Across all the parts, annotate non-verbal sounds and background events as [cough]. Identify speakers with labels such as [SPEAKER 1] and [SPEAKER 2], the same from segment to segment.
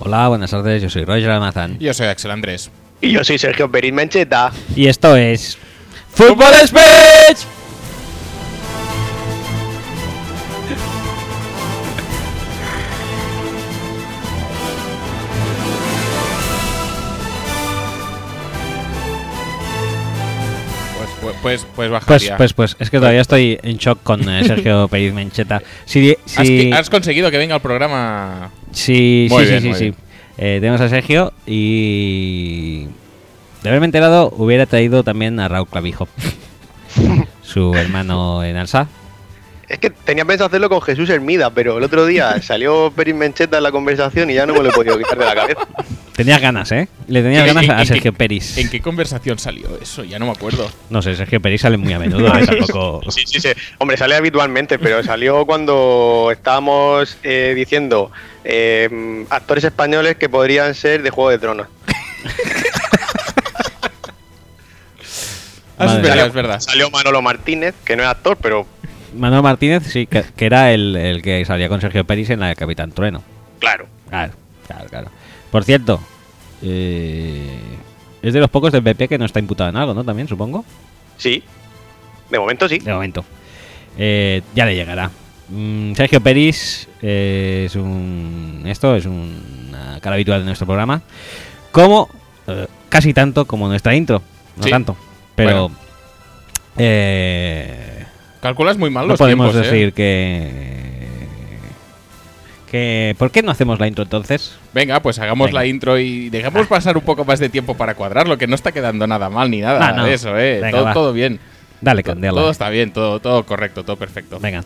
[SPEAKER 1] Hola, buenas tardes, yo soy Roger Almazán.
[SPEAKER 2] Yo soy Axel Andrés.
[SPEAKER 3] Y yo soy Sergio Perín Mencheta.
[SPEAKER 1] Y esto es. ¡Fútbol Speech!
[SPEAKER 2] Pues, pues, pues, pues
[SPEAKER 1] Pues,
[SPEAKER 2] bajaría.
[SPEAKER 1] pues, pues, es que todavía estoy en shock con
[SPEAKER 2] [laughs]
[SPEAKER 1] eh, Sergio Pérez Mencheta. Si,
[SPEAKER 2] Has,
[SPEAKER 1] si,
[SPEAKER 2] que- has conseguido que venga al programa.
[SPEAKER 1] Sí,
[SPEAKER 2] Muy
[SPEAKER 1] sí, sí,
[SPEAKER 2] bien,
[SPEAKER 1] sí,
[SPEAKER 2] muy
[SPEAKER 1] sí.
[SPEAKER 2] bien.
[SPEAKER 1] Eh, tenemos a Sergio y... De haberme enterado, hubiera traído también a Raúl
[SPEAKER 2] [laughs]
[SPEAKER 1] Clavijo, su hermano en Alsa.
[SPEAKER 3] Es que tenía pensado hacerlo con Jesús Hermida, pero el otro [laughs] día salió Perín Mencheta en la conversación y ya no me lo he podido quitar de la cabeza.
[SPEAKER 1] Tenías ganas, ¿eh? Le tenías
[SPEAKER 2] ¿En-
[SPEAKER 1] ganas
[SPEAKER 2] en-
[SPEAKER 1] a,
[SPEAKER 2] en qué-
[SPEAKER 1] Sergio Peris.
[SPEAKER 2] ¿En qué conversación salió eso? Ya no me acuerdo.
[SPEAKER 1] No sé, Sergio Peris sale muy a
[SPEAKER 2] [laughs]
[SPEAKER 1] menudo, ¿eh? tampoco...
[SPEAKER 3] [laughs] Sí, sí, sí. Hombre, sale habitualmente, pero salió cuando estábamos eh, diciendo eh, actores españoles que podrían ser de Juego de Tronos.
[SPEAKER 2] Ah, eso
[SPEAKER 1] Madre
[SPEAKER 2] es verdad,
[SPEAKER 1] mía.
[SPEAKER 2] es verdad.
[SPEAKER 3] Salió Manolo Martínez, que no es actor, pero
[SPEAKER 1] Manuel Martínez, sí, que, que era el, el que salía con Sergio Peris en la de Capitán Trueno.
[SPEAKER 3] claro.
[SPEAKER 1] Claro, claro, claro. Por cierto, eh, es de los pocos del PP que no está imputado en algo, ¿no? También, supongo.
[SPEAKER 3] Sí. De momento sí.
[SPEAKER 1] De momento. Eh, ya le llegará. Mm, Sergio Peris eh, es un. Esto es una cara habitual de nuestro programa. Como. eh, casi tanto como nuestra intro. No
[SPEAKER 2] Sí.
[SPEAKER 1] tanto. Pero.
[SPEAKER 2] Bueno.
[SPEAKER 1] eh,
[SPEAKER 2] Calculas muy mal
[SPEAKER 1] no
[SPEAKER 2] los
[SPEAKER 1] podemos
[SPEAKER 2] tiempos, ¿eh?
[SPEAKER 1] decir que. que. ¿Por qué no hacemos la intro entonces?
[SPEAKER 2] Venga, pues hagamos
[SPEAKER 1] Venga.
[SPEAKER 2] la intro y dejemos pasar un poco más de tiempo para cuadrarlo, que no está quedando nada mal ni nada
[SPEAKER 1] Ah, no.
[SPEAKER 2] de eso, ¿eh?
[SPEAKER 1] Venga,
[SPEAKER 2] todo,
[SPEAKER 1] va.
[SPEAKER 2] todo bien.
[SPEAKER 1] Dale,
[SPEAKER 2] To-
[SPEAKER 1] candela.
[SPEAKER 2] Todo está bien, todo, todo correcto, todo perfecto.
[SPEAKER 1] Venga,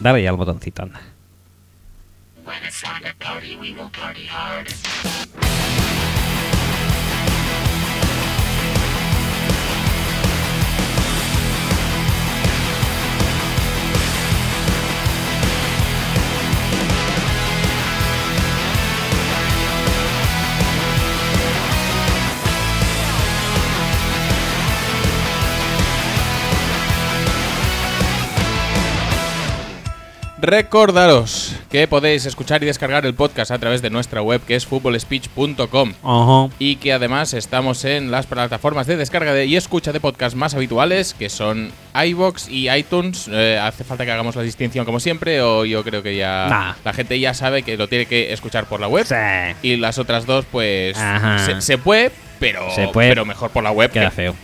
[SPEAKER 1] dale ya al botoncito, anda.
[SPEAKER 2] Recordaros que podéis escuchar y descargar el podcast a través de nuestra web, que es futbolspeech.com.
[SPEAKER 1] Ojo.
[SPEAKER 2] Y que además estamos en las plataformas de descarga de- y escucha de podcast más habituales, que son iBox y iTunes. Eh, hace falta que hagamos la distinción como siempre, o yo creo que ya
[SPEAKER 1] Nah.
[SPEAKER 2] la gente ya sabe que lo tiene que escuchar por la web.
[SPEAKER 1] Sí.
[SPEAKER 2] Y las otras dos, pues
[SPEAKER 1] Ajá.
[SPEAKER 2] se, se puede, pero,
[SPEAKER 1] Se puede.
[SPEAKER 2] pero mejor por la web.
[SPEAKER 1] Queda
[SPEAKER 2] que-
[SPEAKER 1] feo.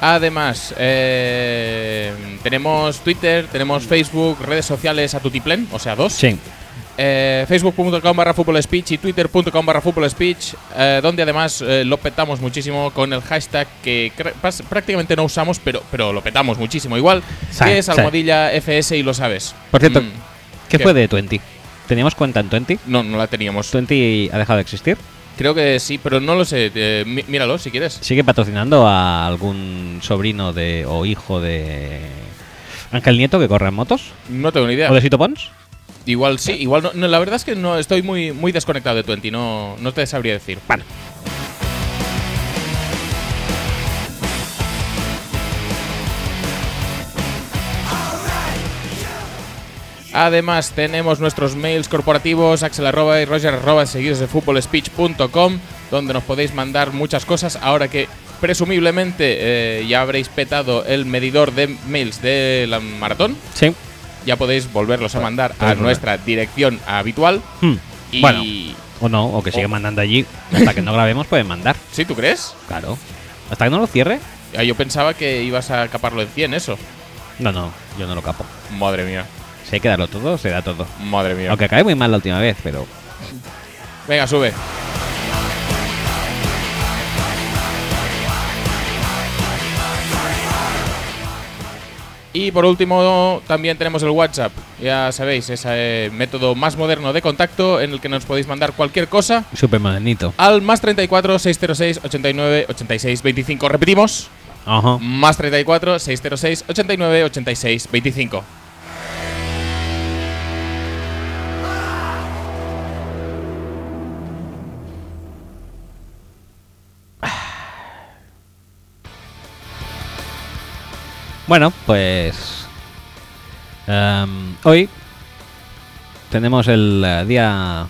[SPEAKER 2] Además, eh, tenemos Twitter, tenemos Facebook, redes sociales a tutiplén, o sea, dos.
[SPEAKER 1] Sí.
[SPEAKER 2] Eh, Facebook.com barra Fútbol Speech y Twitter.com barra Fútbol Speech, eh, donde además eh, lo petamos muchísimo con el hashtag que cr- pas- prácticamente no usamos, pero, pero lo petamos muchísimo igual,
[SPEAKER 1] Sí,
[SPEAKER 2] que es
[SPEAKER 1] sí.
[SPEAKER 2] Almohadilla FS y lo sabes.
[SPEAKER 1] Por cierto,
[SPEAKER 2] Mm,
[SPEAKER 1] ¿Qué,
[SPEAKER 2] ¿Qué?
[SPEAKER 1] fue de Twenty? ¿Teníamos cuenta en Twenty?
[SPEAKER 2] no, no la teníamos.
[SPEAKER 1] ¿Twenty ha dejado de existir?
[SPEAKER 2] Creo que sí, pero no lo sé. eh, mí- míralo si quieres.
[SPEAKER 1] ¿Sigue patrocinando a algún sobrino de o hijo de Ángel Nieto que corra en motos?
[SPEAKER 2] No tengo ni idea.
[SPEAKER 1] ¿O de Sito Pons?
[SPEAKER 2] Igual sí, igual no, no, La verdad es que no estoy muy, muy desconectado de Twenty, no, no te sabría decir.
[SPEAKER 1] Bueno.
[SPEAKER 2] Además, tenemos nuestros mails corporativos, axel arroba y roger arroba, seguidos de futbolspeech.com, donde nos podéis mandar muchas cosas. Ahora que presumiblemente eh, ya habréis petado el medidor de mails de la maratón,
[SPEAKER 1] Sí.
[SPEAKER 2] ya podéis volverlos a mandar a
[SPEAKER 1] volver.
[SPEAKER 2] nuestra dirección habitual.
[SPEAKER 1] Hmm.
[SPEAKER 2] Y
[SPEAKER 1] Bueno, o no, o que siga
[SPEAKER 2] O-
[SPEAKER 1] mandando allí. Hasta que no grabemos pueden mandar,
[SPEAKER 2] ¿Sí, tú crees?
[SPEAKER 1] claro. Hasta que no lo cierre.
[SPEAKER 2] Ah, Yo pensaba que ibas a caparlo en 100, eso.
[SPEAKER 1] No, no, yo no lo capo.
[SPEAKER 2] Madre mía,
[SPEAKER 1] Si hay que darlo todo, se da todo.
[SPEAKER 2] madre mía.
[SPEAKER 1] Aunque cae muy mal la última vez, pero
[SPEAKER 2] Venga, sube. Y por último, también tenemos el WhatsApp. Ya sabéis, ese eh, método más moderno de contacto en el que nos podéis mandar cualquier cosa
[SPEAKER 1] súper modernito.
[SPEAKER 2] al más 34 606 89 86 25. Repetimos,
[SPEAKER 1] Ajá.
[SPEAKER 2] más 34 606 89 86 25.
[SPEAKER 1] Bueno, pues. em, hoy tenemos el eh, día.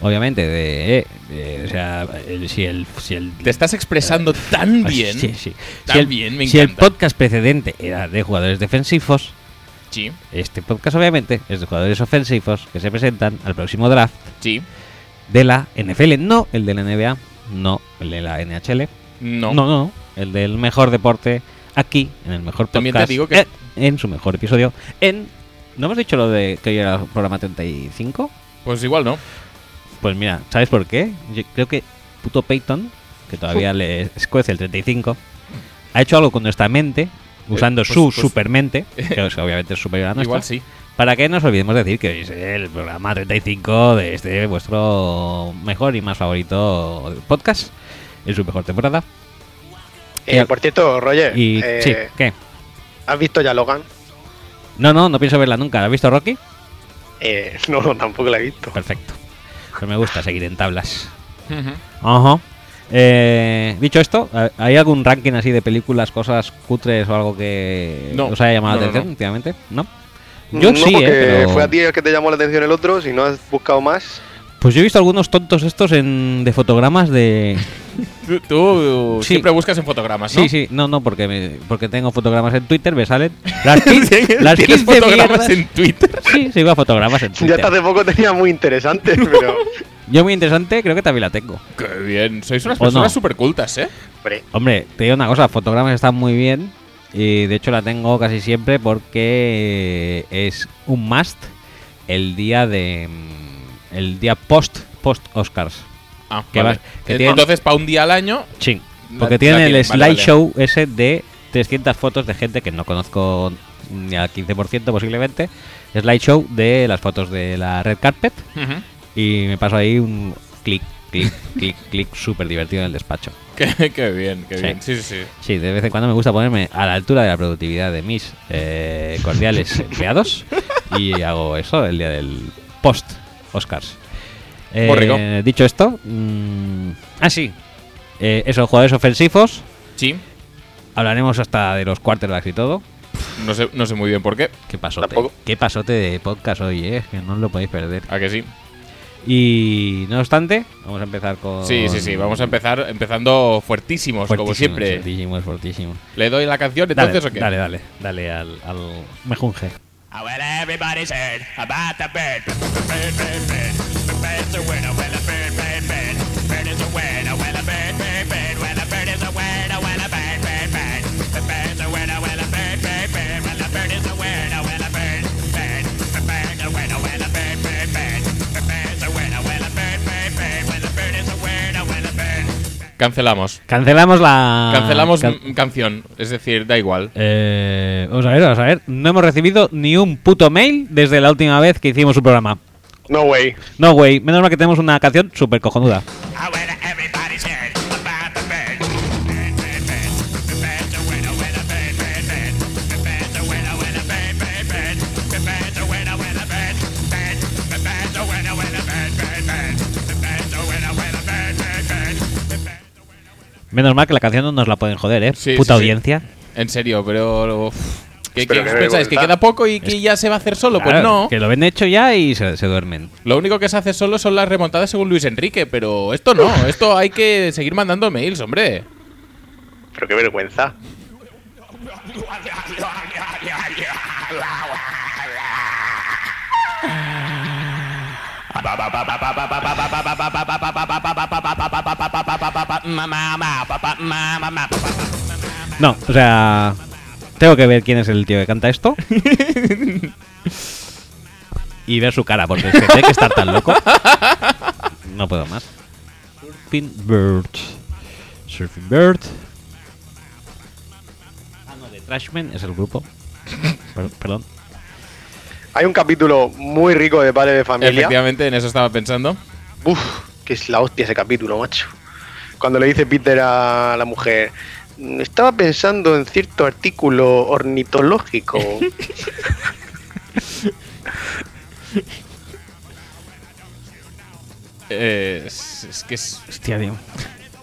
[SPEAKER 1] Obviamente, de. eh, eh, o sea, el- si el. Si el
[SPEAKER 2] Te estás expresando tan bien.
[SPEAKER 1] Sí, sí.
[SPEAKER 2] Tan
[SPEAKER 1] si el,
[SPEAKER 2] bien, me
[SPEAKER 1] si el
[SPEAKER 2] encanta.
[SPEAKER 1] podcast precedente era de jugadores defensivos,
[SPEAKER 2] Sí,
[SPEAKER 1] este podcast obviamente es de jugadores ofensivos que se presentan al próximo draft
[SPEAKER 2] sí.
[SPEAKER 1] de la NFL. No el de la NBA, no el de la NHL,
[SPEAKER 2] No.
[SPEAKER 1] no, no, el del mejor deporte aquí, en el mejor podcast.
[SPEAKER 2] También te digo que-
[SPEAKER 1] eh, en su mejor episodio, en... ¿No hemos dicho lo de que hoy era el programa 35?
[SPEAKER 2] Pues igual no.
[SPEAKER 1] Pues mira, ¿sabes por qué? Yo creo que puto Peyton, que todavía le escuece el 35, ha hecho algo con nuestra mente, usando
[SPEAKER 2] pues-
[SPEAKER 1] su
[SPEAKER 2] pues-
[SPEAKER 1] supermente, que es- obviamente es superior a nuestra,
[SPEAKER 2] Igual sí.
[SPEAKER 1] para que no nos olvidemos decir que hoy es el programa 35 de este vuestro mejor y más favorito podcast, en su mejor temporada.
[SPEAKER 3] Eh,
[SPEAKER 1] Y-
[SPEAKER 3] por cierto, Roger,
[SPEAKER 1] Y
[SPEAKER 3] eh,
[SPEAKER 1] sí, ¿qué?
[SPEAKER 3] ¿has visto ya Logan?
[SPEAKER 1] No, no, no pienso verla nunca. ¿La ¿Has visto Rocky?
[SPEAKER 3] Eh, [laughs] no, no, tampoco la he visto.
[SPEAKER 1] Perfecto. Pues me gusta seguir en tablas.
[SPEAKER 2] Ujú.
[SPEAKER 1] Ajá. Eh, dicho esto, ¿ha- ¿hay algún ranking así de películas, cosas cutres o algo que
[SPEAKER 2] No.
[SPEAKER 1] os haya llamado
[SPEAKER 2] No,
[SPEAKER 1] la
[SPEAKER 2] no,
[SPEAKER 1] atención últimamente? ¿No? Yo
[SPEAKER 3] Mm, no,
[SPEAKER 1] sí,
[SPEAKER 3] porque
[SPEAKER 1] eh, pero-
[SPEAKER 3] fue a ti el que te llamó la atención el otro, si no has buscado más.
[SPEAKER 1] Pues yo he visto algunos tontos estos en, de fotogramas de...
[SPEAKER 2] Tú, tú
[SPEAKER 1] Sí.
[SPEAKER 2] siempre buscas en fotogramas, ¿Ah, ¿no?
[SPEAKER 1] Sí, sí, no, no, porque, me- porque tengo fotogramas en Twitter, me
[SPEAKER 2] [laughs]
[SPEAKER 1] salen las, quin- las
[SPEAKER 2] ¿Tienes
[SPEAKER 1] 15
[SPEAKER 2] fotogramas
[SPEAKER 1] mierdas-
[SPEAKER 2] en Twitter?
[SPEAKER 1] Sí, sigo a fotogramas en
[SPEAKER 3] Ya
[SPEAKER 1] Twitter.
[SPEAKER 3] hasta hace poco tenía muy interesante, [laughs] pero.
[SPEAKER 1] Yo muy interesante, creo que también la tengo.
[SPEAKER 2] Qué bien. Sois unas
[SPEAKER 1] ¿O no?
[SPEAKER 2] personas súper cultas, ¿eh?
[SPEAKER 3] Hombre,
[SPEAKER 1] Hombre, te digo una cosa, fotogramas están muy bien y de hecho la tengo casi siempre porque es un must el día de mm, el día post post Oscars.
[SPEAKER 2] Ah,
[SPEAKER 1] Que
[SPEAKER 2] vale.
[SPEAKER 1] vas- que
[SPEAKER 2] Eh,
[SPEAKER 1] tiene-
[SPEAKER 2] Entonces, para un día al año,
[SPEAKER 1] Sí,
[SPEAKER 2] La-
[SPEAKER 1] porque
[SPEAKER 2] la
[SPEAKER 1] tienen
[SPEAKER 2] tienen,
[SPEAKER 1] el
[SPEAKER 2] vale, vale.
[SPEAKER 1] slideshow ese de 300 fotos de gente que no conozco ni al 15% posiblemente, slideshow de las fotos de la red carpet
[SPEAKER 2] ujú,
[SPEAKER 1] y me paso ahí un clic clic [laughs] clic clic súper divertido en el despacho.
[SPEAKER 2] qué, qué bien, qué
[SPEAKER 1] Sí.
[SPEAKER 2] bien. Sí, sí, sí.
[SPEAKER 1] Sí, de vez en cuando me gusta ponerme a la altura de la productividad de mis eh,
[SPEAKER 2] [laughs]
[SPEAKER 1] cordiales empleados y hago eso el día del post Oscars. Eh,
[SPEAKER 2] Muy rico.
[SPEAKER 1] Dicho esto, mm, ah sí, eh, esos jugadores ofensivos.
[SPEAKER 2] Sí.
[SPEAKER 1] Hablaremos hasta de los quarterbacks y todo.
[SPEAKER 2] No sé, no sé muy bien por qué.
[SPEAKER 1] Qué pasote,
[SPEAKER 3] Tampoco.
[SPEAKER 1] qué pasote de podcast hoy, eh, que no os lo podéis perder.
[SPEAKER 2] ¿A que sí?
[SPEAKER 1] Y no obstante, vamos a empezar con.
[SPEAKER 2] Sí, sí, sí. Vamos a empezar empezando fuertísimos, como
[SPEAKER 1] Fuertísimo,
[SPEAKER 2] siempre.
[SPEAKER 1] Fuertísimo, fuertísimo.
[SPEAKER 2] ¿Le doy la canción
[SPEAKER 1] Dale,
[SPEAKER 2] entonces o qué?
[SPEAKER 1] dale, dale, dale al, al mejunje.
[SPEAKER 4] I well, everybody's heard about the bird. Bird, bird, bird. The bird's a winner. Well, a bird, bird, bird. Bird is a winner. Well, a bird, bird, bird. Well, a bird is a winner. Well, a bird, bird, bird. The bird's a winner. Well, a bird, bird, bird. Well, a bird is a winner. Well, a bird, bird. The bird's a winner. Well, a bird, bird, bird. The bird's a winner. Well, a bird, bird, bird. Well, a bird is a winner. Well, a bird.
[SPEAKER 2] Cancelamos.
[SPEAKER 1] Cancelamos la.
[SPEAKER 2] Cancelamos
[SPEAKER 1] Ah, can-
[SPEAKER 2] mm, canción. Es decir, da igual.
[SPEAKER 1] Eh, vamos a ver, vamos a ver. No hemos recibido ni un puto mail desde la última vez que hicimos su programa.
[SPEAKER 3] no way.
[SPEAKER 1] No, güey. Menos mal que tenemos una canción súper cojonuda.
[SPEAKER 4] I went everybody's head about the bed. Bed, bed, bed. The bed's a winner when a bed, bed, bed. The bed's a winner when a bed, bed, bed. The bed's a winner when a bed, bed. The bed's a winner when a bed, bed, bed. The bed's a winner when a bed, bed, bed. The bed's a winner when a
[SPEAKER 1] Menos mal que la canción no nos la pueden joder, ¿eh?
[SPEAKER 2] Sí,
[SPEAKER 1] Puta
[SPEAKER 2] sí, sí.
[SPEAKER 1] audiencia.
[SPEAKER 2] En serio, pero. uf, ¿Qué,
[SPEAKER 3] Pero
[SPEAKER 2] qué
[SPEAKER 3] que no hay
[SPEAKER 2] pensáis? ¿Que
[SPEAKER 3] voluntad.
[SPEAKER 2] queda poco y que ya se va a hacer solo? Pues
[SPEAKER 1] Claro,
[SPEAKER 2] no.
[SPEAKER 1] Que lo ven hecho ya y se, se duermen.
[SPEAKER 2] Lo único que se hace solo son las remontadas según Luis Enrique, pero esto no. Esto hay que seguir mandando mails, hombre.
[SPEAKER 3] Pero qué vergüenza.
[SPEAKER 1] No, o sea. Tengo que ver quién es el tío que canta esto. y ver su cara, porque es que tiene que estar tan loco. No puedo más. Surfing Bird. Surfing Bird. Ah, no, de Trashman es el grupo. Per- perdón.
[SPEAKER 3] Hay un capítulo muy rico de Padre de Familia.
[SPEAKER 2] Efectivamente, en eso estaba pensando.
[SPEAKER 3] Uf, que es la hostia ese capítulo, macho. Cuando le dice Peter a la mujer, "Mm, estaba pensando en cierto artículo
[SPEAKER 1] [laughs]
[SPEAKER 3] ornitológico.
[SPEAKER 2] Eh, es, es que es. Eh,
[SPEAKER 1] Hostia, tío.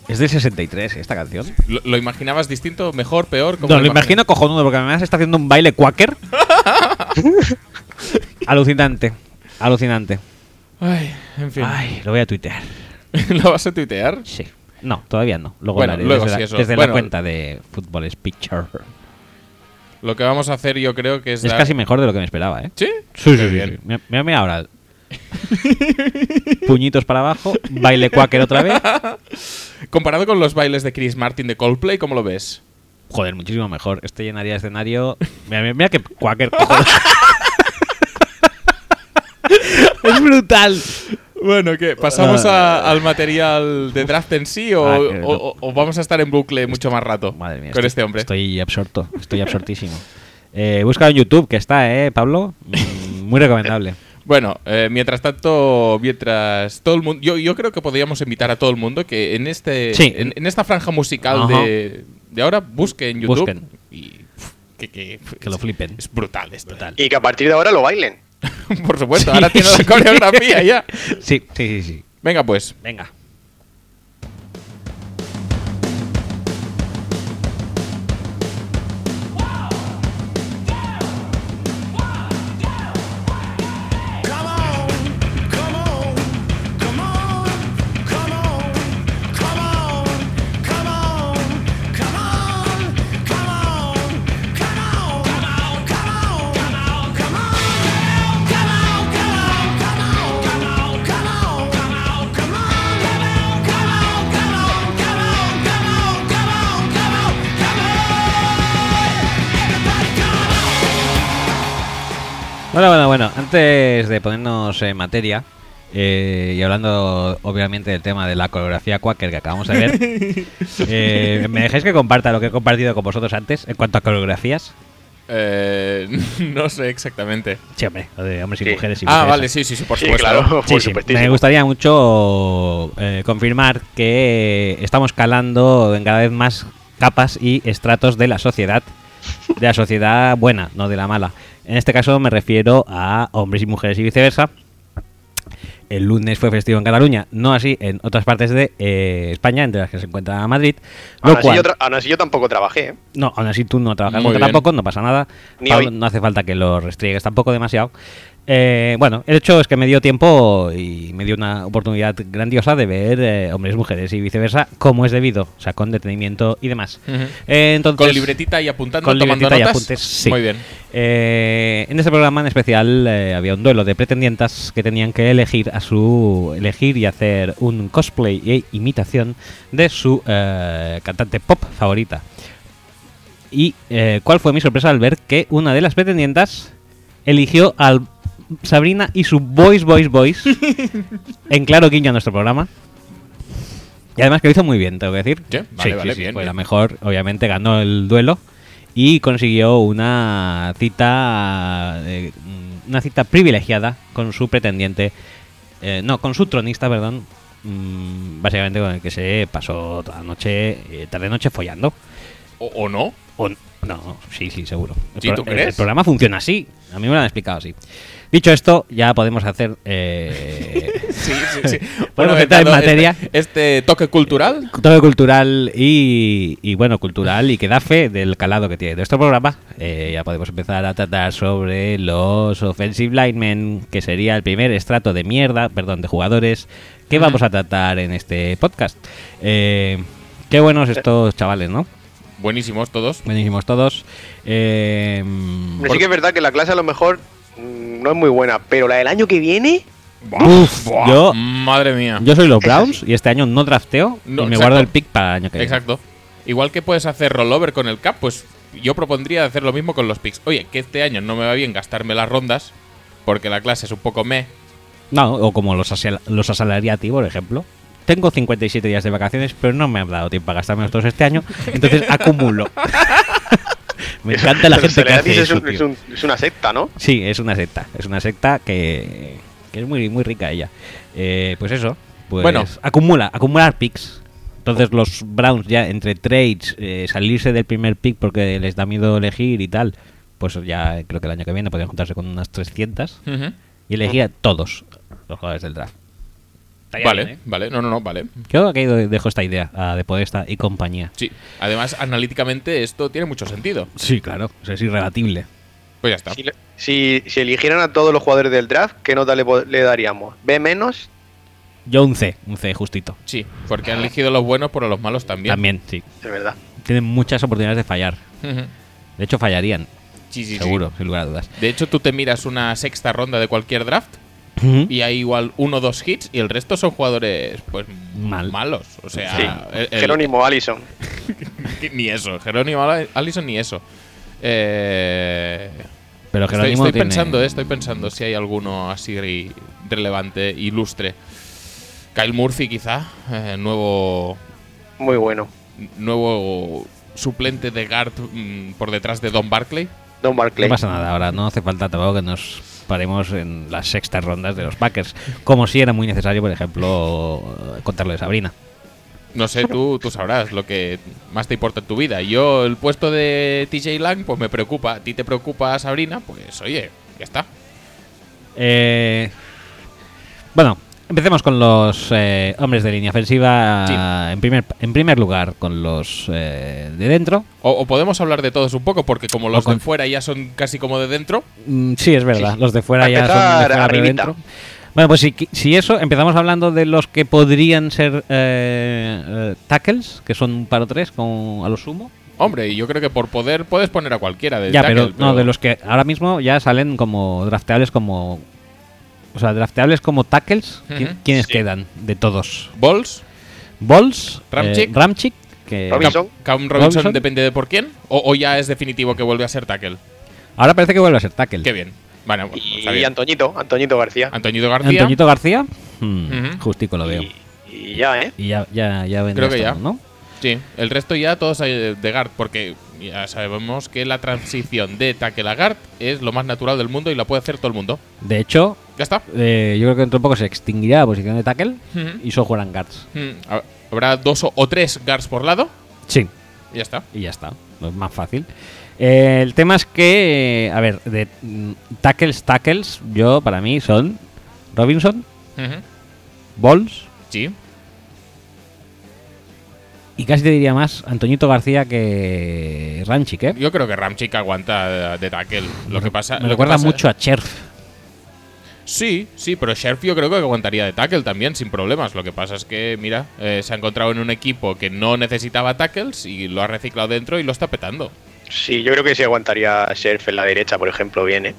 [SPEAKER 1] Es del 63 ¿eh? esta canción.
[SPEAKER 2] ¿Lo, lo imaginabas distinto, mejor, peor? ¿Cómo
[SPEAKER 1] No, lo imagino cojonudo, porque además está haciendo un baile quaker. alucinante, alucinante.
[SPEAKER 2] Ay, en fin.
[SPEAKER 1] Ay, lo voy a tuitear.
[SPEAKER 2] [laughs] ¿Lo vas a tuitear?
[SPEAKER 1] Sí. No, todavía no. Luego
[SPEAKER 2] Bueno,
[SPEAKER 1] lo haré
[SPEAKER 2] luego
[SPEAKER 1] desde,
[SPEAKER 2] sí,
[SPEAKER 1] la,
[SPEAKER 2] eso.
[SPEAKER 1] desde la
[SPEAKER 2] Bueno.
[SPEAKER 1] cuenta de Football is Picture.
[SPEAKER 2] Lo que vamos a hacer yo creo que es...
[SPEAKER 1] Es
[SPEAKER 2] dar-
[SPEAKER 1] casi mejor de lo que me esperaba, ¿eh?
[SPEAKER 2] ¿Sí?
[SPEAKER 1] Sí, sí,
[SPEAKER 2] Qué
[SPEAKER 1] sí.
[SPEAKER 2] bien.
[SPEAKER 1] sí. Mira- Mira, mira ahora. Puñitos para abajo, baile quaker otra vez.
[SPEAKER 2] Comparado con los bailes de Chris Martin de Coldplay, ¿cómo lo ves?
[SPEAKER 1] Joder, muchísimo mejor. Este llenaría escenario. Mira, mira, mira que quaker. cojones. es brutal.
[SPEAKER 2] Bueno, ¿qué? ¿Pasamos a- al material de draft en sí o,
[SPEAKER 1] Ah, que no.
[SPEAKER 2] o- o- o vamos a estar en bucle mucho más rato
[SPEAKER 1] Oh, Madre mía.
[SPEAKER 2] con
[SPEAKER 1] estoy-
[SPEAKER 2] este hombre?
[SPEAKER 1] Estoy absorto, estoy absortísimo. Eh, búscalo en YouTube, que está, ¿eh, Pablo? Mm, Muy recomendable.
[SPEAKER 2] Bueno, eh, mientras tanto, mientras todo el mundo... Yo, yo creo que podríamos invitar a todo el mundo que en, este,
[SPEAKER 1] Sí.
[SPEAKER 2] en, en esta franja musical
[SPEAKER 1] Ajá.
[SPEAKER 2] de, de ahora busquen en YouTube
[SPEAKER 1] Busquen.
[SPEAKER 2] y pff, que, que-
[SPEAKER 1] Que lo flipen.
[SPEAKER 2] Es brutal esto. eh.
[SPEAKER 1] Brutal.
[SPEAKER 3] Y que a partir de ahora lo bailen.
[SPEAKER 2] [laughs] Por supuesto, ahora tiene
[SPEAKER 1] [laughs]
[SPEAKER 2] la coreografía ya.
[SPEAKER 1] Sí, sí, sí, sí.
[SPEAKER 2] Venga pues.
[SPEAKER 1] Venga.
[SPEAKER 4] Come on, come on, come on, come on, come on, come on, come on, come on, come on, come on, come on, come on, come on, come on, come on, come on, come on, come on, come
[SPEAKER 1] Bueno, bueno, bueno. Antes de ponernos en materia eh, y hablando, obviamente, del tema de la coreografía Quaker que acabamos de ver, eh, ¿me dejáis que comparta lo que he compartido con vosotros antes en cuanto a coreografías?
[SPEAKER 2] Eh, [laughs] no sé exactamente.
[SPEAKER 1] Sí, hombre, lo de hombres y
[SPEAKER 3] Sí.
[SPEAKER 1] mujeres y
[SPEAKER 2] ah,
[SPEAKER 1] viceversa.
[SPEAKER 2] vale, sí, sí, sí, por
[SPEAKER 3] Sí,
[SPEAKER 2] supuesto.
[SPEAKER 3] claro,
[SPEAKER 1] Sí,
[SPEAKER 3] [laughs] por
[SPEAKER 1] sí,
[SPEAKER 3] supuestísimo.
[SPEAKER 1] Me gustaría mucho eh, confirmar que estamos calando en cada vez más capas y estratos de la sociedad. De la sociedad buena, no de la mala. En este caso me refiero a hombres y mujeres y viceversa. El lunes fue festivo en Cataluña, no así en otras partes de eh, España, entre las que se encuentra Madrid. Lo
[SPEAKER 3] Aún así,
[SPEAKER 1] cual-
[SPEAKER 3] yo tra- aún así yo tampoco trabajé, ¿eh?
[SPEAKER 1] no, aún así tú no trabajas
[SPEAKER 2] Muy
[SPEAKER 1] nunca
[SPEAKER 2] bien.
[SPEAKER 1] tampoco, no pasa nada.
[SPEAKER 3] Ni
[SPEAKER 1] Pablo,
[SPEAKER 3] hoy.
[SPEAKER 1] no hace falta que lo restriegues tampoco demasiado. Eh, bueno, el hecho es que me dio tiempo y me dio una oportunidad grandiosa de ver eh, hombres, mujeres y viceversa, como es debido, o sea, con detenimiento y demás.
[SPEAKER 2] Ujú.
[SPEAKER 1] Eh, entonces,
[SPEAKER 2] Con libretita y apuntando,
[SPEAKER 1] con
[SPEAKER 2] tomando
[SPEAKER 1] libretita y
[SPEAKER 2] notas.
[SPEAKER 1] apuntes, sí.
[SPEAKER 2] Muy bien.
[SPEAKER 1] Eh, en este programa en especial eh, había un duelo de pretendientas que tenían que elegir a su elegir y hacer un cosplay e imitación de su eh, cantante pop favorita. Y eh, cuál fue mi sorpresa al ver que una de las pretendientas eligió al Sabrina y su Voice Voice Voice
[SPEAKER 2] [laughs]
[SPEAKER 1] en claro guiño a nuestro programa. Y además que lo hizo muy bien, tengo que decir.
[SPEAKER 2] Sí, vale, vale, bien,
[SPEAKER 1] Fue
[SPEAKER 2] bien.
[SPEAKER 1] la mejor, obviamente ganó el duelo y consiguió una cita eh, mm, una cita privilegiada con su pretendiente, eh, no, con su tronista, perdón, mm, básicamente con el que se pasó toda la noche, eh, tarde noche follando.
[SPEAKER 2] O, o no.
[SPEAKER 1] O n- no, sí, sí, seguro. El,
[SPEAKER 2] Sí, ¿tú
[SPEAKER 1] el-
[SPEAKER 2] crees?
[SPEAKER 1] el programa funciona así. A mí me lo han explicado así. Dicho esto, ya podemos hacer eh,
[SPEAKER 2] [laughs] Sí, sí, sí.
[SPEAKER 1] [laughs] Podemos
[SPEAKER 2] he
[SPEAKER 1] entrar en
[SPEAKER 2] dado
[SPEAKER 1] materia.
[SPEAKER 2] Este, este toque cultural.
[SPEAKER 1] todo cultural y, y, bueno, cultural y que da fe del calado que tiene nuestro programa. Eh, ya podemos empezar a tratar sobre los Offensive Linemen, que sería el primer estrato de mierda, perdón, de jugadores que vamos a tratar en este podcast. Eh, qué buenos estos chavales, ¿no?
[SPEAKER 2] Buenísimos todos.
[SPEAKER 1] Buenísimos todos. Eh,
[SPEAKER 3] Pero sí que es verdad que la clase a lo mejor mm, no es muy buena, pero la del año que viene,
[SPEAKER 1] Uf, yo-
[SPEAKER 2] Ah, Madre mía.
[SPEAKER 1] Yo soy los Browns y este año no drafteo
[SPEAKER 2] No,
[SPEAKER 1] y me
[SPEAKER 2] exacto.
[SPEAKER 1] guardo el pick para el año que viene.
[SPEAKER 2] Exacto. Igual que puedes hacer rollover con el cap, pues yo propondría hacer lo mismo con los picks. Oye, que este año no me va bien gastarme las rondas, porque la clase es un poco me.
[SPEAKER 1] No, o como los, asal- los asalariati, por ejemplo. Tengo 57 días de vacaciones, pero no me ha dado tiempo a gastarme los todos este año,
[SPEAKER 3] [laughs]
[SPEAKER 1] entonces acumulo. me encanta la gente
[SPEAKER 3] pero
[SPEAKER 1] que hace
[SPEAKER 3] Celeratis es,
[SPEAKER 1] eso,
[SPEAKER 3] un- es
[SPEAKER 1] tío.
[SPEAKER 3] un- es una secta, ¿no?
[SPEAKER 1] Sí, es una secta. Es una secta que, que es muy, muy rica ella. Eh, pues eso. Pues
[SPEAKER 2] Bueno.
[SPEAKER 1] acumula, acumular picks. Entonces los Browns ya entre trades, eh, salirse del primer pick porque les da miedo elegir y tal, pues ya creo que el año que viene podrían juntarse con unas 300
[SPEAKER 2] Ujú.
[SPEAKER 1] y elegir a todos los jugadores del draft. Estaría
[SPEAKER 2] Vale,
[SPEAKER 1] bien, ¿eh?
[SPEAKER 2] vale. No, no, no, vale.
[SPEAKER 1] Yo aquí de- dejo esta idea a De Podesta y compañía.
[SPEAKER 2] Sí. Además, analíticamente esto tiene mucho sentido.
[SPEAKER 1] Sí, claro, eso es irrebatible.
[SPEAKER 2] Pues ya está.
[SPEAKER 3] Si, le- si, si eligieran a todos los jugadores del draft, ¿qué nota le, po- le daríamos? ¿B menos?
[SPEAKER 1] Yo un C, un C justito.
[SPEAKER 2] Sí, porque han elegido a los buenos por a los malos también.
[SPEAKER 1] También, sí.
[SPEAKER 3] Es verdad.
[SPEAKER 1] Tienen muchas oportunidades de fallar.
[SPEAKER 2] Ujú.
[SPEAKER 1] De hecho, fallarían,
[SPEAKER 2] Sí, sí, sí.
[SPEAKER 1] seguro, sin lugar a dudas.
[SPEAKER 2] De hecho, tú te miras una sexta ronda de cualquier draft y hay igual uno o dos hits y el resto son jugadores pues
[SPEAKER 1] Mal.
[SPEAKER 2] malos. O
[SPEAKER 1] Ah,
[SPEAKER 2] sea,
[SPEAKER 3] sí.
[SPEAKER 2] el- el-
[SPEAKER 3] Jerónimo Allison.
[SPEAKER 2] que- [laughs] ni eso. Jerónimo Allison ni eso. Eh,
[SPEAKER 1] Pero
[SPEAKER 2] estoy
[SPEAKER 1] Jerónimo
[SPEAKER 2] estoy
[SPEAKER 1] tiene-
[SPEAKER 2] pensando, eh, estoy pensando si hay alguno así re- relevante, ilustre. Kyle Murphy quizá, eh, nuevo
[SPEAKER 3] Muy bueno.
[SPEAKER 2] nuevo suplente de guard mm, por detrás de Don Barclay.
[SPEAKER 3] Don Barclay.
[SPEAKER 1] No pasa nada ahora, no hace falta tampoco que nos paremos en las sextas rondas de los Packers. Como si era muy necesario, por ejemplo, contarlo de Sabrina.
[SPEAKER 2] No sé, tú, tú sabrás lo que más te importa en tu vida. Yo, el puesto de TJ Lang, pues me preocupa. A ti te preocupa Sabrina, pues oye, ya está.
[SPEAKER 1] Eh, bueno, empecemos con los eh, hombres de línea ofensiva. En, primer, en primer lugar, con los eh, de dentro.
[SPEAKER 2] O, o podemos hablar de todos un poco, porque como los
[SPEAKER 1] con-
[SPEAKER 2] de fuera ya son casi como de dentro,
[SPEAKER 1] Mm, sí, es verdad,
[SPEAKER 3] Sí.
[SPEAKER 1] los de fuera
[SPEAKER 3] Para
[SPEAKER 1] ya son de
[SPEAKER 3] empezar,
[SPEAKER 1] fuera, pero
[SPEAKER 3] arribita.
[SPEAKER 1] dentro. Bueno, pues si, si eso, empezamos hablando de los que podrían ser eh, eh, tackles, que son un par o tres con, a lo sumo.
[SPEAKER 2] hombre, y yo creo que por poder puedes poner a cualquiera de
[SPEAKER 1] Ya,
[SPEAKER 2] tackle,
[SPEAKER 1] Eh, pero, no, de los que ahora mismo ya salen como drafteables como. O sea, drafteables como tackles. ¿qui-
[SPEAKER 2] Ujú.
[SPEAKER 1] ¿Quiénes
[SPEAKER 3] Sí.
[SPEAKER 1] quedan de todos?
[SPEAKER 2] Balls,
[SPEAKER 1] Balls,
[SPEAKER 2] Ramczyk.
[SPEAKER 1] eh, Ramczyk, que
[SPEAKER 3] Robinson.
[SPEAKER 2] Cam, Cam Robinson,
[SPEAKER 1] Robinson.
[SPEAKER 2] depende de por quién, o, o ya es definitivo que vuelve a ser tackle.
[SPEAKER 1] ahora parece que vuelve a ser tackle.
[SPEAKER 2] Qué bien. Bueno, bueno,
[SPEAKER 3] Y,
[SPEAKER 2] está bien.
[SPEAKER 3] Antoñito, Antoñito García.
[SPEAKER 2] Antoñito García.
[SPEAKER 1] Antoñito García, hmm,
[SPEAKER 2] Ujú.
[SPEAKER 1] justico lo veo.
[SPEAKER 3] Y, y ya, ¿eh?
[SPEAKER 1] Y ya, ya, ya vendrá
[SPEAKER 2] Creo que
[SPEAKER 1] esto,
[SPEAKER 2] ya.
[SPEAKER 1] ¿no?
[SPEAKER 2] Sí, el resto ya todos eh, de guard, porque ya sabemos que la transición de tackle a guard es lo más natural del mundo y la puede hacer todo el mundo.
[SPEAKER 1] De hecho,
[SPEAKER 2] Ya está.
[SPEAKER 1] eh, yo creo que dentro de poco se extinguirá la posición de tackle
[SPEAKER 2] Ujú.
[SPEAKER 1] y solo jugarán guards.
[SPEAKER 2] Mm, ha- Habrá dos o, o tres guards por lado
[SPEAKER 1] Sí.
[SPEAKER 2] y ya está.
[SPEAKER 1] y ya está. No es más fácil. Eh, el tema es que, eh, a ver, de mm, tackles, tackles, yo para mí son Robinson,
[SPEAKER 2] Ujú.
[SPEAKER 1] Balls
[SPEAKER 2] Sí,
[SPEAKER 1] y casi te diría más Antoñito García que Ranchik, ¿eh?
[SPEAKER 2] yo creo que Ramchick aguanta de, de tackle. Lo que pasa.
[SPEAKER 1] Me
[SPEAKER 2] lo que
[SPEAKER 1] recuerda
[SPEAKER 2] pasa-
[SPEAKER 1] mucho a Cherf.
[SPEAKER 2] Sí, sí, pero Scherf yo creo que aguantaría de tackle también sin problemas. Lo que pasa es que, mira, eh, se ha encontrado en un equipo que no necesitaba tackles y lo ha reciclado dentro y lo está petando.
[SPEAKER 3] Sí, yo creo que sí aguantaría Scherf en la derecha, por ejemplo, bien, ¿eh?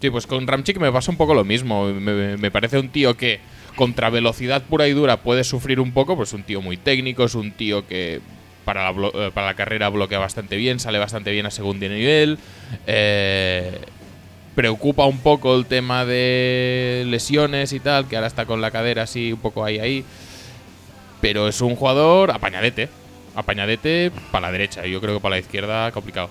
[SPEAKER 2] Sí, pues con Ramchick me pasa un poco lo mismo. Me, me parece un tío que contra velocidad pura y dura puede sufrir un poco, pues un tío muy técnico, es un tío que para la, blo- eh, para la carrera bloquea bastante bien, sale bastante bien a segundo nivel. Eh, preocupa un poco el tema de lesiones y tal, que ahora está con la cadera así un poco ahí ahí. Pero es un jugador apañadete. Apañadete para la derecha. Yo creo que para la izquierda complicado.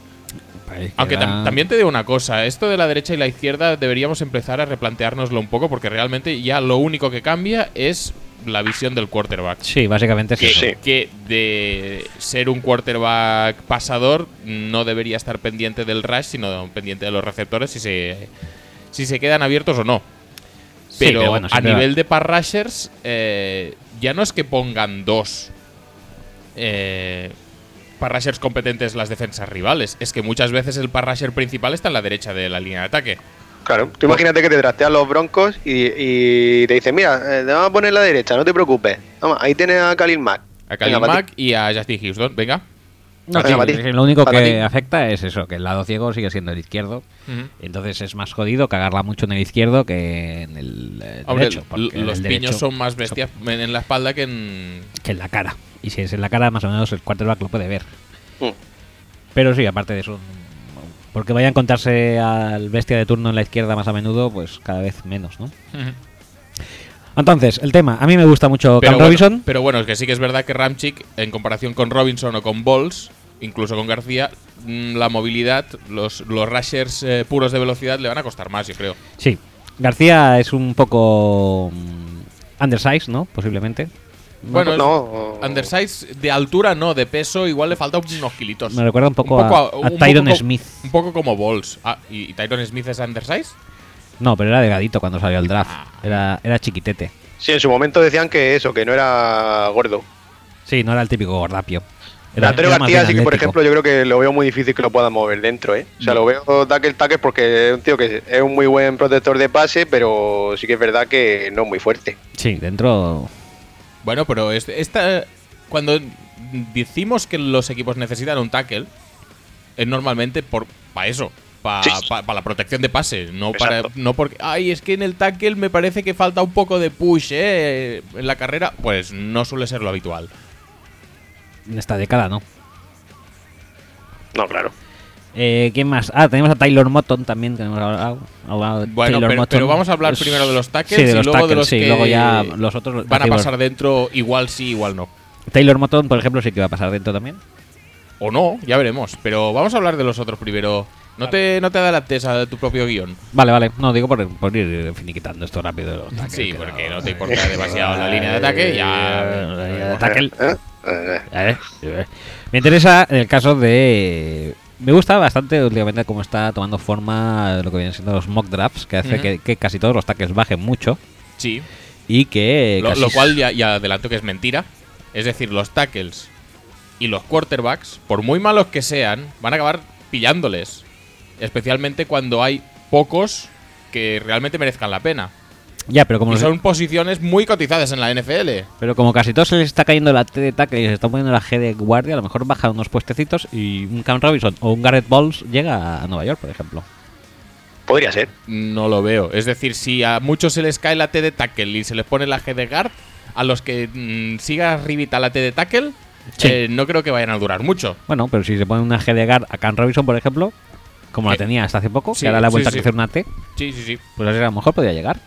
[SPEAKER 2] Aunque tam- también te digo una cosa, esto de la derecha y la izquierda deberíamos empezar a replanteárnoslo un poco porque realmente ya lo único que cambia es la visión del quarterback.
[SPEAKER 1] Sí, básicamente es
[SPEAKER 2] Que,
[SPEAKER 1] eso.
[SPEAKER 3] Sí.
[SPEAKER 2] que de ser un quarterback pasador no debería estar pendiente del rush, sino pendiente de los receptores si se, si se quedan abiertos o no.
[SPEAKER 1] Sí,
[SPEAKER 2] Pero,
[SPEAKER 1] bueno,
[SPEAKER 2] a
[SPEAKER 1] siempre va-
[SPEAKER 2] nivel de pass rushers, eh, ya no es que pongan dos eh, pass rushers competentes las defensas rivales. Es que muchas veces el pass rusher principal está en la derecha de la línea de ataque.
[SPEAKER 3] Claro, tú imagínate que te trastean los broncos y, y te dicen, mira, eh, te vamos a poner la derecha, no te preocupes. Toma, ahí tienes a Khalil Mack.
[SPEAKER 2] A Khalil
[SPEAKER 3] Venga,
[SPEAKER 2] Mack y a Justin Houston. Venga.
[SPEAKER 1] No,
[SPEAKER 3] Venga,
[SPEAKER 1] sí,
[SPEAKER 3] Mati.
[SPEAKER 1] es lo único que
[SPEAKER 3] Mati.
[SPEAKER 1] afecta es eso, que el lado ciego sigue siendo el izquierdo.
[SPEAKER 2] Ujú.
[SPEAKER 1] Entonces es más jodido cagarla mucho en el izquierdo que en el eh,
[SPEAKER 2] Hombre,
[SPEAKER 1] derecho.
[SPEAKER 2] l-
[SPEAKER 1] porque en
[SPEAKER 2] los
[SPEAKER 1] el
[SPEAKER 2] piños
[SPEAKER 1] derecho-
[SPEAKER 2] son más bestias en en la espalda que en.
[SPEAKER 1] que en la cara. Y si es en la cara, más o menos el quarterback lo puede ver.
[SPEAKER 3] Mm.
[SPEAKER 1] Pero sí, aparte de eso, porque vaya a encontrarse al bestia de turno en la izquierda más a menudo, pues cada vez menos, ¿no?
[SPEAKER 2] Ujú.
[SPEAKER 1] Entonces, el tema, a mí me gusta mucho Cam
[SPEAKER 2] bueno,
[SPEAKER 1] Robinson.
[SPEAKER 2] pero bueno, es que sí que es verdad que Ramchick, en comparación con Robinson o con Balls, incluso con García, mm, la movilidad, los, los rushers eh, puros de velocidad le van a costar más, yo creo.
[SPEAKER 1] Sí, García es un poco mm, undersized, ¿no? Posiblemente.
[SPEAKER 2] Bueno, es-
[SPEAKER 3] no.
[SPEAKER 2] undersize de altura no, de peso igual le falta unos kilitos.
[SPEAKER 1] Me recuerda un poco, a, a
[SPEAKER 2] un
[SPEAKER 1] Tyron
[SPEAKER 2] poco co-
[SPEAKER 1] Smith.
[SPEAKER 2] Un poco como Balls. Ah, ¿y, y Tyron Smith es undersize?
[SPEAKER 1] No, pero era delgadito cuando salió el draft.
[SPEAKER 2] Ah.
[SPEAKER 1] Era, era chiquitete.
[SPEAKER 3] Sí, en su momento decían que eso, que no era gordo.
[SPEAKER 1] Sí, no era el típico gordapio. Era,
[SPEAKER 3] Antonio
[SPEAKER 1] era más
[SPEAKER 3] García
[SPEAKER 1] bien
[SPEAKER 3] sí que,
[SPEAKER 1] atlético.
[SPEAKER 3] por
[SPEAKER 1] Mm.
[SPEAKER 3] ejemplo, yo creo que lo veo muy difícil que lo pueda mover dentro, ¿eh? O sea, lo veo tackle tackle porque es un tío que es un muy buen protector de pase, pero sí que es verdad que no es muy fuerte.
[SPEAKER 1] Sí, dentro.
[SPEAKER 2] Bueno, pero es- esta, cuando decimos que los equipos necesitan un tackle, es normalmente por para eso, para
[SPEAKER 3] Sí.
[SPEAKER 2] la protección de pase, no para
[SPEAKER 3] Exacto.
[SPEAKER 2] no porque ay, es que en el tackle me parece que falta un poco de push, eh, en la carrera, pues no suele ser lo habitual.
[SPEAKER 1] En esta década, ¿no?
[SPEAKER 3] No, claro.
[SPEAKER 1] Eh, ¿Quién más? Ah, tenemos a Taylor Motton también. Tenemos ahora- ahora- ahora
[SPEAKER 2] Bueno,
[SPEAKER 1] Taylor
[SPEAKER 2] pero,
[SPEAKER 1] Motton.
[SPEAKER 2] pero vamos a hablar
[SPEAKER 1] Es-
[SPEAKER 2] primero de los tackles
[SPEAKER 1] sí, de
[SPEAKER 2] y
[SPEAKER 1] los
[SPEAKER 2] luego de
[SPEAKER 1] tackles,
[SPEAKER 2] los
[SPEAKER 1] sí,
[SPEAKER 2] que
[SPEAKER 1] luego ya los otros
[SPEAKER 2] van a
[SPEAKER 1] decimos-
[SPEAKER 2] pasar dentro igual sí, igual no.
[SPEAKER 1] Taylor Motton, por ejemplo, sí que va a pasar dentro también.
[SPEAKER 2] O no, ya veremos. Pero vamos a hablar de los otros primero. No te, no te adaptes a tu propio guión.
[SPEAKER 1] Vale, vale. No, digo por, por ir finiquitando esto rápido. de los tackles,
[SPEAKER 2] Sí,
[SPEAKER 1] que
[SPEAKER 2] porque no te importa demasiado la línea de ataque, ya-
[SPEAKER 1] La línea de tackle.
[SPEAKER 3] Eh, eh,
[SPEAKER 1] A ver, a ver. Me interesa el caso de. Me gusta bastante últimamente cómo está tomando forma lo que vienen siendo los mock drafts, que hace
[SPEAKER 2] Ujú.
[SPEAKER 1] que, que casi todos los tackles bajen mucho
[SPEAKER 2] Sí.
[SPEAKER 1] y que.
[SPEAKER 2] Lo,
[SPEAKER 1] casi
[SPEAKER 2] lo
[SPEAKER 1] s-
[SPEAKER 2] cual ya, ya adelanto que es mentira. Es decir, los tackles y los quarterbacks, por muy malos que sean, van a acabar pillándoles. Especialmente cuando hay pocos que realmente merezcan la pena.
[SPEAKER 1] Ya, pero como,
[SPEAKER 2] Y
[SPEAKER 1] los-
[SPEAKER 2] son posiciones muy cotizadas en la NFL.
[SPEAKER 1] pero como casi todos se les está cayendo la T de tackle y se está poniendo la G de guardia, a lo mejor bajan unos puestecitos y un Cam Robinson o un Garrett Balls llega a Nueva York, por ejemplo.
[SPEAKER 3] podría ser.
[SPEAKER 2] No lo veo. Es decir, si a muchos se les cae la T de tackle y se les pone la G de guard, a los que mm, siga arribita la T de tackle,
[SPEAKER 1] Sí.
[SPEAKER 2] eh, no creo que vayan a durar mucho.
[SPEAKER 1] Bueno, pero si se pone una G de guard a Cam Robinson, por ejemplo, como
[SPEAKER 2] Eh,
[SPEAKER 1] la tenía hasta hace poco,
[SPEAKER 2] sí,
[SPEAKER 1] que ahora la ha
[SPEAKER 2] sí,
[SPEAKER 1] vuelto
[SPEAKER 2] sí.
[SPEAKER 1] a crecer una T,
[SPEAKER 2] Sí, sí, sí.
[SPEAKER 1] pues así a lo mejor podría llegar.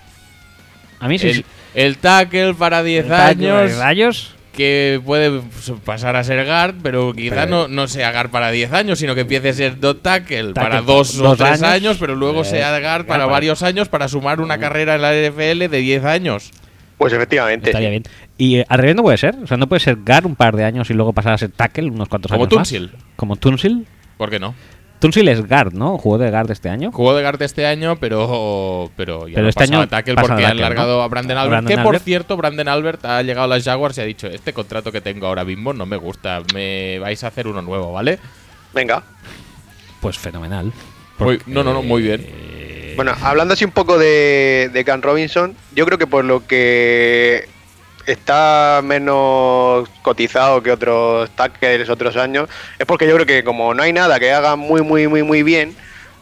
[SPEAKER 1] A mí sí.
[SPEAKER 2] el, el tackle para 10 años,
[SPEAKER 1] Rayos.
[SPEAKER 2] que puede pasar a ser guard, pero quizá
[SPEAKER 1] Pero-
[SPEAKER 2] no, no sea guard para 10 años, sino que empiece a ser dot tackle, para
[SPEAKER 1] Tackle
[SPEAKER 2] 2 o
[SPEAKER 1] dos
[SPEAKER 2] 3 años,
[SPEAKER 1] años.
[SPEAKER 2] pero luego
[SPEAKER 1] Eh, Mm.
[SPEAKER 2] sea guard
[SPEAKER 1] guard
[SPEAKER 2] para
[SPEAKER 1] para-
[SPEAKER 2] varios años para sumar una carrera en la NFL de 10 años.
[SPEAKER 3] Pues efectivamente.
[SPEAKER 1] Estaría
[SPEAKER 3] sí.
[SPEAKER 1] bien. Y eh, al revés no puede ser. O sea, no puede ser GAR un par de años y luego pasar a ser tackle unos cuantos
[SPEAKER 2] Como
[SPEAKER 1] años más.
[SPEAKER 2] Tunsil.
[SPEAKER 1] Como Tunsil.
[SPEAKER 2] ¿Por qué no?
[SPEAKER 1] Tunsil es GAR, ¿no? Jugó de GAR de este año.
[SPEAKER 2] Jugó de guard este año, pero, pero ya
[SPEAKER 1] Pero
[SPEAKER 2] no
[SPEAKER 1] este
[SPEAKER 2] pasaba
[SPEAKER 1] año
[SPEAKER 2] tackle
[SPEAKER 1] pasa
[SPEAKER 2] porque
[SPEAKER 1] de
[SPEAKER 2] han
[SPEAKER 1] tackle,
[SPEAKER 2] largado
[SPEAKER 1] ¿no?
[SPEAKER 2] a Brandon Albert.
[SPEAKER 1] Brandon
[SPEAKER 2] que por
[SPEAKER 1] Albert.
[SPEAKER 2] cierto, Brandon Albert ha llegado a las Jaguars y ha dicho: Este contrato que tengo ahora mismo no me gusta, me vais a hacer uno nuevo, ¿vale?
[SPEAKER 3] Venga.
[SPEAKER 1] Pues fenomenal.
[SPEAKER 2] Muy- Pues, no, no, no, muy bien.
[SPEAKER 1] Eh,
[SPEAKER 3] Bueno, hablando así un poco de, de Can Robinson, yo creo que por lo que está menos cotizado que otros tackles otros años, es porque yo creo que como no hay nada que haga muy, muy, muy, muy bien,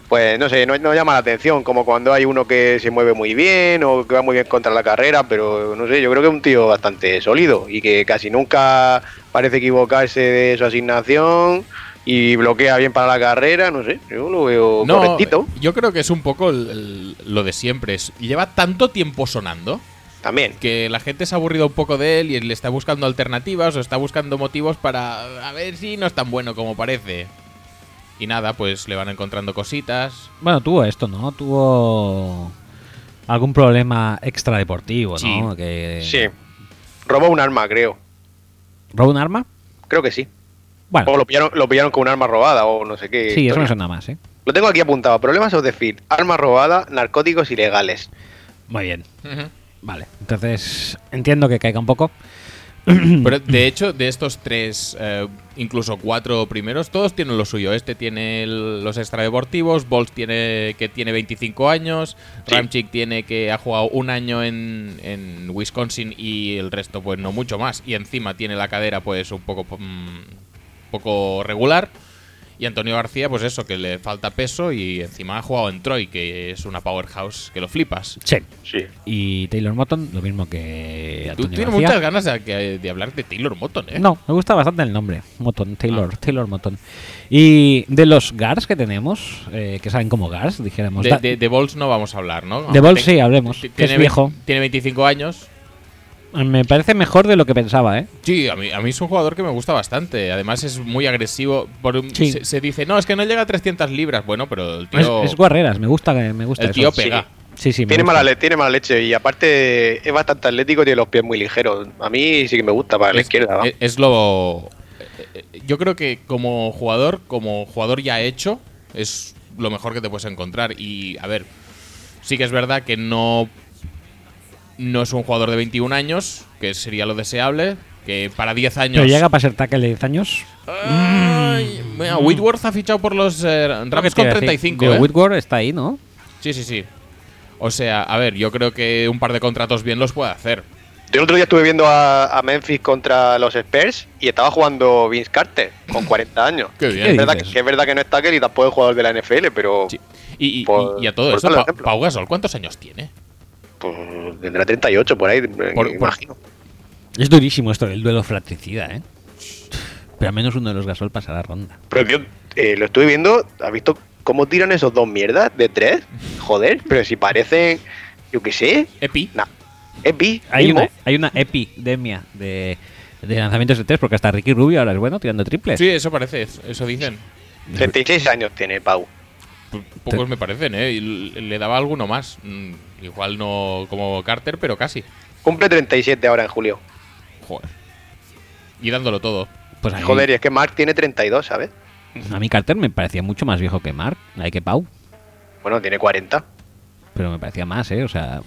[SPEAKER 3] pues no sé, no, no llama la atención, como cuando hay uno que se mueve muy bien o que va muy bien contra la carrera, pero no sé, yo creo que es un tío bastante sólido y que casi nunca parece equivocarse de su asignación. Y bloquea bien para la carrera, no sé, yo lo veo correctito.
[SPEAKER 2] yo creo que es un poco el- el- lo de siempre. es- lleva tanto tiempo sonando
[SPEAKER 3] También.
[SPEAKER 2] que la gente se ha aburrido un poco de él y le está buscando alternativas o está buscando motivos para a ver si no es tan bueno como parece. Y nada, pues le van encontrando cositas.
[SPEAKER 1] Bueno, tuvo esto, ¿no? Tuvo algún problema extradeportivo,
[SPEAKER 2] Sí.
[SPEAKER 1] ¿no? Que...
[SPEAKER 3] Sí. Robó un arma, creo.
[SPEAKER 1] ¿Robó un arma?
[SPEAKER 3] Creo que sí.
[SPEAKER 1] Bueno,
[SPEAKER 3] O lo pillaron, lo pillaron con un arma robada o no sé qué.
[SPEAKER 1] Ah. sí, eso
[SPEAKER 3] historia.
[SPEAKER 1] me suena más, ¿eh?
[SPEAKER 3] Lo tengo aquí apuntado. Problemas of the field. Arma robada, narcóticos ilegales.
[SPEAKER 1] Muy bien. Vale. Entonces, entiendo que caiga un poco.
[SPEAKER 2] Pero de hecho, de estos tres, eh, incluso cuatro primeros, todos tienen lo suyo. Este tiene el- los extradeportivos, Bols tiene que tiene 25 años,
[SPEAKER 3] Sí.
[SPEAKER 2] Ramchick tiene que ha jugado un año en, en Wisconsin y el resto pues no mucho más. Y encima tiene la cadera pues un poco, mm, poco regular. Y Antonio García, pues eso, que le falta peso y encima ha jugado en Troy, que es una powerhouse que lo flipas.
[SPEAKER 1] Sí.
[SPEAKER 3] Sí.
[SPEAKER 1] Y Taylor Motton, lo mismo que.
[SPEAKER 2] Tú
[SPEAKER 1] Antonio
[SPEAKER 2] tienes
[SPEAKER 1] García.
[SPEAKER 2] muchas ganas de, que- de hablar de Taylor Moton, ¿eh? Ah.
[SPEAKER 1] No, me gusta bastante el nombre. Moton, Taylor, Taylor Moton. Y de los GARS que tenemos, eh, que salen como GARS, dijéramos.
[SPEAKER 2] De,
[SPEAKER 1] da-
[SPEAKER 2] de, de Vols no vamos a hablar, ¿no?
[SPEAKER 1] De Vols
[SPEAKER 2] Ten-
[SPEAKER 1] sí, hablemos, que
[SPEAKER 2] ti-
[SPEAKER 1] es
[SPEAKER 2] tiene ve-
[SPEAKER 1] viejo.
[SPEAKER 2] Tiene 25 años.
[SPEAKER 1] Me parece mejor de lo que pensaba, ¿eh?
[SPEAKER 2] Sí, a mí, a mí es un jugador que me gusta bastante. Además es muy agresivo. Por un-
[SPEAKER 1] Sí.
[SPEAKER 2] se, se dice, no, es que no llega a 300 libras. Bueno, pero el
[SPEAKER 1] Es,
[SPEAKER 2] tío,
[SPEAKER 1] es guarreras, me gusta, que- me gusta
[SPEAKER 2] el
[SPEAKER 1] eso.
[SPEAKER 2] tío
[SPEAKER 3] sí.
[SPEAKER 2] pega.
[SPEAKER 1] Sí, sí, me
[SPEAKER 3] Tiene
[SPEAKER 1] gusta.
[SPEAKER 3] mala, le- tiene mala leche y aparte es bastante atlético y tiene los pies muy ligeros. A mí sí que me gusta para la
[SPEAKER 2] es,
[SPEAKER 3] izquierda. ¿no?
[SPEAKER 2] es- es lo... eh, eh, Yo creo que como jugador, como jugador ya hecho, es lo mejor que te puedes encontrar. Y, a ver, Sí que es verdad que no, no es un jugador de 21 años, que sería lo deseable, que para 10 años...
[SPEAKER 1] Pero llega para ser tackle de 10 años.
[SPEAKER 2] Ay, mira, Whitworth ha fichado por los eh, Rams con 35.
[SPEAKER 1] Digo,
[SPEAKER 2] ¿eh?
[SPEAKER 1] Whitworth está ahí, ¿no?
[SPEAKER 2] Sí, sí, sí. O sea, a ver, yo creo que un par de contratos bien los puede hacer.
[SPEAKER 3] Yo el otro día estuve viendo a, a Memphis contra los Spurs y estaba jugando Vince Carter con 40 años.
[SPEAKER 2] Qué bien.
[SPEAKER 3] Es verdad,
[SPEAKER 1] dices?
[SPEAKER 3] que es verdad que no es tackle y tampoco es jugador de la NFL, pero
[SPEAKER 2] Sí. Y, y-
[SPEAKER 3] Por-
[SPEAKER 2] y a todo
[SPEAKER 3] por
[SPEAKER 2] esto,
[SPEAKER 3] tal
[SPEAKER 2] Pa-
[SPEAKER 3] ejemplo.
[SPEAKER 2] Pau Gasol, ¿cuántos años tiene?
[SPEAKER 3] pues, tendrá 38 por ahí, me
[SPEAKER 2] por-
[SPEAKER 3] imagino.
[SPEAKER 1] Es durísimo esto, el duelo fratricida, ¿eh? Pero al menos uno de los Gasol pasa la ronda.
[SPEAKER 3] Pero yo eh, lo estuve viendo, ¿has visto cómo tiran esos dos mierdas de tres? Joder, pero si parecen, yo qué sé,
[SPEAKER 2] Epi.
[SPEAKER 3] nah, es bi,
[SPEAKER 1] Hay
[SPEAKER 3] mismo.
[SPEAKER 1] una, hay una epidemia de, de lanzamientos de tres, porque hasta Ricky Rubio ahora es bueno tirando triples.
[SPEAKER 2] Sí, eso parece, es- eso dicen.
[SPEAKER 3] 36 años tiene Pau.
[SPEAKER 2] P- Pocos me parecen, ¿eh? Y l- le daba alguno más. Mm, Igual no como Carter, pero casi.
[SPEAKER 3] Cumple 37 ahora en julio.
[SPEAKER 2] Joder. Y dándolo todo.
[SPEAKER 1] Pues a mí,
[SPEAKER 3] Joder, y es que Mark tiene 32, ¿sabes?
[SPEAKER 1] a mí Carter me parecía mucho más viejo que Mark, hay que Pau,
[SPEAKER 3] Bueno, tiene 40.
[SPEAKER 1] pero me parecía más, ¿eh? O sea,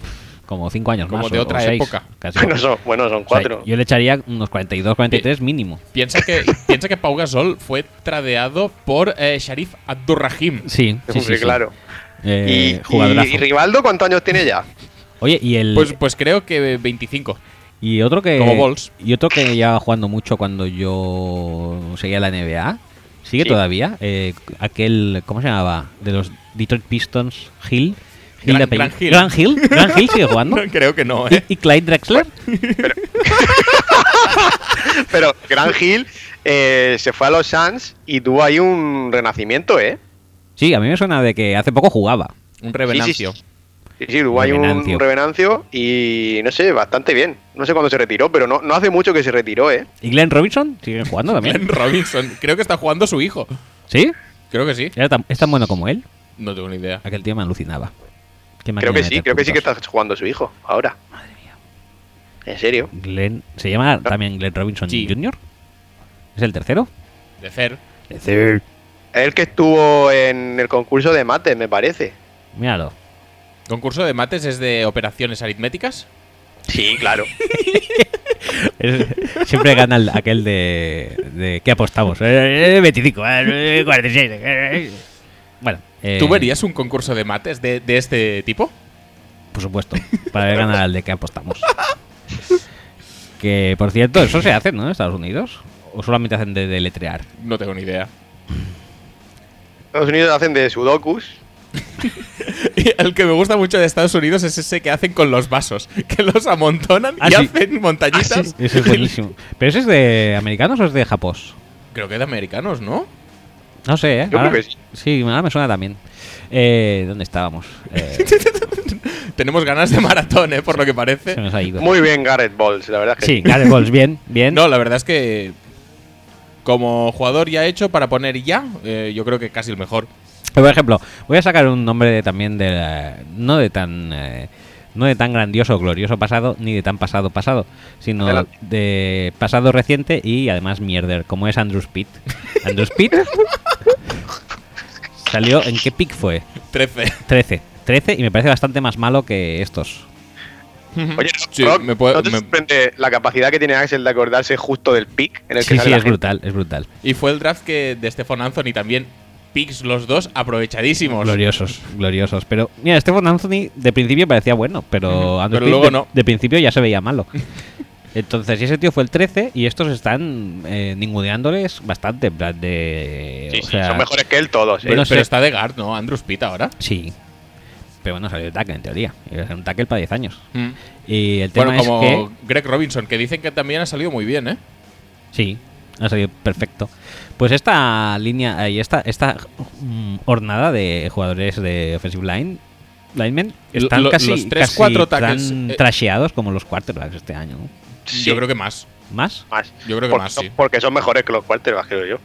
[SPEAKER 1] como cinco años
[SPEAKER 2] Como
[SPEAKER 1] más.
[SPEAKER 2] de
[SPEAKER 1] o- o
[SPEAKER 2] otra
[SPEAKER 1] seis,
[SPEAKER 2] época.
[SPEAKER 1] casi.
[SPEAKER 3] [laughs] Bueno, son, bueno, son
[SPEAKER 1] O sea,
[SPEAKER 3] cuatro.
[SPEAKER 1] yo le echaría unos 42, 43 mínimo.
[SPEAKER 2] Piensa que, piensa que Pau Gasol fue tradeado por eh, Sharif Abdurrahim.
[SPEAKER 1] Sí, sí, sí,
[SPEAKER 3] Hombre,
[SPEAKER 1] sí.
[SPEAKER 3] claro.
[SPEAKER 1] Eh,
[SPEAKER 3] ¿Y,
[SPEAKER 1] jugadorazo.
[SPEAKER 3] y- y Rivaldo cuántos años tiene ya? [laughs]
[SPEAKER 1] Oye, y el
[SPEAKER 2] Pues, pues creo que 25.
[SPEAKER 1] y otro que
[SPEAKER 2] como Bulls.
[SPEAKER 1] y otro que llevaba jugando mucho cuando yo seguía la NBA. Sigue
[SPEAKER 3] Sí.
[SPEAKER 1] todavía eh, aquel ¿cómo se llamaba? De los Detroit Pistons, Hill, Hill
[SPEAKER 2] Gran-
[SPEAKER 1] de apellido.
[SPEAKER 2] Gran Hill. ¿eh?
[SPEAKER 1] Gran Hill, Gran Hill sigue
[SPEAKER 2] [laughs]
[SPEAKER 1] jugando.
[SPEAKER 2] creo que no,
[SPEAKER 1] ¿Y, y Clyde Drexler?
[SPEAKER 3] Pero Gran Hill eh, se fue a los Suns y tuvo ahí un renacimiento, ¿eh?
[SPEAKER 1] Sí, a mí me suena de que hace poco jugaba.
[SPEAKER 2] Un revenancio.
[SPEAKER 3] Sí, Sí, sí, tuvo ahí un
[SPEAKER 1] Revenancio.
[SPEAKER 3] un revenancio y no sé, bastante bien. No sé cuándo se retiró, pero no, no hace mucho que se retiró, ¿eh?
[SPEAKER 1] ¿Y Glenn Robinson? ¿Sigue jugando
[SPEAKER 2] Glenn
[SPEAKER 1] también?
[SPEAKER 2] Robinson. Creo que está jugando su hijo.
[SPEAKER 1] ¿Sí?
[SPEAKER 2] Creo que sí.
[SPEAKER 1] ¿Era tan- ¿Es tan bueno como él?
[SPEAKER 2] No tengo ni idea.
[SPEAKER 1] Aquel tío me alucinaba. Qué máquina
[SPEAKER 3] Creo que
[SPEAKER 1] de
[SPEAKER 3] sí,
[SPEAKER 1] meter
[SPEAKER 3] creo que sí que
[SPEAKER 1] puntos.
[SPEAKER 3] está jugando su hijo ahora.
[SPEAKER 1] Madre mía.
[SPEAKER 3] ¿En serio?
[SPEAKER 1] Glenn, ¿Se llama también Glenn Robinson
[SPEAKER 2] Sí.
[SPEAKER 1] Jr.? ¿Es el tercero?
[SPEAKER 2] De Fer.
[SPEAKER 3] El que estuvo en el concurso de mates, me parece.
[SPEAKER 1] Míralo.
[SPEAKER 2] ¿Concurso de mates es de operaciones aritméticas?
[SPEAKER 3] Sí, [laughs] claro.
[SPEAKER 1] Es- siempre gana el- aquel de, de... ¿Qué apostamos? Eh, eh, 25, eh, 46. eh, eh. Bueno. eh,
[SPEAKER 2] ¿Tú verías un concurso de mates de, de este tipo?
[SPEAKER 1] Por supuesto. Para ver ganar al de qué apostamos. Que, por cierto, eso se hace, ¿no? En Estados Unidos. ¿O solamente hacen de deletrear?
[SPEAKER 2] No tengo ni idea. [laughs]
[SPEAKER 3] Estados Unidos hacen de sudokus.
[SPEAKER 2] El que me gusta mucho de Estados Unidos es ese que hacen con los vasos, [laughs] que los amontonan
[SPEAKER 1] Ah,
[SPEAKER 2] y
[SPEAKER 1] sí. Ah,
[SPEAKER 2] hacen montañitas.
[SPEAKER 1] Eso es buenísimo. ¿Pero ese es de americanos o es de japos?
[SPEAKER 2] Creo que de americanos, ¿no? [laughs]
[SPEAKER 1] No sé, ¿eh?
[SPEAKER 3] Yo
[SPEAKER 1] Ahora-
[SPEAKER 3] creo que sí.
[SPEAKER 1] ahora me suena también. Eh, ¿Dónde estábamos?
[SPEAKER 3] [laughs]
[SPEAKER 1] Eh,
[SPEAKER 2] Tenemos ganas de maratón, ¿eh? Por lo que
[SPEAKER 1] se
[SPEAKER 2] parece.
[SPEAKER 1] nos ha ido.
[SPEAKER 3] Muy bien, Garrett Balls, la verdad es que
[SPEAKER 1] Sí, Gareth Balls, bien, bien.
[SPEAKER 2] No, la verdad es que como jugador ya hecho para poner ya, eh, yo creo que casi el mejor.
[SPEAKER 1] Por ejemplo, voy a sacar un nombre de- también de la- no de tan eh, no de tan grandioso, glorioso pasado, ni de tan pasado pasado, sino
[SPEAKER 3] Adelante.
[SPEAKER 1] de pasado reciente y además mierder, como es Andrew
[SPEAKER 3] [laughs]
[SPEAKER 1] Pitt. Andrew Pitt salió en qué pick fue?
[SPEAKER 2] 13.
[SPEAKER 1] 13. 13 y me parece bastante más malo que estos.
[SPEAKER 3] Oye,
[SPEAKER 2] Sí,
[SPEAKER 3] ¿no,
[SPEAKER 2] me puedo-
[SPEAKER 3] ¿no te
[SPEAKER 2] me-
[SPEAKER 3] sorprende la capacidad que tiene Axel de acordarse justo del pick en el que
[SPEAKER 1] Sí,
[SPEAKER 3] sale
[SPEAKER 1] sí,
[SPEAKER 3] la
[SPEAKER 1] es
[SPEAKER 3] gente?
[SPEAKER 1] brutal, es brutal.
[SPEAKER 2] Y fue el draft que de Stefan Anthony también. Picks los dos aprovechadísimos.
[SPEAKER 1] Gloriosos, gloriosos. Pero mira, Stefan Anthony de principio parecía bueno, pero
[SPEAKER 2] Ujú.
[SPEAKER 1] Andrew
[SPEAKER 2] Pero
[SPEAKER 1] Smith
[SPEAKER 2] luego
[SPEAKER 1] de,
[SPEAKER 2] no.
[SPEAKER 1] de principio ya se veía
[SPEAKER 2] [laughs]
[SPEAKER 1] malo. Entonces, y ese tío fue el 13 y estos están eh, ninguneándoles bastante, en plan de...
[SPEAKER 3] Sí,
[SPEAKER 1] o
[SPEAKER 3] sí,
[SPEAKER 1] sea,
[SPEAKER 3] son mejores que él todos. ¿eh?
[SPEAKER 2] Pero,
[SPEAKER 1] Bueno,
[SPEAKER 2] pero
[SPEAKER 1] sí.
[SPEAKER 2] está de guard, ¿no? Andrew Pitt ahora.
[SPEAKER 1] Sí. Pero bueno, salió de tackle en teoría. Iba a ser un tackle para 10 años.
[SPEAKER 2] Mm.
[SPEAKER 1] Y el tema
[SPEAKER 2] Bueno, como
[SPEAKER 1] es que...
[SPEAKER 2] Greg Robinson, que dicen que también ha salido muy bien, ¿eh?
[SPEAKER 1] Sí, ha salido perfecto. Pues esta línea eh, y esta, esta mm, hornada de jugadores de Offensive Line, linemen,
[SPEAKER 2] Lo-
[SPEAKER 1] están
[SPEAKER 2] lo-
[SPEAKER 1] casi,
[SPEAKER 2] los tres,
[SPEAKER 1] casi
[SPEAKER 2] cuatro tackles,
[SPEAKER 1] tan
[SPEAKER 2] eh.
[SPEAKER 1] trasheados como los quarterbacks este año. ¿no?
[SPEAKER 3] Sí,
[SPEAKER 2] Yo creo que más.
[SPEAKER 1] ¿Más?
[SPEAKER 3] más.
[SPEAKER 2] Yo creo que
[SPEAKER 3] porque,
[SPEAKER 2] más,
[SPEAKER 3] son-
[SPEAKER 2] sí.
[SPEAKER 3] porque son mejores que los quarterbacks, creo yo.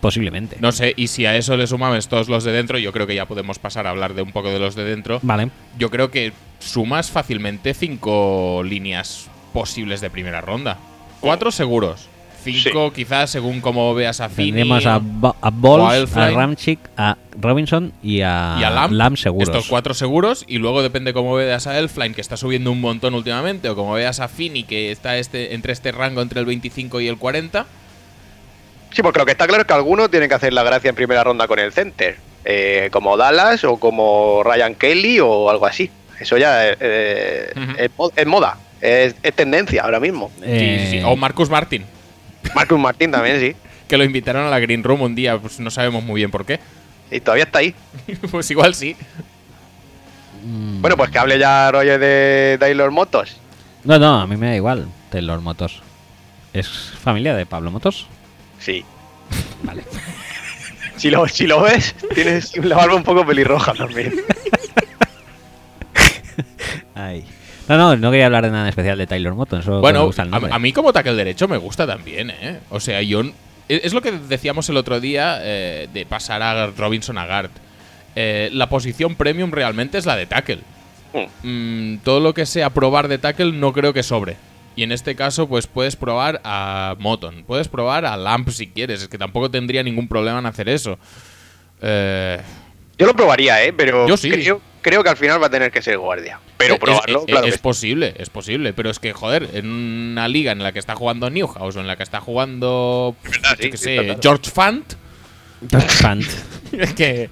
[SPEAKER 1] Posiblemente.
[SPEAKER 2] No sé, y si a eso le sumamos todos los de dentro, yo creo que ya podemos pasar a hablar de un poco de los de dentro.
[SPEAKER 1] Vale.
[SPEAKER 2] Yo creo que sumas fácilmente cinco líneas posibles de primera ronda. Cuatro seguros. Cinco, quizás, según como veas a Fini.
[SPEAKER 1] Tendríamos a, Bo- a Balls, a
[SPEAKER 2] Wildfly.
[SPEAKER 1] Ramchick, a Robinson y a,
[SPEAKER 2] y a Lamb,
[SPEAKER 1] seguros.
[SPEAKER 2] Estos cuatro seguros. Y luego depende cómo veas a Elfline, que está subiendo un montón últimamente, o como veas a Fini, que está este, entre este rango entre el 25 y el 40.
[SPEAKER 3] Sí, porque lo que está claro es que alguno tiene que hacer la gracia en primera ronda con el center. eh, como Dallas o como Ryan Kelly o algo así. Eso ya eh, eh,
[SPEAKER 2] Ujú.
[SPEAKER 3] es, mo- es moda. Es, es tendencia ahora mismo.
[SPEAKER 1] Eh,
[SPEAKER 2] Sí, Oh, sí, sí. O Marcus Martin,
[SPEAKER 3] Marcus Martín también, sí.
[SPEAKER 2] que lo invitaron a la Green Room un día, pues no sabemos muy bien por qué. [laughs]
[SPEAKER 3] Y todavía está ahí.
[SPEAKER 2] pues igual sí.
[SPEAKER 1] mm,
[SPEAKER 3] Bueno, pues que hable ya Roger de Taylor Motos.
[SPEAKER 1] No, no, a mí me da igual. Taylor Motos. ¿Es familia de Pablo Motos?
[SPEAKER 3] Sí.
[SPEAKER 1] Vale.
[SPEAKER 3] [laughs] Si lo, si lo ves, tienes la barba un poco pelirroja también.
[SPEAKER 1] Ahí. No, no, no quería hablar de nada en especial de Taylor Motos. solo que me
[SPEAKER 2] Bueno,
[SPEAKER 1] gusta el
[SPEAKER 2] a,
[SPEAKER 1] nombre.
[SPEAKER 2] a mí como tackle derecho me gusta también, ¿eh? O sea, yo... n- e, Es es lo que decíamos el otro día eh, de pasar a Robinson a guard. Eh, la posición premium realmente es la de tackle.
[SPEAKER 3] Mm.
[SPEAKER 2] Mm, todo lo que sea probar de tackle no creo que sobre. Y en este caso, pues puedes probar a Moton, puedes probar a Lamp si quieres, es que tampoco tendría ningún problema en hacer eso. Eh,
[SPEAKER 3] Yo lo probaría, ¿eh? Pero
[SPEAKER 2] Yo sí.
[SPEAKER 3] creo, creo que al final va a tener que ser guardia. Pero
[SPEAKER 2] Es-
[SPEAKER 3] probarlo,
[SPEAKER 2] es,
[SPEAKER 3] claro.
[SPEAKER 2] es
[SPEAKER 3] que sí.
[SPEAKER 2] posible, es posible. Pero es que, joder, en una liga en la que está jugando Newhouse o en la que está jugando.
[SPEAKER 3] verdad,
[SPEAKER 2] yo
[SPEAKER 3] sí,
[SPEAKER 2] qué
[SPEAKER 3] sí,
[SPEAKER 2] sé,
[SPEAKER 3] está claro.
[SPEAKER 2] George Fant.
[SPEAKER 1] Fant.
[SPEAKER 2] Es que.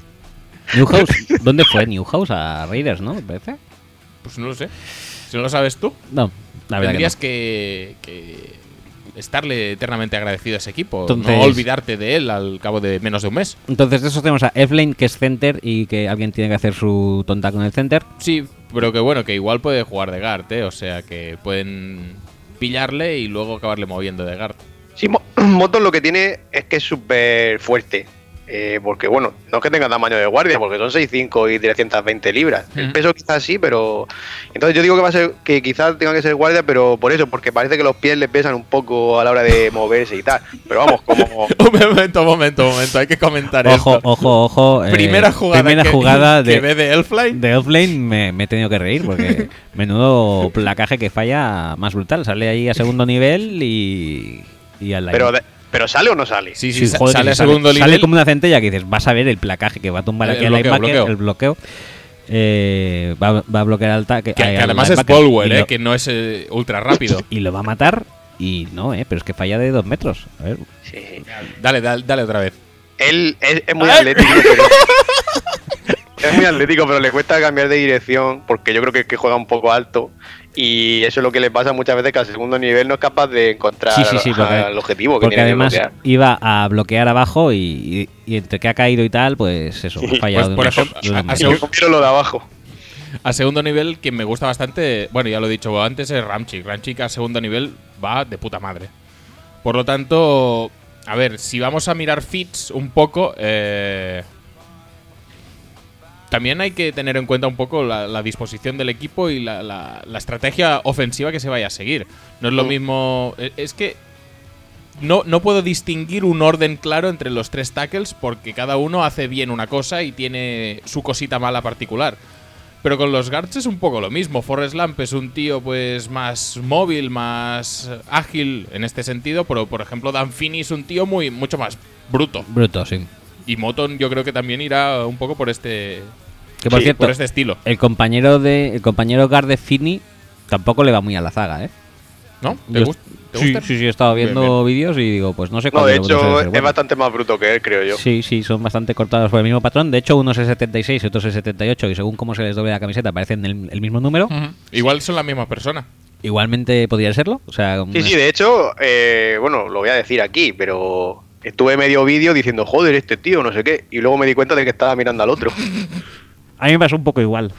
[SPEAKER 1] Newhouse. ¿Dónde fue Newhouse? A Raiders, ¿no? Me parece.
[SPEAKER 2] Pues no lo sé. Si no lo sabes tú,
[SPEAKER 1] No, la verdad que no.
[SPEAKER 2] tendrías que, que estarle eternamente agradecido a ese equipo.
[SPEAKER 1] Entonces-
[SPEAKER 2] No olvidarte de él al cabo de menos de un mes.
[SPEAKER 1] Entonces, de esos tenemos a Eflane, que es center y que alguien tiene que hacer su tonta con el center.
[SPEAKER 2] Sí, pero que bueno, que igual puede jugar de guard, ¿eh? O sea, que pueden pillarle y luego acabarle moviendo de guard. [laughs]
[SPEAKER 3] Sí, Mo- [clears throat] Motos lo que tiene es que es súper fuerte. Eh, porque, bueno, no es que tenga tamaño de guardia, porque son 6,5 y 320 libras. El
[SPEAKER 2] Ujú.
[SPEAKER 3] peso quizás sí, pero. Entonces yo digo que va a ser que quizás tenga que ser guardia, pero por eso, porque parece que los pies le pesan un poco a la hora de moverse y tal. Pero vamos, como.
[SPEAKER 2] Un momento, un momento, un momento. Hay que comentar
[SPEAKER 1] Ojo,
[SPEAKER 2] esto.
[SPEAKER 1] ojo, ojo. eh,
[SPEAKER 2] primera jugada,
[SPEAKER 1] primera
[SPEAKER 2] que,
[SPEAKER 1] jugada
[SPEAKER 2] que
[SPEAKER 1] de,
[SPEAKER 2] ve de Elfline.
[SPEAKER 1] de Offlane me, me he tenido que reír
[SPEAKER 2] [laughs]
[SPEAKER 1] porque menudo placaje que falla más brutal. Sale ahí a segundo nivel y. y al
[SPEAKER 3] Pero, de- pero sale o no sale.
[SPEAKER 2] sí, sí,
[SPEAKER 1] Sí,
[SPEAKER 2] sa-
[SPEAKER 1] joder, que
[SPEAKER 2] sale a
[SPEAKER 1] sale-
[SPEAKER 2] segundo
[SPEAKER 1] sale
[SPEAKER 2] nivel.
[SPEAKER 1] como una centella que dices, vas a ver el placaje que va a tumbar
[SPEAKER 2] El
[SPEAKER 1] aquí al
[SPEAKER 2] bloqueo,
[SPEAKER 1] linebacker,
[SPEAKER 2] bloqueo.
[SPEAKER 1] el bloqueo. Eh, va, va a bloquear al taque.
[SPEAKER 2] que, que además es Ballwell, eh, que no es eh,
[SPEAKER 1] [laughs]
[SPEAKER 2] ultra rápido.
[SPEAKER 1] Y lo va a matar. Y no, eh, pero es que falla de dos metros. A ver,
[SPEAKER 3] Sí, sí.
[SPEAKER 2] Dale, dale, dale otra vez.
[SPEAKER 3] Él es, es muy
[SPEAKER 2] Ay.
[SPEAKER 3] atlético, pero. Es muy atlético, pero le cuesta cambiar de dirección porque yo creo que, es que juega un poco alto. Y eso es lo que le pasa muchas veces: que al segundo nivel no es capaz de encontrar
[SPEAKER 1] Sí, sí, sí, porque-
[SPEAKER 3] al objetivo que
[SPEAKER 1] porque
[SPEAKER 3] tiene
[SPEAKER 1] además
[SPEAKER 3] que bloquear.
[SPEAKER 1] iba a bloquear abajo y, y- y entre que ha caído y tal, pues eso, ha fallado.
[SPEAKER 2] Pues, por
[SPEAKER 1] unos-
[SPEAKER 2] ejemplo,
[SPEAKER 1] unos
[SPEAKER 2] a- a-
[SPEAKER 1] metros.
[SPEAKER 3] Y yo prefiero lo de abajo.
[SPEAKER 2] A segundo nivel, quien me gusta bastante, bueno, ya lo he dicho antes, es Ramchick. Ramchick a segundo nivel va de puta madre. Por lo tanto, a ver, si vamos a mirar fits un poco, eh, también hay que tener en cuenta un poco la, la disposición del equipo y la, la- la estrategia ofensiva que se vaya a seguir. No es lo mismo. e- Es que no, no puedo distinguir un orden claro entre los tres tackles porque cada uno hace bien una cosa y tiene su cosita mala particular. Pero con los guards es un poco lo mismo. Forrest Lamp es un tío pues más móvil, más eh, ágil en este sentido, pero por ejemplo Dan Finney es un tío muy mucho más bruto.
[SPEAKER 1] Bruto, sí.
[SPEAKER 2] Y Moton yo creo que también irá un poco por este
[SPEAKER 1] Que por
[SPEAKER 3] Sí,
[SPEAKER 1] cierto,
[SPEAKER 2] por este estilo,
[SPEAKER 1] el compañero de el compañero guard de Fini tampoco le va muy a la zaga, ¿eh?
[SPEAKER 2] ¿no? ¿Te,
[SPEAKER 1] Yo-
[SPEAKER 2] gust- te
[SPEAKER 1] sí,
[SPEAKER 2] gusta?
[SPEAKER 1] sí, sí, he estado
[SPEAKER 2] Bien,
[SPEAKER 1] viendo vídeos y digo, pues no sé
[SPEAKER 3] No,
[SPEAKER 1] cuándo
[SPEAKER 3] de
[SPEAKER 1] le puede
[SPEAKER 3] hecho,
[SPEAKER 1] ser
[SPEAKER 3] es
[SPEAKER 1] bueno.
[SPEAKER 3] bastante más bruto que él, creo yo.
[SPEAKER 1] Sí, sí, son bastante cortados por el mismo patrón. De hecho, uno es el 76 y otro es el 78 y según cómo se les doble la camiseta aparecen el, el mismo número.
[SPEAKER 2] Ujú. Igual son la misma persona.
[SPEAKER 1] Igualmente podría serlo. O sea, un-
[SPEAKER 3] Sí, sí, de hecho, eh, bueno, lo voy a decir aquí, pero estuve medio vídeo diciendo, joder, este tío, no sé qué. Y luego me di cuenta de que estaba mirando al otro.
[SPEAKER 1] A mí me pasó un poco igual.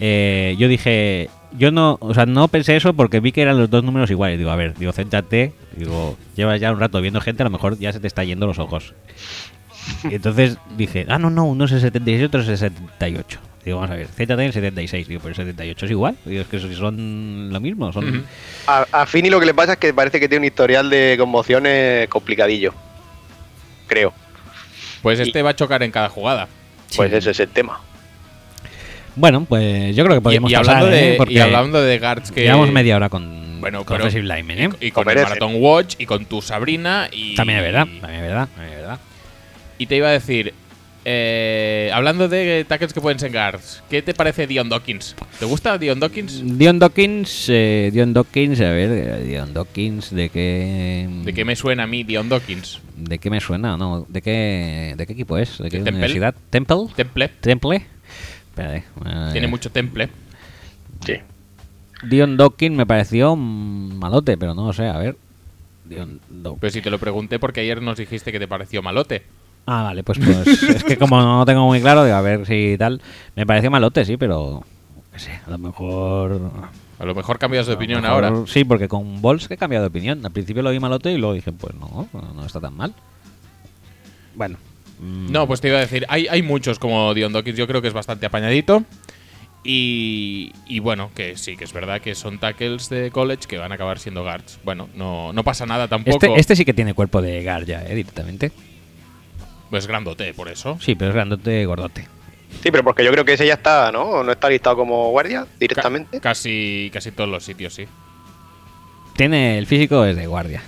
[SPEAKER 1] Eh, yo dije, yo no, o sea, no pensé eso porque vi que eran los dos números iguales. Digo, a ver, digo, céntrate. Digo, llevas ya un rato viendo gente, a lo mejor ya se te está yendo los ojos. Y entonces dije, ah, no, no, uno es el 76 y otro es el 78. Digo, vamos a ver, céntrate en el 76. Digo, pero el 78 es igual. Digo, es que son lo mismo. Son...
[SPEAKER 2] Ujú.
[SPEAKER 3] A, a Fini lo que le pasa es que parece que tiene un historial de conmociones complicadillo. Creo.
[SPEAKER 2] Pues este va a chocar en cada jugada.
[SPEAKER 3] Pues
[SPEAKER 1] Sí.
[SPEAKER 3] ese es el tema.
[SPEAKER 1] Bueno, pues yo creo que
[SPEAKER 2] Y,
[SPEAKER 1] podemos
[SPEAKER 2] y
[SPEAKER 1] pasar,
[SPEAKER 2] hablando
[SPEAKER 1] ¿eh?
[SPEAKER 2] de, y
[SPEAKER 1] Porque
[SPEAKER 2] hablando de guards que
[SPEAKER 1] llevamos media hora con
[SPEAKER 2] Bueno,
[SPEAKER 1] con
[SPEAKER 2] pero-
[SPEAKER 1] Offensive Lineman, ¿eh?
[SPEAKER 2] Y con
[SPEAKER 3] Lo
[SPEAKER 2] el
[SPEAKER 3] merece.
[SPEAKER 2] Marathon Watch y con tu Sabrina. Y,
[SPEAKER 1] También es verdad, también es verdad, también es verdad.
[SPEAKER 2] Y te iba a decir, eh, hablando de tackles que pueden ser guards, ¿qué te parece Dion Dawkins? ¿Te gusta Dion Dawkins?
[SPEAKER 1] Dion Dawkins, eh, Dion Dawkins, a ver, eh, Dion Dawkins, ¿de qué,
[SPEAKER 2] ¿De qué me suena a mí Dion Dawkins?
[SPEAKER 1] de qué me suena? No, ¿de qué, de qué equipo es? ¿De qué
[SPEAKER 2] ¿De Temple?
[SPEAKER 1] universidad? ¿Temple?
[SPEAKER 2] Temple.
[SPEAKER 1] ¿Temple? Espérate. eh,
[SPEAKER 2] Tiene mucho temple.
[SPEAKER 3] Sí.
[SPEAKER 1] Dion Dawkins me pareció mm, malote, pero no lo sé, a ver. Dion Dawkins.
[SPEAKER 2] Pero si te lo pregunté porque ayer nos dijiste que te pareció malote.
[SPEAKER 1] Ah, vale, pues,
[SPEAKER 2] [laughs]
[SPEAKER 1] pues es que como no lo tengo muy claro, digo, a ver si tal. Me pareció malote, sí, pero. No sé, a lo mejor.
[SPEAKER 2] A lo mejor cambias de
[SPEAKER 1] a lo
[SPEAKER 2] opinión
[SPEAKER 1] mejor-
[SPEAKER 2] ahora.
[SPEAKER 1] Sí, porque con Bols que he cambiado de opinión. Al principio lo vi malote y luego dije, pues no, no está tan mal. Bueno. mm,
[SPEAKER 2] No, pues te iba a decir, hay, hay muchos como Dion Dawkins, yo creo que es bastante apañadito. Y, y bueno, que sí, que es verdad que son tackles de college que van a acabar siendo guards. Bueno, no, no pasa nada tampoco.
[SPEAKER 1] Este, este sí que tiene cuerpo de Gar ya, eh, directamente.
[SPEAKER 2] Pues grandote, por eso.
[SPEAKER 1] Sí, pero es grandote gordote.
[SPEAKER 3] Sí, pero porque yo creo que ese ya está, ¿no? No está listado como guardia
[SPEAKER 2] Ca-
[SPEAKER 3] directamente.
[SPEAKER 2] casi, casi todos los sitios, sí.
[SPEAKER 1] Tiene el físico es de guardia.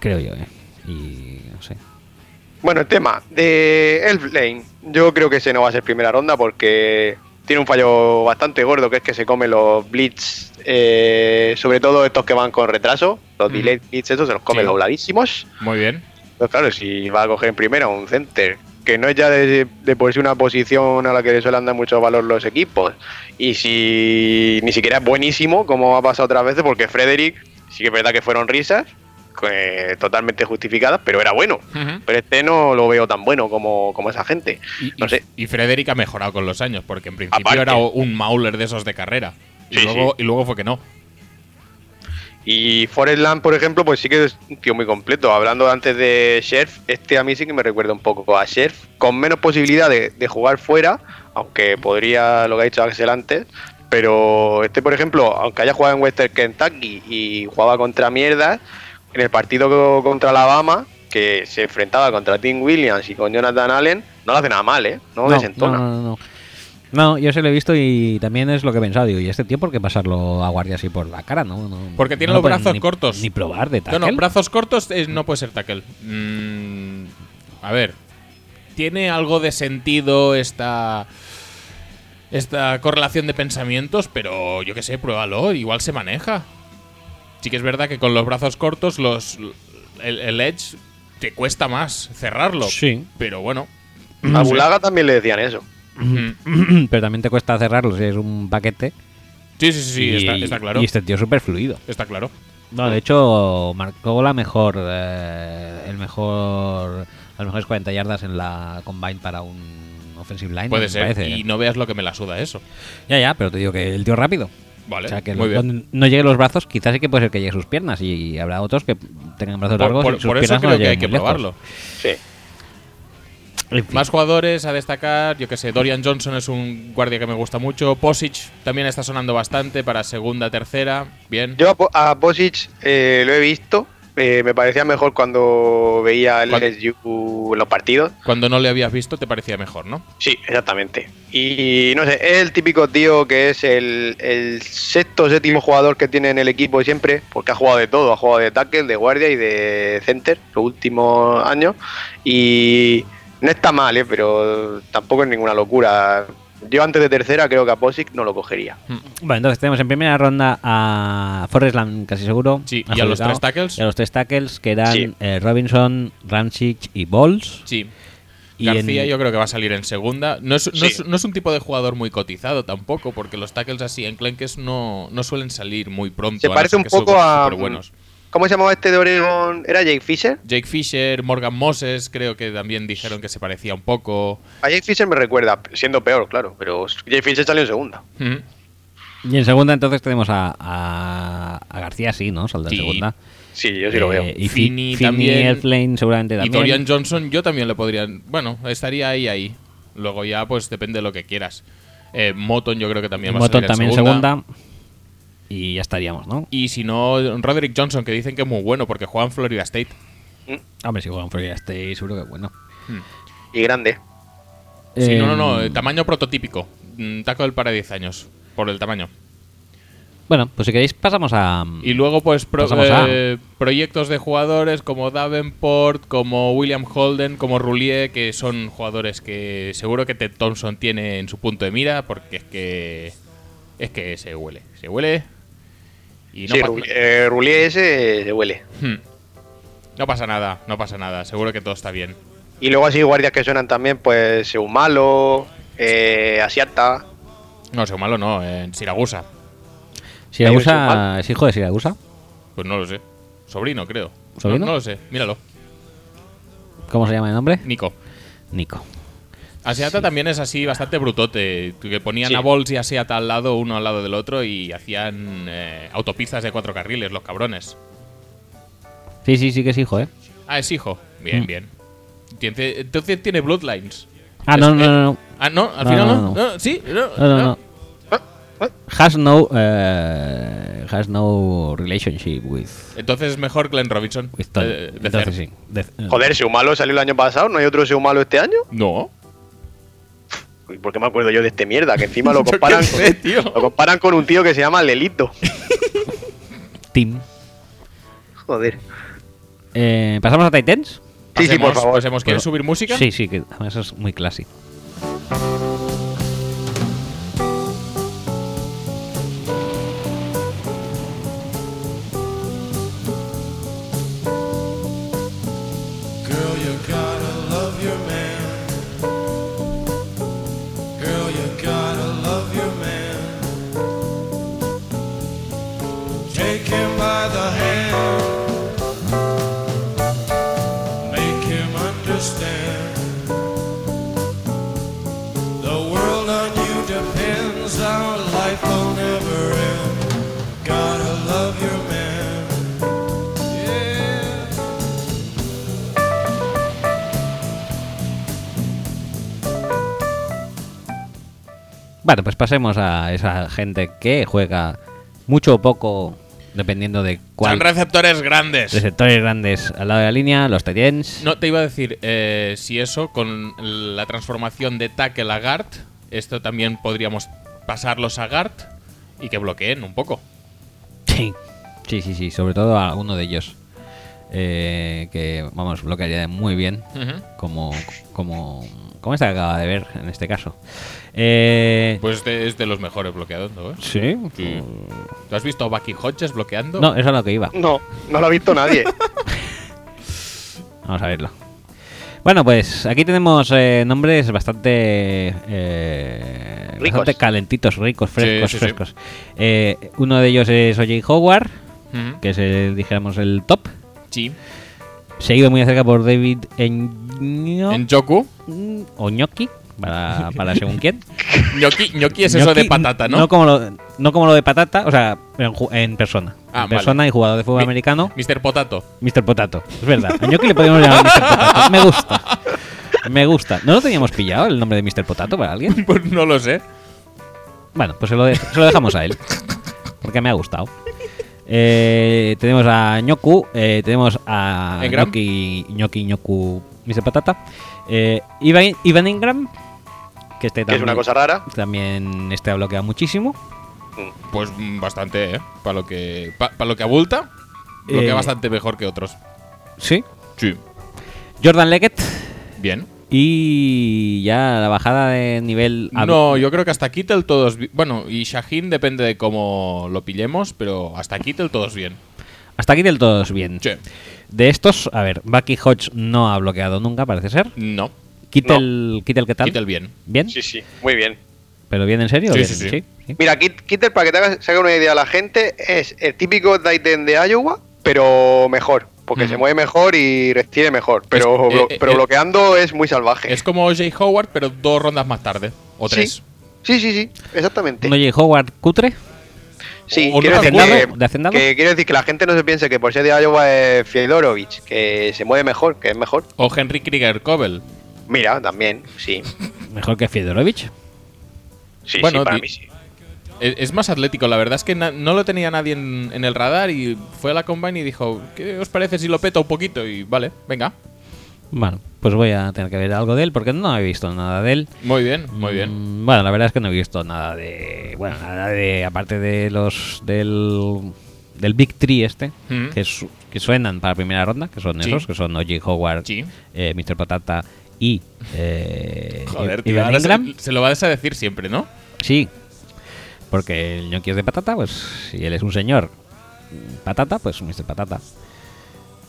[SPEAKER 1] Creo yo, eh. Y no sé.
[SPEAKER 3] Bueno, el tema de Elf Lane. Yo creo que ese no va a ser primera ronda porque tiene un fallo bastante gordo, que es que se come los blitz, eh, sobre todo estos que van con retraso. Los
[SPEAKER 2] Mm.
[SPEAKER 3] delayed blitz, estos se los come
[SPEAKER 2] Sí.
[SPEAKER 3] dobladísimos.
[SPEAKER 2] Muy bien.
[SPEAKER 3] Pues claro, si va a coger en primera un center, que no es ya de, de por sí una posición a la que le suelen dar mucho valor los equipos, y si ni siquiera es buenísimo, como ha pasado otras veces, porque Frederick sí que es verdad que fueron risas, eh, totalmente justificadas, pero era bueno. Pero este no lo veo tan bueno como, como esa gente.
[SPEAKER 2] Y,
[SPEAKER 3] No
[SPEAKER 2] y-
[SPEAKER 3] sé.
[SPEAKER 2] y Frederick ha mejorado con los años, porque en principio
[SPEAKER 3] Aparte.
[SPEAKER 2] era un Mauler de esos de carrera. Y,
[SPEAKER 3] Sí,
[SPEAKER 2] luego, y luego fue que no.
[SPEAKER 3] Y Forest Land, por ejemplo, pues sí que es un tío muy completo. Hablando antes de Sheriff, este a mí sí que me recuerda un poco a Sheriff, con menos posibilidad de, de jugar fuera, aunque podría lo que ha dicho Axel antes. Pero este, por ejemplo, aunque haya jugado en Western Kentucky y jugaba contra mierdas, en el partido co- contra Alabama, que se enfrentaba contra Tim Williams y con Jonathan Allen, no lo hace nada mal, ¿eh? No, desentona.
[SPEAKER 1] No, no, no. No, yo se lo he visto y también es lo que he pensado. Digo, ¿y este tío por qué pasarlo a guardia así por la cara? No, no
[SPEAKER 2] Porque tiene
[SPEAKER 1] no
[SPEAKER 2] los
[SPEAKER 1] pueden
[SPEAKER 2] brazos
[SPEAKER 1] ni-
[SPEAKER 2] cortos.
[SPEAKER 1] Ni probar de
[SPEAKER 2] No,
[SPEAKER 1] tackle.
[SPEAKER 2] no, brazos cortos eh, no puede ser tackle. Mm, a ver. ¿Tiene algo de sentido esta. Esta correlación de pensamientos, pero yo qué sé, pruébalo, igual se maneja. Sí que es verdad que con los brazos cortos los el, el edge te cuesta más cerrarlo.
[SPEAKER 1] Sí.
[SPEAKER 2] Pero bueno.
[SPEAKER 3] A Bulaga también le decían eso.
[SPEAKER 2] Mm.
[SPEAKER 1] [clears throat] Pero también te cuesta cerrarlo si es un paquete.
[SPEAKER 2] Sí, sí, sí, sí,
[SPEAKER 1] y,
[SPEAKER 2] está, está claro.
[SPEAKER 1] Y este tío es súper fluido.
[SPEAKER 2] Está claro.
[SPEAKER 1] No, de hecho, marcó la mejor. eh, el mejor. Las mejores 40 yardas en la combine para un offensive line.
[SPEAKER 2] Puede
[SPEAKER 1] me
[SPEAKER 2] ser.
[SPEAKER 1] parece.
[SPEAKER 2] Y no veas lo que me la suda eso.
[SPEAKER 1] Ya, ya, pero te digo que el tío es rápido.
[SPEAKER 2] Vale.
[SPEAKER 1] O sea, que
[SPEAKER 2] muy
[SPEAKER 1] lo-
[SPEAKER 2] bien.
[SPEAKER 1] donde no llegue los brazos, quizás sí que puede ser que llegue sus piernas. Y habrá otros que tengan brazos
[SPEAKER 2] Por,
[SPEAKER 1] largos. y
[SPEAKER 2] por-
[SPEAKER 1] sus
[SPEAKER 2] por eso
[SPEAKER 1] piernas no
[SPEAKER 2] creo que hay
[SPEAKER 1] lleguen
[SPEAKER 2] que
[SPEAKER 1] muy lejos.
[SPEAKER 2] probarlo.
[SPEAKER 3] Sí.
[SPEAKER 1] En fin.
[SPEAKER 2] Más jugadores a destacar, yo que sé, Dorian Johnson es un guardia que me gusta mucho. Posic también está sonando bastante para segunda, tercera. Bien.
[SPEAKER 3] Yo a, Po- a Bosic eh, lo he visto. eh, me parecía mejor cuando veía el
[SPEAKER 2] Cuando-
[SPEAKER 3] LSU en los partidos.
[SPEAKER 2] Cuando no le habías visto te parecía mejor, ¿no?
[SPEAKER 3] Sí, exactamente. Y no sé, es el típico tío que es el, el sexto o séptimo jugador que tiene en el equipo siempre, porque ha jugado de todo, ha jugado de tackle, de guardia y de center los últimos años. Y no está mal, eh, pero tampoco es ninguna locura. Yo antes de tercera creo que a Bosic no lo cogería.
[SPEAKER 1] Bueno, entonces tenemos en primera ronda a Forrest Lamb, casi seguro.
[SPEAKER 2] Sí,
[SPEAKER 1] Ha
[SPEAKER 2] y a los
[SPEAKER 1] solicitado.
[SPEAKER 2] tres tackles.
[SPEAKER 1] Y a los tres tackles, que eran
[SPEAKER 3] Sí.
[SPEAKER 1] eh, Robinson, Ramsic y Balls.
[SPEAKER 2] Sí.
[SPEAKER 1] Y
[SPEAKER 2] García
[SPEAKER 1] en-
[SPEAKER 2] yo creo que va a salir en segunda. No es, no,
[SPEAKER 3] Sí.
[SPEAKER 2] es, no es un tipo de jugador muy cotizado tampoco, porque los tackles así en Clenkes no, no suelen salir muy pronto.
[SPEAKER 3] Se
[SPEAKER 2] a no
[SPEAKER 3] parece
[SPEAKER 2] ser
[SPEAKER 3] un
[SPEAKER 2] que son
[SPEAKER 3] poco a. mm,
[SPEAKER 2] superbuenos.
[SPEAKER 3] ¿Cómo se llamaba este de Oregon? ¿Era Jake Fisher?
[SPEAKER 2] Jake Fisher, Morgan Moses, creo que también dijeron que se parecía un poco.
[SPEAKER 3] A Jake Fisher me recuerda, siendo peor, claro, pero Jake Fisher salió en segunda.
[SPEAKER 2] Mm.
[SPEAKER 1] Y en segunda, entonces tenemos a, a, a García, sí, ¿no? Saldrá
[SPEAKER 2] Sí.
[SPEAKER 1] en segunda.
[SPEAKER 3] Sí, yo sí lo
[SPEAKER 1] Eh,
[SPEAKER 3] veo.
[SPEAKER 1] Y
[SPEAKER 2] Finney
[SPEAKER 1] Finney,
[SPEAKER 2] también.
[SPEAKER 1] también. Airplane, seguramente
[SPEAKER 2] Y
[SPEAKER 1] también.
[SPEAKER 2] Dorian Johnson yo también le podría... Bueno, estaría ahí, ahí. Luego ya, pues depende de lo que quieras. Eh, Moton yo creo que también va a
[SPEAKER 1] Moton
[SPEAKER 2] salir en
[SPEAKER 1] también en
[SPEAKER 2] segunda.
[SPEAKER 1] segunda. Y ya estaríamos, ¿no?
[SPEAKER 2] Y si no, Roderick Johnson, que dicen que es muy bueno porque juega en Florida State.
[SPEAKER 1] Hombre, si juegan Florida State, seguro que es bueno.
[SPEAKER 3] Y grande.
[SPEAKER 2] Sí,
[SPEAKER 1] Eh,
[SPEAKER 2] no, no, no, eh, tamaño prototípico. Mm, Taco del para 10 años, por el tamaño.
[SPEAKER 1] Bueno, pues si queréis pasamos a...
[SPEAKER 2] Y luego, pues, pro-
[SPEAKER 1] Pasamos a-
[SPEAKER 2] eh, proyectos de jugadores como Davenport, como William Holden, como Roulier, que son jugadores que seguro que Ted Thompson tiene en su punto de mira, porque es que. Es que se huele. Se huele. Y no,
[SPEAKER 3] sí,
[SPEAKER 2] pa-
[SPEAKER 3] Ru- eh, Roulier ese se huele.
[SPEAKER 2] Hmm. no pasa nada, no pasa nada. Seguro que todo está bien.
[SPEAKER 3] Y luego así guardias que suenan también, pues Seumalo, eh, Asiata.
[SPEAKER 2] No, según malo, no. En Siragusa.
[SPEAKER 1] Siragusa, ¿Es hijo de Siragusa?
[SPEAKER 2] Pues no lo sé. Sobrino, creo. No-
[SPEAKER 1] ¿Sobrino?
[SPEAKER 2] No, lo sé. Míralo.
[SPEAKER 1] ¿Cómo se llama el nombre?
[SPEAKER 2] Nico.
[SPEAKER 1] Nico.
[SPEAKER 2] Asiata también es así bastante brutote, que ponían
[SPEAKER 3] Sí.
[SPEAKER 2] a Bols y Asiata al lado, uno al lado del otro, y hacían eh, autopistas de cuatro carriles, los cabrones.
[SPEAKER 1] Sí, sí, sí que es hijo, ¿eh?
[SPEAKER 2] Ah, es hijo. Bien,
[SPEAKER 1] Mm.
[SPEAKER 2] bien. Tiene- entonces tiene Bloodlines.
[SPEAKER 1] Ah,
[SPEAKER 2] Es-
[SPEAKER 1] no, no,
[SPEAKER 2] eh,
[SPEAKER 1] no, no.
[SPEAKER 2] Ah, no, al
[SPEAKER 1] No,
[SPEAKER 2] final no.
[SPEAKER 1] no, no.
[SPEAKER 2] No, Sí, no,
[SPEAKER 1] No, no, no.
[SPEAKER 3] Ah, ah.
[SPEAKER 1] Has no, eh, has no relationship with,
[SPEAKER 2] Entonces es mejor Glenn Robinson.
[SPEAKER 1] with Tony.
[SPEAKER 2] eh, de
[SPEAKER 1] Pues Entonces
[SPEAKER 2] Cer.
[SPEAKER 1] sí. de-
[SPEAKER 3] Joder, Seumalo salió el año pasado, ¿no hay otro Seumalo este año?
[SPEAKER 2] No.
[SPEAKER 3] Uy, ¿Por qué me acuerdo yo de este mierda? Que
[SPEAKER 2] [laughs]
[SPEAKER 3] encima
[SPEAKER 2] Yo
[SPEAKER 3] lo
[SPEAKER 2] qué
[SPEAKER 3] comparan,
[SPEAKER 2] sé,
[SPEAKER 3] con,
[SPEAKER 2] tío.
[SPEAKER 3] lo comparan con un tío que se llama Lelito. [laughs]
[SPEAKER 1] Team.
[SPEAKER 3] Joder.
[SPEAKER 1] Eh, ¿Pasamos a Titans?
[SPEAKER 3] Sí, sí, por
[SPEAKER 2] Pasemos,
[SPEAKER 3] favor.
[SPEAKER 2] pasemos. ¿Quieres
[SPEAKER 1] Pero-
[SPEAKER 2] subir música?
[SPEAKER 1] Sí, sí, que además es muy clásico.
[SPEAKER 5] Girl, you gotta love your man. Girl, you gotta love your man. Take him by the hand. Make him understand. The world on you depends. Our life will never end. Gotta love your man. Yeah.
[SPEAKER 1] Bueno, pues pasemos a esa gente que juega mucho o poco, dependiendo de
[SPEAKER 2] Son
[SPEAKER 1] cuál
[SPEAKER 2] receptores grandes.
[SPEAKER 1] receptores grandes al lado de la línea, los Titans.
[SPEAKER 2] No, te iba a decir, eh, si eso, con la transformación de tackle a guard, esto también podríamos pasarlos a guard y que bloqueen un poco.
[SPEAKER 1] Sí, sí, sí, sí, sobre todo a uno de ellos. Eh, que, vamos, bloquearía muy bien. Como, como, como esta que acaba de ver en este caso. Eh,
[SPEAKER 2] Pues este es de los mejores bloqueando, ¿eh?
[SPEAKER 1] sí.
[SPEAKER 2] Sí. ¿Tú has visto a Bucky Hodges bloqueando?
[SPEAKER 1] No, eso es a lo que iba.
[SPEAKER 3] No, no lo ha visto
[SPEAKER 2] [laughs]
[SPEAKER 3] nadie.
[SPEAKER 1] Vamos a verlo. Bueno, pues aquí tenemos eh, nombres bastante, eh,
[SPEAKER 3] Ricos.
[SPEAKER 1] bastante calentitos, ricos, frescos,
[SPEAKER 2] sí, sí.
[SPEAKER 1] frescos. Eh, uno de ellos es O.J. Howard,
[SPEAKER 2] Ujú.
[SPEAKER 1] que es, el, dijéramos, el top.
[SPEAKER 2] Sí.
[SPEAKER 1] Seguido muy acerca por David Eño-
[SPEAKER 2] En Joku,
[SPEAKER 1] Mm, o ñoqui, para, para según
[SPEAKER 2] [laughs]
[SPEAKER 1] quién.
[SPEAKER 2] ñoqui, ñoqui es eso
[SPEAKER 1] Ñoqui,
[SPEAKER 2] de patata, ¿no?
[SPEAKER 1] No como lo, no como lo de patata, o sea, en, ju- en persona.
[SPEAKER 2] Ah,
[SPEAKER 1] en persona y jugador de fútbol
[SPEAKER 2] Mi-
[SPEAKER 1] americano,
[SPEAKER 2] Mr. Potato. [laughs]
[SPEAKER 1] Mr. Potato. Es verdad. A ñoqui le podemos llamar Mr. Potato. Me gusta. Me gusta. ¿No lo teníamos pillado el nombre de Mr. Potato para alguien?
[SPEAKER 2] pues no lo sé.
[SPEAKER 1] Bueno, pues se lo, de- se lo dejamos a él. Porque me ha gustado. Eh, tenemos a ñoku, eh, tenemos a
[SPEAKER 2] ¿Engram?
[SPEAKER 1] ñoqui, ñoqui, ñoku, Mr. Patata. Eh, Ivan, Ivan Ingram, que este
[SPEAKER 3] que es
[SPEAKER 1] también,
[SPEAKER 3] una cosa rara.
[SPEAKER 1] también este ha bloqueado muchísimo.
[SPEAKER 2] Pues mm, bastante, ¿eh? Para lo que, pa- para lo que abulta, bloquea
[SPEAKER 1] Eh.
[SPEAKER 2] bastante mejor que otros.
[SPEAKER 1] Sí.
[SPEAKER 2] Sí.
[SPEAKER 1] Jordan Leggett.
[SPEAKER 2] Bien.
[SPEAKER 1] Y ya la bajada de nivel. a-
[SPEAKER 2] No, yo creo que hasta Kittel todos. bi- Bueno, y Shaheen depende de cómo lo pillemos, pero hasta Kittel todos bien.
[SPEAKER 1] Hasta aquí del todo es bien.
[SPEAKER 2] Che,
[SPEAKER 1] De estos, a ver, Bucky Hodge no ha bloqueado nunca, parece ser.
[SPEAKER 2] no.
[SPEAKER 1] Kittel, Kittel ¿qué tal?
[SPEAKER 2] Kittel bien.
[SPEAKER 1] ¿Bien?
[SPEAKER 3] Sí, sí, muy bien.
[SPEAKER 1] ¿Pero bien en serio?
[SPEAKER 2] Sí,
[SPEAKER 1] Bien,
[SPEAKER 2] sí, sí.
[SPEAKER 3] Mira, Kit- Kittel, para que te hagas se haga una idea a la gente, es el típico Titan de Iowa, pero mejor. Porque
[SPEAKER 2] Ujú.
[SPEAKER 3] se mueve mejor y recibe mejor. Pero,
[SPEAKER 2] Es-
[SPEAKER 3] blo-
[SPEAKER 2] eh, eh,
[SPEAKER 3] pero
[SPEAKER 2] eh.
[SPEAKER 3] bloqueando es muy salvaje.
[SPEAKER 2] Es como Jay Howard, pero dos rondas más tarde. O
[SPEAKER 3] Sí.
[SPEAKER 2] tres.
[SPEAKER 3] Sí, sí, sí, exactamente.
[SPEAKER 1] Uno J. Howard cutre.
[SPEAKER 3] Sí,
[SPEAKER 2] ¿O no
[SPEAKER 3] quiero
[SPEAKER 2] de
[SPEAKER 3] decir,
[SPEAKER 1] hacendado?
[SPEAKER 3] que,
[SPEAKER 1] ¿De hacendado?
[SPEAKER 3] que quiero decir que la gente no se piense que por ser de Iowa es Fiedorovich, que se mueve mejor, que es mejor.
[SPEAKER 2] O Henry Krieger Cobel.
[SPEAKER 3] Mira, también, sí.
[SPEAKER 1] Mejor que Fedorovich.
[SPEAKER 3] Sí,
[SPEAKER 2] Bueno,
[SPEAKER 3] sí, para
[SPEAKER 2] di-
[SPEAKER 3] mí sí.
[SPEAKER 2] E-, Es, es más atlético, la verdad es que na- no lo tenía nadie en, en el radar y fue a la combine y dijo, ¿qué os parece si lo peta un poquito? Y vale, venga.
[SPEAKER 1] Bueno, pues voy a tener que ver algo de él porque no he visto nada de él.
[SPEAKER 2] Muy bien, muy bien.
[SPEAKER 1] Mm, Bueno, la verdad es que no he visto nada de. Bueno, nada de. Aparte de los. Del. Del Big Tree este,
[SPEAKER 2] Mm.
[SPEAKER 1] que, su- que suenan para primera ronda, que son
[SPEAKER 2] Sí.
[SPEAKER 1] esos, que son O.J. Howard,
[SPEAKER 2] Sí.
[SPEAKER 1] eh, Mr. Patata y. Eh,
[SPEAKER 2] Joder,
[SPEAKER 1] y-
[SPEAKER 2] tío,
[SPEAKER 1] Ivan
[SPEAKER 2] ahora se,
[SPEAKER 1] Ingram.
[SPEAKER 2] se lo vas a decir siempre, ¿no?
[SPEAKER 1] Sí. Porque el ñoqui es de patata, pues si él es un señor patata, pues Mr. Patata.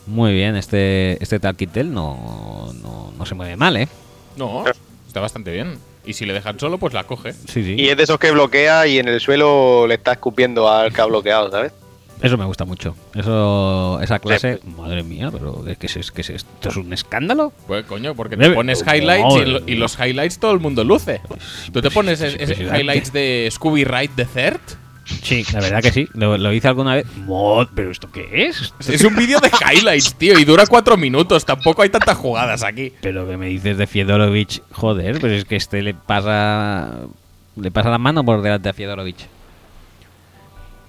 [SPEAKER 1] Muy bien, este, este Talquitel no, no, no se mueve mal, ¿eh?
[SPEAKER 2] No, está bastante bien. Y si le dejan solo, pues la coge.
[SPEAKER 1] Sí, sí.
[SPEAKER 3] Y es de esos que bloquea y en el suelo le está escupiendo al que ha bloqueado, ¿sabes?
[SPEAKER 1] Eso me gusta mucho. Eso, esa clase,
[SPEAKER 3] Sí.
[SPEAKER 1] madre mía, pero ¿qué qué es, qué es esto? ¿Es un escándalo?
[SPEAKER 2] Pues coño, porque te
[SPEAKER 1] Bebe.
[SPEAKER 2] pones
[SPEAKER 1] Madre
[SPEAKER 2] highlights y,
[SPEAKER 1] mía.
[SPEAKER 2] lo- y los highlights todo el mundo luce. Tú te pones
[SPEAKER 1] es
[SPEAKER 2] es- es-
[SPEAKER 1] impresionante.
[SPEAKER 2] highlights de Scooby Ride de Cert.
[SPEAKER 1] Sí, la verdad que sí. Lo, lo hice alguna vez. Mod, pero ¿esto qué es?
[SPEAKER 2] Es un vídeo de
[SPEAKER 1] [laughs]
[SPEAKER 2] highlights, tío, y dura cuatro minutos. Tampoco hay tantas jugadas aquí.
[SPEAKER 1] Pero que me dices de Fiedorovich, joder, pero es que este le pasa le pasa la mano por delante a Fiedorovich.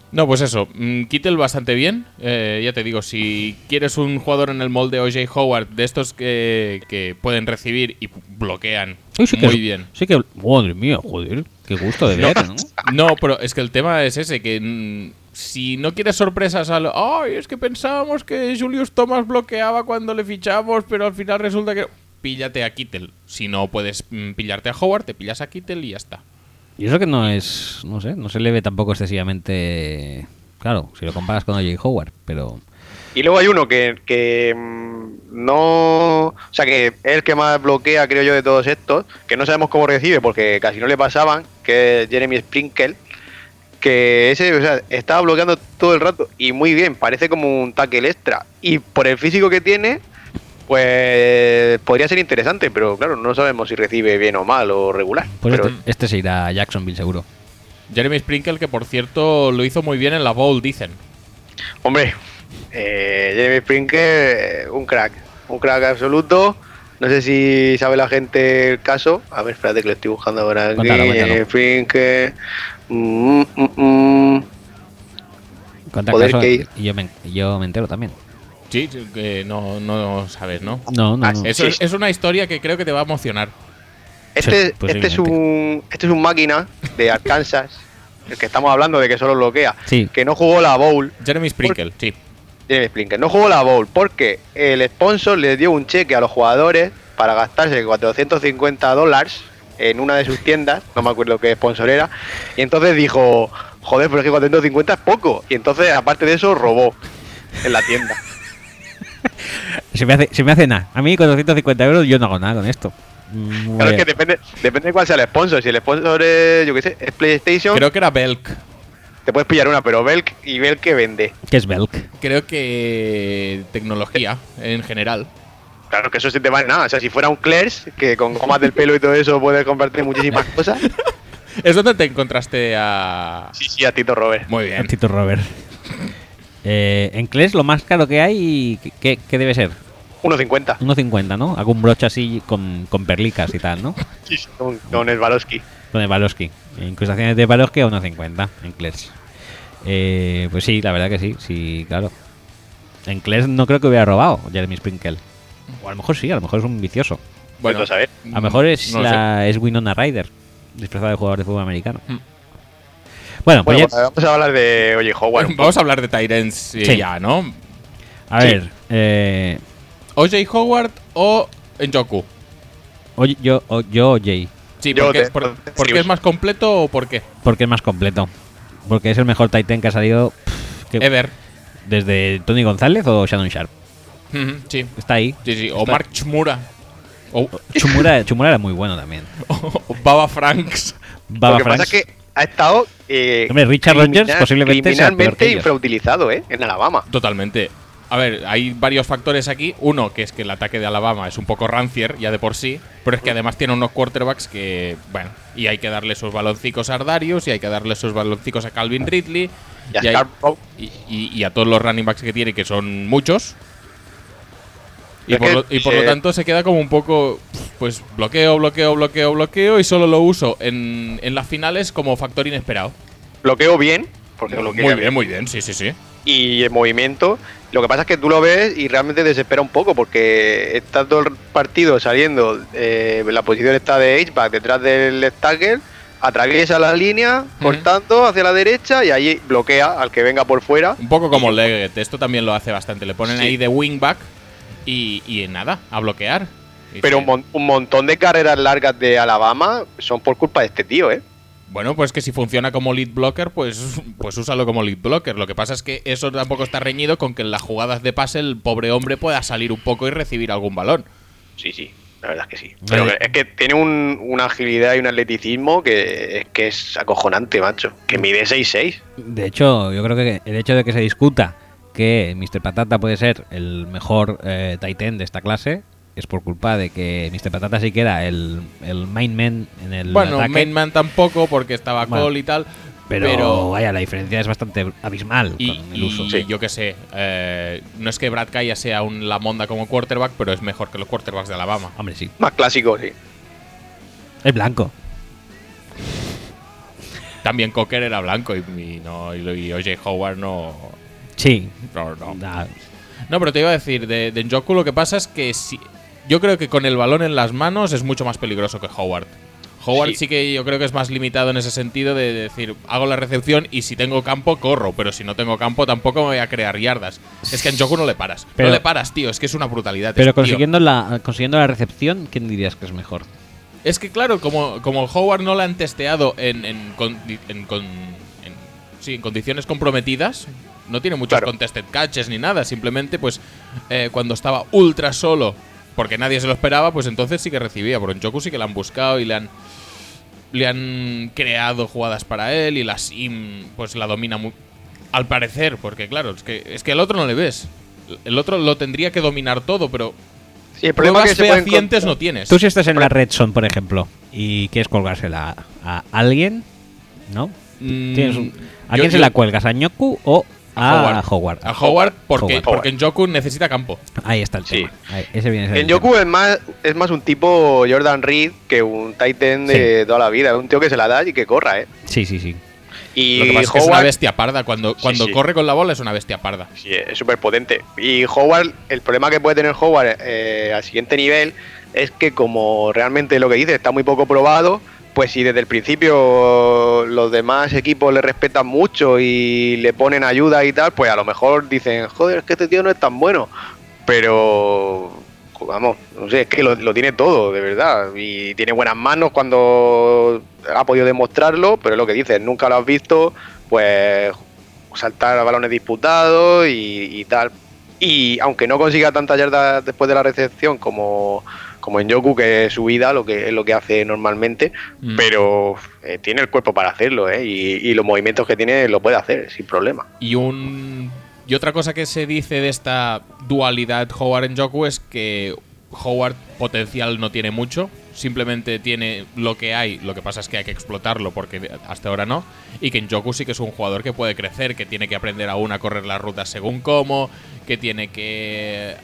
[SPEAKER 2] No, pues eso. mm, Kittel bastante bien. Eh, ya te digo, si quieres un jugador en el molde OJ Howard, de estos que, que pueden recibir y bloquean
[SPEAKER 1] Uy, sí que-
[SPEAKER 2] muy bien.
[SPEAKER 1] Sí que, madre mía, joder, qué gusto de ver, ¿no?
[SPEAKER 2] No, pero es que el tema es ese, que mm, si no quieres sorpresas al... ¡Ay, es que pensábamos que Julius Thomas bloqueaba cuando le fichamos, pero al final resulta que... Píllate a Kittel. Si no puedes mm, pillarte a Howard, te pillas a Kittel y ya está.
[SPEAKER 1] Y eso que no es, no sé, no se le ve tampoco excesivamente, claro, si lo comparas con O.J. Howard, pero
[SPEAKER 3] Y luego hay uno que, que mm, no. O sea, que es el que más bloquea, creo yo, de todos estos, que no sabemos cómo recibe porque casi no le pasaban, que es Jeremy Sprinkle. Que ese, o sea, estaba bloqueando todo el rato y muy bien, parece como un tackle extra. Y por el físico que tiene, pues podría ser interesante, pero claro, no sabemos si recibe bien o mal o regular.
[SPEAKER 1] pues
[SPEAKER 3] pero
[SPEAKER 1] este, este se irá a Jacksonville seguro.
[SPEAKER 2] Jeremy Sprinkle, que por cierto lo hizo muy bien en la Bowl, dicen.
[SPEAKER 3] Hombre, eh, Jeremy Sprinkle, eh, un crack, un crack absoluto. No sé si sabe la gente el caso. A ver, espérate que lo estoy buscando ahora. aquí.
[SPEAKER 1] Cuéntalo, cuéntalo.
[SPEAKER 3] Jeremy Sprinkle. Mm, mm, mm.
[SPEAKER 1] Cuenta
[SPEAKER 3] Joder,
[SPEAKER 1] caso,
[SPEAKER 3] que-
[SPEAKER 1] y yo me, y yo me entero también.
[SPEAKER 2] Sí, sí, que no, no sabes, ¿no?
[SPEAKER 1] No, no,
[SPEAKER 3] Ah,
[SPEAKER 1] no.
[SPEAKER 3] sí.
[SPEAKER 2] Eso es, es una historia que creo que te va a emocionar.
[SPEAKER 3] Este,
[SPEAKER 1] Sí, pues
[SPEAKER 3] este es
[SPEAKER 1] evidente.
[SPEAKER 3] un, este es un máquina de Arkansas, el que estamos hablando de que solo bloquea,
[SPEAKER 1] Sí.
[SPEAKER 3] que no jugó la bowl.
[SPEAKER 2] Jeremy Sprinkle, sí.
[SPEAKER 3] Jeremy Sprinkle no jugó la bowl porque el sponsor le dio un cheque a los jugadores para gastarse 450 dólares en una de sus tiendas, no me acuerdo qué sponsor era, y entonces dijo, joder, pero es que 450 es poco, y entonces aparte de eso robó en la tienda.
[SPEAKER 1] Se me hace, se me hace nada. A mí 450 euros yo no hago nada con esto. Mm,
[SPEAKER 3] Claro,
[SPEAKER 1] eh,
[SPEAKER 3] es que depende, depende de cuál sea el sponsor, si el sponsor es, yo qué sé, es PlayStation,
[SPEAKER 2] Creo que era Belk.
[SPEAKER 3] te puedes pillar una, pero Belk y Belk que vende.
[SPEAKER 1] que es Belk.
[SPEAKER 2] Creo que tecnología en general.
[SPEAKER 3] Claro que eso se te va en nada, o sea, si fuera un Claire's, que con gomas del pelo y todo eso puedes comprarte muchísimas cosas,
[SPEAKER 2] Es donde te encontraste a.
[SPEAKER 3] sí, sí, a Tito Robert.
[SPEAKER 2] Muy bien.
[SPEAKER 1] Tito Robert. Eh, en Clash lo más caro que hay, ¿qué- ¿qué, qué debe ser?
[SPEAKER 3] 1.50.
[SPEAKER 1] 1,50, ¿no? Algún broche así con, con perlicas y tal, ¿no?
[SPEAKER 3] Sí, sí, Con, con el Swarovski.
[SPEAKER 1] Con el Baloski. Incrustaciones de Baloski a 1,50 en Clash. Eh, pues sí, la verdad que sí, sí, claro. En Clash no creo que hubiera robado Jeremy Sprinkle. O a lo mejor sí, a lo mejor es un vicioso.
[SPEAKER 2] Bueno,
[SPEAKER 3] Pues a ver.
[SPEAKER 1] A lo mejor es,
[SPEAKER 2] no lo
[SPEAKER 1] la, es Winona Ryder, disfrazada de jugador de fútbol americano.
[SPEAKER 2] Hmm.
[SPEAKER 1] Bueno, pues
[SPEAKER 3] Bueno,
[SPEAKER 1] ya-
[SPEAKER 3] pues vamos a hablar de Oye
[SPEAKER 1] [laughs]
[SPEAKER 3] Howard.
[SPEAKER 2] sé. Vamos a hablar de Tyrens eh,
[SPEAKER 1] Sí.
[SPEAKER 2] ya, ¿no?
[SPEAKER 1] a ver. Eh,
[SPEAKER 2] OJ Howard o Njoku.
[SPEAKER 1] oye, yo, o- yo, Jay.
[SPEAKER 2] Sí,
[SPEAKER 3] Yo
[SPEAKER 2] porque,
[SPEAKER 3] te-
[SPEAKER 2] por-
[SPEAKER 3] te-
[SPEAKER 2] porque
[SPEAKER 3] sí,
[SPEAKER 2] es más completo o por qué.
[SPEAKER 1] Porque es más completo. Porque es el mejor Titan que ha salido pff, que-
[SPEAKER 2] Ever.
[SPEAKER 1] desde Tony González o Shannon Sharp.
[SPEAKER 2] Ujú, Sí,
[SPEAKER 1] Está ahí.
[SPEAKER 2] sí, sí. O Mark Chmura. O, [laughs]
[SPEAKER 1] Chumura, Chumura era muy bueno también.
[SPEAKER 2] o Baba Franks.
[SPEAKER 1] Baba
[SPEAKER 3] Lo que pasa es
[SPEAKER 1] Franks.
[SPEAKER 3] que ha estado. eh,
[SPEAKER 1] Hombre, Richard
[SPEAKER 3] criminal-
[SPEAKER 1] Rodgers posiblemente sea peor que
[SPEAKER 3] Criminalmente
[SPEAKER 1] ellos.
[SPEAKER 3] infrautilizado, ¿eh? En Alabama.
[SPEAKER 2] Totalmente. A ver, hay varios factores aquí. Uno, que es que el ataque de Alabama es un poco rancier ya de por sí, pero es que además tiene unos quarterbacks que, bueno, y hay que darle sus baloncicos a Darius, y hay que darle sus baloncicos a Calvin Ridley,
[SPEAKER 3] Y a
[SPEAKER 2] hay-
[SPEAKER 3] Scarborough.
[SPEAKER 2] y, y- y a todos los running backs que tiene, que son muchos. Y
[SPEAKER 3] Es
[SPEAKER 2] por,
[SPEAKER 3] que,
[SPEAKER 2] lo, y por lo
[SPEAKER 3] eh,
[SPEAKER 2] tanto se queda como un poco, pues bloqueo, bloqueo, bloqueo, bloqueo, y solo lo uso en, en las finales como factor inesperado.
[SPEAKER 3] Bloqueo bien. Porque
[SPEAKER 2] Muy
[SPEAKER 3] bloquea
[SPEAKER 2] bien, muy bien, sí, sí, sí.
[SPEAKER 3] Y en movimiento. Lo que pasa es que tú lo ves y realmente desespera un poco porque está todo el partido saliendo, eh, la posición está de H-back detrás del Stacker, atraviesa la línea, cortando hacia la derecha y allí bloquea al que venga por fuera.
[SPEAKER 2] Un poco como Leggett, esto también lo hace bastante. Le ponen
[SPEAKER 3] Sí.
[SPEAKER 2] ahí de wingback y, y nada, a bloquear. Y
[SPEAKER 3] Pero
[SPEAKER 2] sí.
[SPEAKER 3] un, mon- un montón de carreras largas de Alabama son por culpa de este tío, ¿eh?
[SPEAKER 2] Bueno, pues que si funciona como lead blocker, pues, pues úsalo como lead blocker. Lo que pasa es que eso tampoco está reñido con que en las jugadas de pase el pobre hombre pueda salir un poco y recibir algún balón.
[SPEAKER 3] Sí, sí, la verdad es que sí.
[SPEAKER 1] Vale.
[SPEAKER 3] Pero es que tiene un- una agilidad y un atleticismo que es, que es acojonante, macho. Que mide 6'6".
[SPEAKER 1] De hecho, yo creo que el hecho de que se discuta que Mr. Patata puede ser el mejor eh, tight end de esta clase es por culpa de que Mr. Patata sí que era el, el main man en el
[SPEAKER 2] Bueno,
[SPEAKER 1] ataque,
[SPEAKER 2] Mainman tampoco, porque estaba
[SPEAKER 1] Bueno,
[SPEAKER 2] Cole y tal.
[SPEAKER 1] pero,
[SPEAKER 2] Pero,
[SPEAKER 1] vaya, la diferencia es bastante abismal
[SPEAKER 2] y,
[SPEAKER 1] con el uso.
[SPEAKER 2] y
[SPEAKER 3] Sí.
[SPEAKER 2] yo qué sé, eh, no es que Brad Kaya sea un Lamonda como quarterback, pero es mejor que los quarterbacks de Alabama.
[SPEAKER 1] Hombre, sí.
[SPEAKER 3] Más clásico, sí.
[SPEAKER 1] Es blanco.
[SPEAKER 2] También Cocker era blanco y, y no, y, y OJ Howard no,
[SPEAKER 1] Sí.
[SPEAKER 2] no, no.
[SPEAKER 1] Da-
[SPEAKER 2] No, pero te iba a decir, de, de Njoku lo que pasa es que si, yo creo que con el balón en las manos es mucho más peligroso que Howard. Howard sí.
[SPEAKER 3] Sí.
[SPEAKER 2] que yo creo que es más limitado en ese sentido de decir, hago la recepción y si tengo campo, corro, pero si no tengo campo tampoco me voy a crear yardas. Es que a Njoku no le paras.
[SPEAKER 1] Pero-
[SPEAKER 2] no le paras, tío, es que es una brutalidad.
[SPEAKER 1] Pero
[SPEAKER 2] es, tío.
[SPEAKER 1] consiguiendo la, consiguiendo la recepción, ¿quién dirías que es mejor?
[SPEAKER 2] Es que claro, como, como Howard no la han testeado en, en condi- en con- en- sí, en condiciones comprometidas, no tiene muchos
[SPEAKER 3] Claro.
[SPEAKER 2] contested catches ni nada. Simplemente, pues, eh, cuando estaba ultra solo, porque nadie se lo esperaba, pues entonces sí que recibía. Por Njoku sí que la han buscado y le han, le han creado jugadas para él y la sim, pues la domina muy... Al parecer, porque claro, es que, es que el otro no le ves. El otro lo tendría que dominar todo, pero
[SPEAKER 3] Sí, el problema es
[SPEAKER 2] pruebas
[SPEAKER 3] que se pueden
[SPEAKER 2] fehacientes
[SPEAKER 3] con-
[SPEAKER 2] no tienes.
[SPEAKER 1] Tú si estás en la Red Zone, por ejemplo, y quieres colgársela a, a alguien, ¿no?
[SPEAKER 2] Mm,
[SPEAKER 1] Tienes un- ¿A
[SPEAKER 2] yo-
[SPEAKER 1] quién se
[SPEAKER 2] yo-
[SPEAKER 1] la cuelgas? ¿A Ñoku o a, Howard?
[SPEAKER 2] A Howard, porque,
[SPEAKER 1] Howard. Pues
[SPEAKER 2] porque Njoku necesita campo.
[SPEAKER 1] Ahí está el
[SPEAKER 3] Sí.
[SPEAKER 1] tema. Ahí- ese viene a ser
[SPEAKER 3] En
[SPEAKER 1] el tema.
[SPEAKER 3] Yoku es más, es más un tipo Jordan Reed que un Titan de toda la vida. Es un tío que se la da y que corra, ¿eh?
[SPEAKER 1] Sí, sí, sí.
[SPEAKER 3] Y
[SPEAKER 2] Lo que pasa es que es una
[SPEAKER 3] Howard
[SPEAKER 2] bestia parda. Cuando, cuando
[SPEAKER 3] sí.
[SPEAKER 2] corre con la bola es una bestia parda.
[SPEAKER 3] sí, es súper potente. Y Howard, el problema que puede tener Howard eh, al siguiente nivel es que como realmente lo que dice está muy poco probado, pues si desde el principio los demás equipos le respetan mucho y le ponen ayuda y tal, pues a lo mejor dicen, joder, es que este tío no es tan bueno. Pero, vamos, no sé, es que lo, lo tiene todo, de verdad. Y tiene buenas manos cuando ha podido demostrarlo, pero es lo que dices, nunca lo has visto, pues saltar a balones disputados y, y tal. Y aunque no consiga tantas yardas después de la recepción como, como en Yoku, que es su vida, lo que es lo que hace normalmente,
[SPEAKER 2] Mm.
[SPEAKER 3] pero eh, tiene el cuerpo para hacerlo, ¿eh? Y, y los movimientos que tiene lo puede hacer sin problema.
[SPEAKER 2] Y un. Y otra cosa que se dice de esta dualidad Howard Njoku es que Howard potencial no tiene mucho. Simplemente tiene lo que hay. Lo que pasa es que hay que explotarlo porque hasta ahora no. Y que Njoku sí que es un jugador que puede crecer, que tiene que aprender aún a correr las rutas según cómo, que tiene que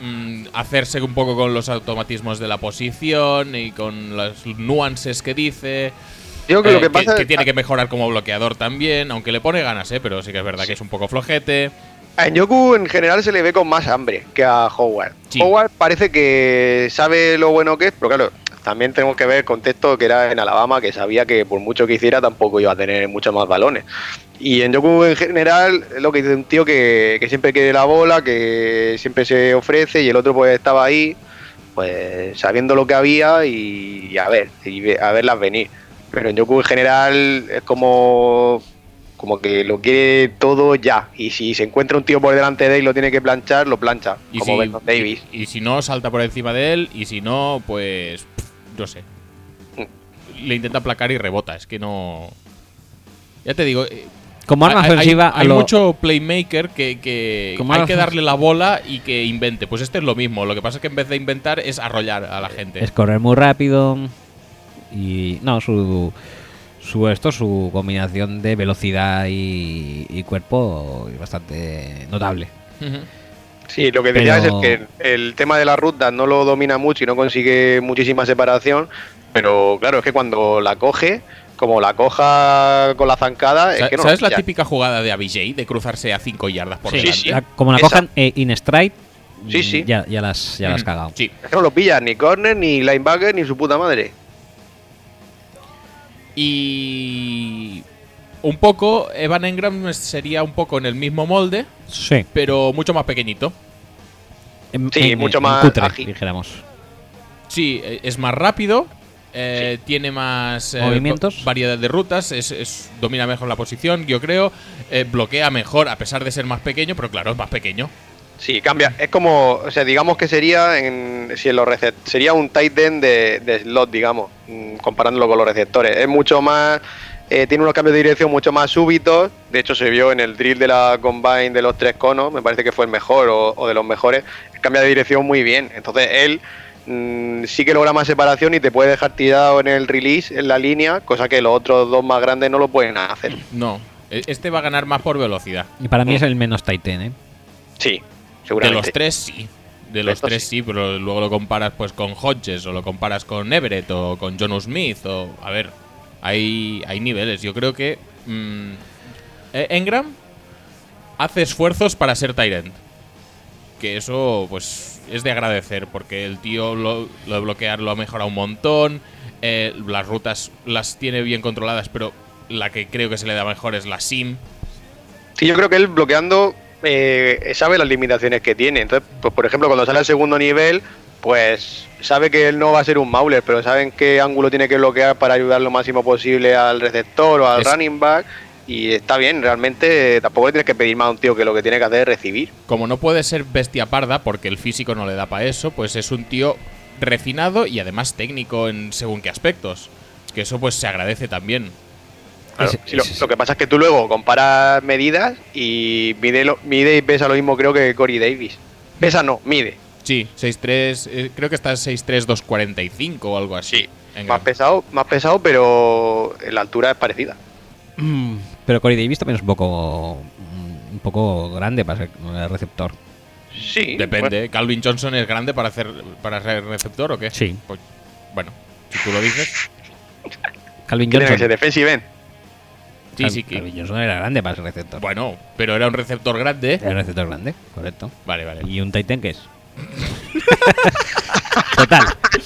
[SPEAKER 2] mm, hacerse un poco con los automatismos de la posición y con las nuances que dice.
[SPEAKER 3] Yo creo que
[SPEAKER 2] Eh,
[SPEAKER 3] lo que pasa
[SPEAKER 2] tiene
[SPEAKER 3] es
[SPEAKER 2] que mejorar como bloqueador también, aunque le pone ganas, ¿eh? pero sí que es verdad que es un poco flojete.
[SPEAKER 3] a Njoku en general se le ve con más hambre que a Howard.
[SPEAKER 2] Sí.
[SPEAKER 3] Howard parece que sabe lo bueno que es, pero claro, también tenemos que ver el contexto que era en Alabama, que sabía que por mucho que hiciera tampoco iba a tener muchos más balones. Y en Yoku en general es lo que dice un tío que, que siempre quiere la bola, que siempre se ofrece y el otro pues estaba ahí, pues sabiendo lo que había y, y a ver, y ve- a verlas venir. Pero en Yoku en general es como, como que lo quiere todo ya. Y si se encuentra un tío por delante de él y lo tiene que planchar, lo plancha.
[SPEAKER 2] Y
[SPEAKER 3] como
[SPEAKER 2] si,
[SPEAKER 3] Vernon Davis.
[SPEAKER 2] Y, y si no, salta por encima de él, y si no, pues. pff, no sé. Le intenta aplacar y rebota, es que no. Ya te digo. eh,
[SPEAKER 1] Como arma
[SPEAKER 2] hay- hay-
[SPEAKER 1] ofensiva a
[SPEAKER 2] Hay,
[SPEAKER 1] lo-
[SPEAKER 2] mucho playmaker que, que
[SPEAKER 1] Como
[SPEAKER 2] hay
[SPEAKER 1] arma
[SPEAKER 2] que
[SPEAKER 1] ofensiva.
[SPEAKER 2] darle la bola y que invente. Pues este es lo mismo. Lo que pasa es que en vez de inventar es arrollar a la gente.
[SPEAKER 1] Es correr muy rápido y... No, su... Su esto, su combinación de velocidad y, y cuerpo es bastante notable.
[SPEAKER 2] Ujú.
[SPEAKER 3] Sí, lo que
[SPEAKER 1] Pero-
[SPEAKER 3] decía es el que el tema de las rutas no lo domina mucho y no consigue muchísima separación, pero claro, es que cuando la coge como la coja con la zancada. es
[SPEAKER 2] Sa-
[SPEAKER 3] que no lo
[SPEAKER 2] ¿Sabes la
[SPEAKER 3] pillan.
[SPEAKER 2] típica jugada de Avijay de cruzarse a 5 yardas por
[SPEAKER 1] Sí,
[SPEAKER 2] delante?
[SPEAKER 3] sí.
[SPEAKER 1] la- como la
[SPEAKER 3] Esa.
[SPEAKER 1] cojan eh, in stride,
[SPEAKER 3] Sí,
[SPEAKER 1] mm,
[SPEAKER 3] sí.
[SPEAKER 1] Ya, ya las, ya las has
[SPEAKER 2] Mm,
[SPEAKER 1] cagado.
[SPEAKER 2] Sí.
[SPEAKER 3] Es que no lo pillan ni corner, ni linebacker, ni su puta madre.
[SPEAKER 2] Y un poco, Evan Engram sería un poco en el mismo molde,
[SPEAKER 1] Sí.
[SPEAKER 2] pero mucho más pequeñito.
[SPEAKER 1] En-
[SPEAKER 3] Sí,
[SPEAKER 1] en-
[SPEAKER 3] mucho
[SPEAKER 1] en
[SPEAKER 3] más
[SPEAKER 1] cutre,
[SPEAKER 3] ágil.
[SPEAKER 1] dijéramos.
[SPEAKER 2] Sí, eh, es más rápido, eh, tiene más eh,
[SPEAKER 1] Movimientos.
[SPEAKER 2] va- variedad de rutas, es, es- domina mejor la posición, yo creo, eh, bloquea mejor a pesar de ser más pequeño, pero claro, es más pequeño.
[SPEAKER 3] Sí, cambia. Es como, o sea, digamos que sería en, si en los recep- sería un tight end de, de slot, digamos, mm, comparándolo con los receptores. Es mucho más, eh, tiene unos cambios de dirección mucho más súbitos. De hecho, se vio en el drill de la combine de los tres conos, me parece que fue el mejor o, o de los mejores. Cambia de dirección muy bien. Entonces, él mm, sí que logra más separación y te puede dejar tirado en el release, en la línea, cosa que los otros dos más grandes no lo pueden hacer.
[SPEAKER 2] No, e- este va a ganar más por velocidad.
[SPEAKER 1] Y para mí
[SPEAKER 3] Mm.
[SPEAKER 1] es el menos Titan,
[SPEAKER 3] [clears throat]
[SPEAKER 1] ¿eh?
[SPEAKER 3] Sí,
[SPEAKER 2] De
[SPEAKER 3] seguramente.
[SPEAKER 2] los tres, sí. De los
[SPEAKER 3] Esto
[SPEAKER 2] tres, sí. pero luego lo comparas pues con Hodges o lo comparas con Everett o con John Smith o... A ver, hay, hay niveles. Yo creo que... mm, eh, Engram hace esfuerzos para ser Tyrant. Que eso, pues, es de agradecer, porque el tío lo, lo de bloquear lo ha mejorado un montón. eh, las rutas las tiene bien controladas, pero la que creo que se le da mejor es la sim.
[SPEAKER 3] Sí, yo creo que él bloqueando eh, sabe las limitaciones que tiene. Entonces, pues por ejemplo, cuando sale al segundo nivel, pues sabe que él no va a ser un Mauler, pero saben qué ángulo tiene que bloquear para ayudar lo máximo posible al receptor o al
[SPEAKER 2] Es-
[SPEAKER 3] running back. Y está bien, realmente eh, tampoco le tienes que pedir más a un tío que lo que tiene que hacer es recibir.
[SPEAKER 2] como no puede ser bestia parda porque el físico no le da para eso, pues es un tío refinado y además técnico en según qué aspectos. Que eso pues se agradece también.
[SPEAKER 3] Claro,
[SPEAKER 1] Ese-
[SPEAKER 3] sí, lo,
[SPEAKER 1] ese-
[SPEAKER 3] lo que pasa es que tú luego comparas medidas y mide, lo- mide y pesa lo mismo creo que Corey Davis. Pesa no, mide.
[SPEAKER 2] Sí, 6'3, eh, creo que está 6'3, 245 o algo así. Venga.
[SPEAKER 3] Más pesado, más pesado, pero la altura es parecida.
[SPEAKER 1] Mm, Pero Corey Davis también es un poco, mm, un poco grande para ser eh, receptor.
[SPEAKER 3] Sí.
[SPEAKER 2] Depende, ¿Calvin Johnson es grande para hacer para ser receptor o qué?
[SPEAKER 1] Sí.
[SPEAKER 2] Pues, bueno, si tú lo dices.
[SPEAKER 1] Calvin
[SPEAKER 3] Tiene que
[SPEAKER 1] Johnson.
[SPEAKER 3] ser defensive end.
[SPEAKER 2] Sí,
[SPEAKER 1] Cal-
[SPEAKER 2] sí, que-
[SPEAKER 1] Calvin Johnson era grande para ser receptor.
[SPEAKER 2] Bueno, pero era un receptor grande.
[SPEAKER 1] Era receptor grande, correcto.
[SPEAKER 2] Vale, vale.
[SPEAKER 1] ¿Y un Titan qué es? [laughs] Total.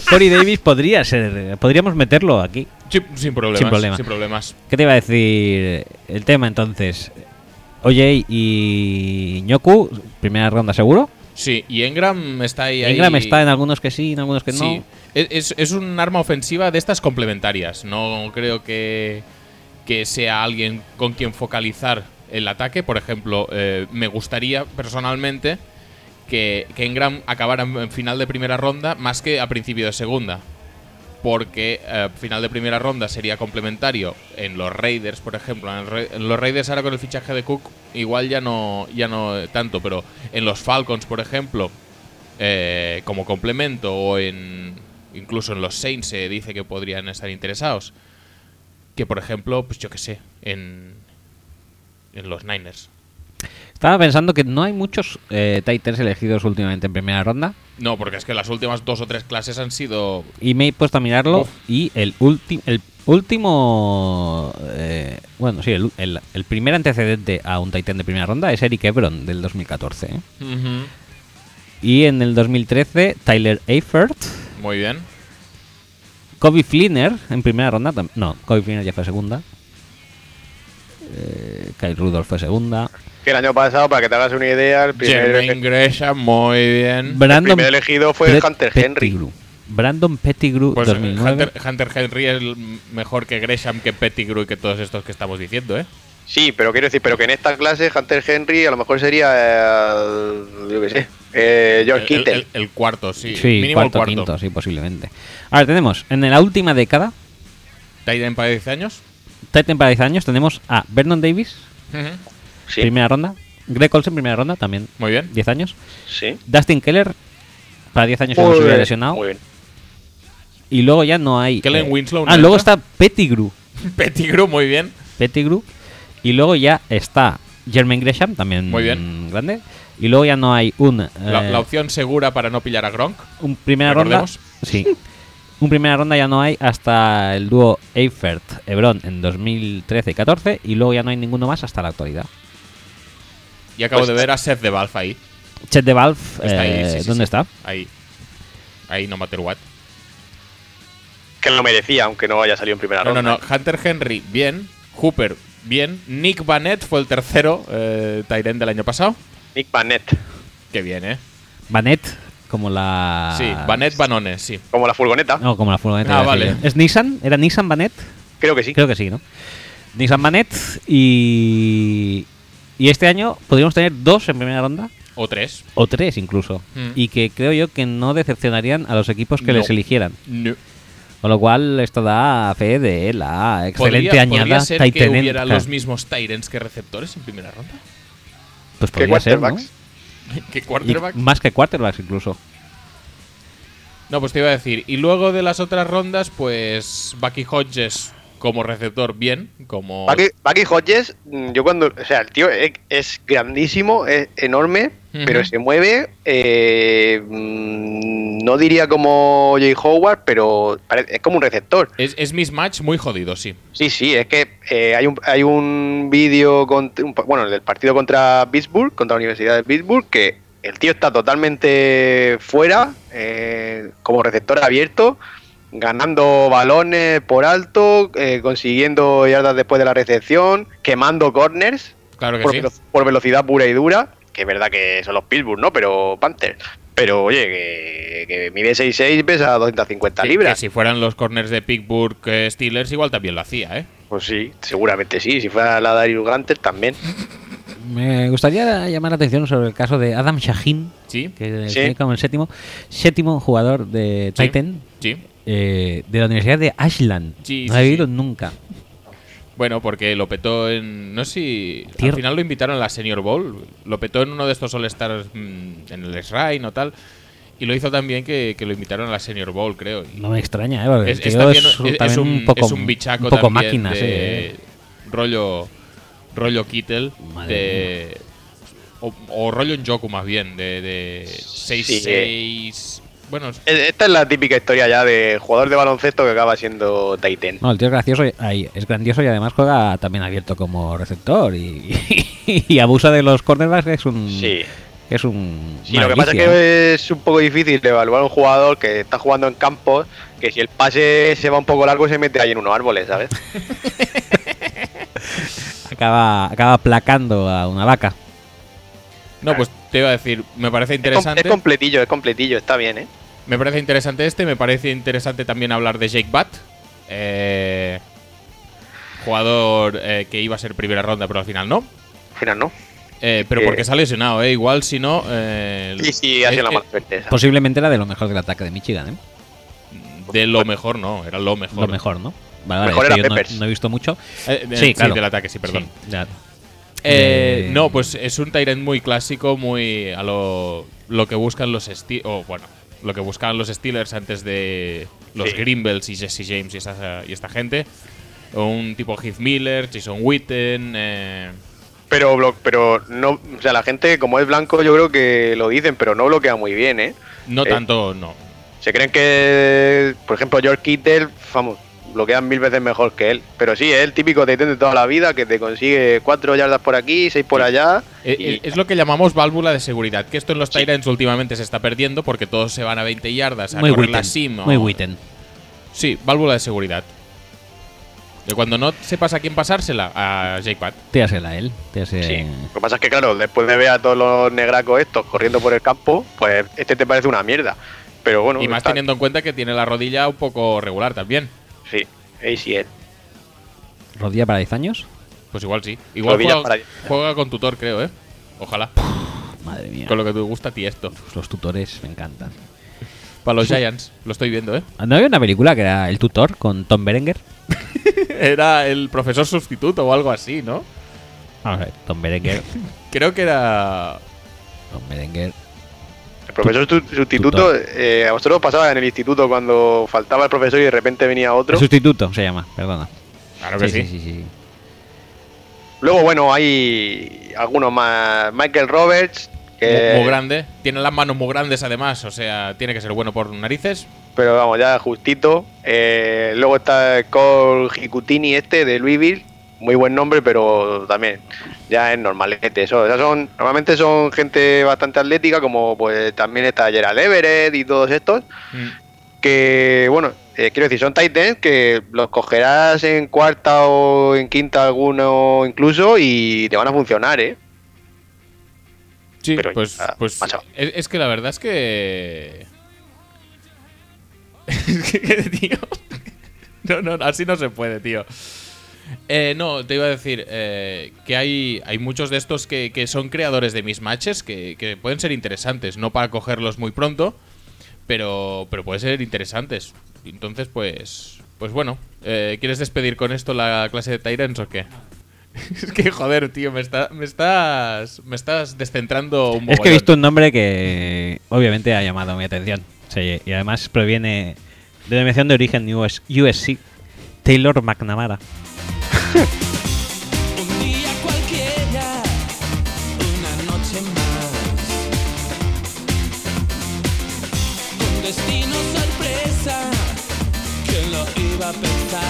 [SPEAKER 1] Corey Davis podría ser. Podríamos meterlo aquí.
[SPEAKER 2] Sí, sin problemas.
[SPEAKER 1] Sin problema.
[SPEAKER 2] Sin problemas.
[SPEAKER 1] ¿Qué te iba a decir el tema entonces? Oye, y Ñoku, primera ronda seguro.
[SPEAKER 2] Sí, y Engram está ahí. ahí-
[SPEAKER 1] Ingram está en algunos que sí, en algunos que no.
[SPEAKER 2] Es, es- es un arma ofensiva de estas complementarias. No creo que, que sea alguien con quien focalizar el ataque. Por ejemplo, eh, me gustaría personalmente que, que Engram acabara en en final de primera ronda más que a principio de segunda. Porque eh, final de primera ronda sería complementario en los Raiders, por ejemplo. En, el Ra- en los Raiders ahora con el fichaje de Cook igual ya no, ya no eh, tanto, pero en los Falcons, por ejemplo, eh, como complemento o en incluso en los Saints se dice que podrían estar interesados. Que por ejemplo, pues yo qué sé, en, en los Niners.
[SPEAKER 1] Estaba pensando que no hay muchos eh, Titans elegidos últimamente en primera ronda.
[SPEAKER 2] No, porque es que las últimas dos o tres clases han sido...
[SPEAKER 1] Y me he puesto a mirarlo.
[SPEAKER 2] Uf.
[SPEAKER 1] Y el, ulti- el último. eh, bueno, sí, el, el- el primer antecedente a un Titan de primera ronda es Eric Ebron del 2014. ¿eh? Y en el 2013, Tyler Eifert.
[SPEAKER 2] Muy bien.
[SPEAKER 1] Kobe Flinner en primera ronda. tam- No, Kobe Flinner ya fue segunda. Eh, Kyle Rudolph fue segunda.
[SPEAKER 3] Que el año pasado, para que te hagas una idea, el primer,
[SPEAKER 2] Jermaine Gresham, muy bien.
[SPEAKER 1] Brandon
[SPEAKER 3] primer elegido fue
[SPEAKER 1] Pret-
[SPEAKER 3] Hunter Henry.
[SPEAKER 1] Pettigrew. Brandon Pettigrew,
[SPEAKER 2] Pues eh,
[SPEAKER 1] 2009.
[SPEAKER 2] Hunter, Hunter Henry es l- mejor que Gresham, que Pettigrew y que todos estos que estamos diciendo, ¿eh?
[SPEAKER 3] Sí, pero quiero decir, pero que en esta clase Hunter Henry a lo mejor sería, eh, yo qué sé, eh, George
[SPEAKER 2] El,
[SPEAKER 3] Kittle.
[SPEAKER 2] el- el cuarto, sí.
[SPEAKER 1] Sí,
[SPEAKER 2] Mínimo
[SPEAKER 1] cuarto,
[SPEAKER 2] el
[SPEAKER 1] quinto,
[SPEAKER 2] cuarto.
[SPEAKER 1] sí, posiblemente. Ahora tenemos, en la última década,
[SPEAKER 2] Tyrion para 10 años.
[SPEAKER 1] Titan para 10 años, tenemos a Vernon Davis,
[SPEAKER 2] Ujú.
[SPEAKER 3] sí,
[SPEAKER 1] primera ronda. Greg Olsen, primera ronda, también
[SPEAKER 2] Muy bien.
[SPEAKER 1] 10 años.
[SPEAKER 3] sí.
[SPEAKER 1] Dustin Keller, para 10 años, que no
[SPEAKER 3] Muy
[SPEAKER 1] se hubiera
[SPEAKER 3] bien,
[SPEAKER 1] lesionado.
[SPEAKER 3] muy bien.
[SPEAKER 1] Y luego ya no hay.
[SPEAKER 2] Kellen Winslow no
[SPEAKER 1] Ah, luego
[SPEAKER 2] entra.
[SPEAKER 1] está Pettigrew.
[SPEAKER 2] Pettigrew, muy bien.
[SPEAKER 1] Pettigrew. Y luego ya está Jermaine Gresham, también
[SPEAKER 2] Muy bien.
[SPEAKER 1] grande. Y luego ya no hay un,
[SPEAKER 2] La,
[SPEAKER 1] eh,
[SPEAKER 2] la opción segura para no pillar a Gronk.
[SPEAKER 1] un primera ronda.
[SPEAKER 2] recordemos.
[SPEAKER 1] Sí. [laughs] Un primera ronda ya no hay hasta el dúo Eifert-Hebron en 2013-14 y luego ya no hay ninguno más hasta la actualidad.
[SPEAKER 2] Y acabo
[SPEAKER 3] Pues-
[SPEAKER 2] de ver a Seth de Valve ahí.
[SPEAKER 1] Chet de Valve,
[SPEAKER 2] Está ahí,
[SPEAKER 1] eh,
[SPEAKER 2] sí, sí,
[SPEAKER 1] ¿dónde
[SPEAKER 2] sí.
[SPEAKER 1] está?
[SPEAKER 2] Ahí. Ahí, no matter what.
[SPEAKER 3] Que lo merecía, aunque no haya salido en primera
[SPEAKER 2] No, no,
[SPEAKER 3] ronda.
[SPEAKER 2] no. Hunter Henry, bien. Hooper, bien. Nick Vanette fue el tercero eh, Tyrant del año pasado.
[SPEAKER 3] Nick Barnett,
[SPEAKER 2] Qué bien, ¿eh?
[SPEAKER 1] Vanet, como la.
[SPEAKER 2] Sí, Vanette Banone, sí.
[SPEAKER 3] como la furgoneta,
[SPEAKER 1] No, como la furgoneta.
[SPEAKER 2] Ah,
[SPEAKER 1] iba a decir
[SPEAKER 2] vale.
[SPEAKER 1] yo. ¿Es Nissan? ¿Era Nissan Vanet?
[SPEAKER 3] creo que sí.
[SPEAKER 1] Creo que sí, ¿no? Nissan Vanet y. Y este año podríamos tener dos en primera ronda
[SPEAKER 2] O tres.
[SPEAKER 1] o tres incluso.
[SPEAKER 2] Mm.
[SPEAKER 1] Y que creo yo que no decepcionarían a los equipos que
[SPEAKER 2] No.
[SPEAKER 1] les eligieran.
[SPEAKER 2] No.
[SPEAKER 1] Con lo cual, esto da fe de la excelente
[SPEAKER 2] ¿Podría,
[SPEAKER 1] añada
[SPEAKER 2] podría ser que
[SPEAKER 1] Titanenca.
[SPEAKER 2] hubiera los mismos Tyrants que receptores en primera ronda.
[SPEAKER 1] Pues
[SPEAKER 3] Que
[SPEAKER 1] podría ser, ¿no?
[SPEAKER 3] quarterbacks.
[SPEAKER 2] ¿Qué
[SPEAKER 1] Y
[SPEAKER 2] quarterback?
[SPEAKER 1] más que quarterbacks incluso.
[SPEAKER 2] No, pues te iba a decir. Y luego de las otras rondas, pues Bucky Hodges como receptor, bien. Como
[SPEAKER 3] Bucky, Bucky Hodges, mm, yo cuando. O sea, el tío es, es grandísimo, es enorme,
[SPEAKER 2] Ujú.
[SPEAKER 3] pero se mueve. eh, mm, no diría como Jay Howard, pero pare- es como un receptor.
[SPEAKER 2] Es, es mismatch muy jodido, sí.
[SPEAKER 3] Sí, sí, es que eh, hay un, hay un vídeo, con- un pa- bueno, el del partido contra Pittsburgh, contra la Universidad de Pittsburgh, que el tío está totalmente fuera, eh, como receptor abierto, ganando balones por alto, eh, consiguiendo yardas después de la recepción, quemando corners
[SPEAKER 2] Claro que
[SPEAKER 3] por,
[SPEAKER 2] sí.
[SPEAKER 3] velo- por velocidad pura y dura, que es verdad que son los Pittsburgh, ¿no? Pero Panthers. Pero oye, que, que mide 6'6 y pesa 250
[SPEAKER 2] Que-
[SPEAKER 3] libras.
[SPEAKER 2] que si fueran los corners de Pittsburgh eh, Steelers, igual también lo hacía, ¿eh?
[SPEAKER 3] Pues sí, seguramente sí. Si fuera la Darius Granter también.
[SPEAKER 1] Me gustaría llamar la atención sobre el caso de Adam Shaheen,
[SPEAKER 2] Sí.
[SPEAKER 1] que
[SPEAKER 3] Sí.
[SPEAKER 1] tiene como el séptimo, séptimo jugador de
[SPEAKER 2] Sí.
[SPEAKER 1] Titan
[SPEAKER 2] Sí.
[SPEAKER 1] eh, de la Universidad de Ashland.
[SPEAKER 2] Sí,
[SPEAKER 1] no
[SPEAKER 2] sí,
[SPEAKER 1] he vivido
[SPEAKER 2] sí.
[SPEAKER 1] nunca.
[SPEAKER 2] Bueno, porque lo petó en. No sé si.
[SPEAKER 1] Tier-
[SPEAKER 2] Al final lo invitaron a la Senior Bowl. Lo petó en uno de estos All-Stars mm, en el Shrine o tal. Y lo hizo también que, que lo invitaron a la Senior Bowl, creo. Y
[SPEAKER 1] No me extraña, ¿eh? Porque
[SPEAKER 2] es,
[SPEAKER 1] el
[SPEAKER 2] es
[SPEAKER 1] tío
[SPEAKER 2] también-
[SPEAKER 1] es
[SPEAKER 2] es- es
[SPEAKER 1] también
[SPEAKER 2] un,
[SPEAKER 1] un poco,
[SPEAKER 2] es un bichaco
[SPEAKER 1] un poco
[SPEAKER 2] también
[SPEAKER 1] máquina, sí,
[SPEAKER 2] de-
[SPEAKER 1] ¿eh?
[SPEAKER 2] Rollo. Rollo Kittel.
[SPEAKER 1] Madre
[SPEAKER 2] de- o, o rollo Njoku más bien. De, de
[SPEAKER 3] eh.
[SPEAKER 2] 6-6. Bueno,
[SPEAKER 3] E- Esta es la típica historia ya de jugador de baloncesto que acaba siendo Titan.
[SPEAKER 1] No, el tío es gracioso, y- ay, es grandioso y además juega también abierto como receptor y, [laughs] y abusa de los cornerbacks, que es un...
[SPEAKER 2] Mm,
[SPEAKER 3] Sí.
[SPEAKER 1] que es un ¿eh?
[SPEAKER 3] Sí, lo que pasa es que es un poco difícil evaluar a un jugador que está jugando en campos, que si el pase se va un poco largo se mete ahí en unos árboles, ¿sabes?
[SPEAKER 1] acaba, acaba aplacando a una vaca.
[SPEAKER 2] no, pues te iba a decir. Me parece
[SPEAKER 3] Es, com-
[SPEAKER 2] interesante.
[SPEAKER 3] es completillo, es completillo, está bien, ¿eh?
[SPEAKER 2] Me parece interesante este, me parece interesante también hablar de Jake Butt. eh, jugador eh, que iba a ser primera ronda, pero al final no.
[SPEAKER 3] Al final, ¿no?
[SPEAKER 2] Eh, pero
[SPEAKER 3] Eh.
[SPEAKER 2] porque se ha lesionado, ¿eh? Igual si no... eh,
[SPEAKER 3] Y sí, ha sido
[SPEAKER 2] eh,
[SPEAKER 3] la
[SPEAKER 2] eh,
[SPEAKER 3] mala suerte esa.
[SPEAKER 1] Posiblemente era de lo mejor del ataque de Michigan, ¿eh?
[SPEAKER 2] De lo mejor no, era lo mejor.
[SPEAKER 1] Lo mejor, ¿no? Vale, vale,
[SPEAKER 3] Mejor
[SPEAKER 1] es que
[SPEAKER 3] era
[SPEAKER 1] yo no-
[SPEAKER 3] Peppers.
[SPEAKER 1] No, he visto mucho.
[SPEAKER 2] Eh, eh,
[SPEAKER 1] Sí,
[SPEAKER 2] sí,
[SPEAKER 1] claro.
[SPEAKER 2] del ataque, sí, perdón.
[SPEAKER 1] Sí, ya.
[SPEAKER 2] Eh,
[SPEAKER 1] Eh,
[SPEAKER 2] No, pues es un Tyrant muy clásico, muy a lo, lo que buscan los Steelers. O bueno, lo que buscaban los Steelers antes de los
[SPEAKER 3] Sí.
[SPEAKER 2] Grimbels y Jesse James y, esa- y esta gente. Un tipo Heath Miller, Jason Witten. eh,
[SPEAKER 3] Pero, blo- pero no, o sea, la gente, como es blanco, yo creo que lo dicen, pero no bloquea muy bien, ¿eh?
[SPEAKER 2] no
[SPEAKER 3] Eh,
[SPEAKER 2] tanto, no.
[SPEAKER 3] Se creen que, por ejemplo, George Kittle, vamos, lo quedan mil veces mejor que él. Pero sí, es el típico Titan de toda la vida que te consigue cuatro yardas por aquí, seis por allá.
[SPEAKER 2] Eh,
[SPEAKER 3] y-
[SPEAKER 2] eh, Es lo que llamamos válvula de seguridad. Que esto en los Tyrants últimamente se está perdiendo porque todos se van a 20 yardas a
[SPEAKER 1] Muy
[SPEAKER 2] correr
[SPEAKER 1] Witten.
[SPEAKER 2] la sim. o-
[SPEAKER 1] Muy Witten.
[SPEAKER 2] Sí, válvula de seguridad. Que cuando no sepas a quién pasársela, a Jake Pat.
[SPEAKER 1] Tírasela a él. tírase-
[SPEAKER 3] sí. Lo que pasa es que, claro, después de ver a todos los negracos estos corriendo por el campo, pues este te parece una mierda. Pero bueno,
[SPEAKER 2] Y más
[SPEAKER 3] está-
[SPEAKER 2] teniendo en cuenta que tiene la rodilla un poco regular también.
[SPEAKER 3] Sí, ACL.
[SPEAKER 1] Rodilla para 10 años.
[SPEAKER 2] Pues igual sí. Igual
[SPEAKER 3] Rodillas
[SPEAKER 2] juega,
[SPEAKER 3] para-
[SPEAKER 2] juega con tutor, creo, ¿eh? Ojalá.
[SPEAKER 1] Madre mía.
[SPEAKER 2] Con lo que te gusta a ti esto.
[SPEAKER 1] Pues los tutores me encantan.
[SPEAKER 2] Para [laughs] los Giants, lo estoy viendo, ¿eh?
[SPEAKER 1] ¿No había una película que era El tutor con Tom Berenger?
[SPEAKER 2] [laughs] Era el profesor sustituto o algo así, ¿no?
[SPEAKER 1] Vamos a ver, Tom [laughs] Berenger.
[SPEAKER 2] Creo que era.
[SPEAKER 1] Tom Berenger.
[SPEAKER 3] El profesor tu- sustituto,
[SPEAKER 1] Tutor.
[SPEAKER 3] eh, a vosotros os pasaba en el instituto cuando faltaba el profesor y de repente venía otro.
[SPEAKER 1] El sustituto se llama, perdona.
[SPEAKER 2] Claro que sí.
[SPEAKER 1] sí, sí, sí.
[SPEAKER 3] Luego, bueno, hay algunos más. Michael Roberts.
[SPEAKER 2] Mu-
[SPEAKER 3] que-
[SPEAKER 2] Muy grande. Tiene las manos muy grandes, además. O sea, tiene que ser bueno por narices.
[SPEAKER 3] pero vamos, ya justito. Eh, luego está Cole Hikutini este de Louisville, muy buen nombre, pero también ya es normalete eso. Ya son, normalmente son gente bastante atlética, como pues también está Gerald Everett y todos estos,
[SPEAKER 2] Mm.
[SPEAKER 3] que bueno, eh, quiero decir, son tight ends que los cogerás en cuarta o en quinta alguno incluso y te van a funcionar, ¿eh?
[SPEAKER 2] Sí,
[SPEAKER 3] Pero
[SPEAKER 2] pues,
[SPEAKER 3] ya,
[SPEAKER 2] pues
[SPEAKER 3] macho.
[SPEAKER 2] es, es que la verdad es que... [laughs] Es que, tío... [laughs] No, no, así no se puede, tío. Eh, no, te iba a decir eh, que hay, hay muchos de estos que, que son creadores de mis matches que, que pueden ser interesantes, no para cogerlos muy pronto, pero, pero pueden ser interesantes. Entonces, pues pues bueno, eh, ¿quieres despedir con esto la clase de Tyrants o qué? [laughs] es que joder, tío, me, está, me estás me estás descentrando un poco.
[SPEAKER 1] Es que he visto un nombre que obviamente ha llamado mi atención. Sí, y además proviene de una mención de origen US USC, Taylor McNamara.
[SPEAKER 6] Un día cualquiera, una noche más. Un destino sorpresa, ¿quién lo iba a pensar?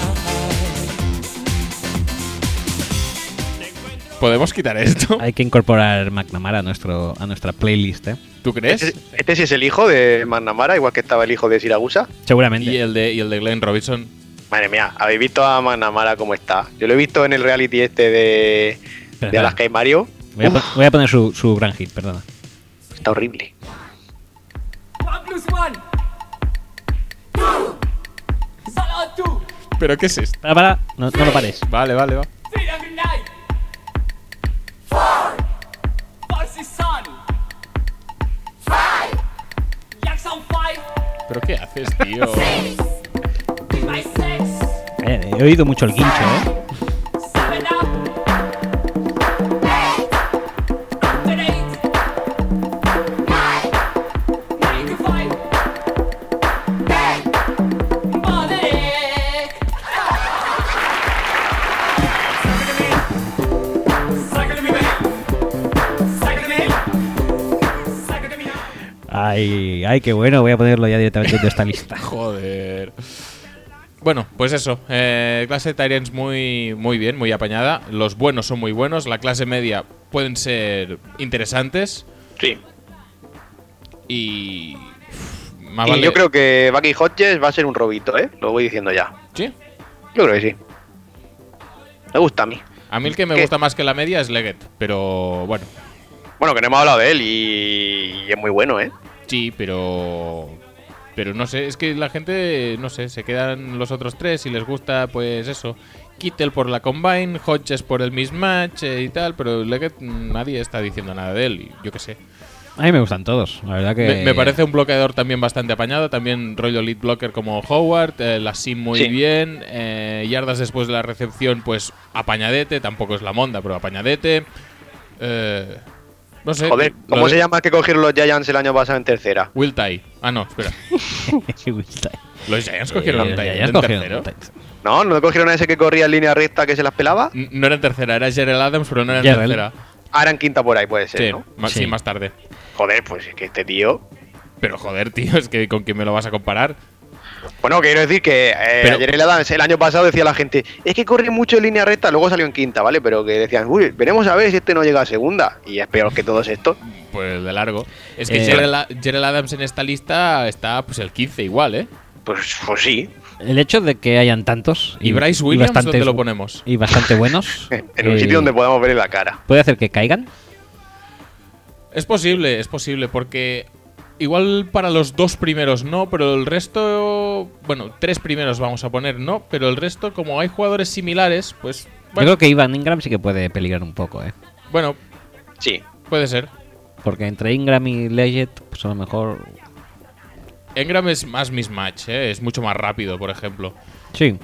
[SPEAKER 2] ¿Podemos quitar esto?
[SPEAKER 1] Hay que incorporar McNamara a, nuestro, a nuesta playlist, ¿eh?
[SPEAKER 2] ¿Tú
[SPEAKER 3] Este,
[SPEAKER 2] crees?
[SPEAKER 3] este sí es el hijo de Magnamara, igual que estaba el hijo de Siragusa.
[SPEAKER 1] Seguramente.
[SPEAKER 2] Y el de, y el de Glenn Robinson.
[SPEAKER 3] Madre mía, ¿habéis visto a Magnamara cómo está? Yo lo he visto en el reality este de,
[SPEAKER 1] Espera,
[SPEAKER 3] de Alaska y Mario.
[SPEAKER 1] Voy, a, po- voy a poner su, su gran hit, perdona.
[SPEAKER 3] Está horrible.
[SPEAKER 7] One plus one. Two. Salad two.
[SPEAKER 2] ¿Pero qué es esto?
[SPEAKER 1] Para, para, no, no lo pares.
[SPEAKER 2] Vale, vale, va.
[SPEAKER 7] Three every night. Four. Farsi sun. Five. Jackson five.
[SPEAKER 2] ¿Pero qué haces,
[SPEAKER 1] [laughs]
[SPEAKER 2] tío?
[SPEAKER 7] Six. My six.
[SPEAKER 1] Eh, he oído mucho el guincho, ¿eh?
[SPEAKER 7] Seven up. Eight. Up and eight. Nine. Ninety-five. Ten. Mother.
[SPEAKER 1] Ay, ay, qué bueno, voy a ponerlo ya directamente de esta lista.
[SPEAKER 2] [laughs] Joder. Bueno, pues eso. eh, clase de Tyrants muy, muy bien, muy apañada. Los buenos son muy buenos. La clase media pueden ser interesantes.
[SPEAKER 3] Sí.
[SPEAKER 2] Y. uf, Más
[SPEAKER 3] y
[SPEAKER 2] Ah, vale-
[SPEAKER 3] yo creo que Bucky Hodges va a ser un robito, ¿eh? Lo voy diciendo ya.
[SPEAKER 2] Sí.
[SPEAKER 3] Yo creo que sí. Me gusta a mí.
[SPEAKER 2] A mí el que me
[SPEAKER 3] ¿Qué?
[SPEAKER 2] gusta más que la media es Leggett. Pero bueno.
[SPEAKER 3] Bueno, que no hemos hablado de él y, y es muy bueno, ¿eh?
[SPEAKER 2] Sí, pero. Pero no sé, es que la gente, no sé, se quedan los otros tres y les gusta, pues eso. Kittel por la Combine, Hodges por el mismatch eh, y tal, pero Leggett mm, nadie está diciendo nada de él, y yo qué sé.
[SPEAKER 1] A mí me gustan todos, la verdad que.
[SPEAKER 2] Me,
[SPEAKER 1] [laughs]
[SPEAKER 2] me parece un bloqueador también bastante apañado, también rollo lead blocker como Howard, eh, la sim muy
[SPEAKER 3] Sí.
[SPEAKER 2] bien, eh, yardas después de la recepción, pues apañadete, tampoco es la monda, pero apañadete. Eh, no sé.
[SPEAKER 3] Joder,
[SPEAKER 2] lo
[SPEAKER 3] ¿cómo
[SPEAKER 2] de-
[SPEAKER 3] se llama que cogieron los Giants el año pasado en tercera?
[SPEAKER 2] Will Ty. Ah, no, espera. Los Giants cogieron
[SPEAKER 1] Eh,
[SPEAKER 2] a un
[SPEAKER 1] ya
[SPEAKER 2] Ty-
[SPEAKER 1] has
[SPEAKER 2] en
[SPEAKER 1] cogido
[SPEAKER 2] tercero.
[SPEAKER 1] un Titan.
[SPEAKER 3] No, ¿no cogieron a ese que corría en línea recta que se las pelaba?
[SPEAKER 2] N- No era en tercera, era Gerald Adams, pero no era en
[SPEAKER 1] Gerald.
[SPEAKER 2] tercera.
[SPEAKER 3] Ahora en quinta por ahí puede ser,
[SPEAKER 2] Sí,
[SPEAKER 3] ¿no?
[SPEAKER 2] más, sí,
[SPEAKER 1] Sí.
[SPEAKER 2] más tarde.
[SPEAKER 3] Joder, pues es que este tío...
[SPEAKER 2] Pero joder, tío, es que con quién me lo vas a comparar.
[SPEAKER 3] Bueno, quiero decir que eh,
[SPEAKER 2] Pero-
[SPEAKER 3] ayer el Adams, el año pasado decía la gente, es que corre mucho en línea recta, luego salió en quinta, ¿vale? Pero que decían, uy, veremos a ver si este no llega a segunda. Y es peor que todos estos.
[SPEAKER 2] Pues de largo. Es que
[SPEAKER 1] Eh,
[SPEAKER 2] Gerald, A- Gerald Adams en esta lista está pues el 15 igual, ¿eh?
[SPEAKER 3] Pues, pues sí, [laughs]
[SPEAKER 1] El hecho de que hayan tantos.
[SPEAKER 2] ¿Y Bryce Williams
[SPEAKER 1] bastantes-
[SPEAKER 2] dónde lo ponemos?
[SPEAKER 1] Y bastante buenos.
[SPEAKER 3] [laughs] en un
[SPEAKER 1] eh,
[SPEAKER 3] sitio donde podamos ver la cara.
[SPEAKER 1] Puede hacer que caigan.
[SPEAKER 2] Es posible, es posible, porque igual para los dos primeros no, pero el resto... Bueno, tres primeros vamos a poner no, pero el resto, como hay jugadores similares, pues...
[SPEAKER 1] Yo
[SPEAKER 2] Bueno,
[SPEAKER 1] creo que Ivan Ingram sí que puede peligrar un poco, ¿eh?
[SPEAKER 2] bueno
[SPEAKER 3] Sí.
[SPEAKER 2] puede ser.
[SPEAKER 1] Porque entre Ingram y Leggett, pues a lo mejor.
[SPEAKER 2] Engram es más mismatch, ¿eh? es mucho más rápido, por ejemplo.
[SPEAKER 1] Sí,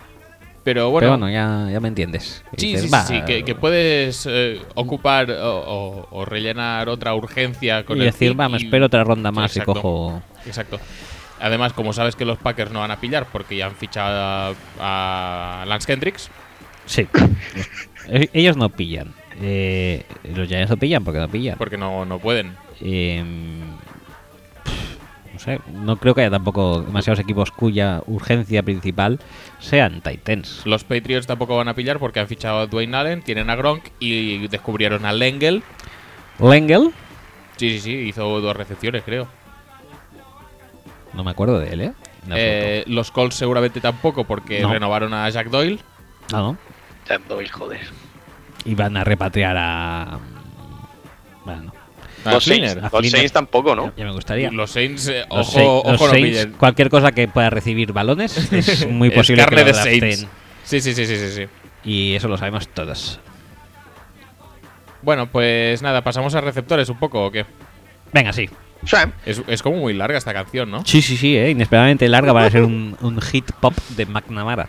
[SPEAKER 2] Pero
[SPEAKER 1] pero
[SPEAKER 2] bueno,
[SPEAKER 1] bueno, ya, ya me entiendes.
[SPEAKER 2] Sí,
[SPEAKER 1] Dices,
[SPEAKER 2] sí, sí,
[SPEAKER 1] "Va,
[SPEAKER 2] sí, que, que puedes eh, ocupar o, o- o rellenar otra urgencia con
[SPEAKER 1] Y
[SPEAKER 2] el
[SPEAKER 1] decir,
[SPEAKER 2] pick
[SPEAKER 1] va, me
[SPEAKER 2] y-
[SPEAKER 1] espero otra ronda más
[SPEAKER 2] Exacto.
[SPEAKER 1] y cojo.
[SPEAKER 2] Exacto. Además, como sabes que los Packers no van a pillar porque ya han fichado a, a Lance Kendricks,
[SPEAKER 1] Sí. [laughs] Eh, Ellos no pillan. Eh, los Giants no pillan porque no pillan.
[SPEAKER 2] porque no, no pueden.
[SPEAKER 1] Em, pff, no sé, no creo que haya tampoco demasiados equipos cuya urgencia principal sean Titans.
[SPEAKER 2] Los Patriots tampoco van a pillar porque han fichado a Dwayne Allen, tienen a Gronk y descubrieron a Lengel.
[SPEAKER 1] Lengel,
[SPEAKER 2] Sí, sí, sí, hizo dos recepciones, creo.
[SPEAKER 1] no me acuerdo de él, ¿eh? En absoluto.
[SPEAKER 2] Eh, los Colts seguramente tampoco porque
[SPEAKER 1] No.
[SPEAKER 2] renovaron a Jack Doyle.
[SPEAKER 1] Ah, no.
[SPEAKER 3] Jack Doyle, joder.
[SPEAKER 1] Y van a repatriar a. mm, Bueno, no.
[SPEAKER 2] A
[SPEAKER 3] los Saints,
[SPEAKER 2] Cleaner.
[SPEAKER 1] a
[SPEAKER 3] los
[SPEAKER 1] Fleener.
[SPEAKER 3] Saints tampoco, ¿no?
[SPEAKER 1] Ya, ya me gustaría.
[SPEAKER 2] Los Saints, eh,
[SPEAKER 1] Los
[SPEAKER 2] ojo,
[SPEAKER 1] Sai- los
[SPEAKER 2] ojo no
[SPEAKER 1] Saints,
[SPEAKER 2] pillen.
[SPEAKER 1] cualquier cosa que pueda recibir balones
[SPEAKER 2] [laughs]
[SPEAKER 1] es muy
[SPEAKER 2] Es
[SPEAKER 1] posible
[SPEAKER 2] carne
[SPEAKER 1] que
[SPEAKER 2] de
[SPEAKER 1] lo
[SPEAKER 2] Saints.
[SPEAKER 1] draften.
[SPEAKER 2] Sí, sí, sí, sí, sí, sí.
[SPEAKER 1] Y eso lo sabemos todos.
[SPEAKER 2] Bueno, pues nada, pasamos a receptores un poco, ¿o qué?
[SPEAKER 1] Venga, sí.
[SPEAKER 3] Sam,
[SPEAKER 2] Es, es como muy larga esta canción, ¿no?
[SPEAKER 1] Sí, sí, sí, eh, inesperadamente larga para ser un, un hit pop de McNamara.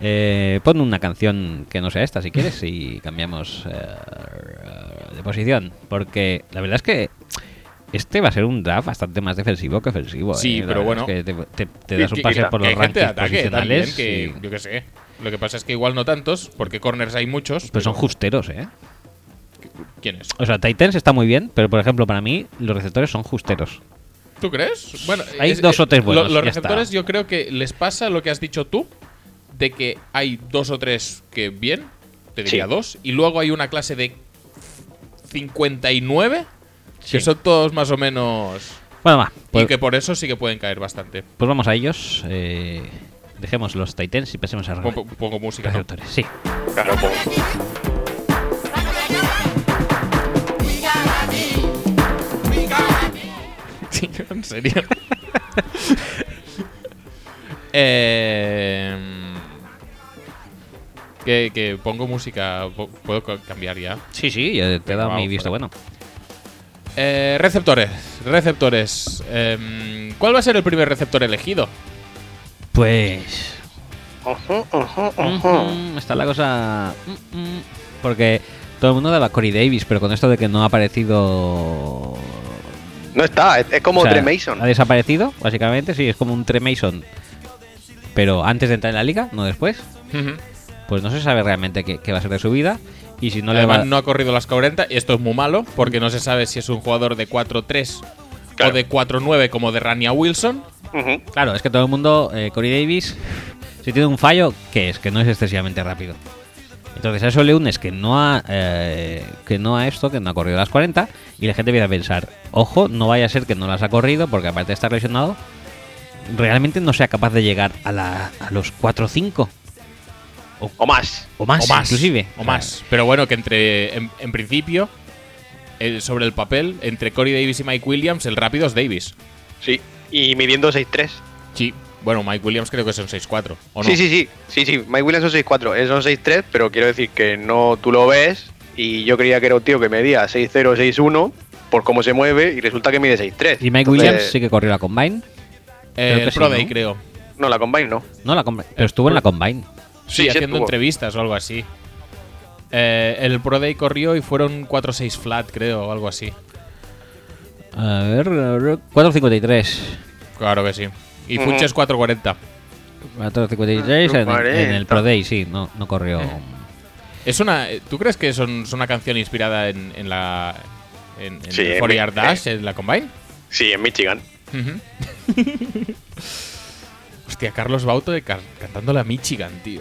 [SPEAKER 1] Eh, pon una canción que no sea esta, si quieres, y cambiamos eh, de posición. Porque la verdad es que este va a ser un draft bastante más defensivo que ofensivo.
[SPEAKER 2] Sí,
[SPEAKER 1] eh, la
[SPEAKER 2] pero
[SPEAKER 1] verdad
[SPEAKER 2] bueno.
[SPEAKER 1] es que te, te- te das
[SPEAKER 2] Que-
[SPEAKER 1] un
[SPEAKER 2] que-
[SPEAKER 1] paseo por
[SPEAKER 2] que
[SPEAKER 1] los
[SPEAKER 2] hay gente de
[SPEAKER 1] rankings
[SPEAKER 2] ataque también,
[SPEAKER 1] posicionales.
[SPEAKER 2] que
[SPEAKER 1] y-
[SPEAKER 2] yo qué sé. Lo que pasa es que igual no tantos, porque corners hay muchos.
[SPEAKER 1] Pero son
[SPEAKER 2] pero
[SPEAKER 1] justeros, ¿eh?
[SPEAKER 2] ¿Quién es?
[SPEAKER 1] O sea, Titans está muy bien, pero por ejemplo, para mí, los receptores son justeros.
[SPEAKER 2] ¿Tú crees? Bueno,
[SPEAKER 1] Hay dos o tres
[SPEAKER 2] lo-
[SPEAKER 1] buenos,
[SPEAKER 2] los
[SPEAKER 1] ya está.
[SPEAKER 2] receptores yo creo que les pasa lo que has dicho tú, de que hay dos o tres que bien, te diría
[SPEAKER 3] Sí.
[SPEAKER 2] dos, y luego hay una clase de 59
[SPEAKER 1] Sí.
[SPEAKER 2] que son todos más o menos...
[SPEAKER 1] Bueno, va.
[SPEAKER 2] y
[SPEAKER 1] Pues,
[SPEAKER 2] que por eso sí que pueden caer bastante.
[SPEAKER 1] pues vamos a ellos. eh, dejemos los Titans y pasemos a re-
[SPEAKER 2] Pongo, pongo música. ¿no?
[SPEAKER 1] receptores. Sí.
[SPEAKER 3] claro, pues,
[SPEAKER 2] [laughs] Sí, en serio. eh, que, que pongo música. po- Puedo ca- cambiar ya.
[SPEAKER 1] Sí, sí, yo te he dado
[SPEAKER 2] Venga,
[SPEAKER 1] mi
[SPEAKER 2] vamos,
[SPEAKER 1] visto bueno.
[SPEAKER 2] Eh, receptores. Receptores. Em, ¿Cuál va a ser el primer receptor elegido?
[SPEAKER 1] Pues.
[SPEAKER 3] ujú, ujú, ujú.
[SPEAKER 1] mm, está la cosa. mm, mm, porque todo el mundo daba Corey Davis, pero con esto de que no ha aparecido.
[SPEAKER 3] No está, es, es como
[SPEAKER 1] o sea,
[SPEAKER 3] Dre Mason.
[SPEAKER 1] Ha desaparecido, básicamente, sí, es como un Tremason. Pero antes de entrar en la liga, no después. Pues no se sabe realmente qué, qué va a ser de su vida. Y si no
[SPEAKER 2] No,
[SPEAKER 1] le va.
[SPEAKER 2] no ha corrido las 40 y esto es muy malo porque no se sabe si es un jugador de 4-3
[SPEAKER 3] Claro.
[SPEAKER 2] o de 4-9 como de Rania Wilson.
[SPEAKER 3] Ujú.
[SPEAKER 1] Claro, es que todo el mundo, eh, Corey Davis, si tiene un fallo, que es que no es excesivamente rápido. Entonces a eso le unes que no ha eh, que no a esto, que no ha corrido las 40, y la gente empieza a pensar, ojo, no vaya a ser que no las ha corrido, porque aparte de estar lesionado, realmente no sea capaz de llegar a, la, a los 4 o 5,
[SPEAKER 3] O más.
[SPEAKER 1] o más,
[SPEAKER 2] o más,
[SPEAKER 1] Ah, inclusive.
[SPEAKER 2] O más. Pero bueno, que entre. En, en principio, eh, sobre el papel, entre Corey Davis y Mike Williams, el rápido es Davis.
[SPEAKER 3] Sí. Y midiendo 6'3.
[SPEAKER 2] Sí. Bueno, Mike Williams creo que son 6-4. ¿O no?
[SPEAKER 3] Sí, sí, sí. Sí, sí. Mike Williams son 6'4. Él son 6'3, pero quiero decir que no tú lo ves. Y yo creía que era un tío que medía 6'0, 6'1 por cómo se mueve. Y resulta que mide
[SPEAKER 1] Y
[SPEAKER 3] 6'3.
[SPEAKER 1] Mike
[SPEAKER 3] Entonces,
[SPEAKER 1] Williams sí que corrió la Combine.
[SPEAKER 2] Eh,
[SPEAKER 1] Creo que
[SPEAKER 2] el
[SPEAKER 1] sí,
[SPEAKER 2] Pro Day,
[SPEAKER 1] ¿no?
[SPEAKER 2] creo.
[SPEAKER 3] No, la combine no.
[SPEAKER 1] No, la Combine, pero estuvo en la Combine.
[SPEAKER 2] Sí,
[SPEAKER 3] Sí, sí
[SPEAKER 2] haciendo
[SPEAKER 3] estuvo.
[SPEAKER 2] entrevistas o algo así. Eh, el Pro Day corrió y fueron 4-6 flat, creo, o algo así.
[SPEAKER 1] A ver, a ver, 4.53.
[SPEAKER 2] Claro que sí. Y
[SPEAKER 3] Ujú.
[SPEAKER 2] Funches 4-40.
[SPEAKER 1] 4.53 en, el- en el
[SPEAKER 3] 40.
[SPEAKER 1] Pro Day, sí, no, no corrió.
[SPEAKER 2] Es una, eh, ¿Tú crees que son, son una canción inspirada en, en la. En, en
[SPEAKER 3] Sí,
[SPEAKER 2] el
[SPEAKER 3] en
[SPEAKER 2] 4
[SPEAKER 3] mi-
[SPEAKER 2] Yard Dash, en la Combine?
[SPEAKER 3] Sí, en Michigan.
[SPEAKER 2] Ujú. Hostia, Carlos Bauto de car- cantando la Michigan, tío.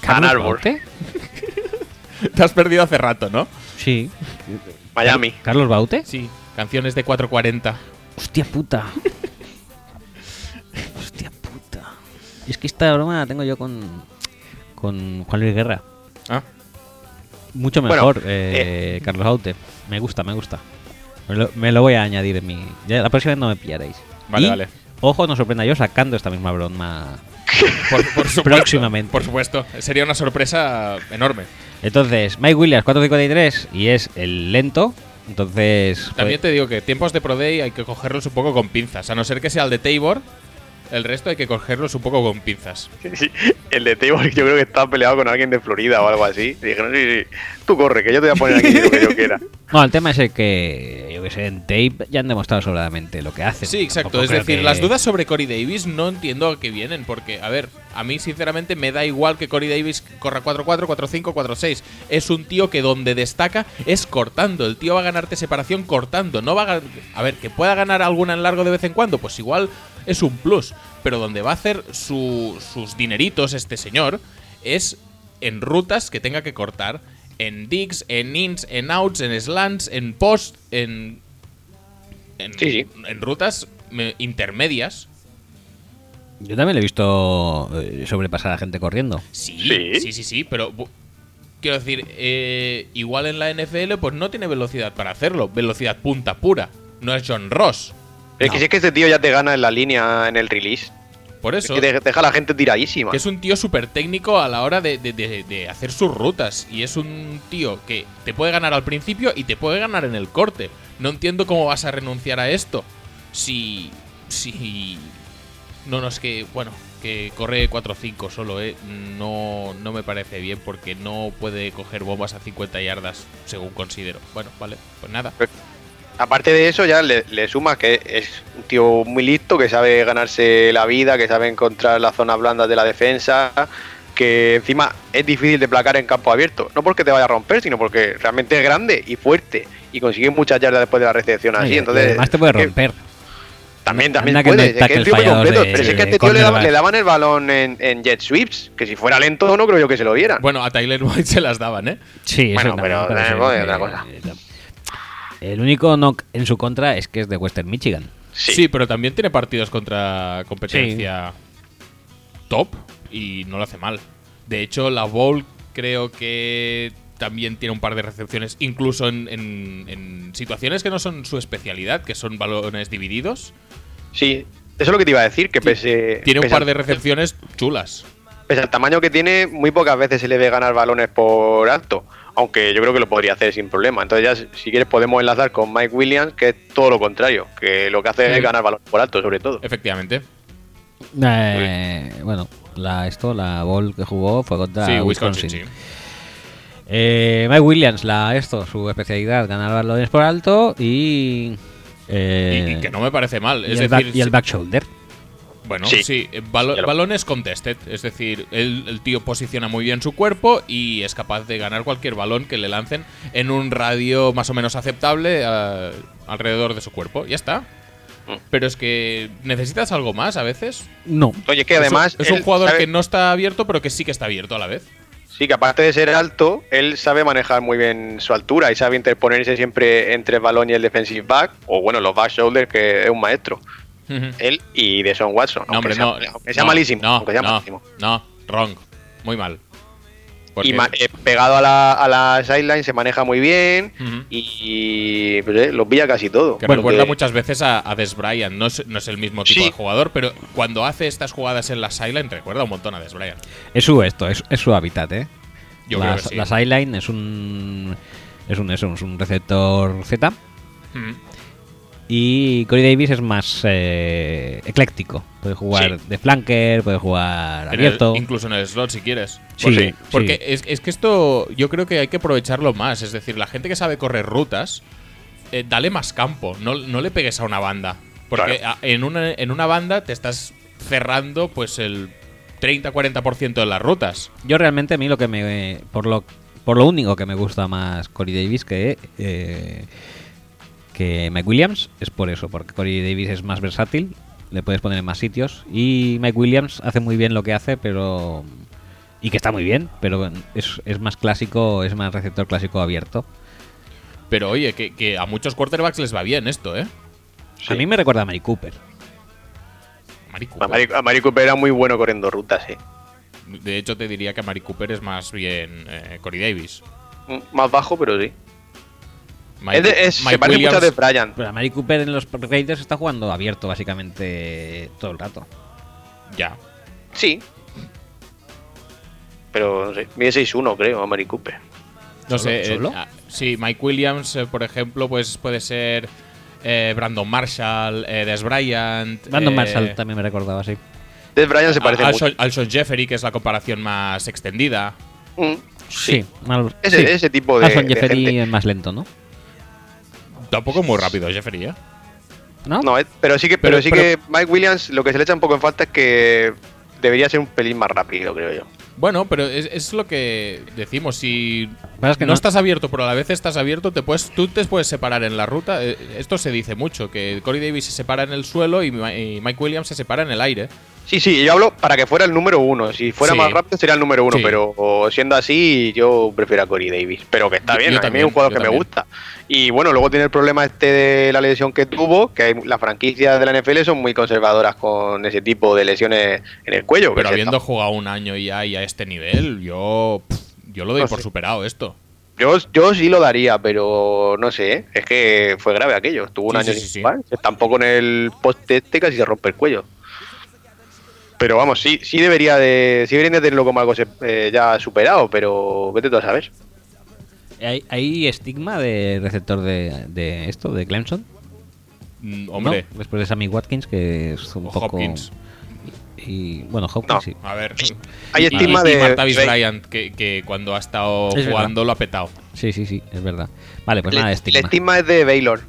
[SPEAKER 1] ¿Carlos
[SPEAKER 3] Arbor.
[SPEAKER 1] Baute?
[SPEAKER 2] Te has perdido hace rato, ¿no?
[SPEAKER 1] Sí.
[SPEAKER 3] Miami.
[SPEAKER 1] ¿Carlos Baute?
[SPEAKER 2] Sí. Canciones de 440.
[SPEAKER 1] Hostia puta. Hostia puta. Es que esta broma la tengo yo con, con Juan Luis Guerra.
[SPEAKER 2] Ah,
[SPEAKER 1] Mucho
[SPEAKER 3] Bueno,
[SPEAKER 1] mejor, eh, Carlos Baute. Me gusta, me gusta. Me lo, me lo voy a añadir en mi. ya la próxima vez no me pillaréis.
[SPEAKER 2] Vale,
[SPEAKER 1] Y,
[SPEAKER 2] vale.
[SPEAKER 1] Ojo, no sorprenda yo sacando esta misma broma
[SPEAKER 2] por, [laughs] por supuesto.
[SPEAKER 1] próximamente.
[SPEAKER 2] Por supuesto. Sería una sorpresa enorme.
[SPEAKER 1] Entonces, Mike Williams, 4.53 y es el lento. Entonces.
[SPEAKER 2] También
[SPEAKER 1] joder,
[SPEAKER 2] Pues te digo que tiempos de Pro Day hay que cogerlos un poco con pinzas. A no ser que sea el de Tabor, El resto hay que cogerlos un poco con pinzas.
[SPEAKER 3] Sí, el de Table [laughs] yo creo que está peleado con alguien de Florida o algo así. Y dijeron, sí, sí, tú corre, que yo te voy a poner aquí lo que [laughs] yo quiera.
[SPEAKER 1] No, el tema es el que, yo que sé, en tape ya han demostrado sobradamente lo que hacen.
[SPEAKER 2] Sí, exacto.
[SPEAKER 1] Tampoco
[SPEAKER 2] Es
[SPEAKER 1] creo
[SPEAKER 2] decir,
[SPEAKER 1] que-
[SPEAKER 2] las dudas sobre Corey Davis no entiendo a qué vienen, porque, a ver, a mí sinceramente me da igual que Corey Davis corra 4-4, 4-5, 4-6. Es un tío que donde destaca es cortando. El tío va a ganarte separación cortando. No va a, gan- a ver, que pueda ganar alguna en largo de vez en cuando, pues igual es un plus. Pero donde va a hacer su- sus dineritos este señor es en rutas que tenga que cortar. En digs, en ins, en outs, en slants, en post, en en,
[SPEAKER 3] Sí, sí.
[SPEAKER 2] en rutas me- intermedias.
[SPEAKER 1] Yo también le he visto eh, sobrepasar a gente corriendo.
[SPEAKER 2] Sí, sí,
[SPEAKER 3] Sí.
[SPEAKER 2] sí, sí, pero bu- quiero decir, eh, igual en la NFL pues no tiene velocidad para hacerlo, velocidad punta pura. No es John Ross.
[SPEAKER 3] Es que si es que este tío ya te gana en la línea en el release.
[SPEAKER 2] Por
[SPEAKER 3] Es
[SPEAKER 2] eso,
[SPEAKER 3] que te deja a la gente tiradísima.
[SPEAKER 2] que es un tío súper técnico a la hora de, de- de- de hacer sus rutas. Y es un tío que te puede ganar al principio y te puede ganar en el corte. No entiendo cómo vas a renunciar a esto. Si... Si... No, no, es que, bueno, que corre 4-5 solo, ¿eh? No, no me parece bien porque no puede coger bombas a 50 yardas, según considero. Bueno, vale, pues nada.
[SPEAKER 3] Aparte de eso, ya le, le sumas que es un tío muy listo, que sabe ganarse la vida, que sabe encontrar las zonas blandas de la defensa, que encima es difícil de placar en campo abierto. No porque te vaya a romper, sino porque realmente es grande y fuerte y consigue muchas yardas después de la recepción
[SPEAKER 1] Ay,
[SPEAKER 3] así.
[SPEAKER 1] y
[SPEAKER 3] Entonces,
[SPEAKER 1] además te puede
[SPEAKER 3] es que
[SPEAKER 1] romper.
[SPEAKER 3] También,
[SPEAKER 1] Anda
[SPEAKER 3] también
[SPEAKER 1] que no
[SPEAKER 3] puede.
[SPEAKER 1] hay
[SPEAKER 3] es que es
[SPEAKER 1] tackles
[SPEAKER 3] un tío muy
[SPEAKER 1] fallados
[SPEAKER 3] completo,
[SPEAKER 1] de-
[SPEAKER 3] pero si es que a
[SPEAKER 1] de
[SPEAKER 3] este tío le, daba-
[SPEAKER 1] cornerback.
[SPEAKER 3] le daban el balón en, en jet sweeps, que si fuera lento no creo yo que se lo dieran.
[SPEAKER 2] Bueno, a Tyler White [laughs] se las daban, ¿eh?
[SPEAKER 1] Sí, eso
[SPEAKER 3] Bueno,
[SPEAKER 1] también,
[SPEAKER 3] pero, eh,
[SPEAKER 1] sí,
[SPEAKER 3] voy a
[SPEAKER 1] eh,
[SPEAKER 3] otra cosa.
[SPEAKER 1] eh, El único knock en su contra es que es de Western Michigan.
[SPEAKER 2] Sí. pero también tiene partidos contra competencia top y no lo hace mal. De hecho, la Bowl creo que también tiene un par de recepciones, incluso en, en- en situaciones que no son su especialidad, que son balones divididos.
[SPEAKER 3] Sí, eso es lo que te iba a decir, que pese,
[SPEAKER 2] Tiene un
[SPEAKER 3] pese
[SPEAKER 2] par
[SPEAKER 3] al-
[SPEAKER 2] de recepciones chulas.
[SPEAKER 3] pese al tamaño que tiene, muy pocas veces se le ve ganar balones por alto. Aunque yo creo que lo podría hacer sin problema. Entonces ya, si- si quieres, podemos enlazar con Mike Williams, que es todo lo contrario, que lo que hace
[SPEAKER 2] Sí.
[SPEAKER 3] es ganar balones por alto, sobre todo.
[SPEAKER 2] Efectivamente.
[SPEAKER 1] Eh, bueno, la, esto, la ball que jugó fue contra
[SPEAKER 2] sí,
[SPEAKER 1] Wisconsin.
[SPEAKER 2] Ah, Wisconsin, sí.
[SPEAKER 1] Eh, Mike Williams, la, esto, su especialidad, ganar balones por alto y. eh,
[SPEAKER 2] Y, y que no me parece mal.
[SPEAKER 1] y
[SPEAKER 2] es
[SPEAKER 1] el
[SPEAKER 2] decir,
[SPEAKER 1] back, y el
[SPEAKER 2] si-
[SPEAKER 1] back shoulder.
[SPEAKER 2] Bueno, sí,
[SPEAKER 3] Sí.
[SPEAKER 2] eh, balo-
[SPEAKER 3] Ya lo-
[SPEAKER 2] balones contested, es decir, el, el tío posiciona muy bien su cuerpo y es capaz de ganar cualquier balón que le lancen en un radio más o menos aceptable eh, alrededor de su cuerpo, ya está.
[SPEAKER 3] Mm.
[SPEAKER 2] Pero es que necesitas algo más a veces.
[SPEAKER 1] No.
[SPEAKER 3] Oye, que
[SPEAKER 2] Es un-
[SPEAKER 3] además.
[SPEAKER 2] es un,
[SPEAKER 3] él
[SPEAKER 2] jugador
[SPEAKER 3] sabe-
[SPEAKER 2] que no está abierto, pero que sí que está abierto a la vez. [laughs]
[SPEAKER 3] Sí, que aparte de ser alto, él sabe manejar muy bien su altura y sabe interponerse siempre entre el balón y el defensive back, o bueno, los back shoulders, que es un maestro. Él y de Son Watson.
[SPEAKER 2] No, hombre,
[SPEAKER 3] sea,
[SPEAKER 2] no.
[SPEAKER 3] Aunque sea
[SPEAKER 2] no,
[SPEAKER 3] malísimo.
[SPEAKER 2] No,
[SPEAKER 3] aunque sea
[SPEAKER 2] no,
[SPEAKER 3] malísimo.
[SPEAKER 2] no, wrong. Muy mal.
[SPEAKER 3] Y
[SPEAKER 2] Porque-
[SPEAKER 3] ma- eh, pegado a la, a la sideline se maneja muy bien
[SPEAKER 2] Ujú.
[SPEAKER 3] y pues, eh, los pilla casi todo.
[SPEAKER 2] Que
[SPEAKER 3] Bueno,
[SPEAKER 2] recuerda
[SPEAKER 3] que-
[SPEAKER 2] muchas veces a, a Des Bryant. No es, no es el mismo tipo
[SPEAKER 3] Sí.
[SPEAKER 2] de jugador, pero cuando hace estas jugadas en la sideline recuerda un montón a Des Bryant.
[SPEAKER 1] Es su esto, es, es su hábitat, ¿eh?
[SPEAKER 2] Yo
[SPEAKER 1] la,
[SPEAKER 2] creo que sí.
[SPEAKER 1] la sideline es un. Es un, eso, es un receptor Z.
[SPEAKER 2] Mm.
[SPEAKER 1] Y Corey Davis es más eh, ecléctico. Puede jugar de flanker, puede jugar
[SPEAKER 2] En el-
[SPEAKER 1] abierto.
[SPEAKER 2] incluso en el slot si quieres.
[SPEAKER 1] Sí,
[SPEAKER 2] Porque-
[SPEAKER 1] sí.
[SPEAKER 2] Porque Es, es que esto yo creo que hay que aprovecharlo más. Es decir, la gente que sabe correr rutas, eh, dale más campo. No, no le pegues a una banda. Porque a- en, una, en una banda te estás cerrando pues el 30-40% de las rutas.
[SPEAKER 1] Yo realmente a mí lo que me por lo por lo único que me gusta más Corey Davis que eh, que Mike Williams es por eso, porque Corey Davis es más versátil, le puedes poner en más sitios y Mike Williams hace muy bien lo que hace, pero y que está muy bien, pero es, es más clásico, es más receptor clásico abierto.
[SPEAKER 2] Pero oye, que, que a muchos quarterbacks les va bien esto, ¿eh?
[SPEAKER 1] A mí me recuerda a Mary Cooper.
[SPEAKER 2] Mari
[SPEAKER 3] a
[SPEAKER 2] Cooper.
[SPEAKER 3] Mari, a Mari Cooper era muy bueno corriendo rutas, eh. sí.
[SPEAKER 2] De hecho, te diría que Mari Cooper es más bien eh, Corey Davis.
[SPEAKER 3] Mm, Más bajo, pero sí.
[SPEAKER 2] Mike-
[SPEAKER 3] Es de- es-
[SPEAKER 2] Mike
[SPEAKER 3] se parece mucho a de Bryant.
[SPEAKER 1] Pero a Mary Cooper en los Raiders está jugando abierto básicamente todo el rato.
[SPEAKER 2] Ya.
[SPEAKER 3] Sí. Pero no sé, mide 6-1, creo, a Mari Cooper.
[SPEAKER 1] ¿Solo-
[SPEAKER 2] No sé. eh,
[SPEAKER 1] solo?
[SPEAKER 2] ah, sí, Mike Williams, eh, por ejemplo, pues puede ser eh, Brandon Marshall, eh, Des Bryant.
[SPEAKER 1] Brandon
[SPEAKER 2] eh,
[SPEAKER 1] Marshall también me recordaba, sí.
[SPEAKER 3] Des Bryant se parece
[SPEAKER 2] a-
[SPEAKER 3] mucho.
[SPEAKER 2] Alshon, Alshon Jeffery, que es la comparación más extendida.
[SPEAKER 3] Mm,
[SPEAKER 1] Sí, mal-
[SPEAKER 3] Ese,
[SPEAKER 1] sí.
[SPEAKER 3] ese tipo de.
[SPEAKER 1] Alshon
[SPEAKER 3] de
[SPEAKER 1] Jeffery
[SPEAKER 3] gente.
[SPEAKER 1] es más lento, ¿no?
[SPEAKER 2] Tampoco muy rápido Jeffery, ¿eh?
[SPEAKER 1] ¿No?
[SPEAKER 3] No, eh, pero sí que, pero,
[SPEAKER 2] Pero-
[SPEAKER 3] sí
[SPEAKER 2] pero-
[SPEAKER 3] que Mike Williams lo que se le echa un poco en falta es que debería ser un pelín más rápido, creo yo.
[SPEAKER 2] Bueno, pero es, es lo que decimos. Si
[SPEAKER 1] Pasa es que
[SPEAKER 2] no,
[SPEAKER 1] no-
[SPEAKER 2] estás abierto, pero a la vez estás abierto, te puedes, tú te puedes separar en la ruta. Eh, Esto se dice mucho, que Corey Davis se separa en el suelo y, Ma- y Mike Williams se separa en el aire.
[SPEAKER 3] Sí, sí, yo hablo para que fuera el número uno. Si fuera
[SPEAKER 2] Sí.
[SPEAKER 3] más rápido sería el número uno,
[SPEAKER 2] Sí.
[SPEAKER 3] pero o, siendo así, yo prefiero a Corey Davis. Pero que está
[SPEAKER 2] Yo-
[SPEAKER 3] bien,
[SPEAKER 2] yo
[SPEAKER 3] a mí
[SPEAKER 2] también,
[SPEAKER 3] es un jugador
[SPEAKER 2] yo
[SPEAKER 3] que me
[SPEAKER 2] también.
[SPEAKER 3] gusta. Y bueno, luego tiene el problema este de la lesión que tuvo, que hay- las franquicias de la NFL son muy conservadoras con ese tipo de lesiones en el cuello. que
[SPEAKER 2] Pero
[SPEAKER 3] se
[SPEAKER 2] habiendo jugado un año ya y a este nivel, yo, pff, yo lo doy
[SPEAKER 3] No
[SPEAKER 2] por
[SPEAKER 3] sé.
[SPEAKER 2] superado esto.
[SPEAKER 3] Yo, yo sí lo daría, pero no sé, ¿eh? es que fue grave aquello. Estuvo un
[SPEAKER 2] Sí,
[SPEAKER 3] año
[SPEAKER 2] sí,
[SPEAKER 3] sin
[SPEAKER 2] sí, sí.
[SPEAKER 3] jugar. Se estampó con el poste este casi se rompe el cuello. Pero vamos, sí, sí debería de. Sí deberían de tenerlo como algo se- eh, ya superado, pero vete tú a saber.
[SPEAKER 1] ¿Hay, hay estigma de receptor de, de esto, de Clemson?
[SPEAKER 2] Mm,
[SPEAKER 1] ¿No?
[SPEAKER 2] Hombre,
[SPEAKER 1] Después de Sammy Watkins, que es un
[SPEAKER 2] O
[SPEAKER 1] poco.
[SPEAKER 2] Hopkins.
[SPEAKER 1] Y, bueno, Hopkins
[SPEAKER 3] No.
[SPEAKER 1] sí.
[SPEAKER 2] a ver.
[SPEAKER 3] Pues Hay
[SPEAKER 2] Y-
[SPEAKER 3] estigma
[SPEAKER 2] y,
[SPEAKER 3] de-
[SPEAKER 2] Martavis
[SPEAKER 3] de-
[SPEAKER 2] Bryant, que, que cuando ha estado
[SPEAKER 1] Es verdad.
[SPEAKER 2] jugando lo ha petado.
[SPEAKER 1] Sí, sí, sí, es verdad. Vale, pues
[SPEAKER 3] Le-
[SPEAKER 1] nada, estigma.
[SPEAKER 3] El estigma es de Baylor,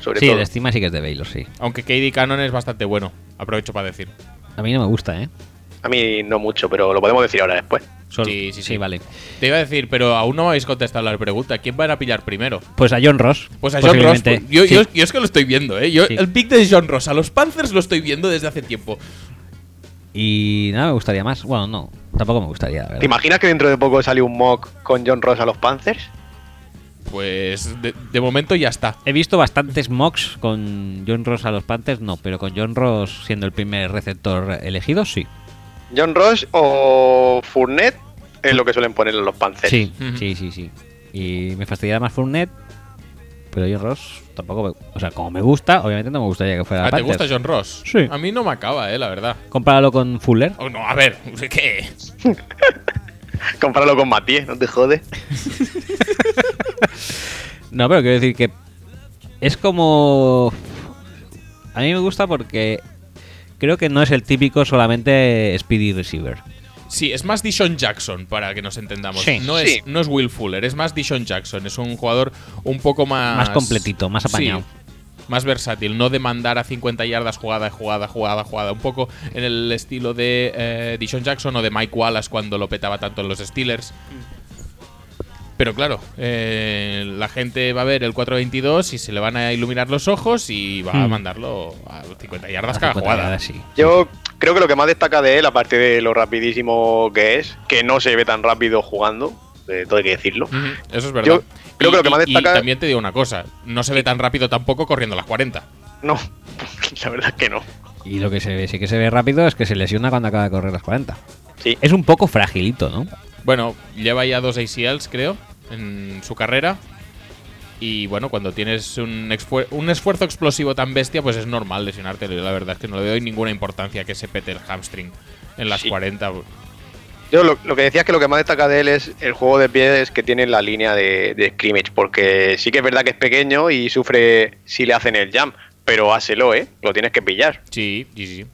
[SPEAKER 3] sobre
[SPEAKER 1] sí,
[SPEAKER 3] todo.
[SPEAKER 1] el estigma sí que es de Baylor, sí.
[SPEAKER 2] Aunque KD Cannon es bastante bueno, aprovecho para decir.
[SPEAKER 1] A mí no me gusta, ¿eh?
[SPEAKER 3] A mí no mucho, pero lo podemos decir ahora después.
[SPEAKER 1] Sol-
[SPEAKER 2] Sí, sí, sí.
[SPEAKER 1] vale.
[SPEAKER 2] Te iba a decir, pero aún no me habéis contestado la pregunta. ¿Quién van a pillar primero?
[SPEAKER 1] Pues a John Ross.
[SPEAKER 2] Pues a John Ross.
[SPEAKER 1] posiblemente.
[SPEAKER 2] pues, Yo,
[SPEAKER 1] Sí.
[SPEAKER 2] yo- yo es que lo estoy viendo, ¿eh? Yo,
[SPEAKER 1] Sí.
[SPEAKER 2] El pick de John Ross a los Panthers lo estoy viendo desde hace tiempo.
[SPEAKER 1] Y nada, me gustaría más. Bueno, no, tampoco me gustaría, la
[SPEAKER 3] ¿Te
[SPEAKER 1] verdad.
[SPEAKER 3] imaginas que dentro de poco sale un mock con John Ross a los Panthers?
[SPEAKER 2] Pues de, de momento ya está.
[SPEAKER 1] He visto bastantes mocks con John Ross a los Panthers, no, pero con John Ross siendo el primer receptor elegido, sí.
[SPEAKER 3] ¿John Ross o Fournette? Es lo que suelen poner en los Panthers.
[SPEAKER 1] Sí,
[SPEAKER 2] Ujú.
[SPEAKER 1] sí, sí, sí. Y me fastidiará más Fournette, pero John Ross tampoco me- O sea, como me gusta, obviamente no me gustaría que fuera
[SPEAKER 2] Ah, ¿Te
[SPEAKER 1] Panthers.
[SPEAKER 2] gusta John Ross?
[SPEAKER 1] Sí.
[SPEAKER 2] A mí no me acaba, ¿eh? La verdad.
[SPEAKER 1] Compáralo con Fuller.
[SPEAKER 2] Oh, no, a ver, [laughs] ¿qué?
[SPEAKER 3] Compáralo con Matías, no te jodes.
[SPEAKER 1] No, pero quiero decir que es como... A mí me gusta porque creo que no es el típico solamente speedy receiver.
[SPEAKER 2] Sí, es más Dishon Jackson, para que nos entendamos.
[SPEAKER 1] Sí.
[SPEAKER 2] no,
[SPEAKER 3] Sí.
[SPEAKER 2] Es, no es Will Fuller, es más Dishon Jackson. Es un jugador un poco más.
[SPEAKER 1] Más completito, más apañado.
[SPEAKER 2] Sí, más versátil, no demandar a 50 yardas jugada, jugada, jugada, jugada. Un poco en el estilo de eh, Dishon Jackson o de Mike Wallace cuando lo petaba tanto en los Steelers. Pero claro, eh, la gente va a ver el 422 y se le van a iluminar los ojos y va a
[SPEAKER 1] Mm.
[SPEAKER 2] mandarlo a 50 yardas
[SPEAKER 1] Más
[SPEAKER 2] cada
[SPEAKER 1] 50
[SPEAKER 2] jugada.
[SPEAKER 1] yardas, sí.
[SPEAKER 3] Yo creo que lo que más destaca de él, aparte de lo rapidísimo que es, que no se ve tan rápido jugando, eh, todo hay que decirlo.
[SPEAKER 2] Ujú, Eso es verdad.
[SPEAKER 3] Yo creo que lo que más
[SPEAKER 2] y
[SPEAKER 3] destaca-
[SPEAKER 2] también te digo una cosa, no se ve tan rápido tampoco corriendo las 40.
[SPEAKER 3] No, [laughs] la verdad es que no.
[SPEAKER 1] Y lo que se ve, sí que se ve rápido es que se lesiona cuando acaba de correr las 40.
[SPEAKER 3] Sí.
[SPEAKER 1] Es un poco fragilito, ¿no?
[SPEAKER 2] Bueno, lleva ya dos ACLs, creo, en su carrera. Y bueno, cuando tienes un, exfuer- un esfuerzo explosivo tan bestia, pues es normal lesionarte. Yo La verdad es que no le doy ninguna importancia que se pete el hamstring en las
[SPEAKER 3] Sí.
[SPEAKER 2] 40.
[SPEAKER 3] Yo lo, lo que decía es que lo que más destaca de él es el juego de pies que tiene en la línea de, de scrimmage, porque sí que es verdad que es pequeño y sufre si le hacen el jam, pero háselo, ¿eh? Lo tienes que pillar,
[SPEAKER 2] Sí, sí, sí.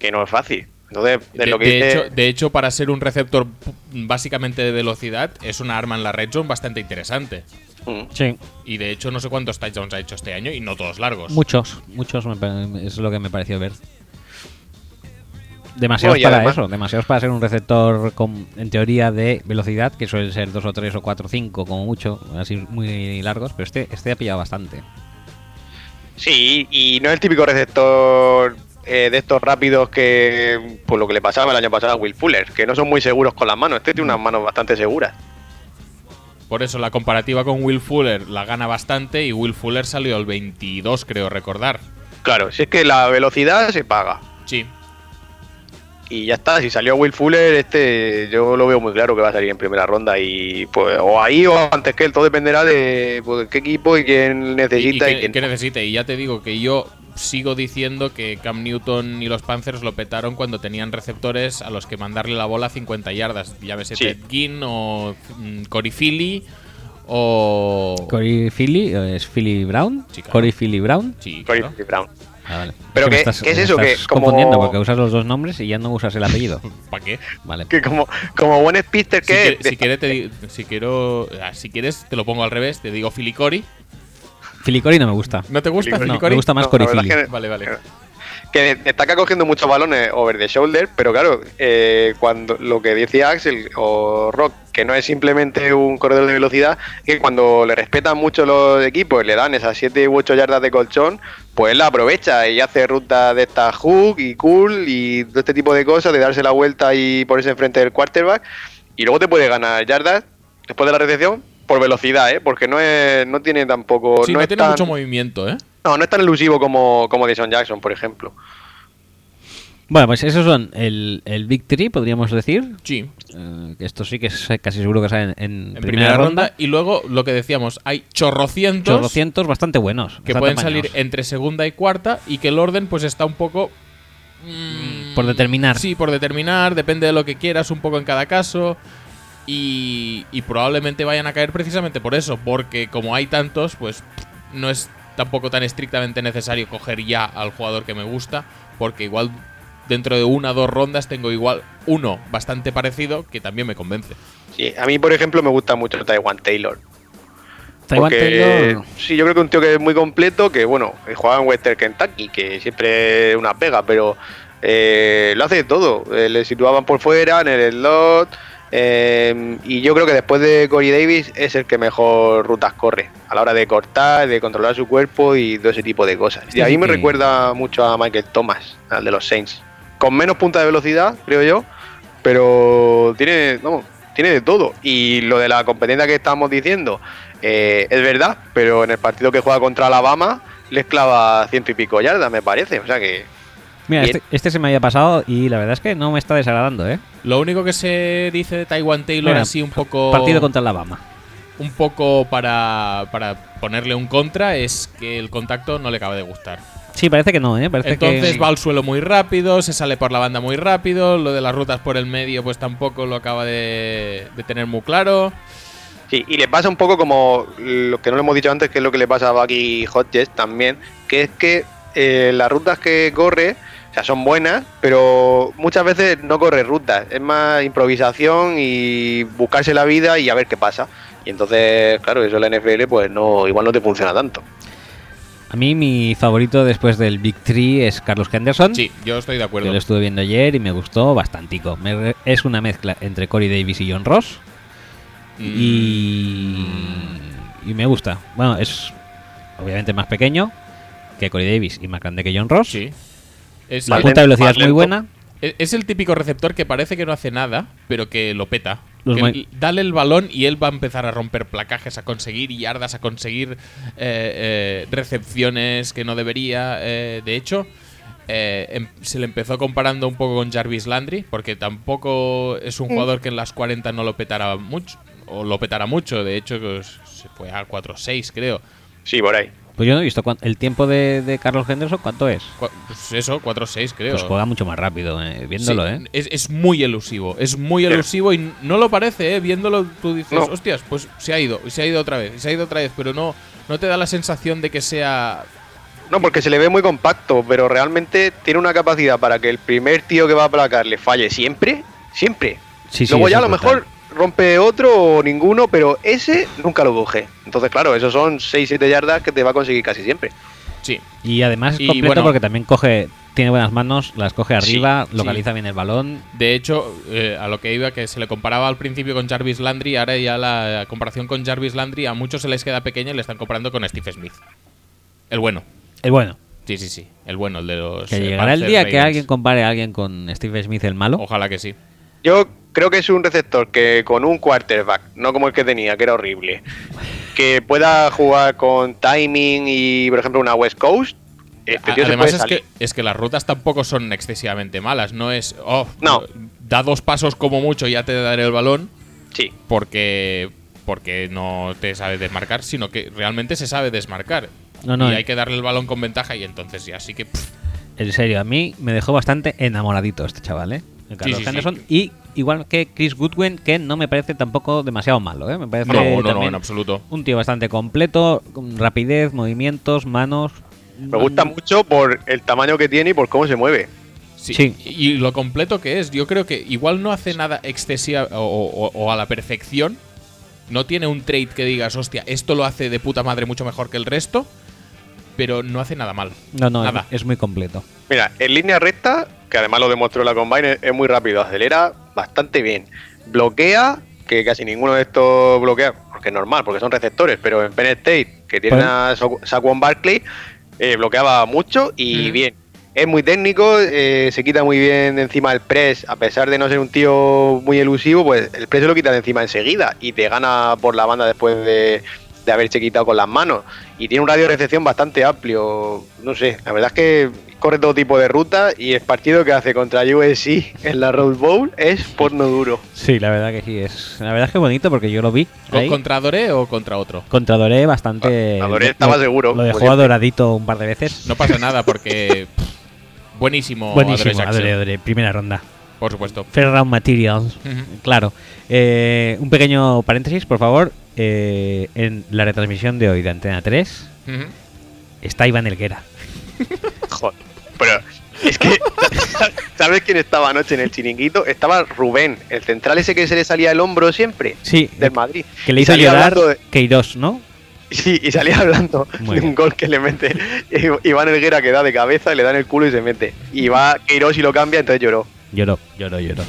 [SPEAKER 3] que no es fácil. Entonces, de,
[SPEAKER 2] De,
[SPEAKER 3] lo que
[SPEAKER 2] de
[SPEAKER 3] dice-
[SPEAKER 2] hecho, de hecho, para ser un receptor pu- básicamente de velocidad, es una arma en la red zone bastante interesante.
[SPEAKER 3] Mm.
[SPEAKER 1] Sí.
[SPEAKER 2] Y de hecho, no sé cuántos touchdowns ha hecho este año y no todos largos.
[SPEAKER 1] Muchos, muchos me pa- es lo que me pareció ver. Demasiados
[SPEAKER 3] Bueno, y
[SPEAKER 1] para
[SPEAKER 3] además-
[SPEAKER 1] eso, demasiados para ser un receptor con, en teoría de velocidad, que suelen ser 2 o 3 o 4 o 5 como mucho, así muy largos, pero este, este ha pillado bastante.
[SPEAKER 3] Sí, y no es el típico receptor eh, de estos rápidos que, por lo que le pasaba el año pasado a Will Fuller, que no son muy seguros con las manos. Este tiene unas manos bastante seguras.
[SPEAKER 2] Por eso la comparativa con Will Fuller la gana bastante y Will Fuller salió al 22, creo recordar.
[SPEAKER 3] Claro, si es que la velocidad se paga.
[SPEAKER 2] Sí.
[SPEAKER 3] Y ya está, si salió Will Fuller, este yo lo veo muy claro que va a salir en primera ronda. Y pues, o ahí o antes que él, todo dependerá de pues, qué equipo y quién
[SPEAKER 2] Y, y
[SPEAKER 3] necesita. Y,
[SPEAKER 2] que,
[SPEAKER 3] quién
[SPEAKER 2] que
[SPEAKER 3] no.
[SPEAKER 2] necesite. Y ya te digo que yo sigo diciendo que Cam Newton y los Panthers lo petaron cuando tenían receptores a los que mandarle la bola a 50 yardas. Llámese
[SPEAKER 3] Sí.
[SPEAKER 2] Ted Ginn o mm, Corey Philly o.
[SPEAKER 1] Cory Philly, eh, es Philly Brown.
[SPEAKER 2] Sí, claro.
[SPEAKER 1] Cory Philly Brown.
[SPEAKER 2] Sí,
[SPEAKER 3] Cory
[SPEAKER 2] claro.
[SPEAKER 3] Brown.
[SPEAKER 1] Ah, vale.
[SPEAKER 3] Pero
[SPEAKER 1] Es me
[SPEAKER 3] que-
[SPEAKER 1] estás-
[SPEAKER 3] ¿qué es
[SPEAKER 1] me
[SPEAKER 3] eso? Que
[SPEAKER 1] estás
[SPEAKER 3] como-
[SPEAKER 1] confundiendo porque usas los dos nombres y ya no usas el apellido.
[SPEAKER 3] [laughs]
[SPEAKER 2] ¿Para qué?
[SPEAKER 1] Vale.
[SPEAKER 3] Que como, como buen speedster
[SPEAKER 2] Si,
[SPEAKER 3] que
[SPEAKER 2] quiere-
[SPEAKER 3] es, de-
[SPEAKER 2] si quieres, te, di- si quiero, ah, si quieres, te lo pongo al revés. Te digo Filicori.
[SPEAKER 1] Philly Cory no me gusta.
[SPEAKER 2] ¿No te gusta
[SPEAKER 1] No,
[SPEAKER 2] Filicori?
[SPEAKER 1] me gusta más
[SPEAKER 3] No,
[SPEAKER 1] Cory
[SPEAKER 3] la verdad
[SPEAKER 1] Philly.
[SPEAKER 3] es
[SPEAKER 2] Vale, vale.
[SPEAKER 3] que destaca cogiendo muchos balones over the shoulder, pero claro, eh, cuando lo que decía Axel o Rock, que no es simplemente un corredor de velocidad, que cuando le respetan mucho los equipos, le dan esas 7 u 8 yardas de colchón, pues él la aprovecha y hace rutas de estas hook y cool y todo este tipo de cosas, de darse la vuelta y ponerse enfrente del quarterback, y luego te puede ganar yardas después de la recepción por velocidad, ¿eh? porque no es, no tiene tampoco...
[SPEAKER 2] Sí, no,
[SPEAKER 3] es
[SPEAKER 2] tiene
[SPEAKER 3] tan-
[SPEAKER 2] mucho movimiento, ¿eh?
[SPEAKER 3] no, no es tan elusivo como, como Jason Jackson, por ejemplo.
[SPEAKER 1] Bueno, pues esos son el, el Big Three, podríamos decir.
[SPEAKER 2] Sí.
[SPEAKER 1] Eh, que esto sí que es casi seguro que sale en, en
[SPEAKER 2] En
[SPEAKER 1] primera, ronda.
[SPEAKER 2] Y luego, lo que decíamos, hay chorrocientos,
[SPEAKER 1] 800 bastante buenos.
[SPEAKER 2] que
[SPEAKER 1] bastante
[SPEAKER 2] pueden salir
[SPEAKER 1] mañosos.
[SPEAKER 2] entre segunda y cuarta y que el orden pues está un poco... mm,
[SPEAKER 1] Por determinar.
[SPEAKER 2] Sí, por determinar, depende de lo que quieras un poco en cada caso. Y, y probablemente vayan a caer precisamente por eso, porque como hay tantos, pues no es tampoco tan estrictamente necesario coger ya al jugador que me gusta, porque igual dentro de una o dos rondas tengo igual uno bastante parecido que también me convence.
[SPEAKER 3] Sí, a mí, por ejemplo, me gusta mucho Taiwan Taylor.
[SPEAKER 1] Taiwan
[SPEAKER 3] porque,
[SPEAKER 1] Taylor-
[SPEAKER 3] Sí, yo creo que un tío que es muy completo, que bueno, que jugaba en Western Kentucky, que siempre es una pega, pero eh, lo hace de todo. Eh, le situaban por fuera, en el slot. eh, y yo creo que después de Corey Davis es el que mejor rutas corre a la hora de cortar, de controlar su cuerpo y todo ese tipo de cosas.
[SPEAKER 1] Este
[SPEAKER 3] y a mí
[SPEAKER 1] sí
[SPEAKER 3] me
[SPEAKER 1] que-
[SPEAKER 3] recuerda mucho a Michael Thomas, al de los Saints. Con menos punta de velocidad, creo yo, pero tiene, vamos, tiene de todo. Y lo de la competencia que estábamos diciendo, eh, es verdad, pero en el partido que juega contra Alabama les clava ciento y pico yardas, me parece. O sea que
[SPEAKER 1] Mira,
[SPEAKER 3] Bien.
[SPEAKER 1] este, este se me había pasado y la verdad es que no me está desagradando, ¿eh?
[SPEAKER 2] Lo único que se dice de Taiwan Taylor
[SPEAKER 1] Mira,
[SPEAKER 2] así un poco
[SPEAKER 1] Partido contra Alabama.
[SPEAKER 2] un poco para, para ponerle un contra es que el contacto no le acaba de gustar.
[SPEAKER 1] Sí, parece que no, ¿eh? Parece
[SPEAKER 2] Entonces
[SPEAKER 1] que...
[SPEAKER 2] va al suelo muy rápido, se sale por la banda muy rápido, lo de las rutas por el medio pues tampoco lo acaba de, de tener muy claro.
[SPEAKER 3] sí, y le pasa un poco como lo que no lo hemos dicho antes, que es lo que le pasa a Bucky Hodges también, que es que eh, las rutas que corre, o sea, son buenas, pero muchas veces no corre rutas, es más improvisación y buscarse la vida y a ver qué pasa. Y entonces, claro, eso en la NFL pues no, igual no te funciona tanto.
[SPEAKER 1] A mí mi favorito después del Big Three es Carlos Henderson.
[SPEAKER 2] Sí, yo estoy de
[SPEAKER 1] Yo
[SPEAKER 2] acuerdo.
[SPEAKER 1] lo estuve viendo ayer y me gustó bastantico. Me re- es una mezcla entre Corey Davis y John Ross.
[SPEAKER 2] Mm,
[SPEAKER 1] Y, y me gusta. Bueno, es obviamente más pequeño que Corey Davis y más grande que John Ross.
[SPEAKER 2] sí. Es,
[SPEAKER 1] La
[SPEAKER 3] Más
[SPEAKER 1] punta de
[SPEAKER 3] lento,
[SPEAKER 1] velocidad
[SPEAKER 3] más
[SPEAKER 1] es muy
[SPEAKER 3] lento.
[SPEAKER 1] buena.
[SPEAKER 2] es- E-, es el típico receptor que parece que no hace nada, pero que lo peta.
[SPEAKER 1] Los
[SPEAKER 2] Que
[SPEAKER 1] ma-
[SPEAKER 2] l- dale el balón y él va a empezar a romper placajes, a conseguir yardas, a conseguir eh, eh, recepciones que no debería. eh, de hecho, eh, em- se le empezó comparando un poco con Jarvis Landry, porque tampoco es un jugador que en las 40 no lo petara mucho, o lo petara mucho. De hecho, pues, se fue a 4-6, creo.
[SPEAKER 3] Sí, por ahí.
[SPEAKER 1] Pues yo no he visto cuán- el tiempo de, de Carlos Henderson, ¿cuánto es?
[SPEAKER 2] Cua- pues eso, 4-6, creo.
[SPEAKER 1] Pues juega mucho más rápido, eh, viéndolo,
[SPEAKER 2] Sí,
[SPEAKER 1] ¿eh?
[SPEAKER 2] Es, es muy elusivo, es muy elusivo y n- no lo parece, ¿eh? Viéndolo tú dices,
[SPEAKER 3] No.
[SPEAKER 2] hostias, pues se ha ido, y se ha ido otra vez, y se ha ido otra vez, pero no, no te da la sensación de que sea...
[SPEAKER 3] No, porque se le ve muy compacto, pero realmente tiene una capacidad para que el primer tío que va a placar le falle siempre, siempre.
[SPEAKER 1] Sí, sí,
[SPEAKER 3] Luego
[SPEAKER 1] es
[SPEAKER 3] ya a lo
[SPEAKER 1] importante.
[SPEAKER 3] mejor rompe otro o ninguno, pero ese nunca lo coge. Entonces, claro, esos son 6-7 yardas que te va a conseguir casi siempre.
[SPEAKER 2] Sí,
[SPEAKER 1] Y además es
[SPEAKER 2] Y
[SPEAKER 1] completo
[SPEAKER 2] bueno-
[SPEAKER 1] porque también coge, tiene buenas manos, las coge arriba,
[SPEAKER 2] sí.
[SPEAKER 1] localiza bien el balón.
[SPEAKER 2] de hecho, eh, a lo que iba, que se le comparaba al principio con Jarvis Landry, ahora ya la comparación con Jarvis Landry a muchos se les queda pequeña y le están comparando con Steve Smith. El bueno,
[SPEAKER 1] Es Eh, bueno.
[SPEAKER 2] sí, sí, sí, el bueno, el de los...
[SPEAKER 1] Que
[SPEAKER 2] eh,
[SPEAKER 1] llegará el
[SPEAKER 2] Panthers,
[SPEAKER 1] día que
[SPEAKER 2] Ravens.
[SPEAKER 1] alguien compare a alguien con Steve Smith el malo.
[SPEAKER 2] Ojalá que sí.
[SPEAKER 3] Yo creo que es un receptor que con un quarterback, no como el que tenía, que era horrible, que pueda jugar con timing y, por ejemplo, una West Coast. Este
[SPEAKER 2] A-
[SPEAKER 3] tío se
[SPEAKER 2] Además
[SPEAKER 3] puede
[SPEAKER 2] es
[SPEAKER 3] salir.
[SPEAKER 2] que, es que las rutas tampoco son excesivamente malas, no es, oh,
[SPEAKER 3] No.
[SPEAKER 2] da dos pasos como mucho y ya te daré el balón
[SPEAKER 3] Sí,
[SPEAKER 2] porque, porque no te sabes desmarcar, sino que realmente se sabe desmarcar.
[SPEAKER 1] No, no,
[SPEAKER 2] y
[SPEAKER 1] eh.
[SPEAKER 2] hay que darle el balón con ventaja y entonces ya, así que... pff,
[SPEAKER 1] En serio, a mí me dejó bastante enamoradito este chaval, ¿eh? El Carlos
[SPEAKER 2] sí, sí.
[SPEAKER 1] Henderson. Y igual que Chris Goodwin, que no me parece tampoco demasiado malo. ¿eh? Me parece
[SPEAKER 2] No, no, no,
[SPEAKER 1] también
[SPEAKER 2] en absoluto.
[SPEAKER 1] un tío bastante completo, con rapidez, movimientos, manos.
[SPEAKER 3] Me gusta mucho por el tamaño que tiene y por cómo se mueve.
[SPEAKER 2] Sí.
[SPEAKER 1] Sí.
[SPEAKER 2] Y lo completo que es, yo creo que igual no hace nada excesiva o, o- o a la perfección. No tiene un trait que digas, hostia, esto lo hace de puta madre mucho mejor que el resto, pero no hace nada mal.
[SPEAKER 1] No, no, es,
[SPEAKER 2] nada.
[SPEAKER 1] es muy completo.
[SPEAKER 3] Mira, en línea recta, que además lo demostró la Combine, es- es muy rápido, acelera bastante bien. Bloquea, que casi ninguno de estos bloquea, porque es normal, porque son receptores, pero en Penn State, que tiene
[SPEAKER 1] Pues-
[SPEAKER 3] a Sa- Saquon Barkley, eh, bloqueaba mucho y
[SPEAKER 2] Ujú.
[SPEAKER 3] bien. Es muy técnico, eh, se quita muy bien de encima el press, a pesar de no ser un tío muy elusivo, pues el press se lo quita de encima enseguida y te gana por la banda después de, de haberse quitado con las manos. Y tiene un radio de recepción bastante amplio, no sé, la verdad es que corre todo tipo de rutas y el partido que hace contra USC en la Road Bowl es porno duro.
[SPEAKER 1] Sí, la verdad que sí. Es, la verdad es que bonito porque yo lo vi.
[SPEAKER 2] ¿Con-
[SPEAKER 1] ahí.
[SPEAKER 2] ¿Contra Doré o contra otro?
[SPEAKER 1] Contra Doré bastante.
[SPEAKER 3] Ah, Doré
[SPEAKER 1] lo-
[SPEAKER 3] estaba
[SPEAKER 1] lo-
[SPEAKER 3] seguro,
[SPEAKER 1] Lo dejó
[SPEAKER 3] como siempre.
[SPEAKER 1] doradito un par de veces.
[SPEAKER 2] No pasa nada porque. pff, buenísimo, Adore
[SPEAKER 1] Buenísimo,
[SPEAKER 2] Jackson,
[SPEAKER 1] Doré, Doré, primera ronda.
[SPEAKER 2] por supuesto.
[SPEAKER 1] Fair Round Materials.
[SPEAKER 2] Ujú.
[SPEAKER 1] Claro. Eh, un pequeño paréntesis, por favor. Eh, en la retransmisión de hoy de Antena 3
[SPEAKER 2] Ujú.
[SPEAKER 1] está Iván Elguera.
[SPEAKER 3] Joder. Pero es que, [laughs] ¿sabes quién estaba anoche en el chiringuito? Estaba Rubén, el central ese que se le salía el hombro siempre,
[SPEAKER 1] Sí,
[SPEAKER 3] del Madrid.
[SPEAKER 1] Eh,
[SPEAKER 3] [laughs]
[SPEAKER 1] que le
[SPEAKER 3] Y
[SPEAKER 1] hizo
[SPEAKER 3] salía
[SPEAKER 1] llorar
[SPEAKER 3] hablando de-
[SPEAKER 1] Queiroz, ¿no?
[SPEAKER 3] Sí, y salía hablando
[SPEAKER 1] Muy
[SPEAKER 3] de
[SPEAKER 1] bien.
[SPEAKER 3] un gol que le mete [laughs] I- Iván Helguera que da de cabeza, le da en el culo y se mete. Y va Queiroz y lo cambia, entonces lloró.
[SPEAKER 1] Lloró, lloró,
[SPEAKER 3] [laughs]
[SPEAKER 1] lloró.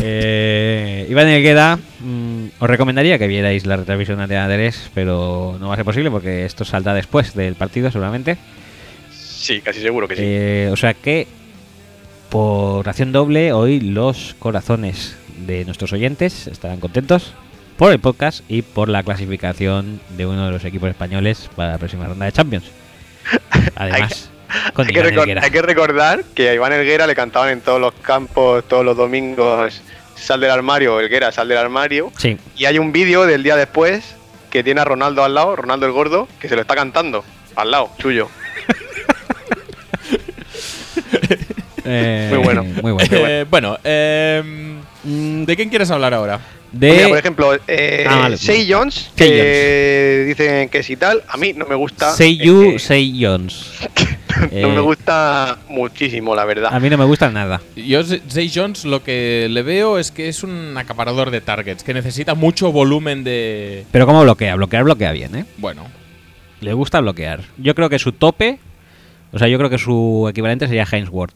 [SPEAKER 1] Eh, Iván Elguera, mm, os recomendaría que vierais la retransmisión de Antena 3, pero no va a ser posible porque esto saldrá después del partido, seguramente.
[SPEAKER 3] Sí, casi seguro que sí.
[SPEAKER 1] Eh, o sea que, por acción doble, hoy los corazones de nuestros oyentes estarán contentos por el podcast y por la clasificación de uno de los equipos españoles para la próxima ronda de
[SPEAKER 3] [laughs]
[SPEAKER 1] Champions. Además, con
[SPEAKER 3] Hay que,
[SPEAKER 1] Iván
[SPEAKER 3] recor-
[SPEAKER 1] Helguera.
[SPEAKER 3] hay que recordar que a Iván Helguera le cantaban en todos los campos, todos los domingos, sal del armario, Helguera, sal del armario.
[SPEAKER 1] Sí,
[SPEAKER 3] Y hay un vídeo del día después que tiene a Ronaldo al lado, Ronaldo el gordo, que se lo está cantando al lado, suyo.
[SPEAKER 1] eh,
[SPEAKER 3] [laughs] Muy bueno.
[SPEAKER 1] Muy
[SPEAKER 3] [laughs]
[SPEAKER 1] bueno.
[SPEAKER 2] Eh, [laughs] bueno, em,
[SPEAKER 1] Mm,
[SPEAKER 2] ¿de quién quieres hablar ahora?
[SPEAKER 1] de-
[SPEAKER 3] Mira, por ejemplo, eh,
[SPEAKER 1] Ah, vale.
[SPEAKER 3] Say Jones,
[SPEAKER 1] Say
[SPEAKER 3] que dicen que si tal, a mí no me gusta.
[SPEAKER 1] Say You,
[SPEAKER 3] eh,
[SPEAKER 1] Say Jones.
[SPEAKER 3] [laughs] No
[SPEAKER 1] Eh,
[SPEAKER 3] me gusta muchísimo, la
[SPEAKER 1] A
[SPEAKER 3] verdad.
[SPEAKER 1] mí no me gusta nada.
[SPEAKER 2] Yo, Z- Zay Jones, lo que le veo es que es un acaparador de targets, que necesita mucho volumen de.
[SPEAKER 1] Pero ¿cómo bloquea? Bloquear, bloquea bien, ¿eh?
[SPEAKER 2] Bueno,
[SPEAKER 1] Le gusta bloquear. Yo creo que su tope, o sea, yo creo que su equivalente sería Heinz Ward.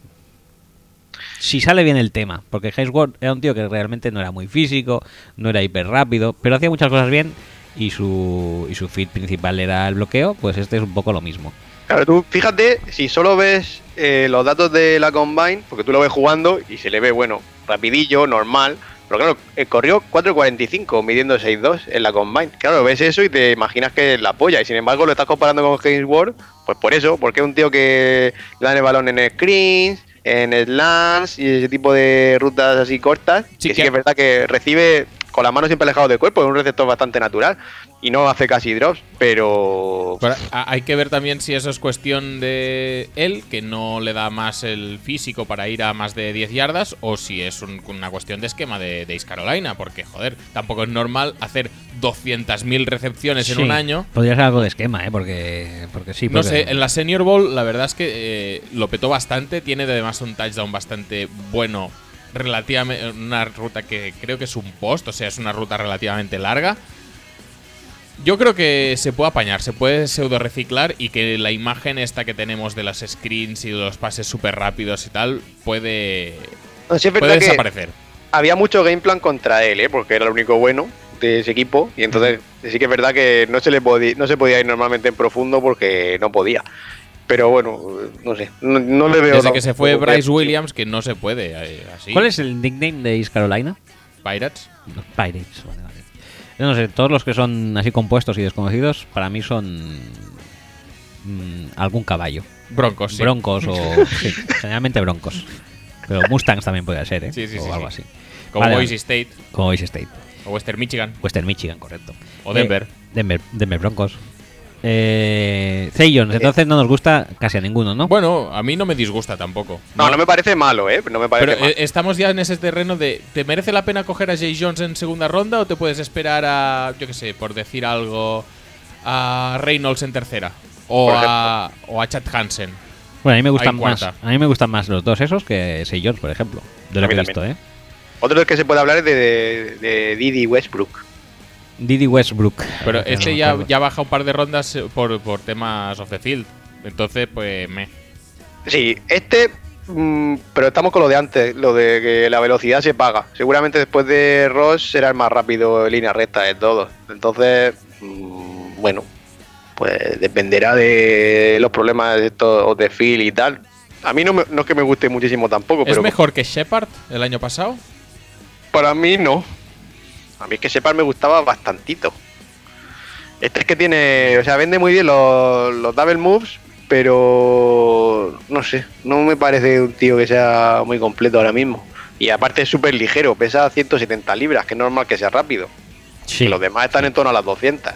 [SPEAKER 1] Si sale bien el tema, porque Heinz Ward era un tío que realmente no era muy físico, no era hiper rápido, pero hacía muchas cosas bien y su, y su feed principal era el bloqueo, pues este es un poco lo mismo.
[SPEAKER 3] Claro, tú fíjate, si solo ves eh, los datos de la Combine, porque tú lo ves jugando y se le ve, bueno, rapidillo, normal. Pero claro, eh, corrió 4.45 midiendo 6.2 en la Combine. Claro, ves eso y te imaginas que es la polla. Y sin embargo lo estás comparando con James Ward, pues por eso, porque es un tío que le dan el balón en screens, en slants y ese tipo de rutas así cortas.
[SPEAKER 2] Sí,
[SPEAKER 3] que
[SPEAKER 2] que-
[SPEAKER 3] sí que es verdad que recibe con las manos siempre alejadas del cuerpo, es un receptor bastante natural. Y no hace casi drops, pero
[SPEAKER 2] pero ha- hay que ver también si eso es cuestión de él, que no le da más el físico para ir a más de 10 yardas, o si es un- una cuestión de esquema de, de East Carolina, porque joder, tampoco es normal hacer 200.000 recepciones en
[SPEAKER 1] Sí,
[SPEAKER 2] un año.
[SPEAKER 1] Podría ser algo de esquema, ¿eh? Porque, porque sí.
[SPEAKER 2] No
[SPEAKER 1] porque-
[SPEAKER 2] sé, en la Senior Bowl la verdad es que eh, lo petó bastante, tiene además un touchdown bastante bueno, relativamente una ruta que creo que es un post, o sea, es una ruta relativamente larga. Yo creo que se puede apañar, se puede pseudo reciclar y que la imagen esta que tenemos de las screens y de los pases súper rápidos y tal puede,
[SPEAKER 3] No, sí es
[SPEAKER 2] puede
[SPEAKER 3] verdad que
[SPEAKER 2] desaparecer.
[SPEAKER 3] había mucho game plan contra él, ¿eh? porque era el único bueno de ese equipo. Y entonces sí que es verdad que no se le podía, no se podía ir normalmente en profundo porque no podía. Pero bueno, no sé. No, no le veo.
[SPEAKER 2] Desde
[SPEAKER 3] tampoco-
[SPEAKER 2] que se fue Bryce Williams, que no se puede eh, así.
[SPEAKER 1] ¿Cuál es el nickname de East Carolina?
[SPEAKER 2] Pirates.
[SPEAKER 1] Los Pirates, vale, vale. Yo no sé, todos los que son así compuestos y desconocidos, para mí son mm, algún caballo.
[SPEAKER 2] Broncos, Pues sí.
[SPEAKER 1] Broncos o...
[SPEAKER 2] [laughs]
[SPEAKER 1] sí, generalmente broncos. Pero Mustangs también podría ser, ¿eh?
[SPEAKER 2] Sí, sí,
[SPEAKER 1] o
[SPEAKER 2] sí,
[SPEAKER 1] algo
[SPEAKER 2] sí.
[SPEAKER 1] así.
[SPEAKER 2] Como
[SPEAKER 1] Vale,
[SPEAKER 2] Boise
[SPEAKER 1] vale.
[SPEAKER 2] State
[SPEAKER 1] Como Boise State.
[SPEAKER 2] o Western Michigan.
[SPEAKER 1] Western Michigan, correcto.
[SPEAKER 2] O Denver.
[SPEAKER 1] Eh, Denver. Denver Broncos. Eh, Zeyons, entonces no nos gusta casi a ninguno, ¿no?
[SPEAKER 2] Bueno, a mí no me disgusta tampoco.
[SPEAKER 3] No, no me parece malo, ¿eh? No
[SPEAKER 2] Pero
[SPEAKER 3] me parece
[SPEAKER 2] eh,
[SPEAKER 3] malo.
[SPEAKER 2] estamos ya en ese terreno de ¿te merece la pena coger a Jay Jones en segunda ronda o te puedes esperar a, yo qué sé, por decir algo, a Reynolds en tercera? O
[SPEAKER 3] Por
[SPEAKER 2] a, o a Chad Hansen.
[SPEAKER 1] Bueno, a mí me gustan
[SPEAKER 2] Hay
[SPEAKER 1] más.
[SPEAKER 2] cuarta.
[SPEAKER 1] A mí me gustan más los dos esos que Seyons, por ejemplo. De lo
[SPEAKER 3] A
[SPEAKER 1] que he
[SPEAKER 3] mí
[SPEAKER 1] visto, ¿eh?
[SPEAKER 3] también. Otro del que se puede hablar es de, de, de Didi Westbrook.
[SPEAKER 1] Didi Westbrook.
[SPEAKER 2] Pero
[SPEAKER 1] Ahora que
[SPEAKER 2] este
[SPEAKER 1] no
[SPEAKER 2] ya,
[SPEAKER 1] recuerdo.
[SPEAKER 2] ya baja un par de rondas eh, por, por temas off the field. Entonces, pues me.
[SPEAKER 3] Sí, este. mm, pero estamos con lo de antes, lo de que la velocidad se paga. Seguramente después de Ross será el más rápido en línea recta de todos. Entonces, mm, bueno, pues dependerá de los problemas de estos o de Phil y tal. A mí no, me- no es que me guste muchísimo tampoco,
[SPEAKER 2] ¿Es
[SPEAKER 3] pero
[SPEAKER 2] mejor que Shepard el año pasado?
[SPEAKER 3] para mí no. A mí es que Separ me gustaba bastantito. Este es que tiene, o sea, vende muy bien los, los double moves, pero no sé, no me parece un tío que sea muy completo ahora mismo. Y aparte es súper ligero, pesa 170 libras, que es normal que sea rápido.
[SPEAKER 1] Sí.
[SPEAKER 3] Los demás están en torno a las 200.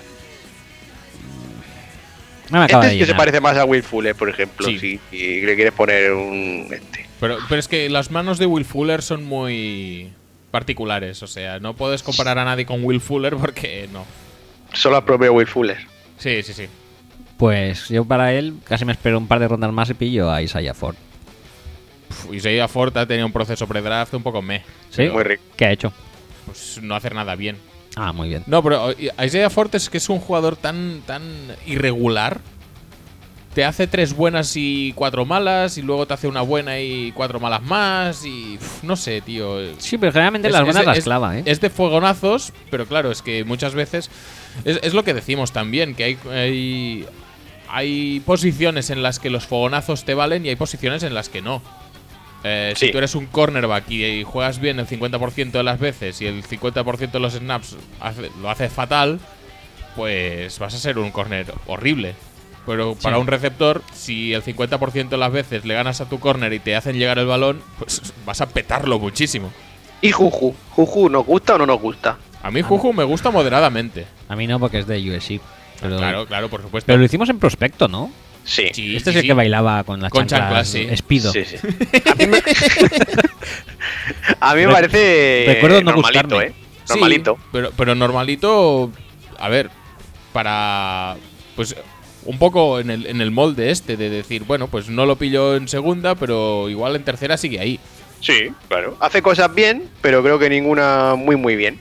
[SPEAKER 1] No me acaba
[SPEAKER 3] Este
[SPEAKER 1] de
[SPEAKER 3] sí que se
[SPEAKER 1] llenar.
[SPEAKER 3] parece más a Will Fuller, por ejemplo,
[SPEAKER 2] Sí.
[SPEAKER 3] si, si le quieres poner un... Este.
[SPEAKER 2] Pero, pero es que las manos de Will Fuller son muy particulares. O sea, no puedes comparar a nadie con Will Fuller porque no.
[SPEAKER 3] Solo al propio Will Fuller.
[SPEAKER 2] Sí, sí, sí.
[SPEAKER 1] Pues yo para él casi me espero un par de rondas más y pillo a Isaiah Ford.
[SPEAKER 2] Pf, Isaiah Ford ha tenido un proceso pre-draft un poco meh.
[SPEAKER 1] ¿Sí?
[SPEAKER 3] Muy rico.
[SPEAKER 1] ¿Qué ha hecho?
[SPEAKER 2] Pues no hacer nada bien.
[SPEAKER 1] Ah, muy bien.
[SPEAKER 2] No, pero eh, Isaiah Ford es que es un jugador tan, tan irregular. Te hace tres buenas y cuatro malas, y luego te hace una buena y cuatro malas más, y pf, no sé, tío.
[SPEAKER 1] Sí, pero generalmente las
[SPEAKER 2] Es-
[SPEAKER 1] buenas
[SPEAKER 2] es-
[SPEAKER 1] las
[SPEAKER 2] es-
[SPEAKER 1] clava, ¿eh?
[SPEAKER 2] Es de fogonazos, pero claro, es que muchas veces. Es, es lo que decimos también, que hay, hay. hay posiciones en las que los fogonazos te valen y hay posiciones en las que no. Eh, Si
[SPEAKER 3] Sí.
[SPEAKER 2] tú eres un cornerback y, y juegas bien el 50% de las veces y el 50% de los snaps hace- lo haces fatal, pues vas a ser un corner horrible. Pero para
[SPEAKER 1] Sí.
[SPEAKER 2] un receptor, si el 50% de las veces le ganas a tu corner y te hacen llegar el balón, pues vas a petarlo muchísimo.
[SPEAKER 3] Y Juju. Juju, ¿nos gusta o no nos gusta?
[SPEAKER 2] A mí Juju me gusta moderadamente.
[SPEAKER 1] A mí no, porque es de USC. Pero,
[SPEAKER 2] Ah, claro, claro, por supuesto.
[SPEAKER 1] pero lo hicimos en prospecto, ¿no?
[SPEAKER 3] Sí.
[SPEAKER 2] Sí,
[SPEAKER 1] este es
[SPEAKER 2] sí,
[SPEAKER 1] el
[SPEAKER 2] sí.
[SPEAKER 1] que bailaba con las
[SPEAKER 2] Con
[SPEAKER 1] chanclas,
[SPEAKER 2] chanclas, sí.
[SPEAKER 1] Espido.
[SPEAKER 3] Sí, sí. [laughs] A mí me, A mí me
[SPEAKER 1] Re-
[SPEAKER 3] parece eh,
[SPEAKER 1] recuerdo no
[SPEAKER 3] normalito,
[SPEAKER 1] gustarme.
[SPEAKER 3] ¿eh? Normalito.
[SPEAKER 2] Sí, pero, pero normalito, a ver, para. Pues un poco en el, en el molde este de decir, bueno, pues no lo pillo en segunda, pero igual en tercera sigue ahí.
[SPEAKER 3] Sí. claro. Hace cosas bien, pero creo que ninguna muy, muy bien.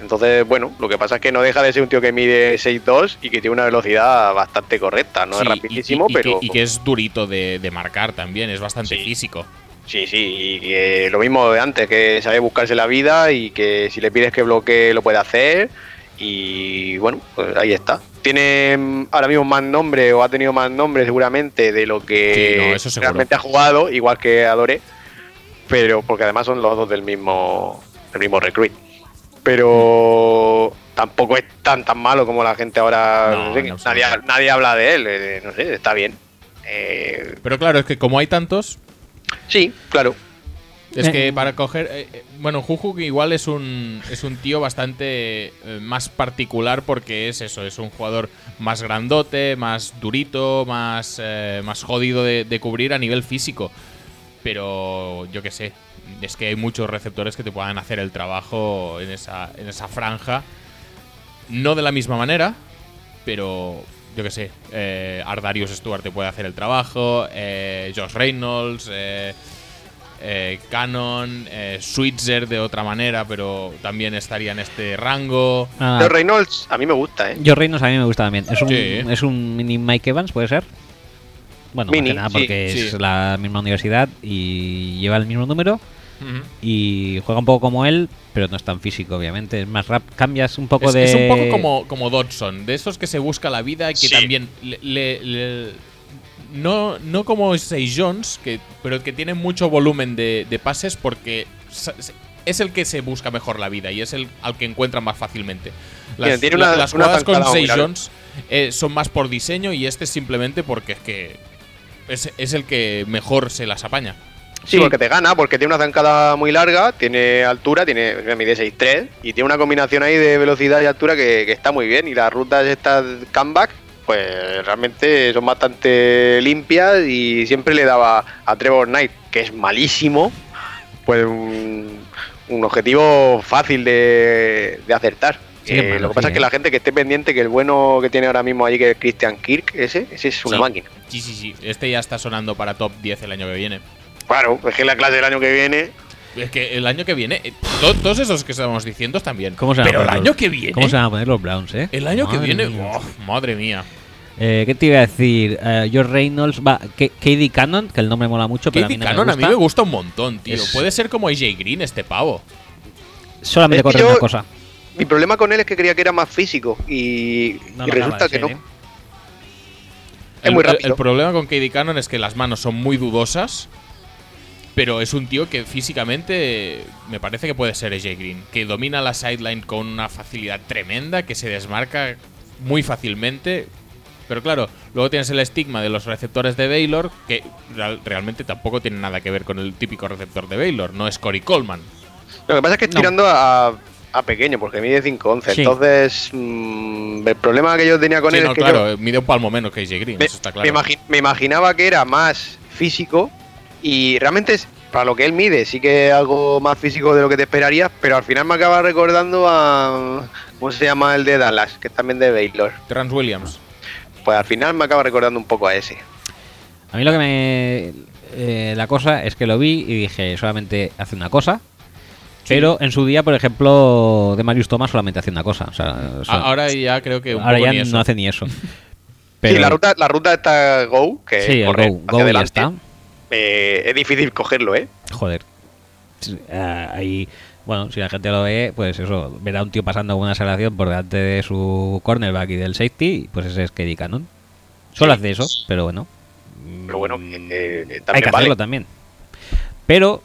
[SPEAKER 3] Entonces, bueno, lo que pasa es que no deja de ser un tío que mide 6'2 y que tiene una velocidad bastante correcta. No
[SPEAKER 2] Sí,
[SPEAKER 3] es
[SPEAKER 2] y-
[SPEAKER 3] rapidísimo,
[SPEAKER 2] y- y que-
[SPEAKER 3] pero.
[SPEAKER 2] y que es durito de, de marcar también, es bastante
[SPEAKER 3] Sí.
[SPEAKER 2] físico.
[SPEAKER 3] Sí, sí, y que lo mismo de antes, que sabe buscarse la vida y que si le pides que bloquee lo puede hacer. Y bueno, pues ahí está. Tiene mm, ahora mismo más nombre o ha tenido más nombre seguramente de lo que
[SPEAKER 2] Sí, no, eso seguro.
[SPEAKER 3] realmente ha jugado, igual que Adore. Pero porque además son los dos del mismo, del mismo recruit. Pero tampoco es tan tan malo como la gente ahora.
[SPEAKER 2] No,
[SPEAKER 3] no sé,
[SPEAKER 2] en
[SPEAKER 3] nadie,
[SPEAKER 2] absoluto.
[SPEAKER 3] nadie habla de él. eh, No sé, está bien. Eh,
[SPEAKER 2] Pero claro, es que como hay tantos,
[SPEAKER 3] sí, claro.
[SPEAKER 2] Es
[SPEAKER 1] Eh.
[SPEAKER 2] que para coger. eh, eh, bueno, Juju que igual es un, es un tío bastante eh, más particular porque es eso, es un jugador más grandote, más durito, más, eh, más jodido de, de cubrir a nivel físico. Pero yo qué sé, es que hay muchos receptores que te puedan hacer el trabajo en esa, en esa franja. No de la misma manera, pero yo qué sé, eh, Ardarius Stewart te puede hacer el trabajo, eh, Josh Reynolds, eh, eh, Canon, eh, Switzer de otra manera, pero también estaría en este rango.
[SPEAKER 1] Ah,
[SPEAKER 3] Pero Reynolds a mí me gusta, ¿eh?
[SPEAKER 1] Yo Reynolds a mí me gusta también. Es un,
[SPEAKER 2] Sí.
[SPEAKER 1] es un mini Mike Evans, ¿puede ser? Bueno, más
[SPEAKER 3] Mini,
[SPEAKER 1] que nada
[SPEAKER 3] sí,
[SPEAKER 1] porque es
[SPEAKER 2] sí.
[SPEAKER 1] la misma universidad y lleva el mismo número y juega un poco como él, pero no es tan físico, obviamente. Es más rap, cambias un poco
[SPEAKER 2] Es,
[SPEAKER 1] de...
[SPEAKER 2] es un poco como, como Dodson, de esos que se busca la vida y que
[SPEAKER 3] Sí.
[SPEAKER 2] también le, le- le- no, no como Say Jones, que, pero que tiene mucho volumen de, de pases porque sa- es el que se busca mejor la vida y es el al que encuentra más fácilmente. Las,
[SPEAKER 3] Mira, tiene
[SPEAKER 2] la-
[SPEAKER 3] una-
[SPEAKER 2] las
[SPEAKER 3] una
[SPEAKER 2] jugadas con
[SPEAKER 3] zancada,
[SPEAKER 2] Say
[SPEAKER 3] mira.
[SPEAKER 2] Jones eh, son más por diseño y este simplemente porque es que es, es el que mejor se las apaña.
[SPEAKER 3] Sí, porque te gana, porque tiene una zancada muy larga, tiene altura, tiene mide 6'3 y tiene una combinación ahí de velocidad y altura que, que está muy bien. Y las rutas estas comeback pues realmente son bastante limpias y siempre le daba a Trevor Knight, que es malísimo, pues un, un objetivo fácil de, de acertar.
[SPEAKER 1] Sí, es
[SPEAKER 3] Eh,
[SPEAKER 1] malo,
[SPEAKER 3] lo que pasa
[SPEAKER 1] sí,
[SPEAKER 3] es que
[SPEAKER 1] eh.
[SPEAKER 3] la gente que esté pendiente que el bueno que tiene ahora mismo allí que es Christian Kirk, ese, ese es una
[SPEAKER 2] Sí.
[SPEAKER 3] máquina.
[SPEAKER 2] Sí, sí, sí. Este ya está sonando para top 10 el año que viene.
[SPEAKER 3] Claro, es que la clase del año que viene
[SPEAKER 2] Es que el año que viene, eh, to- todos esos que estamos diciendo están bien.
[SPEAKER 1] ¿Cómo se van a
[SPEAKER 2] Pero el
[SPEAKER 1] poner
[SPEAKER 2] año
[SPEAKER 1] los-
[SPEAKER 2] que viene.
[SPEAKER 1] ¿Cómo se van a poner los Browns, eh?
[SPEAKER 2] El año
[SPEAKER 1] Madre
[SPEAKER 2] que viene.
[SPEAKER 1] mía.
[SPEAKER 2] oh, madre mía.
[SPEAKER 1] Eh, ¿Qué te iba a decir? Eh, George Reynolds va. Ke- Katie Cannon, que el nombre mola mucho, pero a mí
[SPEAKER 2] Katie
[SPEAKER 1] no me
[SPEAKER 2] Cannon a mí
[SPEAKER 1] gusta.
[SPEAKER 2] me gusta un montón, tío.
[SPEAKER 1] Es-
[SPEAKER 2] Puede ser como AJ Green este pavo.
[SPEAKER 1] Solamente
[SPEAKER 3] Es que
[SPEAKER 1] corre
[SPEAKER 3] Eh, yo-
[SPEAKER 1] una cosa.
[SPEAKER 3] Mi problema con él es que creía que era más físico y,
[SPEAKER 1] No
[SPEAKER 3] y
[SPEAKER 1] lo acaba
[SPEAKER 3] resulta
[SPEAKER 1] de
[SPEAKER 3] que
[SPEAKER 1] ser,
[SPEAKER 3] no.
[SPEAKER 1] ¿eh?
[SPEAKER 3] Es
[SPEAKER 2] El-
[SPEAKER 3] muy
[SPEAKER 2] el-
[SPEAKER 3] rápido.
[SPEAKER 2] El, problema con Katie Cannon es que las manos son muy dudosas. Pero es un tío que físicamente me parece que puede ser AJ Green. Que domina la sideline con una facilidad tremenda, que se desmarca muy fácilmente. Pero claro, luego tienes el estigma de los receptores de Baylor, que real- realmente tampoco tiene nada que ver con el típico receptor de Baylor. No es Cory Coleman.
[SPEAKER 3] Lo que pasa es que estoy
[SPEAKER 1] No.
[SPEAKER 3] tirando a, a pequeño, porque mide 5'11.
[SPEAKER 1] Sí.
[SPEAKER 3] Entonces, mm, el problema que yo tenía con
[SPEAKER 2] Sí,
[SPEAKER 3] él
[SPEAKER 2] no,
[SPEAKER 3] es que yo
[SPEAKER 2] claro, eh, mide un palmo menos que AJ Green,
[SPEAKER 3] me,
[SPEAKER 2] eso está claro.
[SPEAKER 3] me imagi- me imaginaba que era más físico y realmente es, para lo que él mide sí que es algo más físico de lo que te esperarías, pero al final me acaba recordando a... ¿Cómo se llama el de Dallas? Que es también de Baylor.
[SPEAKER 2] Terrence Williams.
[SPEAKER 3] Pues al final me acaba recordando un poco a ese.
[SPEAKER 1] A mí lo que me. eh, la cosa es que lo vi y dije, solamente hace una cosa. Pero en su día, por ejemplo, de Marius Thomas solamente hace una cosa. O sea, o sea,
[SPEAKER 2] A- Ah, Ahora ya creo que un
[SPEAKER 1] ahora
[SPEAKER 2] poco
[SPEAKER 1] ya
[SPEAKER 2] ni eso.
[SPEAKER 1] no hace ni eso.
[SPEAKER 3] sí, la ruta, la ruta está Go, que
[SPEAKER 1] sí,
[SPEAKER 3] es
[SPEAKER 1] el
[SPEAKER 3] correr
[SPEAKER 1] Go,
[SPEAKER 3] hacia
[SPEAKER 1] Go ya
[SPEAKER 3] adelante.
[SPEAKER 1] está.
[SPEAKER 3] Eh, es difícil cogerlo, ¿eh?
[SPEAKER 1] Joder. Sí, ah, ahí, bueno, si la gente lo ve, pues eso, verá un tío pasando una salvación por delante de su cornerback y del safety, pues ese es Kerry Cannon. Solo hace eso, pero bueno.
[SPEAKER 3] Pero bueno, eh, eh, también
[SPEAKER 1] Mm, hay que
[SPEAKER 3] vale.
[SPEAKER 1] hacerlo también. Pero,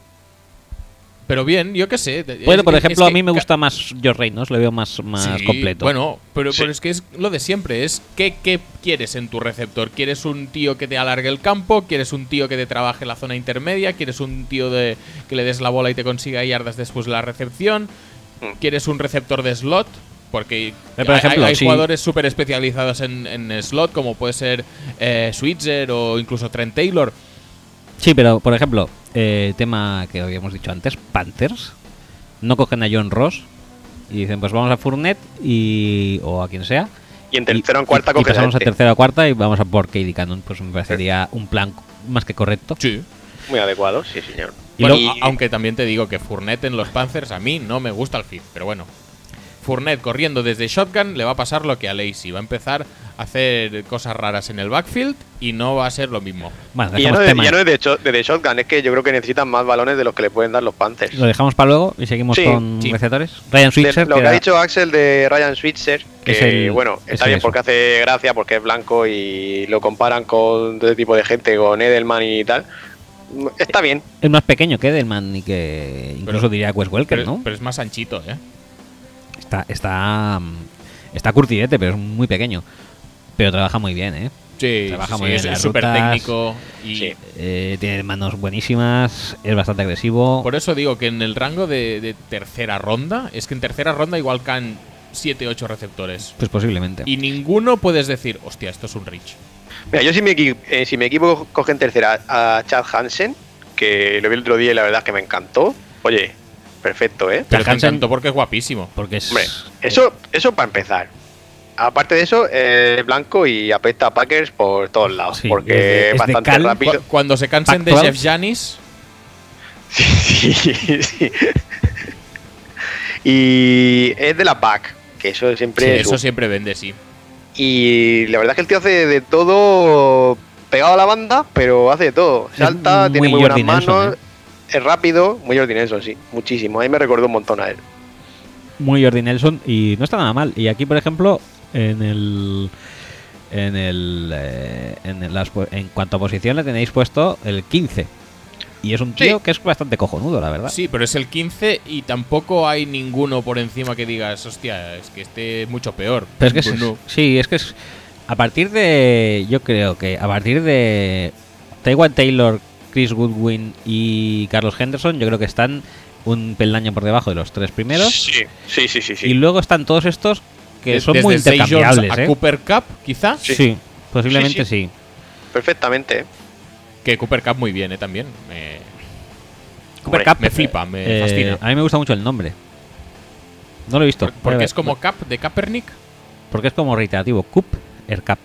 [SPEAKER 2] Pero bien, yo qué sé. de-
[SPEAKER 1] bueno,
[SPEAKER 2] Eh, es-
[SPEAKER 1] por
[SPEAKER 2] es
[SPEAKER 1] ejemplo, a
[SPEAKER 2] que
[SPEAKER 1] mí me
[SPEAKER 2] ca-
[SPEAKER 1] gusta más George Reynolds, lo veo más, más
[SPEAKER 2] Sí,
[SPEAKER 1] completo.
[SPEAKER 2] Bueno, pero,
[SPEAKER 3] Sí.
[SPEAKER 2] pero es que es lo de siempre, es ¿qué, qué quieres en tu receptor. ¿Quieres un tío que te alargue el campo? ¿Quieres un tío que te trabaje la zona intermedia? ¿Quieres un tío de que le des la bola y te consiga yardas después de la recepción?
[SPEAKER 3] Mm.
[SPEAKER 2] ¿Quieres un receptor de slot? Porque
[SPEAKER 1] Eh, por
[SPEAKER 2] hay-
[SPEAKER 1] ejemplo,
[SPEAKER 2] hay, hay
[SPEAKER 1] sí.
[SPEAKER 2] jugadores súper especializados en, en slot, como puede ser eh, Switzer o incluso Trent Taylor.
[SPEAKER 1] Sí, pero por ejemplo, eh, tema que habíamos dicho antes, Panthers, no cogen a John Ross y dicen, pues vamos a Fournette y, o a quien sea.
[SPEAKER 3] Y en tercera o en
[SPEAKER 1] y-
[SPEAKER 3] cuarta
[SPEAKER 1] y
[SPEAKER 3] coges a
[SPEAKER 1] pasamos a
[SPEAKER 3] este.
[SPEAKER 1] tercera o cuarta y vamos a por Katie Cannon, pues me parecería un plan más que correcto.
[SPEAKER 2] Sí.
[SPEAKER 3] Muy adecuado, sí, señor.
[SPEAKER 1] Y
[SPEAKER 2] Bueno,
[SPEAKER 1] luego- ah,
[SPEAKER 2] a- aunque también te digo que Fournette en los Panthers a mí no me gusta el fit, pero bueno. Fournette corriendo desde shotgun le va a pasar lo que a Lacey. Va a empezar a hacer cosas raras en el backfield y no va a ser lo mismo.
[SPEAKER 1] Bueno,
[SPEAKER 3] Y ya
[SPEAKER 1] dejamos
[SPEAKER 3] no, es-
[SPEAKER 1] tema.
[SPEAKER 3] ya no es de, shot- de- de shotgun, es que yo creo que necesitan más balones de los que le pueden dar los Panthers.
[SPEAKER 1] Lo dejamos para luego y seguimos
[SPEAKER 3] Sí,
[SPEAKER 1] con
[SPEAKER 2] sí.
[SPEAKER 1] receptores. Ryan
[SPEAKER 3] De-
[SPEAKER 1] Switzer,
[SPEAKER 3] lo
[SPEAKER 1] que
[SPEAKER 3] que ha
[SPEAKER 1] era-
[SPEAKER 3] dicho Axel de Ryan Switzer, que
[SPEAKER 1] Es el-
[SPEAKER 3] bueno,
[SPEAKER 1] es
[SPEAKER 3] está
[SPEAKER 1] el
[SPEAKER 3] bien
[SPEAKER 1] eso.
[SPEAKER 3] porque hace gracia, porque es blanco y lo comparan con todo tipo de gente, con Edelman y tal. Está bien,
[SPEAKER 1] es más pequeño que Edelman y que incluso
[SPEAKER 2] Pero-
[SPEAKER 1] diría Wes Welker,
[SPEAKER 2] Pero,
[SPEAKER 1] ¿no?
[SPEAKER 2] pero es más anchito, ¿eh?
[SPEAKER 1] Está, está, mm, está curtidete, pero es muy pequeño. Pero trabaja muy bien, ¿eh?
[SPEAKER 2] Sí,
[SPEAKER 1] Trabaja
[SPEAKER 2] sí,
[SPEAKER 1] muy bien
[SPEAKER 2] es-
[SPEAKER 1] las
[SPEAKER 2] es súper
[SPEAKER 1] rutas.
[SPEAKER 2] técnico. Y
[SPEAKER 3] Sí.
[SPEAKER 1] Eh, tiene manos buenísimas, es bastante agresivo.
[SPEAKER 2] por eso digo que en el rango de, de tercera ronda, es que en tercera ronda igual caen 7-8 receptores.
[SPEAKER 1] Pues posiblemente.
[SPEAKER 2] Y ninguno puedes decir, hostia, esto es un Rich.
[SPEAKER 3] Mira, yo si mi, equi- eh, si mi equipo coge en tercera a Chad Hansen, que lo vi el otro día y la verdad es que me encantó. Oye, perfecto, ¿eh?
[SPEAKER 2] Pero
[SPEAKER 1] Hansen-
[SPEAKER 2] tanto porque es guapísimo.
[SPEAKER 1] Porque es.
[SPEAKER 3] Hombre, eso, eso para empezar. Aparte de eso, eh, blanco y apesta a Packers por todos lados,
[SPEAKER 1] Sí,
[SPEAKER 3] porque
[SPEAKER 1] es
[SPEAKER 3] es,
[SPEAKER 1] de- es de
[SPEAKER 3] bastante
[SPEAKER 1] cal.
[SPEAKER 2] Cu-
[SPEAKER 3] rápido.
[SPEAKER 2] Cuando se cansen de
[SPEAKER 1] Pac-12.
[SPEAKER 2] Jeff Janis,
[SPEAKER 3] [laughs] Sí, sí, sí. [laughs] Y es de la pack, que eso siempre es
[SPEAKER 2] eso
[SPEAKER 3] un-
[SPEAKER 2] siempre vende, sí.
[SPEAKER 3] Y la verdad es que el tío hace de todo pegado a la banda, pero hace de todo. Salta,
[SPEAKER 1] muy
[SPEAKER 3] tiene muy buenas
[SPEAKER 1] Jordi Nelson, ¿eh?
[SPEAKER 3] manos, es rápido, muy Jordi Nelson, sí, muchísimo. A mí me recordó un montón a él.
[SPEAKER 1] muy Jordi Nelson y no está nada mal. Y aquí, por ejemplo, en el. En el. eh, en, el- las pu- en cuanto a posición, le tenéis puesto el 15. Y es un
[SPEAKER 3] Sí.
[SPEAKER 1] tío que es bastante cojonudo, la verdad.
[SPEAKER 2] Sí, pero es el 15 y tampoco hay ninguno por encima que digas, hostia, es que este es mucho peor.
[SPEAKER 1] Pero es que es-
[SPEAKER 2] Pues no.
[SPEAKER 1] sí, es que es. A partir de. Yo creo que a partir de. Taiwan Taylor, Chris Goodwin y Carlos Henderson, yo creo que están un peldaño por debajo de los tres primeros.
[SPEAKER 3] Sí, sí, sí, sí.
[SPEAKER 1] Y luego están todos estos que
[SPEAKER 2] de-
[SPEAKER 1] son
[SPEAKER 2] desde
[SPEAKER 1] muy
[SPEAKER 2] el Saint John's
[SPEAKER 1] intercambiables,
[SPEAKER 2] a
[SPEAKER 1] ¿eh?
[SPEAKER 2] Cooper Cup, quizás.
[SPEAKER 1] Sí,
[SPEAKER 3] Sí.
[SPEAKER 1] posiblemente sí.
[SPEAKER 3] Perfectamente, ¿eh?
[SPEAKER 2] Que Cooper Cup muy bien, ¿eh? También. Me,
[SPEAKER 1] Cooper
[SPEAKER 3] Hombre,
[SPEAKER 1] Cup,
[SPEAKER 2] me flipa, me
[SPEAKER 1] eh,
[SPEAKER 2] fascina.
[SPEAKER 1] A mí me gusta mucho el nombre. No lo he visto.
[SPEAKER 2] Por-
[SPEAKER 1] Voy a
[SPEAKER 2] Porque
[SPEAKER 1] ver.
[SPEAKER 2] es como Cup de Kaepernick.
[SPEAKER 1] Porque es como reiterativo. Cup, Air Cup.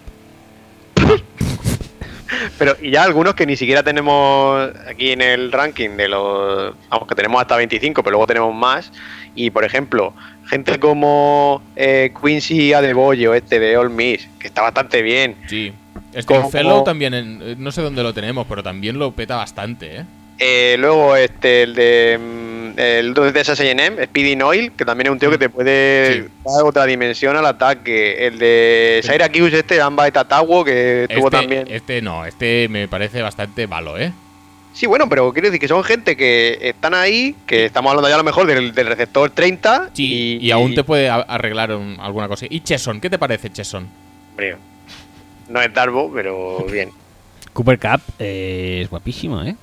[SPEAKER 3] Pero y ya algunos que ni siquiera tenemos aquí en el ranking de los. Vamos, que tenemos hasta 25, pero luego tenemos más. Y por ejemplo, gente como eh, Quincy Adeboyo, este de All Miss, que está bastante bien.
[SPEAKER 2] Sí. Este
[SPEAKER 3] Como-
[SPEAKER 2] Fellow también, en- eh, no sé dónde lo tenemos, pero también lo peta bastante, ¿eh?
[SPEAKER 3] Eh, luego este, el de. mm, El de S&M, Speedy Noil, que también es un tío que te puede
[SPEAKER 2] Mm. Sí.
[SPEAKER 3] dar otra dimensión al ataque. El de Saira Hughes, este, Amba Tatawo, que estuvo
[SPEAKER 2] este,
[SPEAKER 3] también.
[SPEAKER 2] este no, este me parece bastante malo, ¿eh?
[SPEAKER 3] Sí, bueno, pero quiero decir que son gente que están ahí, que estamos hablando ya a lo mejor del, del receptor 30.
[SPEAKER 2] Sí, y, aún te puede a- arreglar un- alguna cosa. ¿Y Cheson? ¿Qué te parece Cheson?
[SPEAKER 3] hombre, No es Darbo, pero bien.
[SPEAKER 2] er
[SPEAKER 1] Cooper Cup eh, es guapísimo, ¿eh?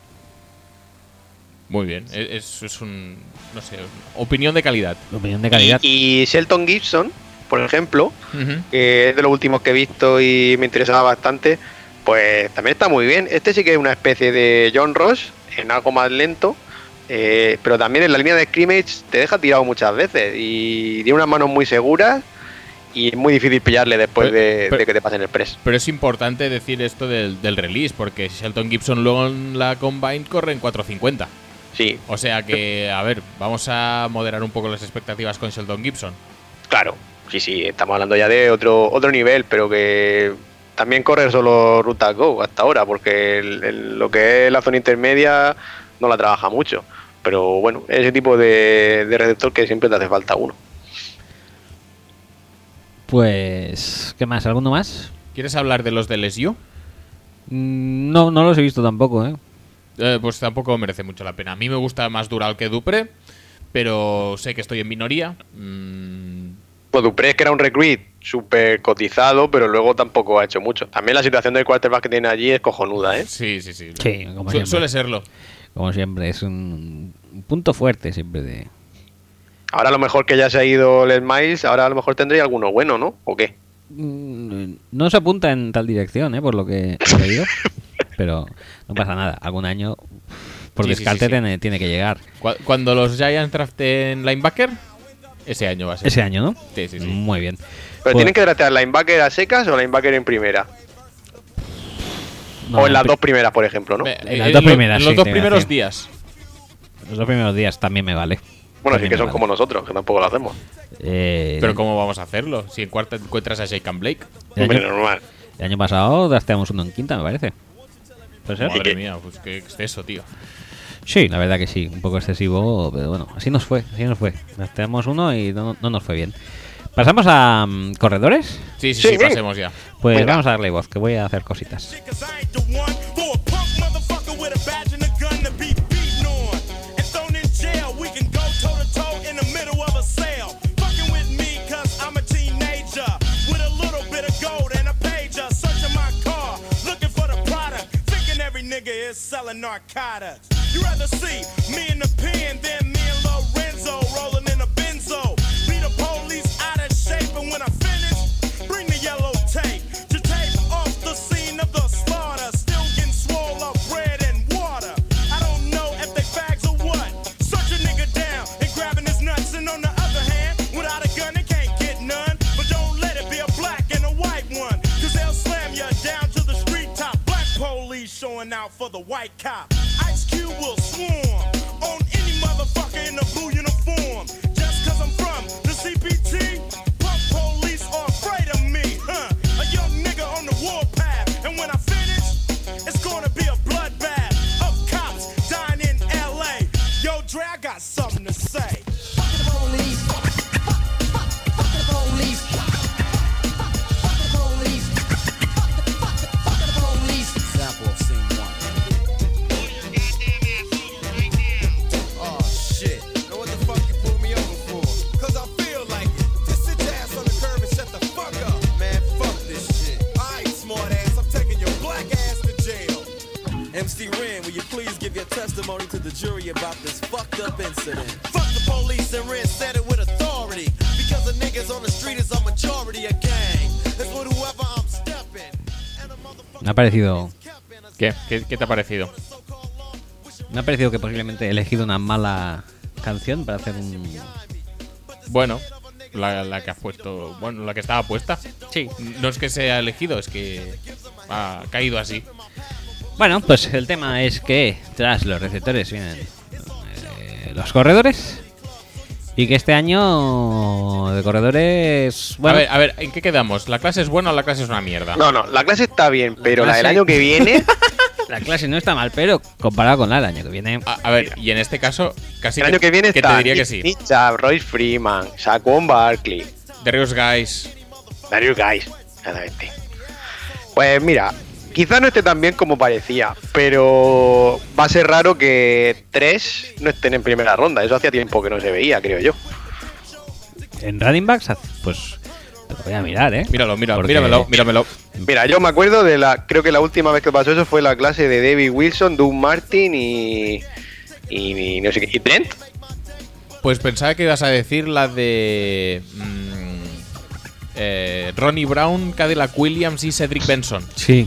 [SPEAKER 2] Muy bien, E-, es, es un, no sé, opinión de calidad.
[SPEAKER 1] Opinión de calidad.
[SPEAKER 3] Y, y Shelton Gibson, por ejemplo,
[SPEAKER 2] Ujú.
[SPEAKER 3] que es de los últimos que he visto y me interesaba bastante, pues también está muy bien. Este sí que es una especie de John Ross, en algo más lento, eh, pero también en la línea de scrimmage te deja tirado muchas veces y tiene unas manos muy seguras y es muy difícil pillarle después
[SPEAKER 2] Pero-
[SPEAKER 3] de,
[SPEAKER 2] pero-
[SPEAKER 3] de que te pasen el press.
[SPEAKER 2] Pero es importante decir esto del, del release, porque Shelton Gibson luego en la Combine corre en 4.50.
[SPEAKER 3] Sí,
[SPEAKER 2] O sea que, a ver, vamos a moderar un poco las expectativas con Shelton Gibson.
[SPEAKER 3] Claro, sí, sí, estamos hablando ya de otro, otro nivel, pero que también corre solo ruta Go hasta ahora, porque el- el- lo que es la zona intermedia no la trabaja mucho. Pero bueno, es ese tipo de, de receptor que siempre te hace falta uno.
[SPEAKER 1] Pues, ¿qué más? ¿Alguno más?
[SPEAKER 2] ¿Quieres hablar de los del SU?
[SPEAKER 1] Mm, No, no los he visto tampoco, ¿eh?
[SPEAKER 2] Eh, pues tampoco merece mucho la pena. A mí me gusta más Dural que Dupré, pero sé que estoy en minoría. Mm,
[SPEAKER 3] Pues Dupré es que era un recruit súper cotizado, pero luego tampoco ha hecho mucho. También la situación del quarterback que tiene allí es cojonuda, ¿eh?
[SPEAKER 2] sí, sí, sí.
[SPEAKER 1] Sí, como
[SPEAKER 2] Su-
[SPEAKER 1] siempre.
[SPEAKER 2] suele serlo.
[SPEAKER 1] Como siempre, es un punto fuerte siempre de...
[SPEAKER 3] Ahora a lo mejor que ya se ha ido el Miles, ahora a lo mejor tendría alguno bueno, ¿no? ¿O qué?
[SPEAKER 1] Mm, No se apunta en tal dirección, ¿eh? Por lo que he
[SPEAKER 3] [laughs]
[SPEAKER 1] leído. Pero no pasa nada. Algún año, por
[SPEAKER 2] Sí, sí,
[SPEAKER 1] descarte,
[SPEAKER 2] sí, sí.
[SPEAKER 1] Tiene, tiene que llegar.
[SPEAKER 2] Cu- Cuando los Giants draften linebacker, ese año va a ser.
[SPEAKER 1] Ese año, ¿no?
[SPEAKER 2] Sí, sí, sí.
[SPEAKER 1] Muy bien.
[SPEAKER 3] ¿Pero
[SPEAKER 1] Pues-
[SPEAKER 3] tienen que tratar linebacker a secas o linebacker en primera?
[SPEAKER 1] no,
[SPEAKER 3] o en las
[SPEAKER 1] pri-
[SPEAKER 3] dos primeras, por ejemplo, ¿no?
[SPEAKER 2] Me-
[SPEAKER 1] En las dos
[SPEAKER 2] lo-
[SPEAKER 1] primeras,
[SPEAKER 2] eh, en los
[SPEAKER 1] sí,
[SPEAKER 2] dos
[SPEAKER 1] te iba a
[SPEAKER 2] primeros
[SPEAKER 1] decir.
[SPEAKER 2] días.
[SPEAKER 1] Los dos primeros días también me vale.
[SPEAKER 3] Bueno,
[SPEAKER 1] También
[SPEAKER 3] sí que son
[SPEAKER 1] me
[SPEAKER 3] como
[SPEAKER 1] vale.
[SPEAKER 3] nosotros, que tampoco lo hacemos.
[SPEAKER 1] Eh,
[SPEAKER 2] Pero ¿cómo vamos a hacerlo? Si en cuarta encuentras a Shake and Blake.
[SPEAKER 1] el,
[SPEAKER 3] Hombre,
[SPEAKER 1] año,
[SPEAKER 3] normal.
[SPEAKER 1] el año pasado drafteamos uno en quinta, me parece. ¿Puede ser?
[SPEAKER 2] Madre mía, pues qué exceso, tío.
[SPEAKER 1] Sí, la verdad que sí, un poco excesivo, pero bueno, así nos fue, así nos fue. Drafteamos uno y no, no nos fue bien. Pasamos a mm, corredores.
[SPEAKER 2] Sí, sí, sí,
[SPEAKER 3] Sí.
[SPEAKER 2] pasemos ya.
[SPEAKER 1] Pues
[SPEAKER 3] Venga.
[SPEAKER 1] vamos a darle voz, que voy a hacer cositas.
[SPEAKER 8] Cause I ain't the one for a punk motherfucker with a badge and a gun to be beaten on. And thrown in jail, we can go toe to toe in the middle of a sale. Fucking with me, cause I'm a teenager. With a little bit of gold and a pager. Searching my car, looking for the product. Thinking every nigga is selling narcotics. You rather see me in the pen than me and Lorenzo rolling in a benzo. Be the police out of shape, and when I finish, bring the yellow tape to tape off the scene of the slaughter. Still getting swole up bread and water. I don't know if they fags or what. Search a nigga down and grabbing his nuts, and on the other hand, without a gun, they can't get none. But don't let it be a black and a white one, cause they'll slam you down to the street top. Black police showing out for the white cop. Ice Cube will swarm on any motherfucker in a blue uniform. Just cause I'm from the CPT, punk police are afraid of me, huh? A young nigga on the warpath, and when I finish, it's gonna be a bloodbath of cops dying in LA. Yo, Dre, I got something to say.
[SPEAKER 9] Oh shit. Now what the fuck you pulled me over for? Cause I feel like it. Just sit your ass on the curb and shut the fuck up. Man, fuck this shit. Alright, smart ass, I'm taking your black ass to jail. MC Ren, will you please give your testimony to the jury about this fucked up incident? Fuck the police and Ren said it with authority. Because other niggas on the street is a majority of gang. It's with whoever I'm stepping. And a motherfucker
[SPEAKER 1] Me ha parecido,
[SPEAKER 9] kept in a
[SPEAKER 2] ¿Qué? ¿Qué, qué te ha parecido?
[SPEAKER 9] so-called law, which
[SPEAKER 1] me ha parecido que posiblemente he elegido una mala canción para hacer un.
[SPEAKER 2] Bueno, la, la que has puesto. Bueno, la que estaba puesta.
[SPEAKER 1] Sí.
[SPEAKER 2] No es que sea elegido, es que ha caído así.
[SPEAKER 1] Bueno, pues el tema es que tras los receptores vienen eh, los corredores. Y que este año de corredores. Bueno,
[SPEAKER 2] a ver, a ver, ¿en qué quedamos? ¿La clase es buena o la clase es una mierda?
[SPEAKER 3] No, no, la clase está bien, pero la del
[SPEAKER 1] clase-
[SPEAKER 3] año
[SPEAKER 2] [laughs]
[SPEAKER 3] que viene.
[SPEAKER 1] la clase no está mal, pero comparado con la del año que viene.
[SPEAKER 2] A, a ver, y en este caso, casi
[SPEAKER 3] el año que viene
[SPEAKER 2] que
[SPEAKER 3] está
[SPEAKER 2] te diría que sí.
[SPEAKER 3] Nick Chubb, Royce Freeman, Saquon Barkley,
[SPEAKER 2] Darius Guys.
[SPEAKER 3] Darius Guys, exactamente. Pues mira, quizás no esté tan bien como parecía, pero va a ser raro que tres no estén en primera ronda. Eso hacía tiempo que no se veía, creo yo.
[SPEAKER 1] En running backs, pues. Lo voy a mirar, ¿eh?
[SPEAKER 2] Míralo, míralo,
[SPEAKER 1] Porque-
[SPEAKER 2] míramelo, míramelo.
[SPEAKER 3] Mira, yo me acuerdo de la. Creo que la última vez que pasó eso fue la clase de David Wilson, Doug Martin y. Y, y no sé qué. ¿Y Trent?
[SPEAKER 2] Pues pensaba que ibas a decir la de. mm, eh, Ronnie Brown, Cadillac Williams y Cedric Benson.
[SPEAKER 1] Sí.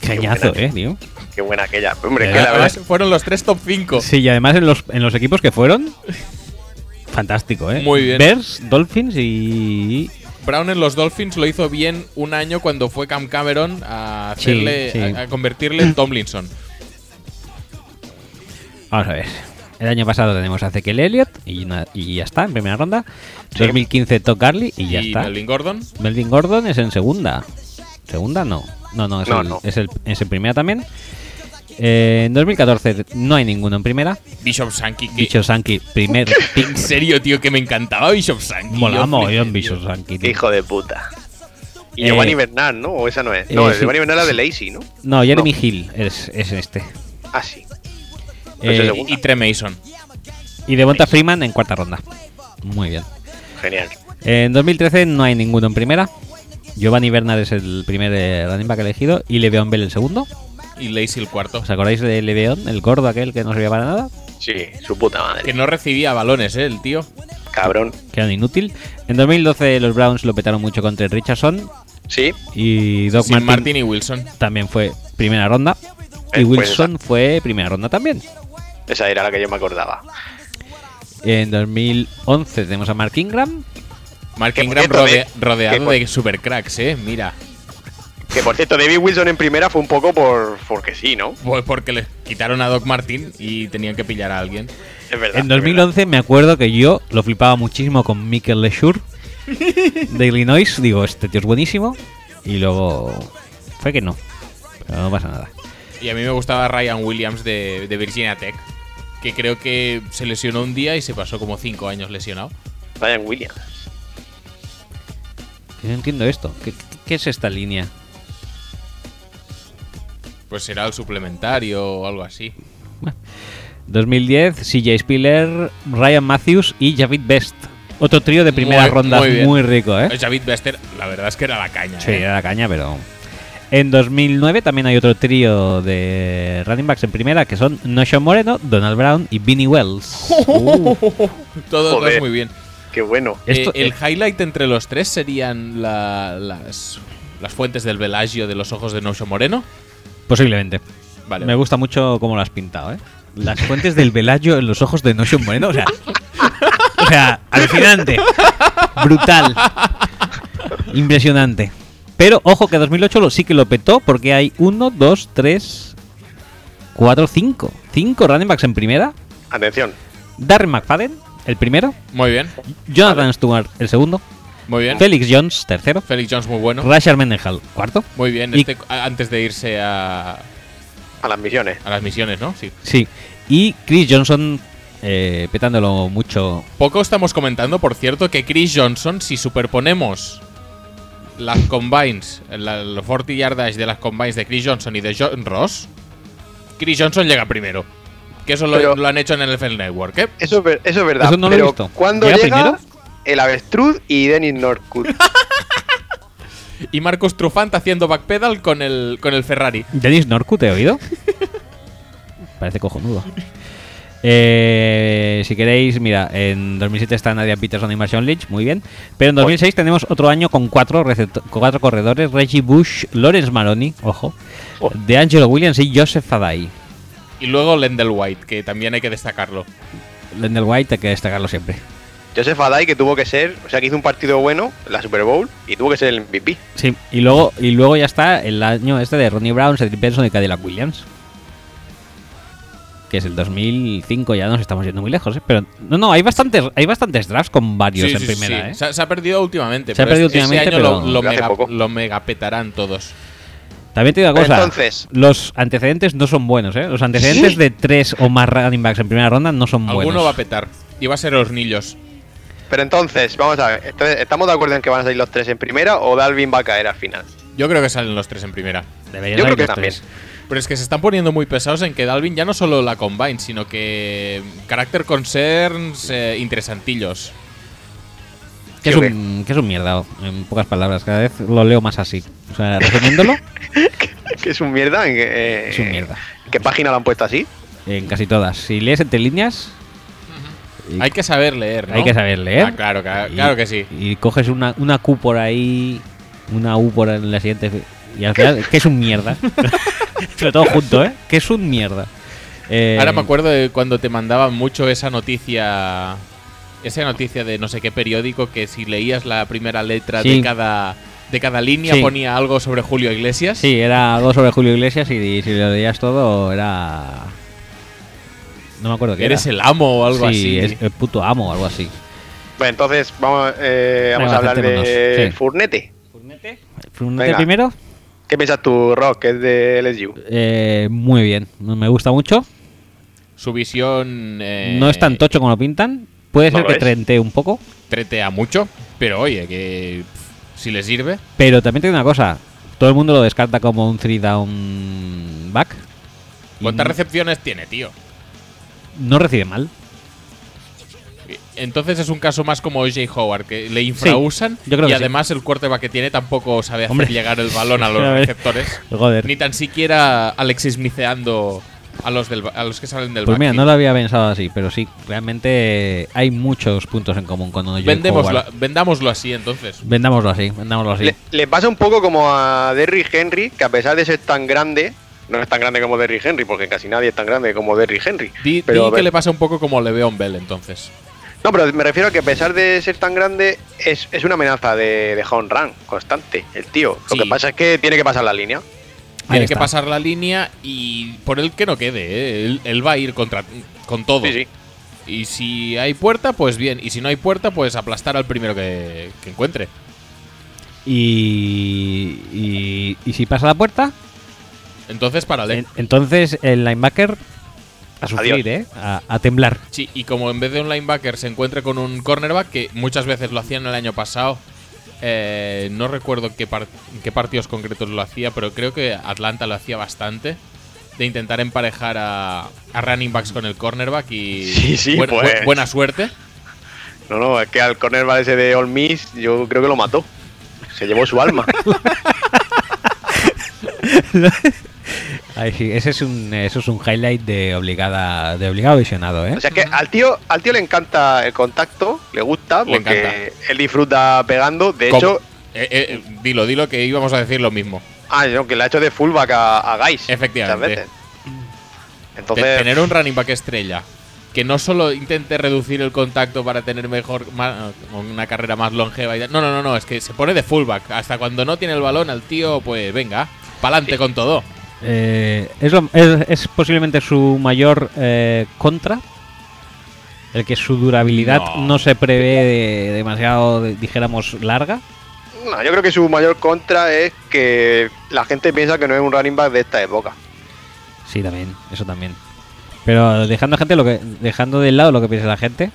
[SPEAKER 1] Cañazo, ¿eh, tío?
[SPEAKER 3] Qué buena aquella. Hombre,
[SPEAKER 1] Ya,
[SPEAKER 3] que la verdad.
[SPEAKER 2] Además, Ah, fueron los tres top 5.
[SPEAKER 1] Sí, y además en los, en los equipos que fueron. Fantástico, ¿eh?
[SPEAKER 2] Muy bien.
[SPEAKER 1] Bears, Dolphins y.
[SPEAKER 2] Brown en los Dolphins lo hizo bien un año cuando fue Cam Cameron a,
[SPEAKER 1] Sí,
[SPEAKER 2] hacerle,
[SPEAKER 1] sí.
[SPEAKER 2] a, a convertirle en Tomlinson.
[SPEAKER 1] Vamos a ver. El año pasado tenemos a Ezequiel Elliott y, na- y ya está, en primera ronda. 2015 Todd Gurley y ya
[SPEAKER 2] y
[SPEAKER 1] está.
[SPEAKER 2] Melvin Gordon.
[SPEAKER 1] Melvin Gordon es en segunda. ¿Segunda? No. No, no, es,
[SPEAKER 3] No,
[SPEAKER 1] el,
[SPEAKER 3] no.
[SPEAKER 1] Es, el, es en primera también. Eh, en 2014 no hay ninguno en primera.
[SPEAKER 2] Bishop Sankey. que-
[SPEAKER 1] Bicho Sankey, primer pick.
[SPEAKER 2] En serio, tío, que me encantaba Bishop Sankey.
[SPEAKER 1] Mola
[SPEAKER 2] Yo-
[SPEAKER 1] mogollón Bicho Sankey. tío.
[SPEAKER 3] Hijo de puta. Y
[SPEAKER 1] Eh,
[SPEAKER 3] Giovanni Bernal, ¿no? O esa no es. No,
[SPEAKER 1] eh, sí.
[SPEAKER 3] Giovanni Bernal era de Lacey, ¿no?
[SPEAKER 1] No, Jeremy Hill es, es este.
[SPEAKER 3] Ah, sí.
[SPEAKER 2] Eh,
[SPEAKER 3] Ese
[SPEAKER 1] Eh,
[SPEAKER 3] segundo.
[SPEAKER 2] y Tre Mason.
[SPEAKER 1] y Devonta Freeman en cuarta ronda. Muy bien.
[SPEAKER 3] Genial.
[SPEAKER 1] En 2013 no hay ninguno en primera. Giovanni Bernard es el primer eh, running back elegido y Le'Veon Bell el segundo.
[SPEAKER 2] Y Lacey el cuarto.
[SPEAKER 1] ¿Os acordáis de Le'Veon, el gordo aquel que no servía para nada?
[SPEAKER 3] Sí, su puta
[SPEAKER 2] Que
[SPEAKER 3] madre.
[SPEAKER 2] no recibía balones, ¿eh? El tío.
[SPEAKER 3] Cabrón.
[SPEAKER 1] Que era inútil. En 2012 los Browns lo petaron mucho contra el Richardson
[SPEAKER 3] Sí.
[SPEAKER 1] y Doc
[SPEAKER 2] Sin
[SPEAKER 1] Martin,
[SPEAKER 2] Martin, y Wilson.
[SPEAKER 1] también fue primera ronda. Y
[SPEAKER 3] Eh, pues
[SPEAKER 1] Wilson fue primera ronda también.
[SPEAKER 3] Esa era la que yo me acordaba.
[SPEAKER 1] En 2011 tenemos a Mark Ingram.
[SPEAKER 2] Mark
[SPEAKER 3] Que por
[SPEAKER 2] Ingram
[SPEAKER 3] cierto,
[SPEAKER 2] rodea-
[SPEAKER 3] de- que
[SPEAKER 2] rodeado
[SPEAKER 3] por-
[SPEAKER 2] de supercracks, ¿eh? Mira.
[SPEAKER 3] Que por cierto, David Wilson en primera fue un poco por porque sí, ¿no?
[SPEAKER 2] Pues porque les quitaron a Doc Martin y tenían que pillar a alguien.
[SPEAKER 3] Es verdad.
[SPEAKER 1] En
[SPEAKER 3] es verdad.
[SPEAKER 1] 2011 me acuerdo que yo lo flipaba muchísimo con Mikel
[SPEAKER 2] [laughs]
[SPEAKER 1] Leshur de Illinois. Digo, este tío es buenísimo. Y luego fue que no. Pero no pasa nada.
[SPEAKER 2] Y a mí me gustaba Ryan Williams de, de Virginia Tech. Que creo que se lesionó un día y se pasó como cinco años lesionado.
[SPEAKER 3] Ryan Williams.
[SPEAKER 1] Yo no entiendo esto. ¿Qué, qué es esta línea?
[SPEAKER 2] Pues será el suplementario o algo así.
[SPEAKER 1] 2010, CJ Spiller, Ryan Matthews y Javid Best. Otro trío de primera
[SPEAKER 2] Muy-
[SPEAKER 1] ronda
[SPEAKER 2] muy
[SPEAKER 1] muy,
[SPEAKER 2] bien.
[SPEAKER 1] rico, ¿eh?
[SPEAKER 2] David Bester, la verdad es que era la caña.
[SPEAKER 1] Sí,
[SPEAKER 2] ¿eh?
[SPEAKER 1] era la caña, pero... En 2009 también hay otro trío de running backs en primera que son Noshon Moreno, Donald Brown y Vinnie
[SPEAKER 2] [laughs]
[SPEAKER 1] Wells. Uh.
[SPEAKER 2] Todos dos
[SPEAKER 3] Joder.
[SPEAKER 2] muy bien.
[SPEAKER 3] Qué bueno.
[SPEAKER 2] Eh,
[SPEAKER 1] Esto-
[SPEAKER 2] el
[SPEAKER 1] eh,
[SPEAKER 2] highlight entre los tres serían la- las, las fuentes del Velagio de los ojos de Nocho Moreno.
[SPEAKER 1] Posiblemente.
[SPEAKER 2] Vale.
[SPEAKER 1] Me gusta mucho cómo lo has pintado, ¿eh? Las fuentes del velayo en los ojos de Notion Moreno. O sea, o sea, alucinante. Brutal. Impresionante. Pero ojo que 2008 lo, sí que lo petó porque hay 1, 2, 3, 4, 5. 5 running backs en primera.
[SPEAKER 3] Atención.
[SPEAKER 1] Darren McFadden, el primero.
[SPEAKER 2] Muy bien,
[SPEAKER 1] Jonathan Stewart, el segundo.
[SPEAKER 2] muy bien.
[SPEAKER 1] Felix Jones, tercero.
[SPEAKER 2] Felix Jones muy bueno.
[SPEAKER 1] Rashard Mendenhall, cuarto.
[SPEAKER 2] Muy bien,
[SPEAKER 1] Y-
[SPEAKER 2] este- a- antes de irse a,
[SPEAKER 3] A las misiones.
[SPEAKER 2] a las misiones, ¿no? Sí.
[SPEAKER 1] Sí. Y Chris Johnson, eh, petándolo mucho
[SPEAKER 2] Poco estamos comentando, por cierto, que Chris Johnson, si superponemos las combines, la- los 40 yardas de las combines de Chris Johnson y de John Ross, Chris Johnson llega primero. Que eso lo,
[SPEAKER 3] Pero-
[SPEAKER 2] lo han hecho en el NFL Network, ¿eh?
[SPEAKER 3] Eso es, ver- eso es verdad.
[SPEAKER 1] Eso no lo he
[SPEAKER 3] pero
[SPEAKER 1] visto.
[SPEAKER 3] cuando
[SPEAKER 1] ¿Llega
[SPEAKER 3] llega,
[SPEAKER 1] primero?
[SPEAKER 3] el avestruz y
[SPEAKER 1] [laughs]
[SPEAKER 3] Dennis Northcutt.
[SPEAKER 2] Y Marcus Trufant haciendo backpedal con el, con el Ferrari.
[SPEAKER 1] Denis Norcu, ¿te he oído? Parece cojonudo. Eh, si queréis, mira, en 2007 está Nadia Peterson y Marshawn Lynch, muy bien. Pero en 2006 tenemos otro año con cuatro, recepto- con cuatro corredores: Reggie Bush, Lawrence Maroni, ojo,
[SPEAKER 3] Oh.
[SPEAKER 1] de Angelo Williams y Joseph Fadai.
[SPEAKER 2] Y luego Lendel White, que también hay que destacarlo.
[SPEAKER 1] Lendel White hay que destacarlo siempre.
[SPEAKER 3] Joseph Adai que tuvo que ser, o sea, que hizo un partido bueno, en la Super Bowl, y tuvo que ser el MVP.
[SPEAKER 1] Sí, y luego, y luego ya está el año este de Ronnie Brown, Cedric Benson y Cadillac Williams. Que es el 2005, ya nos estamos yendo muy lejos, ¿eh? Pero no, no, hay bastantes, hay bastantes drafts con varios
[SPEAKER 2] Sí,
[SPEAKER 1] en
[SPEAKER 2] sí, sí,
[SPEAKER 1] primera,
[SPEAKER 2] sí.
[SPEAKER 1] ¿eh?
[SPEAKER 2] se, se ha perdido últimamente.
[SPEAKER 1] Se ha
[SPEAKER 2] pero
[SPEAKER 1] perdido
[SPEAKER 2] este-
[SPEAKER 1] últimamente,
[SPEAKER 2] este año lo-
[SPEAKER 1] pero-
[SPEAKER 2] lo,
[SPEAKER 3] Pero hace
[SPEAKER 2] mega-
[SPEAKER 3] poco.
[SPEAKER 2] lo megapetarán todos.
[SPEAKER 1] También te digo una
[SPEAKER 3] Pero
[SPEAKER 1] cosa.
[SPEAKER 3] entonces-
[SPEAKER 1] los antecedentes no son buenos, ¿eh? Los antecedentes de tres o más running backs en primera ronda no son
[SPEAKER 2] Alguno
[SPEAKER 1] buenos.
[SPEAKER 2] va a petar. Y va a ser hornillos.
[SPEAKER 3] Pero entonces, vamos a ver, entonces, ¿estamos de acuerdo en que van a salir los tres en primera o Dalvin va a caer al final? [laughs]
[SPEAKER 2] Yo creo que salen los tres en primera.
[SPEAKER 1] Deberían
[SPEAKER 3] Yo
[SPEAKER 1] haber
[SPEAKER 3] creo que
[SPEAKER 1] los
[SPEAKER 3] también.
[SPEAKER 1] tres.
[SPEAKER 2] Pero es que se están poniendo muy pesados en que Dalvin ya no solo la combine, sino que carácter concerns eh, interesantillos.
[SPEAKER 1] Que es,
[SPEAKER 3] Yo
[SPEAKER 1] un, que es un mierda, en pocas palabras. Cada vez lo leo más así. O sea,
[SPEAKER 3] [laughs]
[SPEAKER 1] resumiéndolo,
[SPEAKER 3] que es un mierda. ¿En qué, eh,
[SPEAKER 1] Es un mierda.
[SPEAKER 3] ¿Qué página lo han puesto así?
[SPEAKER 1] en casi todas. Si lees entre líneas, Y-
[SPEAKER 2] Hay que saber leer, ¿no?
[SPEAKER 1] Hay que saber leer.
[SPEAKER 2] Ah, claro, ca-
[SPEAKER 1] Y-
[SPEAKER 2] claro que sí.
[SPEAKER 1] Y coges una, una Q por ahí, una U por en la siguiente. Y al final, que es un
[SPEAKER 2] [laughs]
[SPEAKER 1] mierda. Pero todo junto, ¿eh? Que es un mierda. Eh,
[SPEAKER 2] Ahora me acuerdo de cuando te mandaban mucho esa noticia. Esa noticia de no sé qué periódico que si leías la primera letra
[SPEAKER 1] Sí.
[SPEAKER 2] de cada de cada línea
[SPEAKER 1] Sí.
[SPEAKER 2] ponía algo sobre Julio Iglesias.
[SPEAKER 1] Sí, era algo sobre Julio Iglesias y si lo leías todo era. No me acuerdo qué
[SPEAKER 2] Eres
[SPEAKER 1] era.
[SPEAKER 2] el amo o algo
[SPEAKER 1] Sí,
[SPEAKER 2] así.
[SPEAKER 1] es el puto amo o algo así.
[SPEAKER 3] Bueno, entonces vamos, eh, vamos
[SPEAKER 1] Venga,
[SPEAKER 3] a hablar de
[SPEAKER 1] centrémonos, sí.
[SPEAKER 3] Furnete.
[SPEAKER 1] ¿Furnete
[SPEAKER 3] Venga.
[SPEAKER 1] primero?
[SPEAKER 3] ¿Qué piensas tú, Rock, que es de LSU?
[SPEAKER 1] Eh, muy bien, me gusta mucho.
[SPEAKER 2] Su visión eh,
[SPEAKER 1] no es tan tocho como lo pintan. Puede
[SPEAKER 3] ¿no
[SPEAKER 1] ser
[SPEAKER 3] lo
[SPEAKER 1] que
[SPEAKER 3] es?
[SPEAKER 1] trentee un poco.
[SPEAKER 2] tretea mucho, pero oye, que pff, si le sirve.
[SPEAKER 1] Pero también tiene una cosa. Todo el mundo lo descarta como un 3 down back. Y
[SPEAKER 2] ¿Cuántas
[SPEAKER 1] no-
[SPEAKER 2] recepciones tiene, tío?
[SPEAKER 1] No recibe mal.
[SPEAKER 2] Entonces es un caso más como O.J. Howard, que le infrausan
[SPEAKER 1] yo creo
[SPEAKER 2] y
[SPEAKER 1] que sí.
[SPEAKER 2] además el quarterback que tiene tampoco sabe hacer
[SPEAKER 1] Hombre.
[SPEAKER 2] llegar el
[SPEAKER 1] [laughs]
[SPEAKER 2] balón a los
[SPEAKER 1] A ver.
[SPEAKER 2] receptores.
[SPEAKER 1] Joder.
[SPEAKER 2] Ni tan siquiera Alexis miceando a los, del, a los que salen del
[SPEAKER 1] Pues mira,
[SPEAKER 2] backfield.
[SPEAKER 1] no lo había pensado así, pero sí, realmente hay muchos puntos en común cuando yo
[SPEAKER 2] Vendémoslo, vendámoslo así entonces.
[SPEAKER 1] Vendámoslo así, vendámoslo así.
[SPEAKER 3] Le, le pasa un poco como a Derrick Henry, que a pesar de ser tan grande, no es tan grande como Derrick Henry, porque casi nadie es tan grande como Derrick Henry.
[SPEAKER 2] Di,
[SPEAKER 3] Pero,
[SPEAKER 2] di
[SPEAKER 3] a ver-
[SPEAKER 2] que le pasa un poco como Le'Veon Bell entonces.
[SPEAKER 3] No, pero me refiero a que a pesar de ser tan grande, es, es una amenaza de, de home run constante, el tío. Lo
[SPEAKER 2] Sí.
[SPEAKER 3] que pasa es que tiene que pasar la línea.
[SPEAKER 1] Ahí
[SPEAKER 2] Tiene que
[SPEAKER 1] está.
[SPEAKER 2] pasar la línea y por él que no quede. ¿eh? Él, él va a ir contra, con todo.
[SPEAKER 3] Sí, sí.
[SPEAKER 2] Y si hay puerta, pues bien. Y si no hay puerta, pues aplastar al primero que, que encuentre.
[SPEAKER 1] Y, y, y si pasa la puerta,
[SPEAKER 2] Entonces, para
[SPEAKER 1] en- entonces el linebacker a sufrir, ¿eh? A, a temblar.
[SPEAKER 2] Sí, y como en vez de un linebacker se encuentre con un cornerback, que muchas veces lo hacían el año pasado, eh, no recuerdo qué, par- en qué partidos concretos lo hacía, pero creo que Atlanta lo hacía bastante, de intentar emparejar a, a running backs con el cornerback y
[SPEAKER 3] Sí, sí, pues.
[SPEAKER 2] buena suerte.
[SPEAKER 3] No, no, es que al cornerback ese de All Miss, yo creo que lo mató. Se llevó
[SPEAKER 2] [laughs]
[SPEAKER 3] su alma.
[SPEAKER 1] Ay, sí, ese es un, eso es un highlight de obligada, de obligado visionado, ¿eh?
[SPEAKER 3] O sea, es que al tío, al tío le encanta el contacto, le gusta,
[SPEAKER 2] Le
[SPEAKER 3] porque
[SPEAKER 2] encanta.
[SPEAKER 3] él disfruta pegando. De
[SPEAKER 2] Como-
[SPEAKER 3] hecho,
[SPEAKER 2] Eh, eh, dilo, dilo, que íbamos a decir lo mismo.
[SPEAKER 3] ah, no, que le ha hecho de fullback a, a Guys.
[SPEAKER 2] Efectivamente.
[SPEAKER 3] Muchas veces.
[SPEAKER 2] Te-
[SPEAKER 3] Entonces,
[SPEAKER 2] tener un running back estrella que no solo intente reducir el contacto para tener mejor ma- una carrera más longeva y tal. No, no, no, no, es que se pone de fullback. Hasta cuando no tiene el balón al tío, pues venga, pa'lante con todo.
[SPEAKER 1] Eh, es, lo- es- es posiblemente su mayor eh, contra. El que su durabilidad no,
[SPEAKER 2] No.
[SPEAKER 1] se prevé de- demasiado, de- dijéramos, larga.
[SPEAKER 3] no, yo creo que su mayor contra es que la gente piensa que no es un running back de esta época.
[SPEAKER 1] Sí, también, eso también. Pero dejando, a gente lo que, dejando de lado lo que piensa la gente,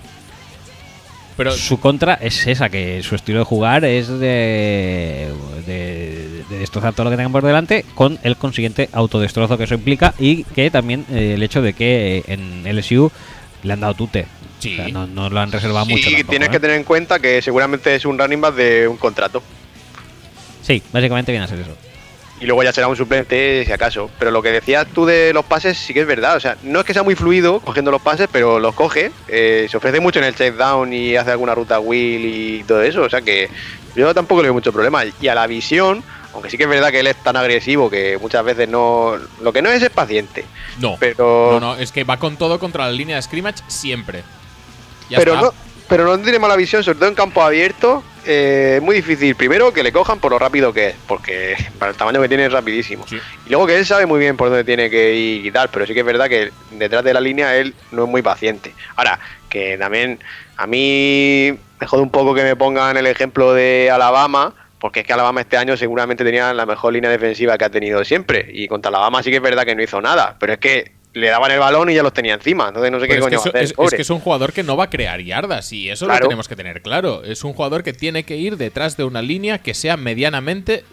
[SPEAKER 2] Pero
[SPEAKER 1] su contra es esa, que su estilo de jugar es de, de, de destrozar todo lo que tengan por delante con el consiguiente autodestrozo que eso implica y que también eh, el hecho de que eh, en LSU le han dado tute.
[SPEAKER 2] Sí.
[SPEAKER 1] O sea, no, no lo han
[SPEAKER 2] Ah,
[SPEAKER 1] reservado
[SPEAKER 3] y
[SPEAKER 1] mucho. tampoco,
[SPEAKER 3] tienes
[SPEAKER 1] ¿eh?
[SPEAKER 3] que tener en cuenta que seguramente es un running back de un contrato.
[SPEAKER 1] Sí, básicamente viene a ser eso.
[SPEAKER 3] y luego ya será un suplente si acaso. Pero lo que decías tú de los pases sí que es verdad. O sea, no es que sea muy fluido cogiendo los pases, pero los coge. eh, se ofrece mucho en el check down y hace alguna ruta wheel y todo eso. O sea que yo tampoco le veo mucho problema. Y a la visión, aunque sí que es verdad que él es tan agresivo que muchas veces no. Lo que no es es paciente.
[SPEAKER 2] No.
[SPEAKER 3] Pero-
[SPEAKER 2] No, no, es que va con todo contra la línea de scrimmage siempre. Ya
[SPEAKER 3] pero
[SPEAKER 2] está.
[SPEAKER 3] no pero no tiene mala visión, sobre todo en campo abierto. eh, Es muy difícil, primero, que le cojan por lo rápido que es, porque para el tamaño que tiene es rapidísimo.
[SPEAKER 2] Sí.
[SPEAKER 3] Y luego que él sabe muy bien por dónde tiene que ir y tal, pero sí que es verdad que detrás de la línea él no es muy paciente. Ahora, que también a mí me jode un poco que me pongan el ejemplo de Alabama, porque es que Alabama este año seguramente tenía la mejor línea defensiva que ha tenido siempre. Y contra Alabama sí que es verdad que no hizo nada, pero es que le daban el balón y ya los tenía encima, entonces no sé qué
[SPEAKER 2] Pero Pues es, que
[SPEAKER 3] coño va
[SPEAKER 2] eso-
[SPEAKER 3] a hacer,
[SPEAKER 2] es- es
[SPEAKER 3] pobre.
[SPEAKER 2] que es un jugador que no va a crear yardas y eso
[SPEAKER 3] Claro.
[SPEAKER 2] lo tenemos que tener claro. Es un jugador que tiene que ir detrás de una línea que sea medianamente,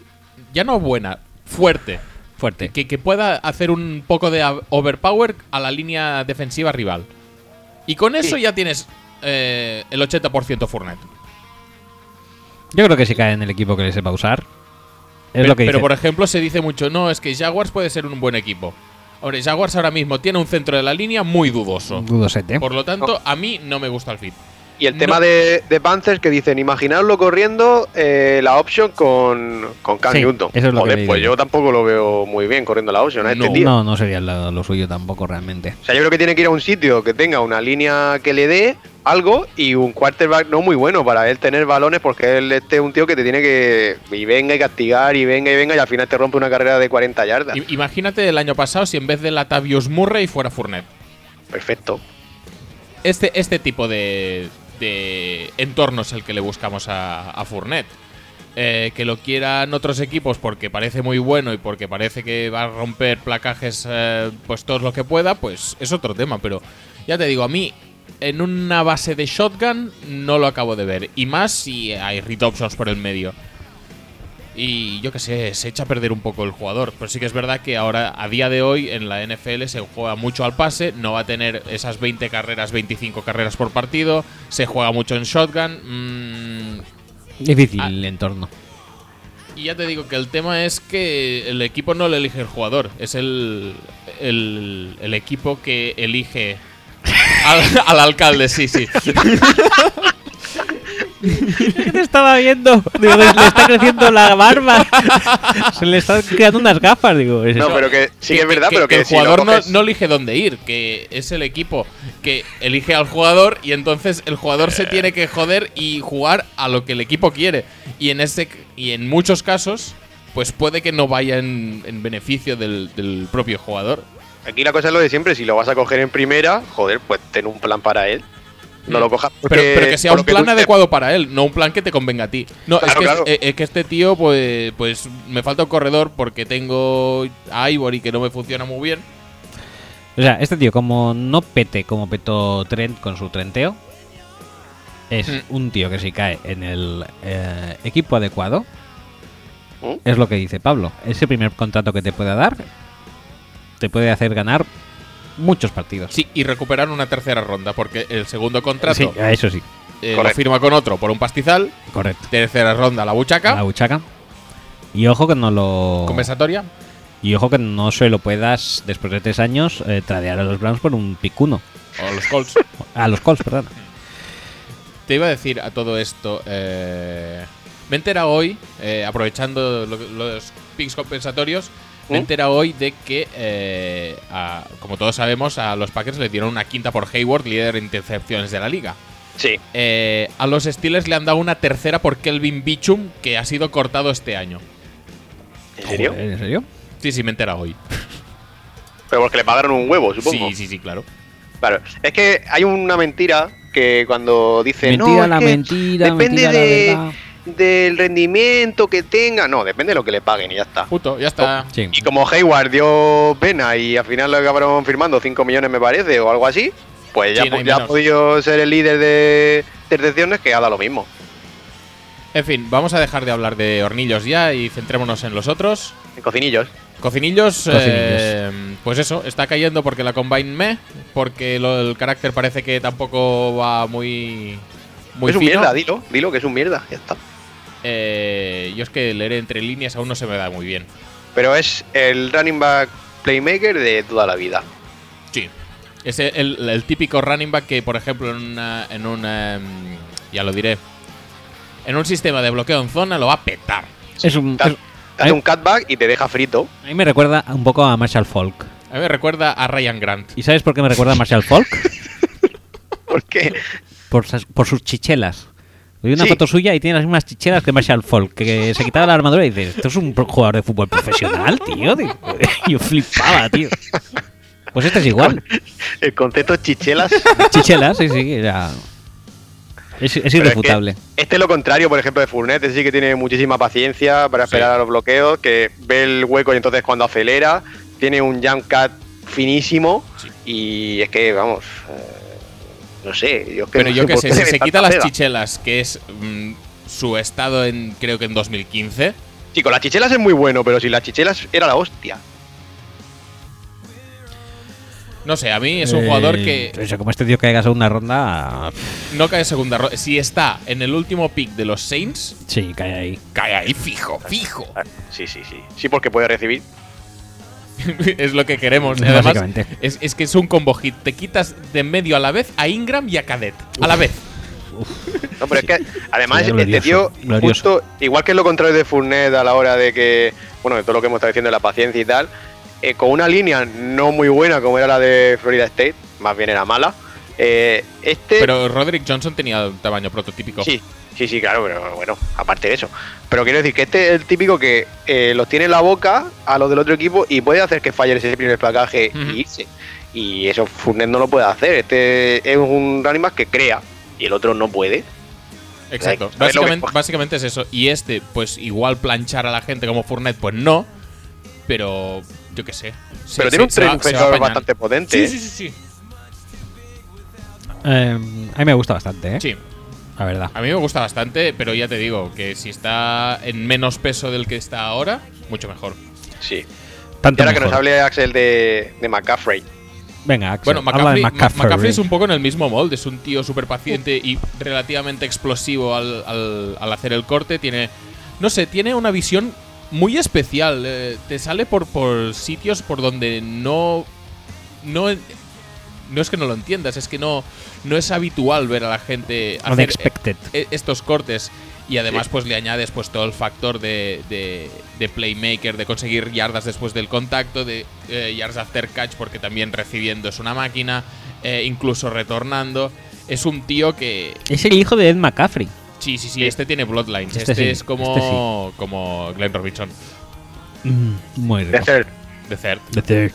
[SPEAKER 2] ya no buena, fuerte.
[SPEAKER 1] Fuerte.
[SPEAKER 2] Que, que pueda hacer un poco de a- overpower a la línea defensiva rival. Y con eso ya tienes eh, el 80% Fournette.
[SPEAKER 1] Yo creo que si cae en el equipo que le sepa usar. Es
[SPEAKER 2] Pe-
[SPEAKER 1] lo que
[SPEAKER 2] pero
[SPEAKER 1] dice.
[SPEAKER 2] por ejemplo se dice mucho, no, es que Jaguars puede ser un buen equipo. Hombre, Jaguars ahora mismo tiene un centro de la línea muy dudoso.
[SPEAKER 1] Dudosete.
[SPEAKER 2] Por lo tanto, a mí no me gusta el fit.
[SPEAKER 3] Y el
[SPEAKER 2] No.
[SPEAKER 3] tema de, de Panthers que dicen, imaginarlo corriendo eh, la option con, con Cam
[SPEAKER 1] Sí,
[SPEAKER 3] Newton.
[SPEAKER 1] eso es lo
[SPEAKER 3] Joder,
[SPEAKER 1] que le digo
[SPEAKER 3] pues
[SPEAKER 1] yo.
[SPEAKER 3] yo tampoco lo veo muy bien corriendo la option a este
[SPEAKER 2] No.
[SPEAKER 3] tío.
[SPEAKER 1] No, no sería lo, lo suyo tampoco realmente.
[SPEAKER 2] Ah.
[SPEAKER 3] O sea, yo creo que tiene que ir a un sitio que tenga una línea que le dé algo y un quarterback no muy bueno para él tener balones porque él este es un tío que te tiene que y venga y castigar y venga y venga y al final te rompe una carrera de 40 yardas.
[SPEAKER 2] I- Imagínate el año pasado si en vez de Latavius Murray fuera Fournette.
[SPEAKER 3] Perfecto.
[SPEAKER 2] Este, este tipo de, de entorno es el que le buscamos a, a Fournette. Eh, que lo quieran otros equipos porque parece muy bueno y porque parece que va a romper placajes eh, pues todo lo que pueda, pues es otro tema. Pero ya te digo, a mí en una base de shotgun no lo acabo de ver. Y más si hay read options por el medio. Y yo qué sé, se echa a perder un poco el jugador. Pero sí que es verdad que ahora, a día de hoy, en la NFL se juega mucho al pase, no va a tener esas 20 carreras, 25 carreras por partido, se juega mucho en shotgun. mm,
[SPEAKER 1] Difícil
[SPEAKER 2] Ah.
[SPEAKER 1] el entorno.
[SPEAKER 2] y ya te digo que el tema es que el equipo no lo elige el jugador, es el, el, el equipo que elige al, al alcalde, sí, sí.
[SPEAKER 1] ¿Qué te estaba viendo? Digo, le está creciendo la barba. Se le están creando unas gafas, digo.
[SPEAKER 3] No, pero que sí que, es verdad, pero que,
[SPEAKER 2] el
[SPEAKER 3] si lo
[SPEAKER 2] jugador no,
[SPEAKER 3] coges-
[SPEAKER 2] no elige dónde ir, que es el equipo que elige al jugador y entonces el jugador se tiene que joder y jugar a lo que el equipo quiere. Y en este y en muchos casos, pues puede que no vaya en, en beneficio del, del propio jugador.
[SPEAKER 3] Aquí la cosa es lo de siempre, si lo vas a coger en primera, joder, pues ten un plan para él. No lo cojas
[SPEAKER 2] Mm. Pero,
[SPEAKER 3] porque-
[SPEAKER 2] pero que sea
[SPEAKER 3] por
[SPEAKER 2] un
[SPEAKER 3] lo que
[SPEAKER 2] plan
[SPEAKER 3] tú estés-
[SPEAKER 2] adecuado para él, no un plan que te convenga a ti. No, es,
[SPEAKER 3] Claro,
[SPEAKER 2] que,
[SPEAKER 3] claro.
[SPEAKER 2] eh, es que este tío, pues, pues me falta un corredor porque tengo a Ivory que no me funciona muy bien.
[SPEAKER 1] O sea, este tío, como no pete como petó Trent con su trenteo, es
[SPEAKER 2] Mm.
[SPEAKER 1] un tío que si cae en el eh, equipo adecuado,
[SPEAKER 2] ¿Eh?
[SPEAKER 3] ¿Mm?
[SPEAKER 1] es lo que dice Pablo. Ese primer contrato que te puede dar te puede hacer ganar muchos partidos.
[SPEAKER 2] Sí, y recuperar una tercera ronda porque el segundo contrato
[SPEAKER 1] Sí, eso sí,
[SPEAKER 2] eh, lo
[SPEAKER 3] Correcto.
[SPEAKER 2] firma con otro por un pastizal,
[SPEAKER 1] correcto.
[SPEAKER 2] tercera ronda la buchaca,
[SPEAKER 1] La buchaca. Y ojo que no lo.
[SPEAKER 2] compensatoria.
[SPEAKER 1] Y ojo que no se lo puedas, después de tres años, eh, tradear a los Browns por un picuno.
[SPEAKER 2] O los Colts.
[SPEAKER 1] A los Colts, perdón.
[SPEAKER 2] Te iba a decir a todo esto. eh, me he enterado hoy, eh, aprovechando lo- los picks compensatorios, me he
[SPEAKER 3] ¿Mm?
[SPEAKER 2] enterado hoy de que, eh, a- como todos sabemos, a los Packers le dieron una quinta por Hayward, líder de intercepciones de la liga.
[SPEAKER 3] Sí,
[SPEAKER 2] Eh, a los Steelers le han dado una tercera por Kelvin Bichum, que ha sido cortado este año.
[SPEAKER 3] ¿en serio?
[SPEAKER 1] Joder, ¿En serio?
[SPEAKER 2] Sí, sí, me he enterado hoy.
[SPEAKER 3] Pero porque le pagaron un huevo, supongo.
[SPEAKER 2] Sí, sí, sí, claro.
[SPEAKER 3] Claro. Es que hay una mentira que cuando dicen.
[SPEAKER 1] mentira
[SPEAKER 3] "No, es
[SPEAKER 1] la
[SPEAKER 3] que
[SPEAKER 1] mentira,
[SPEAKER 3] Depende
[SPEAKER 1] mentira
[SPEAKER 3] de-
[SPEAKER 1] la verdad.
[SPEAKER 3] del rendimiento que tenga. No, depende de lo que le paguen y ya está.
[SPEAKER 2] Justo, ya está.
[SPEAKER 1] Sí.
[SPEAKER 3] Y como Hayward dio pena y al final lo acabaron firmando 5 millones, me parece, o algo así, pues ya,
[SPEAKER 2] Sí, no hay
[SPEAKER 3] ya ha
[SPEAKER 2] menos.
[SPEAKER 3] podido ser el líder de intercepciones que haga lo mismo.
[SPEAKER 2] En fin, vamos a dejar de hablar de hornillos ya y centrémonos en los otros.
[SPEAKER 3] En cocinillos.
[SPEAKER 2] Cocinillos,
[SPEAKER 1] Cocinillos.
[SPEAKER 2] eh, pues eso, está cayendo porque la Combine me, porque lo- el carácter parece que tampoco va muy, muy
[SPEAKER 3] es un
[SPEAKER 2] fino.
[SPEAKER 3] mierda, dilo, dilo que es un mierda, ya está.
[SPEAKER 2] Eh, yo es que leer entre líneas aún no se me da muy bien.
[SPEAKER 3] Pero es el running back playmaker de toda la vida.
[SPEAKER 2] Sí. Es el, el típico running back que, por ejemplo, en una, en una, mm, Ya lo diré. En un sistema de bloqueo en zona lo va a petar.
[SPEAKER 1] Es un,
[SPEAKER 3] Te ha-
[SPEAKER 1] es-
[SPEAKER 3] te
[SPEAKER 2] eh.
[SPEAKER 3] hace un cutback y te deja frito.
[SPEAKER 1] a mí me recuerda un poco a Marshall Falk.
[SPEAKER 2] A mí me recuerda a Ryan Grant.
[SPEAKER 1] ¿Y sabes por qué me recuerda a Marshall
[SPEAKER 3] [laughs]
[SPEAKER 1] Falk?
[SPEAKER 3] Porque
[SPEAKER 1] Por, sas- por sus chichelas. Vi una
[SPEAKER 3] Sí.
[SPEAKER 1] foto suya y tiene las mismas chichelas que Marshall Falk, que se quitaba la armadura y dice, esto es un pro- jugador de fútbol profesional, tío. [laughs] Digo, Yo flipaba, tío. Pues este es igual.
[SPEAKER 3] el concepto chichelas.
[SPEAKER 2] [laughs]
[SPEAKER 1] Chichelas, sí, sí. era- Es, es
[SPEAKER 3] pero es que
[SPEAKER 1] irrefutable.
[SPEAKER 3] este es lo contrario, por ejemplo, de Fournette. Este sí que tiene muchísima paciencia para esperar a los bloqueos, que ve el hueco y entonces cuando acelera, tiene un jump cut finísimo. Y es que, vamos. eh, no sé. Yo es que
[SPEAKER 2] Pero
[SPEAKER 3] no
[SPEAKER 2] yo qué
[SPEAKER 3] por
[SPEAKER 2] sé, si
[SPEAKER 3] le
[SPEAKER 2] se
[SPEAKER 3] tanta
[SPEAKER 2] quita las
[SPEAKER 3] pega.
[SPEAKER 2] chichelas, que es mm, su estado en creo que en 2015,
[SPEAKER 3] Chico, las chichelas es muy bueno, pero si las chichelas era la hostia.
[SPEAKER 2] no sé, a mí es un jugador
[SPEAKER 1] Eh,
[SPEAKER 2] que
[SPEAKER 1] Eso, como este tío caiga a segunda ronda. pff,
[SPEAKER 2] no cae en segunda ronda. Si está en el último pick de los Saints,
[SPEAKER 1] Sí, cae ahí.
[SPEAKER 2] cae ahí fijo, fijo. [laughs]
[SPEAKER 3] Ah, Sí, sí, sí. Sí, porque puede recibir.
[SPEAKER 2] es lo que queremos. Y Además,
[SPEAKER 1] Básicamente.
[SPEAKER 2] es, es que es un combo hit. Te quitas de en medio a la vez a Ingram y a Cadet. A la vez.
[SPEAKER 3] No, pero es que
[SPEAKER 1] [laughs]
[SPEAKER 3] además
[SPEAKER 1] Sería
[SPEAKER 3] este tío,
[SPEAKER 1] glorioso, glorioso.
[SPEAKER 3] justo, igual que es lo contrario de Fournette a la hora de que, bueno, de todo lo que hemos estado diciendo, de la paciencia y tal, eh, con una línea no muy buena como era la de Florida State, más bien era mala, eh, este...
[SPEAKER 2] Pero Roderick Johnson tenía un tamaño prototípico.
[SPEAKER 3] sí, sí, sí, claro, pero bueno, aparte de eso. Pero quiero decir que este es el típico que eh, los tiene en la boca a los del otro equipo y puede hacer que falle ese primer placaje
[SPEAKER 2] Ujú.
[SPEAKER 3] y irse. Y eso Fournette no lo puede hacer. Este es un running back que crea y el otro no puede.
[SPEAKER 2] Exacto.
[SPEAKER 3] Ay, ¿sabes lo que
[SPEAKER 2] Básicamente,
[SPEAKER 3] coge?
[SPEAKER 2] básicamente es eso. Y este, pues igual planchar a la gente como Fournette, pues no. Pero yo qué sé. Se- se-
[SPEAKER 3] pero tiene un
[SPEAKER 2] se
[SPEAKER 3] tren
[SPEAKER 2] va- se va
[SPEAKER 3] inferior
[SPEAKER 2] apañando.
[SPEAKER 3] bastante potente.
[SPEAKER 2] Sí, sí,
[SPEAKER 3] ¿eh?
[SPEAKER 2] sí, sí.
[SPEAKER 1] Eh, a mí me gusta bastante, ¿eh?
[SPEAKER 2] Sí.
[SPEAKER 1] La verdad.
[SPEAKER 2] A mí me gusta bastante, pero ya te digo que si está en menos peso del que está ahora, mucho mejor.
[SPEAKER 3] eh. Sí. Y
[SPEAKER 1] Tanto
[SPEAKER 3] ahora que
[SPEAKER 1] mejor.
[SPEAKER 3] nos hable Axel de, de McCaffrey.
[SPEAKER 1] Venga, Axel,
[SPEAKER 2] Bueno,
[SPEAKER 1] habla
[SPEAKER 2] McCaffrey,
[SPEAKER 1] de
[SPEAKER 2] Ma-
[SPEAKER 1] McCaffrey.
[SPEAKER 2] McCaffrey es un poco en el mismo molde. Es un tío súper paciente y relativamente explosivo al, al- al hacer el corte. Tiene, no sé, tiene una visión muy especial. eh, te sale por, por sitios por donde no, no. No es que no lo entiendas, es que no, no es habitual ver a la gente hacer eh,
[SPEAKER 1] Unexpected.
[SPEAKER 2] e- estos cortes y además pues le añades pues todo el factor de, de- de playmaker, de conseguir yardas después del contacto, de eh, yards after catch porque también recibiendo es una máquina, eh, incluso retornando. Es un tío que...
[SPEAKER 1] Es el hijo de Ed McCaffrey.
[SPEAKER 2] Sí, sí, sí, este tiene Bloodlines. Este,
[SPEAKER 1] Este sí,
[SPEAKER 2] es como, como Glenn Robinson
[SPEAKER 1] Mm, muy rico.
[SPEAKER 2] Este-
[SPEAKER 3] Dexter,
[SPEAKER 2] de CERT.
[SPEAKER 1] The Third.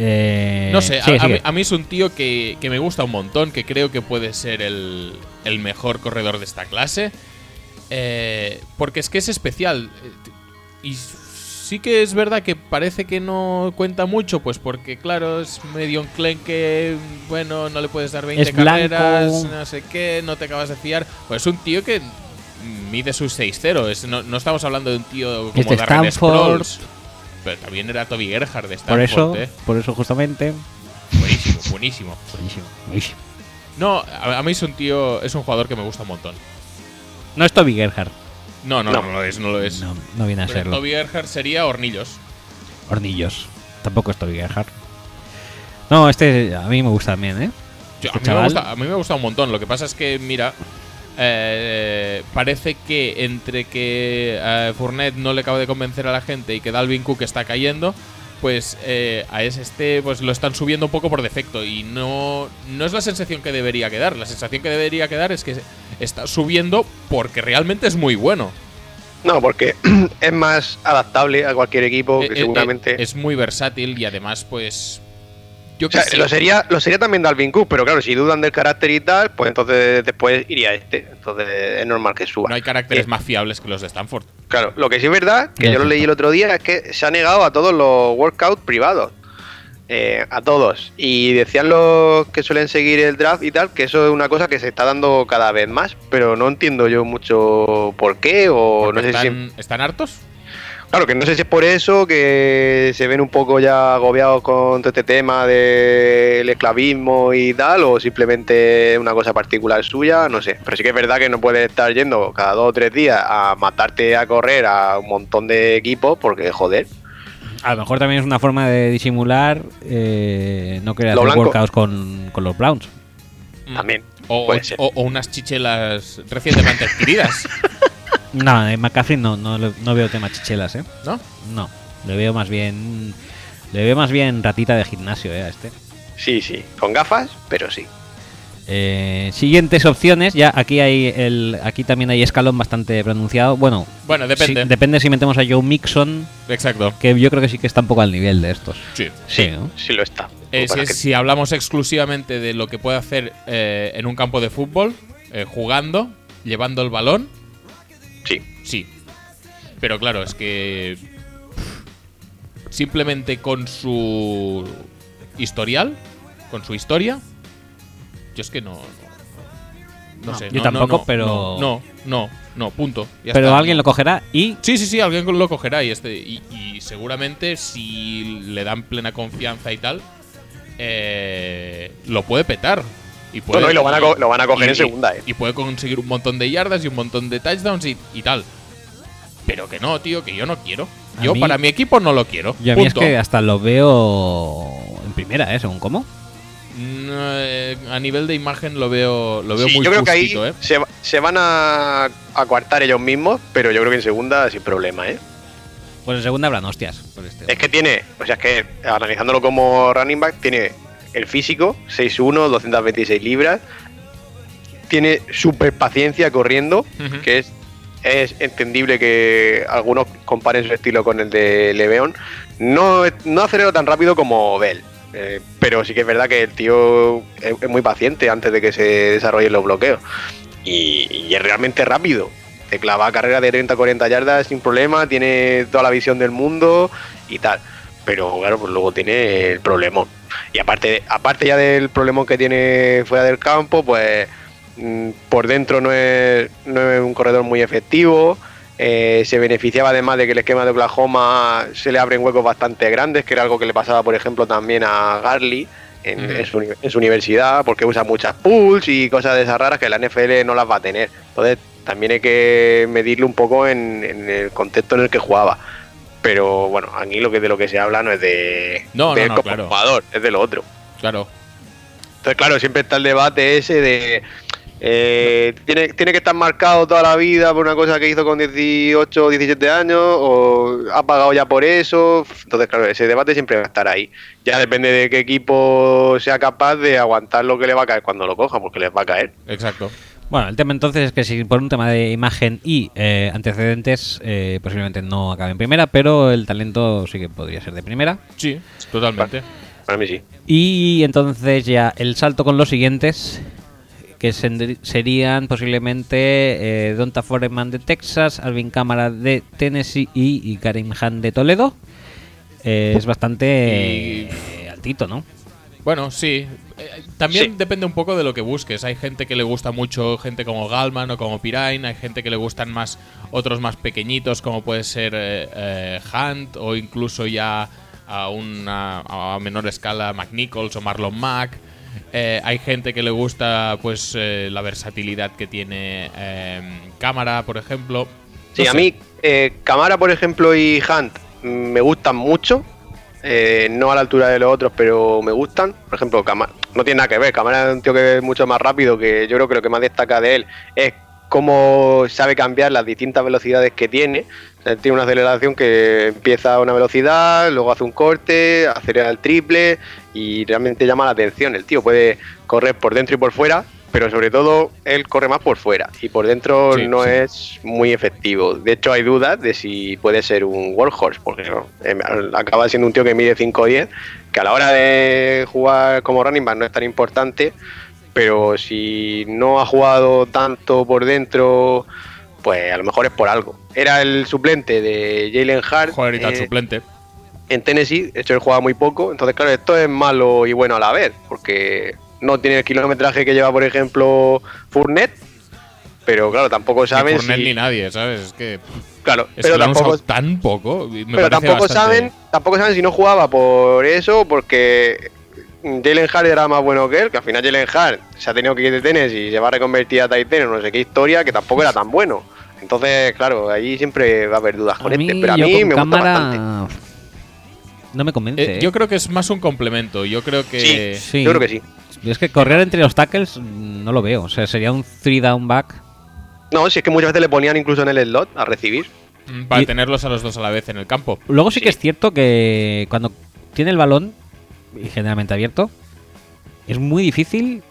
[SPEAKER 1] Eh,
[SPEAKER 2] No sé, a-
[SPEAKER 1] sigue,
[SPEAKER 2] a, mí-
[SPEAKER 1] sigue.
[SPEAKER 2] a mí es un tío que, que me gusta un montón, que creo que puede ser el, el mejor corredor de esta clase. Eh, porque es que es especial. Eh, t- Y sí que es verdad que parece que no cuenta mucho, pues porque, claro, es medio enclenque, bueno, no le puedes dar 20
[SPEAKER 1] Es blanco.
[SPEAKER 2] carreras, no sé qué, no te acabas de fiar. Pues es un tío que mide sus 6-0. Es- No, no estamos hablando de un tío
[SPEAKER 1] Es
[SPEAKER 2] como
[SPEAKER 1] de
[SPEAKER 2] Darren
[SPEAKER 1] Stanford.
[SPEAKER 2] Sproles, pero también era Toby Gerhard de Stanford.
[SPEAKER 1] por eso,
[SPEAKER 2] ¿eh?
[SPEAKER 1] por eso justamente.
[SPEAKER 2] Buenísimo, buenísimo.
[SPEAKER 1] Buenísimo, buenísimo.
[SPEAKER 2] No, a, a mí es un tío, es un jugador que me gusta un montón.
[SPEAKER 1] No es Toby Gerhard.
[SPEAKER 2] No, no, no,
[SPEAKER 3] No.
[SPEAKER 2] lo es, no lo es.
[SPEAKER 1] No, no viene a
[SPEAKER 2] Pero
[SPEAKER 1] serlo.
[SPEAKER 2] Pues Toby Gerhard sería Hornillos.
[SPEAKER 1] Hornillos. Tampoco es Toby Gerhard. No, este a mí me gusta también, ¿eh?
[SPEAKER 2] Yo-
[SPEAKER 1] Este
[SPEAKER 2] a, mí me
[SPEAKER 1] chaval.
[SPEAKER 2] gusta, a mí me gusta un montón. Lo que pasa es que, mira, eh, parece que entre que eh, Fournette no le acaba de convencer a la gente y que Dalvin Cook está cayendo, pues eh, a ese este pues lo están subiendo un poco por defecto. Y no, no es la sensación que debería quedar. La sensación que debería quedar es que está subiendo porque realmente es muy bueno.
[SPEAKER 3] No, porque [clears throat] es más adaptable a cualquier equipo, que
[SPEAKER 2] Eh, eh,
[SPEAKER 3] seguramente.
[SPEAKER 2] eh, es muy versátil y además, pues. Yo
[SPEAKER 3] o
[SPEAKER 2] qué
[SPEAKER 3] sea,
[SPEAKER 2] sé.
[SPEAKER 3] lo sería, lo sería también Dalvin Cook, pero claro, si dudan del carácter y tal, pues entonces después iría este. Entonces es normal que suba.
[SPEAKER 2] No hay caracteres
[SPEAKER 3] Eh,
[SPEAKER 2] más fiables que los de Stanford.
[SPEAKER 3] Claro, lo que sí es verdad, que
[SPEAKER 1] Ya
[SPEAKER 3] yo lo
[SPEAKER 1] es
[SPEAKER 3] leí el otro día, es que se ha negado a todos los workouts privados. Eh, a todos. Y decían los que suelen seguir el draft y tal, que eso es una cosa que se está dando cada vez más, pero no entiendo yo mucho por qué o
[SPEAKER 2] Porque
[SPEAKER 3] no sé si...
[SPEAKER 2] están, ¿Están hartos?
[SPEAKER 3] Claro, que no sé si es por eso que se ven un poco ya agobiados con todo este tema del esclavismo y tal, o simplemente una cosa particular suya, no sé. Pero sí que es verdad que no puedes estar yendo cada dos o tres días a matarte a correr a un montón de equipos, porque joder.
[SPEAKER 1] A lo mejor también es una forma de disimular eh, no querer
[SPEAKER 3] Lo
[SPEAKER 1] hacer
[SPEAKER 3] blanco.
[SPEAKER 1] workouts con, con los Browns.
[SPEAKER 2] Mm.
[SPEAKER 3] También,
[SPEAKER 2] O,
[SPEAKER 3] puede ser.
[SPEAKER 2] o- o unas chichelas
[SPEAKER 3] [laughs]
[SPEAKER 2] recientemente adquiridas,
[SPEAKER 1] No, en McCaffrey no, no, le- no veo tema chichelas, ¿eh?
[SPEAKER 2] ¿no?
[SPEAKER 1] No, le veo más bien. Le veo más bien ratita de gimnasio, ¿eh? A este.
[SPEAKER 3] Sí, sí. Con gafas, pero sí.
[SPEAKER 1] Eh, siguientes opciones, ya aquí hay el, aquí también hay escalón bastante pronunciado. Bueno,
[SPEAKER 2] Bueno, depende.
[SPEAKER 1] si- depende si metemos a Joe Mixon,
[SPEAKER 2] Exacto.
[SPEAKER 1] que yo creo que sí que está un poco al nivel de estos.
[SPEAKER 2] Sí.
[SPEAKER 1] Sí, ¿no?
[SPEAKER 3] Sí lo está.
[SPEAKER 2] Eh,
[SPEAKER 3] Para
[SPEAKER 2] si,
[SPEAKER 3] que-
[SPEAKER 2] si hablamos exclusivamente de lo que puede hacer eh, en un campo de fútbol, eh, jugando, llevando el balón,
[SPEAKER 3] sí.
[SPEAKER 2] sí. Pero claro, es que pff, simplemente con su historial, con su historia, yo es que no... No, no
[SPEAKER 1] No,
[SPEAKER 2] sé.
[SPEAKER 1] yo
[SPEAKER 2] no, no,
[SPEAKER 1] tampoco,
[SPEAKER 2] no,
[SPEAKER 1] pero-
[SPEAKER 2] No, no, no, no, punto. Ya
[SPEAKER 1] Pero
[SPEAKER 2] está.
[SPEAKER 1] alguien lo cogerá y
[SPEAKER 2] Sí, sí, sí, alguien lo cogerá y, este, y, y seguramente si le dan plena confianza y tal, eh, lo puede petar. Y puede-
[SPEAKER 3] No, no, y lo van a co- lo van a coger en segunda, eh.
[SPEAKER 2] Y puede conseguir un montón de yardas y un montón de touchdowns y, y tal. Pero que no, tío, que yo no quiero.
[SPEAKER 1] A
[SPEAKER 2] Yo
[SPEAKER 1] mí-
[SPEAKER 2] para mi equipo no lo quiero.
[SPEAKER 1] yo a mí es
[SPEAKER 2] Punto.
[SPEAKER 1] que hasta lo veo en primera, ¿eh? Según cómo.
[SPEAKER 2] Mm, eh, a nivel de imagen lo veo, lo veo
[SPEAKER 3] Sí,
[SPEAKER 2] muy
[SPEAKER 3] yo creo que ahí
[SPEAKER 2] justito, ¿eh?
[SPEAKER 3] se, va- se van a, a coartar ellos mismos, pero yo creo que en segunda sin problema, ¿eh?
[SPEAKER 1] Pues en segunda habrán hostias. por este.
[SPEAKER 2] Eh.
[SPEAKER 3] Es que tiene, o sea, es que analizándolo como running back, tiene el físico, 6'1, 226 libras, tiene super paciencia corriendo,
[SPEAKER 2] Ujú.
[SPEAKER 3] que es, es entendible que algunos comparen su estilo con el de Leveon. No, no acelera tan rápido como Bell, eh, pero sí que es verdad que el tío es, es muy paciente antes de que se desarrollen los bloqueos. Y, y es realmente rápido. Te clava carrera de 30-40 yardas sin problema, tiene toda la visión del mundo y tal. Pero claro, pues luego tiene el problemón. Y aparte, aparte ya del problemón que tiene fuera del campo, pues mm, por dentro no es, no es un corredor muy efectivo. Eh, se beneficiaba además de que el esquema de Oklahoma se le abren huecos bastante grandes, que era algo que le pasaba, por ejemplo, también a Garly en,
[SPEAKER 2] Ujú.
[SPEAKER 3] en su, uni- en su universidad, porque usa muchas pulls y cosas de esas raras que la NFL no las va a tener. Entonces, también hay que medirlo un poco en, en el contexto en el que jugaba. Pero bueno, aquí lo que de lo que se habla no es de,
[SPEAKER 2] No,
[SPEAKER 3] de
[SPEAKER 2] no,
[SPEAKER 3] él
[SPEAKER 2] no,
[SPEAKER 3] como
[SPEAKER 2] claro.
[SPEAKER 3] jugador, es de lo otro.
[SPEAKER 2] Claro.
[SPEAKER 3] Entonces, claro, siempre está el debate ese de. eh, ¿tiene, tiene que estar marcado toda la vida por una cosa que hizo con 18 o 17 años, o ha pagado ya por eso. Entonces, claro, ese debate siempre va a estar ahí. Ya depende de qué equipo sea capaz de aguantar lo que le va a caer cuando lo coja, porque les va a caer.
[SPEAKER 2] Exacto.
[SPEAKER 1] Bueno, el tema entonces es que si por un tema de imagen y eh, antecedentes, eh, posiblemente no acabe en primera, pero el talento sí que podría ser de primera.
[SPEAKER 2] Sí, totalmente.
[SPEAKER 3] Para mí sí.
[SPEAKER 1] Y entonces ya el salto con los siguientes, que sen- serían posiblemente eh, Donta Foreman de Texas, Alvin Cámara de Tennessee y, y Karim Han de Toledo. Eh, es bastante eh, altito, ¿no?
[SPEAKER 2] Bueno, sí. Eh, También
[SPEAKER 3] Sí.
[SPEAKER 2] depende un poco de lo que busques. Hay gente que le gusta mucho, gente como Galman o como Pirain. Hay gente que le gustan más otros más pequeñitos, como puede ser eh, eh, Hunt o incluso ya a una a menor escala McNichols o Marlon Mack. Eh, hay gente que le gusta pues eh, la versatilidad que tiene em, cámara, por ejemplo.
[SPEAKER 3] Sí,
[SPEAKER 2] No
[SPEAKER 3] a
[SPEAKER 2] sé.
[SPEAKER 3] mí eh, Camara, por ejemplo, y Hunt mm, me gustan mucho. Eh, no a la altura de los otros, pero me gustan. Por ejemplo, Camara no tiene nada que ver. Camara es un tío que es mucho más rápido, que yo creo que lo que más destaca de él es cómo sabe cambiar las distintas velocidades que tiene. O sea, Eh, tiene una aceleración que empieza a una velocidad, luego hace un corte, acelera el triple y realmente llama la atención. El tío puede correr por dentro y por fuera, pero sobre todo él corre más por fuera y por dentro
[SPEAKER 2] Sí,
[SPEAKER 3] no
[SPEAKER 2] sí.
[SPEAKER 3] es muy efectivo. De hecho, hay dudas de si puede ser un workhorse, porque no, em, acaba siendo un tío que mide 5 o 10, que a la hora de jugar como running back no es tan importante, pero si no ha jugado tanto por dentro, pues a lo mejor es por algo. Era el suplente de Jalen Hart.
[SPEAKER 2] Joder, y tal,
[SPEAKER 3] eh,
[SPEAKER 2] suplente.
[SPEAKER 3] en Tennessee, de hecho él jugaba muy poco, entonces claro, esto es malo y bueno a la vez, porque no tiene el kilometraje que lleva, por ejemplo, Fournette, pero claro, tampoco
[SPEAKER 2] Ni
[SPEAKER 3] saben
[SPEAKER 2] Fournette
[SPEAKER 3] si...
[SPEAKER 2] ni nadie, ¿sabes? Es que.
[SPEAKER 3] Claro,
[SPEAKER 2] Es
[SPEAKER 3] pero
[SPEAKER 2] que lo han
[SPEAKER 3] tampoco,
[SPEAKER 2] usado tan poco. Me
[SPEAKER 3] pero
[SPEAKER 2] parece
[SPEAKER 3] tampoco
[SPEAKER 2] bastante-
[SPEAKER 3] saben, tampoco saben si no jugaba por eso o porque Jalen Hart era más bueno que él, que al final Jalen Hart se ha tenido que ir de tenis y se va a reconvertir a Titan o no sé qué historia, que tampoco era tan bueno. Entonces, claro, ahí siempre va a haber dudas con este, pero a
[SPEAKER 1] yo
[SPEAKER 3] mí
[SPEAKER 1] con
[SPEAKER 3] me gusta
[SPEAKER 1] cámara
[SPEAKER 3] bastante.
[SPEAKER 1] No me convence.
[SPEAKER 2] Eh,
[SPEAKER 1] ¿eh?
[SPEAKER 2] yo creo que es más un complemento. Yo creo que.
[SPEAKER 1] Sí.
[SPEAKER 3] Yo creo que sí.
[SPEAKER 1] Es que correr entre los tackles mm, no lo veo. O sea, sería un three down back.
[SPEAKER 3] No, si es que muchas veces le ponían incluso en el slot a recibir.
[SPEAKER 2] mm, Para
[SPEAKER 1] Y-
[SPEAKER 2] tenerlos a los dos a la vez en el campo.
[SPEAKER 1] Luego sí, que es cierto que cuando tiene el balón, y generalmente abierto, es muy difícil.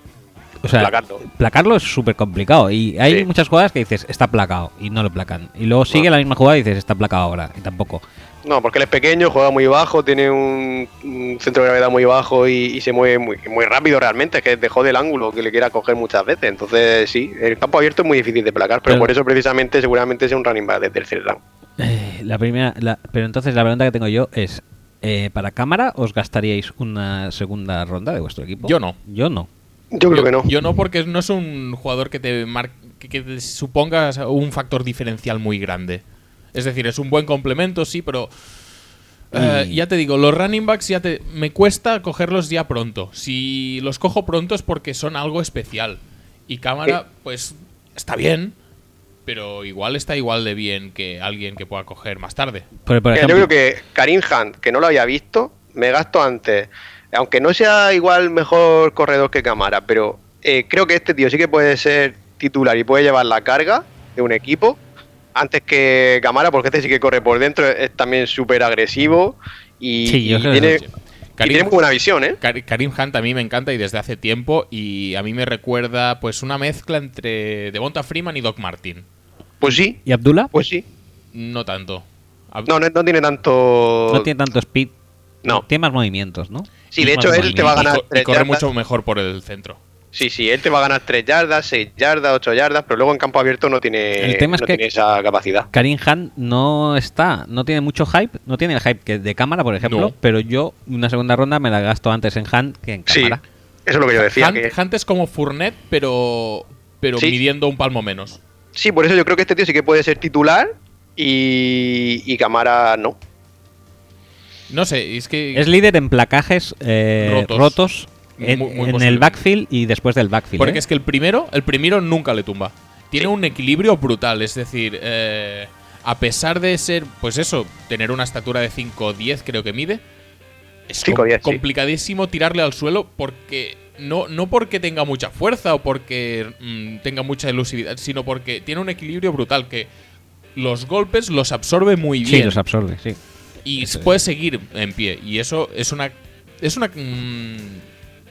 [SPEAKER 1] O sea,
[SPEAKER 3] Placarlo.
[SPEAKER 1] placarlo es súper complicado. Y hay
[SPEAKER 3] Sí.
[SPEAKER 1] muchas jugadas que dices, está placado, y no lo placan. Y luego sigue la misma jugada y dices, está placado ahora, y tampoco.
[SPEAKER 3] No, porque él es pequeño, juega muy bajo, tiene un, un centro de gravedad muy bajo y, y se mueve muy, muy rápido realmente, es que dejó del ángulo que le quiera coger muchas veces. Entonces, sí, el campo abierto es muy difícil de placar, pero
[SPEAKER 1] Claro.
[SPEAKER 3] por eso precisamente seguramente sea un running back de tercer round.
[SPEAKER 1] Eh, La primera, la- pero entonces la pregunta que tengo yo es, eh, ¿para cámara os gastaríais una segunda ronda de vuestro equipo?
[SPEAKER 2] Yo no.
[SPEAKER 1] Yo no.
[SPEAKER 3] Yo creo que no.
[SPEAKER 2] Yo no, porque no es un jugador que te, mar- que, que te suponga un factor diferencial muy grande. Es decir, es un buen complemento, sí, pero. eh,
[SPEAKER 1] Y-
[SPEAKER 2] ya te digo, los running backs ya te. Me cuesta cogerlos ya pronto. Si los cojo pronto es porque son algo especial. Y cámara,
[SPEAKER 3] Eh.
[SPEAKER 2] pues. Está bien. Pero igual está igual de bien que alguien que pueda coger más tarde.
[SPEAKER 1] Pero, por
[SPEAKER 3] Mira,
[SPEAKER 1] ejemplo,
[SPEAKER 3] yo creo que Karim Hunt, que no lo había visto, me gasto antes. Aunque no sea igual mejor corredor que Camara, pero eh, creo que este tío sí que puede ser titular y puede llevar la carga de un equipo antes que Camara, porque este sí que corre por dentro, es también súper agresivo y,
[SPEAKER 1] Sí, yo
[SPEAKER 3] y
[SPEAKER 1] creo que
[SPEAKER 3] tiene,
[SPEAKER 1] sí.
[SPEAKER 3] y
[SPEAKER 2] Karim-
[SPEAKER 3] tiene muy buena visión, ¿eh?
[SPEAKER 2] Kar- Karim Hunt a mí me encanta y desde hace tiempo y a mí me recuerda pues una mezcla entre Devonta Freeman y Doc Martin.
[SPEAKER 3] Pues sí,
[SPEAKER 1] ¿Y Abdullah?
[SPEAKER 3] pues sí.
[SPEAKER 2] No tanto. Ab-
[SPEAKER 3] No, no, no tiene tanto...
[SPEAKER 1] no tiene tanto speed.
[SPEAKER 3] No.
[SPEAKER 1] Tiene más movimientos, ¿no?
[SPEAKER 3] Sí, de
[SPEAKER 1] Tiene más
[SPEAKER 3] hecho, él te va a
[SPEAKER 1] movimientos.
[SPEAKER 2] y, co-
[SPEAKER 3] ganar
[SPEAKER 2] y
[SPEAKER 3] tres
[SPEAKER 2] corre
[SPEAKER 3] yardas.
[SPEAKER 2] mucho mejor por el centro.
[SPEAKER 3] Sí, sí, él te va a ganar 3 yardas, 6 yardas, 8 yardas, pero luego en campo abierto no tiene,
[SPEAKER 1] El tema es
[SPEAKER 3] no
[SPEAKER 1] que-
[SPEAKER 3] tiene esa capacidad.
[SPEAKER 1] Karim Han no está, no tiene mucho hype, no tiene el hype que de cámara, por ejemplo,
[SPEAKER 2] No.
[SPEAKER 1] pero yo una segunda ronda me la gasto antes en Han que en
[SPEAKER 3] Sí,
[SPEAKER 1] cámara.
[SPEAKER 3] eso es lo que yo decía.
[SPEAKER 2] Hunt,
[SPEAKER 3] que-
[SPEAKER 2] Hunt es como Fournette, pero, pero
[SPEAKER 3] Sí.
[SPEAKER 2] midiendo un palmo menos.
[SPEAKER 3] sí, por eso yo creo que este tío sí que puede ser titular y, y Camara no.
[SPEAKER 2] No sé, es que
[SPEAKER 1] Es líder en placajes eh,
[SPEAKER 2] Rotos.
[SPEAKER 1] rotos, en,
[SPEAKER 2] Muy- muy
[SPEAKER 1] en el
[SPEAKER 2] posiblemente.
[SPEAKER 1] backfield y después del backfield.
[SPEAKER 2] porque
[SPEAKER 1] ¿eh?
[SPEAKER 2] es que el primero, el primero nunca le tumba. Tiene un equilibrio brutal, es decir, eh, a pesar de ser, pues eso, tener una estatura de 5'10 creo que mide, es com-
[SPEAKER 3] 5'10", sí.
[SPEAKER 2] complicadísimo tirarle al suelo porque no, no porque tenga mucha fuerza o porque mm, tenga mucha elusividad, sino porque tiene un equilibrio brutal que los golpes los absorbe muy
[SPEAKER 1] sí,
[SPEAKER 2] bien
[SPEAKER 1] los absorbe, sí.
[SPEAKER 2] y
[SPEAKER 1] Eso es.
[SPEAKER 2] puede seguir en pie. Y eso es una es una, mm,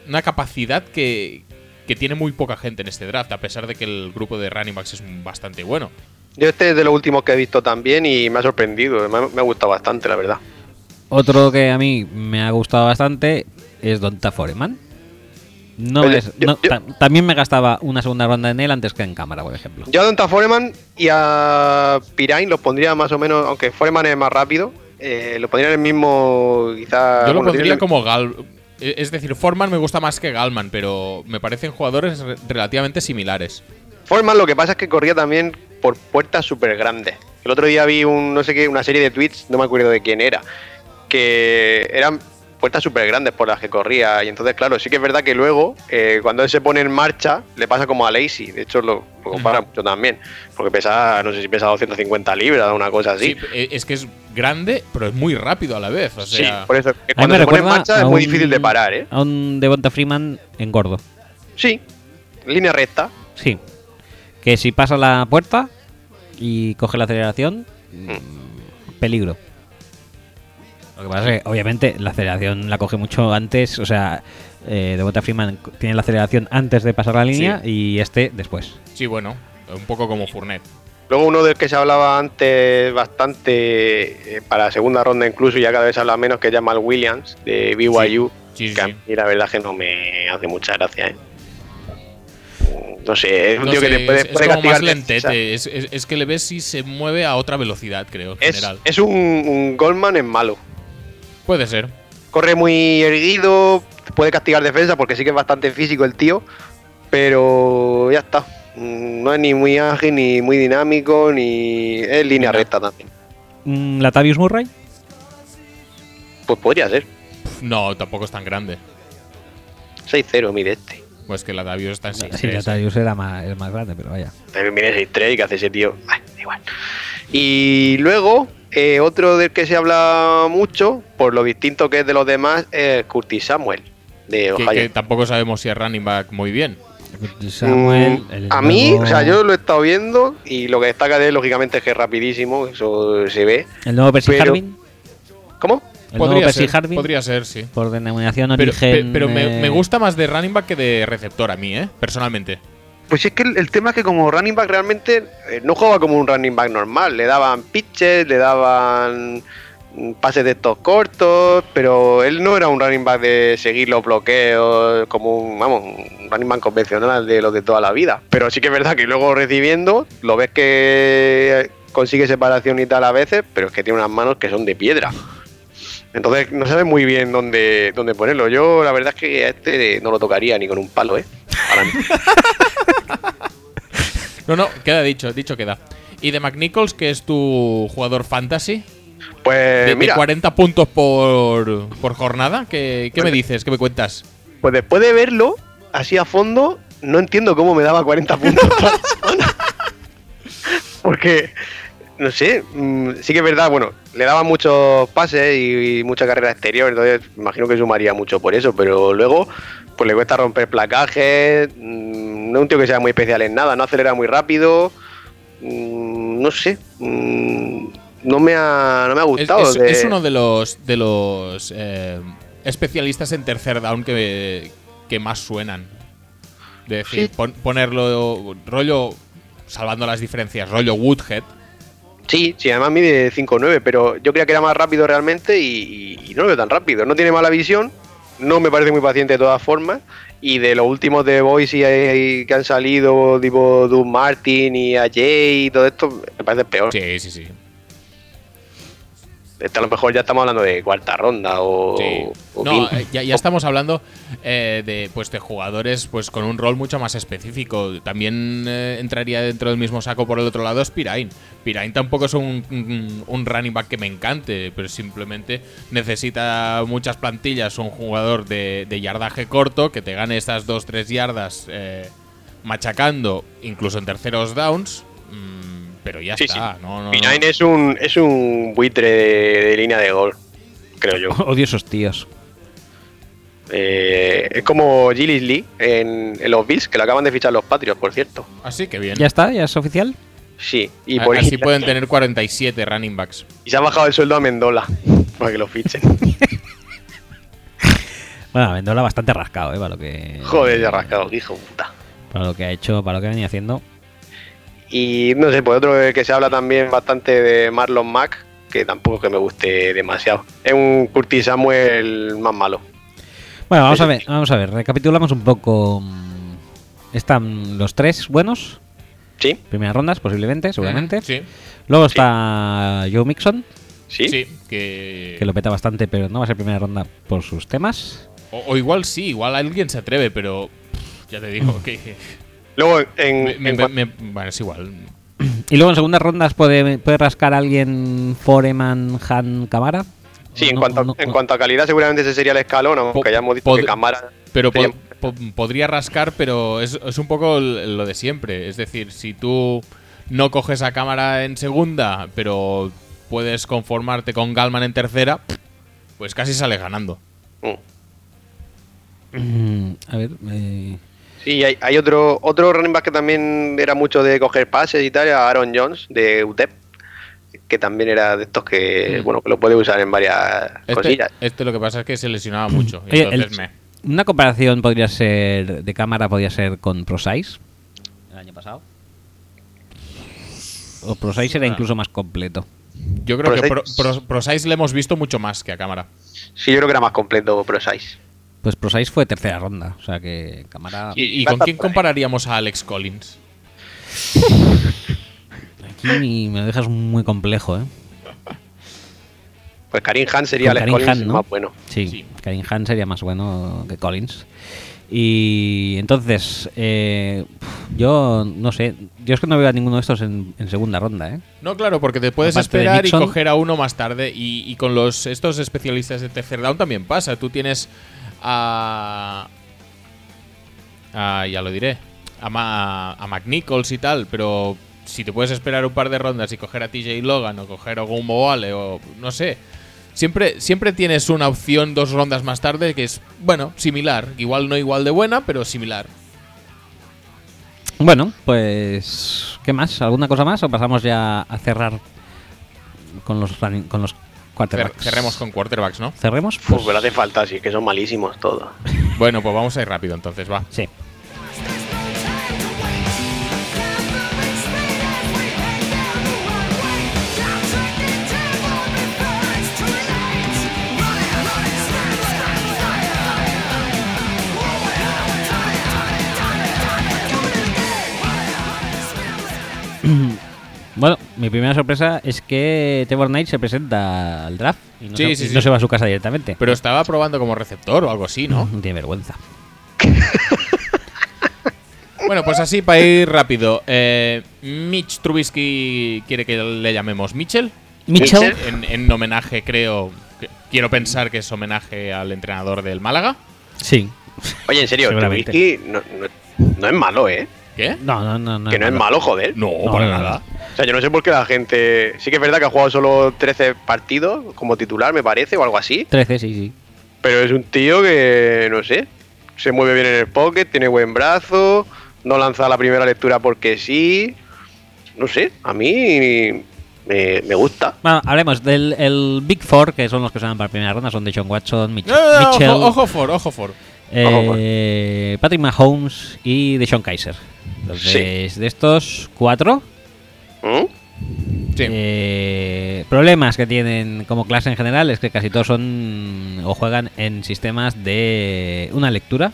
[SPEAKER 2] una capacidad que, que tiene muy poca gente en este draft, a pesar de que el grupo de running backs es bastante bueno.
[SPEAKER 3] Yo este es de los últimos que he visto también y me ha sorprendido, me ha, me ha gustado bastante, la verdad.
[SPEAKER 1] Otro que a mí me ha gustado bastante es Donta Foreman. No
[SPEAKER 3] Oye,
[SPEAKER 1] es-
[SPEAKER 3] yo-
[SPEAKER 1] no,
[SPEAKER 3] yo-
[SPEAKER 1] ta- también me gastaba una segunda ronda en él antes que en cámara, por ejemplo.
[SPEAKER 3] Yo a Donta Foreman y a Pirain los pondría más o menos, aunque Foreman es más rápido, eh, lo pondría en el mismo, quizá...
[SPEAKER 2] Yo lo
[SPEAKER 3] Ah, bueno, tiene
[SPEAKER 2] pondría
[SPEAKER 3] el-
[SPEAKER 2] como Gal. eh, Es decir, Foreman me gusta más que Galman, pero me parecen jugadores re- relativamente similares.
[SPEAKER 3] Foreman lo que pasa es que corría también por puertas súper grandes. El otro día vi un, no sé qué, una serie de tweets, no me acuerdo de quién era, que eran puertas súper grandes por las que corría. Y entonces, claro, sí que es verdad que luego, eh, cuando él se pone en marcha, le pasa como a Lacey. De hecho, lo, lo compara mucho también. Porque pesa, no sé si pesa 250 libras o una cosa así.
[SPEAKER 2] Sí, eh, es que es grande, pero es muy rápido a la vez. O
[SPEAKER 3] Sí,
[SPEAKER 2] sea,
[SPEAKER 3] por eso. que
[SPEAKER 1] A mí
[SPEAKER 3] Cuando
[SPEAKER 1] me
[SPEAKER 3] se pone en
[SPEAKER 1] recuerda
[SPEAKER 3] marcha
[SPEAKER 1] a
[SPEAKER 3] es muy
[SPEAKER 1] un-
[SPEAKER 3] difícil de parar, ¿eh?
[SPEAKER 1] A un Devonta Freeman en gordo.
[SPEAKER 3] Sí, línea recta.
[SPEAKER 1] Sí. Que si pasa la puerta y coge la aceleración, mm, peligro. Lo que pasa es que, obviamente, la aceleración la coge mucho antes. O sea, eh, Devonta Freeman tiene la aceleración antes de pasar la línea y este después.
[SPEAKER 2] sí, bueno, un poco como Fournette.
[SPEAKER 3] Luego uno del que se hablaba antes bastante eh, para segunda ronda incluso, y ya cada vez se habla menos, que es Jamal Williams de BYU,
[SPEAKER 2] Sí, sí,
[SPEAKER 3] que a
[SPEAKER 2] sí.
[SPEAKER 3] mí la verdad es que no me hace mucha gracia. ¿eh? No sé, es un
[SPEAKER 2] No
[SPEAKER 3] tío
[SPEAKER 2] sé,
[SPEAKER 3] que te puede,
[SPEAKER 2] es, es
[SPEAKER 3] puede
[SPEAKER 2] como más
[SPEAKER 3] castigar de- o sea,
[SPEAKER 2] lentete. Es, es- es que le ves si se mueve a otra velocidad, creo, en
[SPEAKER 3] es,
[SPEAKER 2] general.
[SPEAKER 3] es un, un Goldman en malo.
[SPEAKER 2] Puede ser.
[SPEAKER 3] Corre muy erguido, puede castigar defensa porque sí que es bastante físico el tío, pero ya está. Mm, No es ni muy ágil, ni muy dinámico, ni. Es línea recta también.
[SPEAKER 1] Mm, Latavius Murray.
[SPEAKER 3] Pues podría ser.
[SPEAKER 2] No, tampoco es tan grande.
[SPEAKER 3] 6-0 mide este.
[SPEAKER 2] Pues que la Davios está en
[SPEAKER 1] Sí,
[SPEAKER 2] 6'3".
[SPEAKER 1] Latavius era más, el más grande, pero vaya.
[SPEAKER 3] También viene 6-3 y que hace ese tío. Ay, da igual. Y luego, eh, otro del que se habla mucho, por lo distinto que es de los demás, es Curtis Samuel, de
[SPEAKER 2] Que,
[SPEAKER 3] Ohio.
[SPEAKER 2] que tampoco sabemos si es running back muy bien.
[SPEAKER 1] Samuel,
[SPEAKER 3] Mm,
[SPEAKER 1] el
[SPEAKER 3] a mí,
[SPEAKER 1] nuevo-
[SPEAKER 3] o sea, yo lo he estado viendo y lo que destaca de él, lógicamente, es que es rapidísimo, eso se ve.
[SPEAKER 1] El nuevo Percy
[SPEAKER 3] pero-
[SPEAKER 1] Harvin.
[SPEAKER 3] ¿Cómo?
[SPEAKER 1] El nuevo Percy
[SPEAKER 2] ser,
[SPEAKER 1] Harvin.
[SPEAKER 2] podría ser, sí.
[SPEAKER 1] Por denominación
[SPEAKER 2] Pero,
[SPEAKER 1] origen.
[SPEAKER 2] pe- pero me,
[SPEAKER 1] eh, [laughs]
[SPEAKER 2] me gusta más de running back que de receptor a mí, ¿eh? Personalmente.
[SPEAKER 3] Pues es que el, el tema es que como running back realmente eh, no jugaba como un running back normal, le daban pitches, le daban mm, pases de estos cortos, pero él no era un running back de seguir los bloqueos como un, vamos, un running back convencional de los de toda la vida. Pero sí que es verdad que luego recibiendo lo ves que consigue separación y tal a veces, pero es que tiene unas manos que son de piedra. Entonces no sabes muy bien dónde, dónde ponerlo. Yo la verdad es que a este no lo tocaría ni con un palo, ¿eh? Ahora mismo.
[SPEAKER 2] No, no, queda dicho, dicho queda. ¿Y de McNichols, que es tu jugador fantasy?
[SPEAKER 3] Pues
[SPEAKER 2] De, de
[SPEAKER 3] mira,
[SPEAKER 2] 40 puntos por, por jornada. ¿Qué, qué me dices? ¿Qué me cuentas?
[SPEAKER 3] pues después de verlo así a fondo, no entiendo cómo me daba 40 puntos [laughs] cada semana. Porque, no sé, mm, sí que es verdad, bueno, le daba muchos pases y, y mucha carrera exterior, entonces imagino que sumaría mucho por eso, pero luego pues le cuesta romper placajes, mm, no es un tío que sea muy especial en nada, no acelera muy rápido, mm, no sé, mm, no, me ha, no me ha
[SPEAKER 2] Es,
[SPEAKER 3] gustado.
[SPEAKER 2] es-
[SPEAKER 3] de-
[SPEAKER 2] es uno de los, de los eh, especialistas en tercer down que, que más suenan. De decir,
[SPEAKER 3] Sí.
[SPEAKER 2] pon- ponerlo rollo, salvando las diferencias, rollo Woodhead.
[SPEAKER 3] Sí, sí, además mide 5'9, pero yo creía que era más rápido realmente y, y- y no lo veo tan rápido. No tiene mala visión, no me parece muy paciente de todas formas. Y de los últimos de Boise eh, que han salido, tipo Doug Martin y AJ y todo esto, me parece peor.
[SPEAKER 2] Sí, sí, sí.
[SPEAKER 3] Este, a lo mejor ya estamos hablando de cuarta ronda o.
[SPEAKER 2] Sí.
[SPEAKER 3] o
[SPEAKER 2] No,
[SPEAKER 3] quinta.
[SPEAKER 2] eh, ya, ya estamos hablando eh, de, pues, de jugadores pues, con un rol mucho más específico. También eh, entraría dentro del mismo saco por el otro lado es Pirain. Pirain tampoco es un, un- un running back que me encante, pero simplemente necesita muchas plantillas. Un jugador de, de yardaje corto que te gane estas 2-3 yardas eh, machacando, incluso en terceros downs. mm, pero ya
[SPEAKER 3] Sí,
[SPEAKER 2] está. No, no,
[SPEAKER 3] Pinain
[SPEAKER 2] no.
[SPEAKER 3] es un, es un buitre de, de línea de gol, creo
[SPEAKER 2] [laughs]
[SPEAKER 3] yo.
[SPEAKER 1] Odio esos tíos.
[SPEAKER 3] Eh, es como Gillis Lee en, en los Bills, que lo acaban de fichar los Patriots, por cierto.
[SPEAKER 2] Así que bien.
[SPEAKER 1] ¿Ya está? ¿Ya es oficial?
[SPEAKER 3] Sí, y
[SPEAKER 2] A-
[SPEAKER 3] por
[SPEAKER 2] Así
[SPEAKER 3] [laughs] ahí
[SPEAKER 2] pueden tener 47 running backs.
[SPEAKER 3] Y se ha bajado el sueldo a Mendola [laughs] para que
[SPEAKER 2] [laughs]
[SPEAKER 3] lo fichen.
[SPEAKER 1] Bueno, Vendola bastante rascado, ¿eh? Para lo que.
[SPEAKER 3] Joder, ya rascado, hijo puta.
[SPEAKER 1] Para lo que ha hecho, para lo que venía haciendo.
[SPEAKER 3] Y no sé, pues otro del que se habla también bastante de Marlon Mack, que tampoco es que me guste demasiado. Es un Curtis Samuel más malo.
[SPEAKER 1] Bueno, vamos
[SPEAKER 3] Sí,
[SPEAKER 1] a
[SPEAKER 3] sí.
[SPEAKER 1] ver, vamos a ver. Recapitulamos un poco. mm, Están los tres buenos.
[SPEAKER 3] ¿Sí?
[SPEAKER 1] Primeras rondas, posiblemente, seguramente.
[SPEAKER 2] Sí.
[SPEAKER 1] Luego está Joe Mixon,
[SPEAKER 3] ¿Sí?
[SPEAKER 2] Sí, que.
[SPEAKER 1] que lo peta bastante, pero no va a ser primera ronda por sus temas.
[SPEAKER 2] o, o igual sí, igual alguien se atreve, pero. pff, Ya te
[SPEAKER 1] Mm.
[SPEAKER 2] digo que.
[SPEAKER 3] Luego, en,
[SPEAKER 2] me- me-
[SPEAKER 3] en cuan-
[SPEAKER 2] me- bueno, es igual.
[SPEAKER 1] Y luego en segundas rondas puede, puede rascar alguien Foreman, Han, Camara.
[SPEAKER 3] sí, en,
[SPEAKER 1] No,
[SPEAKER 3] cuanto, a-
[SPEAKER 1] no,
[SPEAKER 3] en cuanto a calidad, seguramente ese sería el escalón, aunque
[SPEAKER 2] Po-
[SPEAKER 3] ya hemos dicho
[SPEAKER 2] pod-
[SPEAKER 3] que Camara.
[SPEAKER 2] Pero po-
[SPEAKER 3] sería-
[SPEAKER 2] po- podría rascar, pero es, es un poco l- lo de siempre. Es decir, si tú no coges a cámara en segunda, pero puedes conformarte con Galman en tercera, pues casi sales ganando.
[SPEAKER 3] Mm.
[SPEAKER 1] Mm, A ver, eh,
[SPEAKER 3] Sí, hay, hay otro, otro running back que también era mucho de coger pases y tal, era Aaron Jones de UTEP, que también era de estos que, bueno, que lo puede usar en varias
[SPEAKER 2] Mm. Este,
[SPEAKER 3] cosillas.
[SPEAKER 2] este lo que pasa es que se lesionaba mucho. y
[SPEAKER 1] oye,
[SPEAKER 2] entonces
[SPEAKER 1] el-
[SPEAKER 2] me.
[SPEAKER 1] una comparación podría ser de cámara podría ser con ProSize el año pasado. O ProSize
[SPEAKER 3] Ah.
[SPEAKER 1] era incluso más completo.
[SPEAKER 2] Yo creo que Pro-
[SPEAKER 3] Prosais-
[SPEAKER 2] Pro- Prosais le hemos visto mucho más que a cámara.
[SPEAKER 3] Sí, yo creo que era más completo Pro Size.
[SPEAKER 1] Pues ProSize fue tercera ronda, o sea que cámara.
[SPEAKER 2] ¿Y, y
[SPEAKER 3] va a
[SPEAKER 2] con
[SPEAKER 3] estar
[SPEAKER 2] quién
[SPEAKER 3] por ahí.
[SPEAKER 2] compararíamos a Alex Collins?
[SPEAKER 1] Aquí me lo dejas muy complejo, ¿eh?
[SPEAKER 3] Pues Karim Han sería
[SPEAKER 1] Con
[SPEAKER 3] Alex
[SPEAKER 1] Karim
[SPEAKER 3] Collins
[SPEAKER 1] Hunt, ¿no?
[SPEAKER 3] más bueno.
[SPEAKER 1] Sí,
[SPEAKER 2] Sí.
[SPEAKER 1] Karim Han sería más bueno que Collins. Y entonces, eh, pf, Yo no sé. Yo es que no veo a ninguno de estos en, en segunda ronda, ¿eh?
[SPEAKER 2] No, claro, porque te puedes
[SPEAKER 1] Aparte de
[SPEAKER 2] esperar
[SPEAKER 1] Nixon.
[SPEAKER 2] y coger a uno más tarde. Y, y con los estos especialistas de tercer down también pasa. Tú tienes a. a- ya lo diré. A, Ma- a McNichols y tal, pero si te puedes esperar un par de rondas y coger a TJ Logan o coger a Gumo Vale o no sé. Siempre, siempre tienes una opción dos rondas más tarde que es, bueno, similar. Igual no igual de buena, pero similar.
[SPEAKER 1] Bueno, pues. ¿Qué más? ¿Alguna cosa más? ¿O pasamos ya a cerrar con los, running- con los
[SPEAKER 2] Cer-
[SPEAKER 1] quarterbacks?
[SPEAKER 2] cerremos con quarterbacks, ¿no?
[SPEAKER 1] ¿Cerremos?
[SPEAKER 3] Pues pero hace falta, sí, que son malísimos todos.
[SPEAKER 2] Bueno, pues vamos a ir rápido entonces, va.
[SPEAKER 1] Sí. Bueno, mi primera sorpresa es que Trevor Knight se presenta al draft y no,
[SPEAKER 2] Sí,
[SPEAKER 1] se,
[SPEAKER 2] sí,
[SPEAKER 1] y
[SPEAKER 2] sí.
[SPEAKER 1] no se va a su casa directamente.
[SPEAKER 2] Pero estaba probando como receptor o algo así, ¿no?
[SPEAKER 1] De vergüenza.
[SPEAKER 2] Bueno, pues así para ir rápido. Eh, Mitch Trubisky quiere que le llamemos Mitchell.
[SPEAKER 1] Mitchell.
[SPEAKER 3] Mitchell.
[SPEAKER 2] En, en homenaje, creo. que- Quiero pensar que es homenaje al entrenador del Málaga.
[SPEAKER 1] Sí.
[SPEAKER 3] Oye, en serio,
[SPEAKER 1] Seguramente.
[SPEAKER 3] Trubisky no, no- no es malo, ¿eh?
[SPEAKER 2] ¿Qué?
[SPEAKER 1] No, no, no. no
[SPEAKER 3] que no es malo, joder.
[SPEAKER 2] No,
[SPEAKER 1] No,
[SPEAKER 2] para
[SPEAKER 1] no, no.
[SPEAKER 2] nada.
[SPEAKER 3] O sea, yo no sé por qué la gente. Sí que es verdad que ha jugado solo 13 partidos como titular, me parece, o algo así.
[SPEAKER 1] 13, sí, sí.
[SPEAKER 3] Pero es un tío que, no sé, se mueve bien en el pocket, tiene buen brazo, no lanza la primera lectura porque sí. No sé, a mí me, me gusta.
[SPEAKER 1] Bueno, hablemos del el Big Four, que son los que usan para primera ronda, son Deshaun Watson, Mitch-
[SPEAKER 2] No, no, no,
[SPEAKER 1] Mitchell,
[SPEAKER 2] ojo, ojo for, ojo for.
[SPEAKER 3] Oh,
[SPEAKER 1] eh, Patrick Mahomes y Deshaun Kaiser. Entonces, de estos cuatro,
[SPEAKER 3] ¿Mm?
[SPEAKER 2] Sí.
[SPEAKER 1] eh, problemas que tienen como clase en general es que casi todos son o juegan en sistemas de una lectura,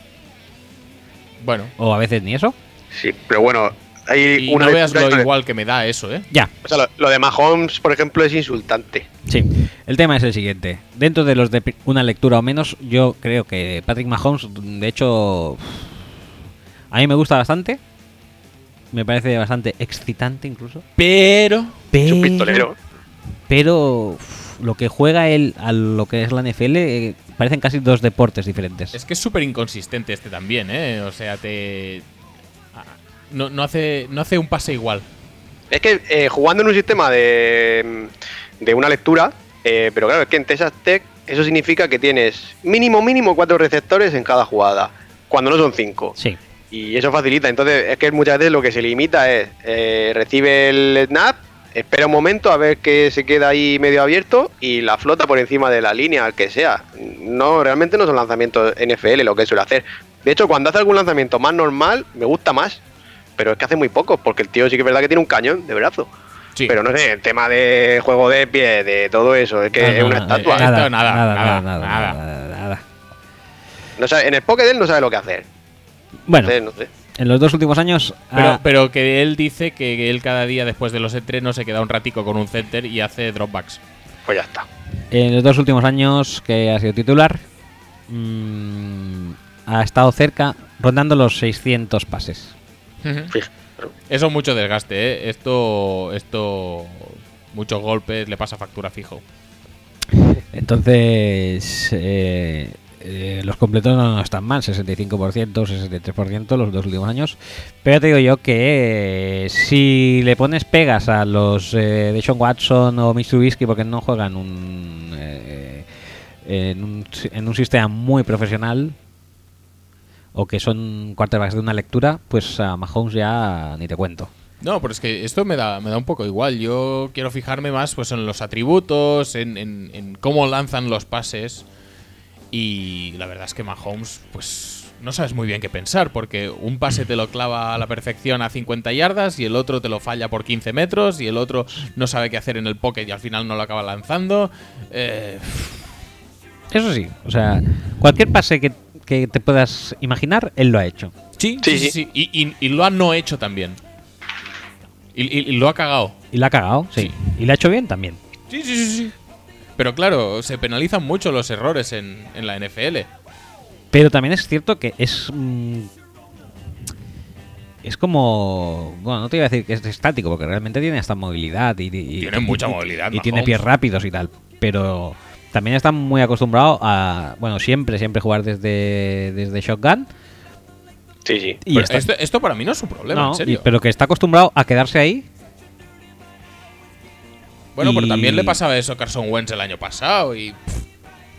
[SPEAKER 2] bueno,
[SPEAKER 1] o a veces ni eso.
[SPEAKER 3] Sí, pero bueno, hay
[SPEAKER 2] y
[SPEAKER 3] una
[SPEAKER 2] no veas
[SPEAKER 3] lectura
[SPEAKER 2] lo
[SPEAKER 3] y no-
[SPEAKER 2] igual que me da eso, ¿eh?
[SPEAKER 1] Ya,
[SPEAKER 3] O sea, lo, lo de Mahomes, por ejemplo, es insultante.
[SPEAKER 1] Sí, el tema es el siguiente. Dentro de los de pri- una lectura o menos, yo creo que Patrick Mahomes, de hecho, a mí me gusta bastante. Me parece bastante excitante incluso.
[SPEAKER 2] Pero.
[SPEAKER 1] Pero,
[SPEAKER 3] Es un pistolero.
[SPEAKER 1] Pero uf, lo que juega él a lo que es la NFL eh, parecen casi dos deportes diferentes.
[SPEAKER 2] Es que es súper inconsistente este también, ¿eh? O sea, te. ah, No, no hace, no hace un pase igual.
[SPEAKER 3] Es que eh, jugando en un sistema de, de una lectura, eh, pero claro, es que en Texas Tech eso significa que tienes mínimo, mínimo cuatro receptores en cada jugada, cuando no son cinco.
[SPEAKER 1] Sí,
[SPEAKER 3] Y eso facilita. Entonces, es que muchas veces lo que se limita es eh, recibe el snap, espera un momento a ver que se queda ahí medio abierto y la flota por encima de la línea, al que sea. No, realmente no son lanzamientos NFL lo que suele hacer. De hecho, cuando hace algún lanzamiento más normal, me gusta más. Pero es que hace muy pocos, porque el tío sí que es verdad que tiene un cañón de brazo.
[SPEAKER 2] Sí.
[SPEAKER 3] Pero no sé, el tema de juego de pie, de todo eso, es que
[SPEAKER 1] No,
[SPEAKER 3] es
[SPEAKER 1] no,
[SPEAKER 3] una
[SPEAKER 1] no,
[SPEAKER 3] estatua.
[SPEAKER 2] eh,
[SPEAKER 1] Nada,
[SPEAKER 2] Esto nada,
[SPEAKER 1] nada,
[SPEAKER 2] nada,
[SPEAKER 1] nada, nada,
[SPEAKER 2] nada.
[SPEAKER 1] nada, nada.
[SPEAKER 3] No sabe- en el pocket él no sabe lo que hacer.
[SPEAKER 1] Bueno,
[SPEAKER 3] Entonces, no sé.
[SPEAKER 1] en los dos últimos años...
[SPEAKER 2] Pero,
[SPEAKER 1] ah,
[SPEAKER 2] pero que él dice que él cada día después de los entrenos se queda un ratico con un center y hace dropbacks.
[SPEAKER 3] Pues ya está.
[SPEAKER 1] En los dos últimos años que ha sido titular, mm, ha estado cerca, rondando los 600 pases.
[SPEAKER 2] Eso es mucho desgaste, ¿eh? Esto, esto, muchos golpes le pasa factura fijo.
[SPEAKER 1] Entonces, eh, eh, los completos no están mal, 65%, 63% los dos últimos años. Pero ya te digo yo que eh, si le pones pegas a los eh, de Sean Watson o Mitch Trubisky porque no juegan un, eh, en, un, si- en un sistema muy profesional o que son quarterbacks de una lectura, pues a Mahomes ya ni te cuento.
[SPEAKER 2] No, pero es que esto me da, me da un poco igual. Yo quiero fijarme más pues, en los atributos, en, en- en cómo lanzan los pases. Y la verdad es que Mahomes, pues no sabes muy bien qué pensar, porque un pase te lo clava a la perfección a 50 yardas y el otro te lo falla por 15 metros y el otro no sabe qué hacer en el pocket y al final no lo acaba lanzando. Eh,
[SPEAKER 1] Eso sí, o sea, cualquier pase que, que te puedas imaginar, él lo ha hecho.
[SPEAKER 2] Sí, sí,
[SPEAKER 3] Sí,
[SPEAKER 2] sí.
[SPEAKER 3] sí.
[SPEAKER 2] sí. Y, y- y lo han no hecho también. Y, y- y lo ha cagado.
[SPEAKER 1] Y la ha cagado, sí.
[SPEAKER 2] Sí.
[SPEAKER 1] Y la ha hecho bien también.
[SPEAKER 2] Sí, sí, sí, sí. Pero claro, se penalizan mucho los errores en, en la NFL.
[SPEAKER 1] Pero también es cierto que es. mm, es como. Bueno, no te iba a decir que es estático, porque realmente tiene hasta movilidad. Y, y-
[SPEAKER 2] Tiene
[SPEAKER 1] y-
[SPEAKER 2] mucha
[SPEAKER 1] y-
[SPEAKER 2] movilidad,
[SPEAKER 1] Y tiene
[SPEAKER 2] Mahomes.
[SPEAKER 1] pies rápidos y tal. Pero también está muy acostumbrado a. Bueno, siempre, siempre jugar desde, desde Shotgun.
[SPEAKER 3] Sí, sí.
[SPEAKER 1] Y
[SPEAKER 2] Pero
[SPEAKER 1] está-
[SPEAKER 2] esto, esto para mí no este es un problema,
[SPEAKER 1] no,
[SPEAKER 2] en
[SPEAKER 1] y-
[SPEAKER 2] serio.
[SPEAKER 1] pero que está acostumbrado a quedarse ahí.
[SPEAKER 2] bueno, pero
[SPEAKER 1] y-
[SPEAKER 2] también le pasaba eso a Carson Wentz el año pasado y. pff,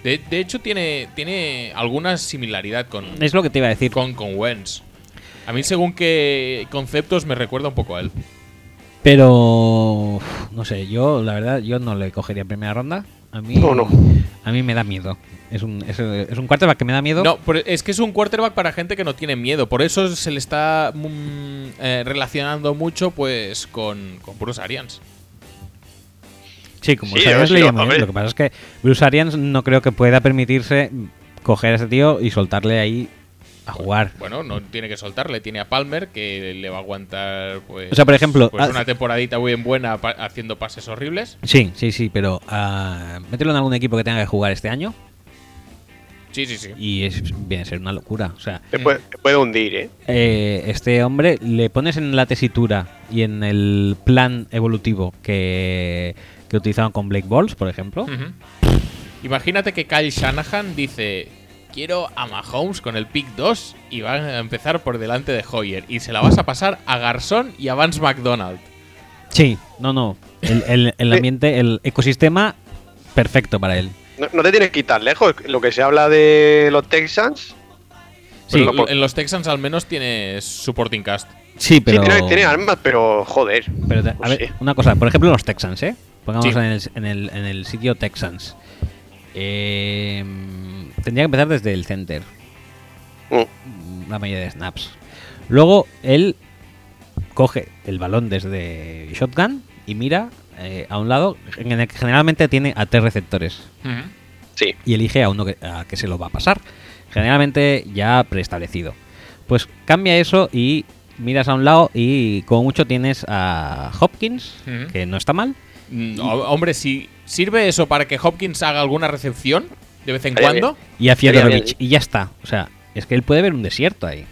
[SPEAKER 2] de, de hecho, tiene, tiene alguna similaridad con,
[SPEAKER 1] Es lo que te iba a decir.
[SPEAKER 2] con, con Wentz. A mí, según qué conceptos, me recuerda un poco a él.
[SPEAKER 1] Pero uf, no sé, yo la verdad yo no le cogería en primera ronda. A mí
[SPEAKER 3] No, no.
[SPEAKER 1] a mí me da miedo. Es un es, es un quarterback que me da miedo.
[SPEAKER 2] No, pero es que es un quarterback para gente que no tiene miedo. Por eso se le está mm, eh, relacionando mucho pues con, con Bruce Arians.
[SPEAKER 1] Sí, como
[SPEAKER 3] Sí,
[SPEAKER 1] Bruce
[SPEAKER 3] a ver
[SPEAKER 1] Arians
[SPEAKER 3] si
[SPEAKER 1] le
[SPEAKER 3] lo-
[SPEAKER 1] llamo
[SPEAKER 3] a
[SPEAKER 1] bien.
[SPEAKER 3] ver.
[SPEAKER 1] Lo que pasa es que Bruce Arians no creo que pueda permitirse coger a ese tío y soltarle ahí a
[SPEAKER 3] Pues,
[SPEAKER 1] jugar.
[SPEAKER 2] Bueno, no tiene que soltarle, tiene a Palmer que le va a aguantar
[SPEAKER 3] eh,
[SPEAKER 2] pues,
[SPEAKER 1] O sea, ah, por ejemplo,
[SPEAKER 2] pues,
[SPEAKER 1] haz-
[SPEAKER 2] una temporadita muy buena pa- haciendo pases horribles.
[SPEAKER 1] Sí, sí, sí, pero ah, mételo en algún equipo que tenga que jugar este año
[SPEAKER 2] Sí, sí, sí.
[SPEAKER 1] y es, viene a ser una locura. O sea,
[SPEAKER 3] Te puede, te puede hundir, ¿eh?
[SPEAKER 1] Eh, este hombre le pones en la tesitura y en el plan evolutivo que, que utilizaban con Blake Balls, por ejemplo.
[SPEAKER 3] Hmm.
[SPEAKER 2] Ujú. Imagínate que Kyle Shanahan dice, quiero a Mahomes con el pick 2 y va a empezar por delante de Hoyer. Y se la vas a pasar a Garzón y a Vance McDonald.
[SPEAKER 1] Sí, no, no. El, el- el ambiente, el ecosistema perfecto para él.
[SPEAKER 3] No, no te tienes que quitar lejos. Lo que se habla de los Texans.
[SPEAKER 1] Sí,
[SPEAKER 2] Pero
[SPEAKER 3] Pues lo-
[SPEAKER 2] Pues, en los Texans al menos tiene supporting cast.
[SPEAKER 1] sí, pero.
[SPEAKER 3] Sí, tienen, tienen armas, pero joder.
[SPEAKER 1] pero te- a
[SPEAKER 3] Pues
[SPEAKER 1] ver,
[SPEAKER 3] sí.
[SPEAKER 1] una cosa, por ejemplo, los Texans, ¿eh? Pongamos
[SPEAKER 2] Sí.
[SPEAKER 1] en, el, en, el, en el sitio Texans. Eh, tendría que empezar desde el center.
[SPEAKER 3] Mm.
[SPEAKER 1] la mayoría de snaps. Luego él coge el balón desde shotgun y mira eh, a un lado, en el que generalmente tiene a tres receptores
[SPEAKER 3] Sí.
[SPEAKER 1] y elige a uno que, a que se lo va a pasar. Generalmente ya preestablecido. Pues cambia eso y miras a un lado y como mucho tienes a Hopkins,
[SPEAKER 2] Ujú.
[SPEAKER 1] que no está mal.
[SPEAKER 2] Mm, ho- hombre, si sirve eso para que Hopkins haga alguna recepción de vez en
[SPEAKER 3] Estaría
[SPEAKER 2] cuando,
[SPEAKER 1] Y a
[SPEAKER 3] Estaría
[SPEAKER 1] Fiodorovich.
[SPEAKER 3] bien.
[SPEAKER 1] Y ya está. O sea, es que él puede ver un desierto ahí.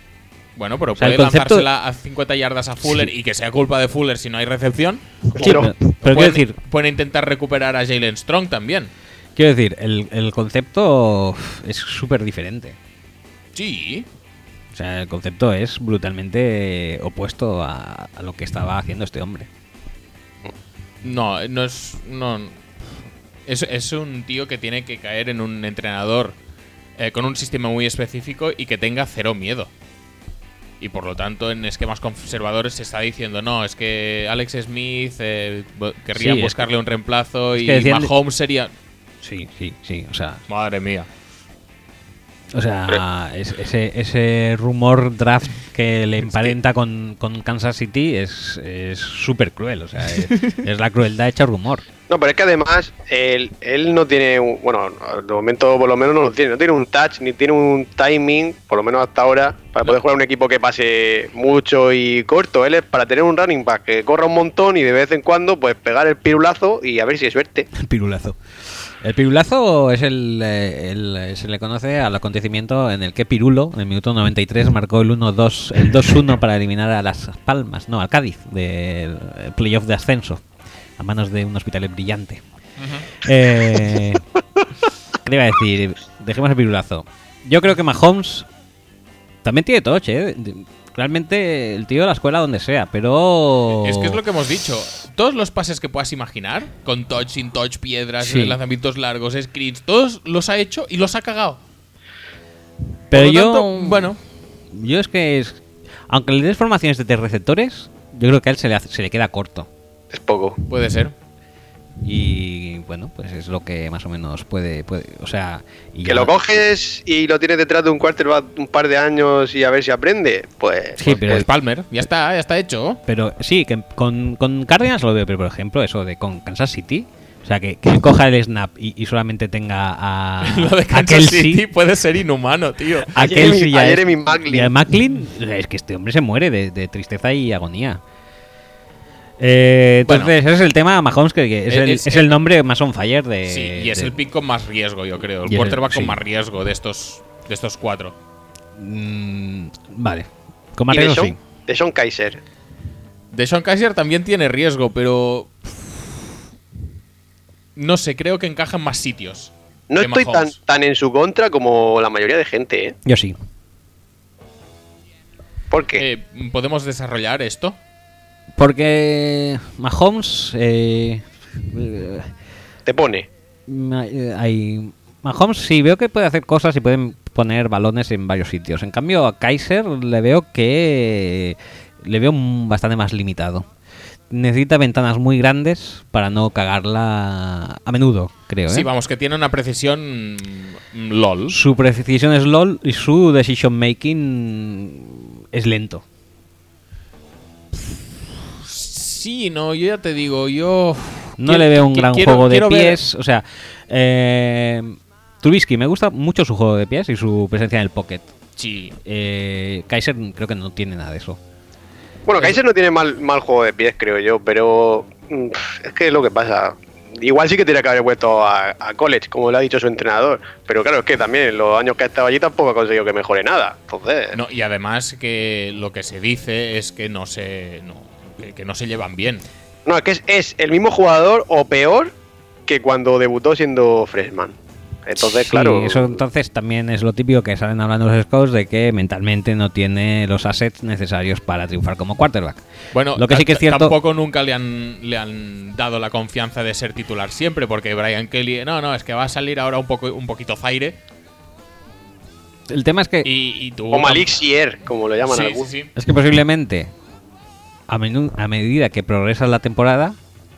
[SPEAKER 2] bueno, pero
[SPEAKER 1] O sea, el
[SPEAKER 2] puede
[SPEAKER 1] concepto-
[SPEAKER 2] lanzársela a 50 yardas a Fuller y que sea culpa de Fuller si no hay recepción.
[SPEAKER 1] Sí,
[SPEAKER 3] Pero-
[SPEAKER 1] pero, pero quiero
[SPEAKER 2] pueden,
[SPEAKER 1] decir,
[SPEAKER 2] pueden intentar recuperar a Jalen Strong también.
[SPEAKER 1] quiero decir, el, el concepto uf, es súper diferente.
[SPEAKER 2] Sí.
[SPEAKER 1] O sea, el concepto es brutalmente opuesto a, a lo que estaba haciendo este hombre.
[SPEAKER 2] No, no es. No. Es, es un tío que tiene que caer en un entrenador eh, con un sistema muy específico y que tenga cero miedo. Y por lo tanto, en esquemas conservadores se está diciendo: no, es que Alex Smith eh, bu- querría
[SPEAKER 1] Sí, es
[SPEAKER 2] buscarle un reemplazo
[SPEAKER 1] es
[SPEAKER 2] y
[SPEAKER 1] que decían-
[SPEAKER 2] Mahomes sería.
[SPEAKER 1] Sí, sí, sí. O sea,
[SPEAKER 2] Madre mía.
[SPEAKER 1] o sea [clears throat] es- ese, ese rumor draft que le emparenta con, con Kansas City es es súper cruel. O sea, es, es la crueldad hecha rumor.
[SPEAKER 3] No, pero es que además él, él no tiene, un- bueno, de momento por lo menos no lo tiene, no tiene un touch ni tiene un timing, por lo menos hasta ahora, para poder jugar un equipo que pase mucho y corto. Él es para tener un running back que corra un montón y de vez en cuando pues pegar el pirulazo y a ver si es suerte.
[SPEAKER 1] El [laughs] pirulazo. El pirulazo es el, eh, el, eh, se le conoce al acontecimiento en el que Pirulo, en el minuto 93, marcó el 1-2, el 2-1 para eliminar a Las Palmas, no, al Cádiz, del eh, playoff de ascenso, a manos de un hospital brillante.
[SPEAKER 2] [laughs]
[SPEAKER 1] Eh, ¿Qué te iba a decir? Dejemos el pirulazo. Yo creo que Mahomes también tiene toche, ¿eh? De- Realmente el tío de la escuela donde sea, pero...
[SPEAKER 2] Es que es lo que hemos dicho. Todos los pases que puedas imaginar, con touch, sin touch, piedras,
[SPEAKER 1] Sí.
[SPEAKER 2] lanzamientos largos, screens, todos los ha hecho y los ha cagado.
[SPEAKER 1] Pero
[SPEAKER 2] Por lo
[SPEAKER 1] yo.
[SPEAKER 2] tanto, bueno.
[SPEAKER 1] Yo es que. es- aunque le des formaciones de tres receptores, yo creo que a él se le, hace- se le queda corto.
[SPEAKER 3] Es poco.
[SPEAKER 2] Puede ser.
[SPEAKER 1] Y bueno, pues es lo que más o menos puede. puede o sea. y
[SPEAKER 3] Que
[SPEAKER 1] ya-
[SPEAKER 3] lo coges y lo tienes detrás de un quarterback un par de años y a ver si aprende, pues...
[SPEAKER 1] Sí, pero,
[SPEAKER 2] Pues Palmer, ya está, ya está hecho. [laughs]
[SPEAKER 1] pero sí, que con, con Cardinals lo veo, pero por ejemplo, eso de con Kansas City. O sea, que, que él coja el snap y, y solamente tenga a.
[SPEAKER 2] [laughs] Lo de
[SPEAKER 1] a
[SPEAKER 2] Kansas
[SPEAKER 1] Kelsey,
[SPEAKER 2] City puede ser inhumano, tío.
[SPEAKER 1] A
[SPEAKER 3] Ayer
[SPEAKER 1] Kelsey
[SPEAKER 3] mi-
[SPEAKER 1] y a-
[SPEAKER 3] ayer mi
[SPEAKER 1] y a
[SPEAKER 3] Macklin.
[SPEAKER 1] Macklin. o sea, Es que este hombre se muere de, de tristeza y agonía. Eh, entonces,
[SPEAKER 2] Bueno.
[SPEAKER 1] ese es el tema, Mahomes, que- que es,
[SPEAKER 2] Es-
[SPEAKER 1] el,
[SPEAKER 2] es-
[SPEAKER 1] es el nombre más on fire de.
[SPEAKER 2] sí, y es
[SPEAKER 1] Eh, de-
[SPEAKER 2] el pick con más riesgo, yo
[SPEAKER 1] Y
[SPEAKER 2] creo. El
[SPEAKER 1] es-
[SPEAKER 2] quarterback con
[SPEAKER 1] sí.
[SPEAKER 2] más riesgo de estos, de estos cuatro.
[SPEAKER 1] Mm, vale. Con más
[SPEAKER 3] ¿Y de
[SPEAKER 1] riesgo,
[SPEAKER 3] show?
[SPEAKER 1] sí.
[SPEAKER 3] de Sean Kaiser.
[SPEAKER 2] De Sean Kaiser también tiene riesgo, pero. No sé, creo que encaja en más sitios.
[SPEAKER 3] No
[SPEAKER 2] que
[SPEAKER 3] estoy tan,
[SPEAKER 2] Mahomes.
[SPEAKER 3] tan en su contra como la mayoría de gente, ¿eh?
[SPEAKER 1] Yo sí.
[SPEAKER 3] ¿Por qué?
[SPEAKER 2] Eh, ¿Podemos desarrollar esto?
[SPEAKER 1] Porque Mahomes. eh, eh,
[SPEAKER 3] Te pone.
[SPEAKER 1] ma- eh, hay- Mahomes sí veo que puede hacer cosas y pueden poner balones en varios sitios. En cambio, a Kaiser le veo que. Le veo mm, bastante más limitado. Necesita ventanas muy grandes para no cagarla a menudo, creo. ¿eh?
[SPEAKER 2] Sí, vamos, que tiene una precisión. mm, LOL.
[SPEAKER 1] Su precisión es LOL y su decision making es lento.
[SPEAKER 2] Sí, no, yo ya te digo, yo.
[SPEAKER 1] No
[SPEAKER 2] Quiero-
[SPEAKER 1] le veo un
[SPEAKER 2] qui-
[SPEAKER 1] gran
[SPEAKER 2] quiero-
[SPEAKER 1] juego de
[SPEAKER 2] quiero ver-
[SPEAKER 1] pies. O sea, eh, Trubisky, me gusta mucho su juego de pies y su presencia en el pocket.
[SPEAKER 2] Sí.
[SPEAKER 1] Eh, Kaiser creo que no tiene nada de eso.
[SPEAKER 2] eh,
[SPEAKER 3] Bueno, Kaiser no tiene mal, mal juego de pies, creo yo, pero mm, pf, es que es lo que pasa. Igual sí que tiene que haber vuelto a, a college, como le ha dicho su entrenador. Pero claro, es que también los años que ha estado allí tampoco ha conseguido que mejore nada. Entonces,
[SPEAKER 2] No, y además que lo que se dice es que no se. No, que- que no se llevan bien.
[SPEAKER 3] no, es que es, es el mismo jugador o peor que cuando debutó siendo freshman. Entonces,
[SPEAKER 1] Sí,
[SPEAKER 3] claro.
[SPEAKER 1] Eso entonces también es lo típico que salen hablando los scouts de que mentalmente no tiene los assets necesarios para triunfar como quarterback.
[SPEAKER 2] Bueno,
[SPEAKER 1] Lo que
[SPEAKER 2] ta-
[SPEAKER 1] sí que es
[SPEAKER 2] ta-
[SPEAKER 1] cierto-
[SPEAKER 2] Tampoco nunca le han, le han dado la confianza de ser titular siempre, porque Brian Kelly. No, no, es que va a salir ahora un, poco, un poquito zaire.
[SPEAKER 1] El tema es que
[SPEAKER 2] Y, y tuvo.
[SPEAKER 3] O Malik Sier, como lo llaman
[SPEAKER 2] Sí,
[SPEAKER 3] algunos.
[SPEAKER 2] sí, sí.
[SPEAKER 1] Es que posiblemente, a, menu- a medida que progresa la temporada,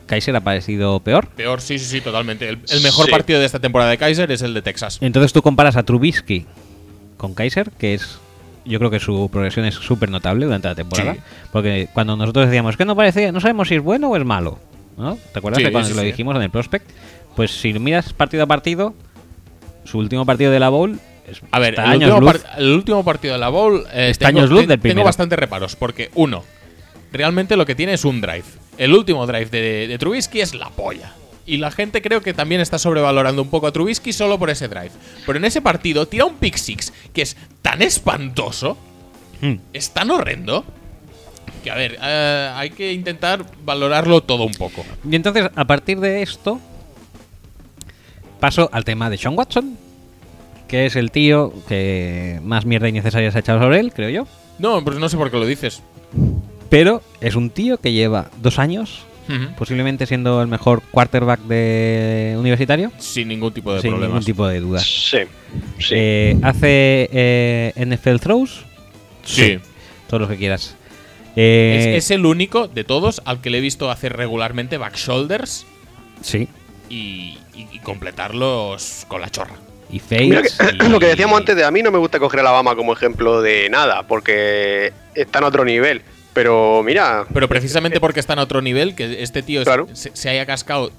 [SPEAKER 1] Kaiser ha parecido peor.
[SPEAKER 2] Peor, sí, sí, sí, totalmente. El, el mejor
[SPEAKER 3] Sí.
[SPEAKER 2] partido de esta temporada de Kaiser es el de Texas.
[SPEAKER 1] Entonces tú comparas a Trubisky con Kaiser, que es. Yo creo que su progresión es súper notable durante la temporada.
[SPEAKER 2] Sí.
[SPEAKER 1] Porque cuando nosotros decíamos que no parece, no sabemos si es bueno o es malo. ¿no? ¿Te acuerdas
[SPEAKER 2] Sí,
[SPEAKER 1] de cuando
[SPEAKER 2] sí,
[SPEAKER 1] lo
[SPEAKER 2] sí.
[SPEAKER 1] dijimos en el Prospect? Pues si miras partido a partido, su último partido de la Bowl es
[SPEAKER 2] A ver,
[SPEAKER 1] está
[SPEAKER 2] el
[SPEAKER 1] años
[SPEAKER 2] último,
[SPEAKER 1] luz.
[SPEAKER 2] par- el último partido de la Bowl. eh,
[SPEAKER 1] Está
[SPEAKER 2] tengo,
[SPEAKER 1] años luz
[SPEAKER 2] ten-
[SPEAKER 1] del primero.
[SPEAKER 2] tengo bastantes reparos, porque uno, realmente lo que tiene es un drive. El último drive de, de Trubisky es la polla. Y la gente creo que también está sobrevalorando un poco a Trubisky solo por ese drive. Pero en ese partido tira un pick six que es tan espantoso,
[SPEAKER 1] Mm.
[SPEAKER 2] es tan horrendo, que a ver, eh, hay que intentar valorarlo todo un poco.
[SPEAKER 1] Y entonces, a partir de esto, paso al tema de Sean Watson, que es el tío que más mierda innecesaria se ha echado sobre él, creo yo.
[SPEAKER 2] No, pues no sé por qué lo dices.
[SPEAKER 1] Pero es un tío que lleva dos años,
[SPEAKER 2] Ujú.
[SPEAKER 1] posiblemente siendo el mejor quarterback de universitario,
[SPEAKER 2] Sin ningún tipo de
[SPEAKER 1] sin
[SPEAKER 2] problemas.
[SPEAKER 1] ningún tipo de dudas.
[SPEAKER 3] Sí, sí.
[SPEAKER 1] Eh, hace eh, NFL throws,
[SPEAKER 2] Sí.
[SPEAKER 1] todos los que quieras.
[SPEAKER 2] Es,
[SPEAKER 1] Eh,
[SPEAKER 2] es el único de todos al que le he visto hacer regularmente back shoulders
[SPEAKER 1] Sí.
[SPEAKER 2] y, y- y completarlos con la chorra.
[SPEAKER 1] Y fades.
[SPEAKER 3] Mira que-
[SPEAKER 1] y-
[SPEAKER 3] [clears throat] lo que decíamos antes de a mí no me gusta coger a Alabama como ejemplo de nada, porque está en otro nivel. Pero mira,
[SPEAKER 2] Pero precisamente porque está en otro nivel, que este tío es-
[SPEAKER 3] Claro.
[SPEAKER 2] se, se haya cascado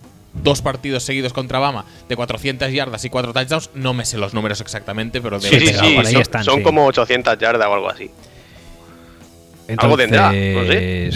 [SPEAKER 2] dos partidos seguidos contra Bama de 400 yardas y cuatro touchdowns, no me sé los números exactamente, pero debe
[SPEAKER 3] sí, sí,
[SPEAKER 2] ser algo
[SPEAKER 3] sí,
[SPEAKER 1] por ahí
[SPEAKER 2] así.
[SPEAKER 3] son,
[SPEAKER 1] están,
[SPEAKER 3] son
[SPEAKER 1] sí.
[SPEAKER 3] como 800 yardas o algo así. algo
[SPEAKER 1] entonces,
[SPEAKER 3] tendrá, no sé.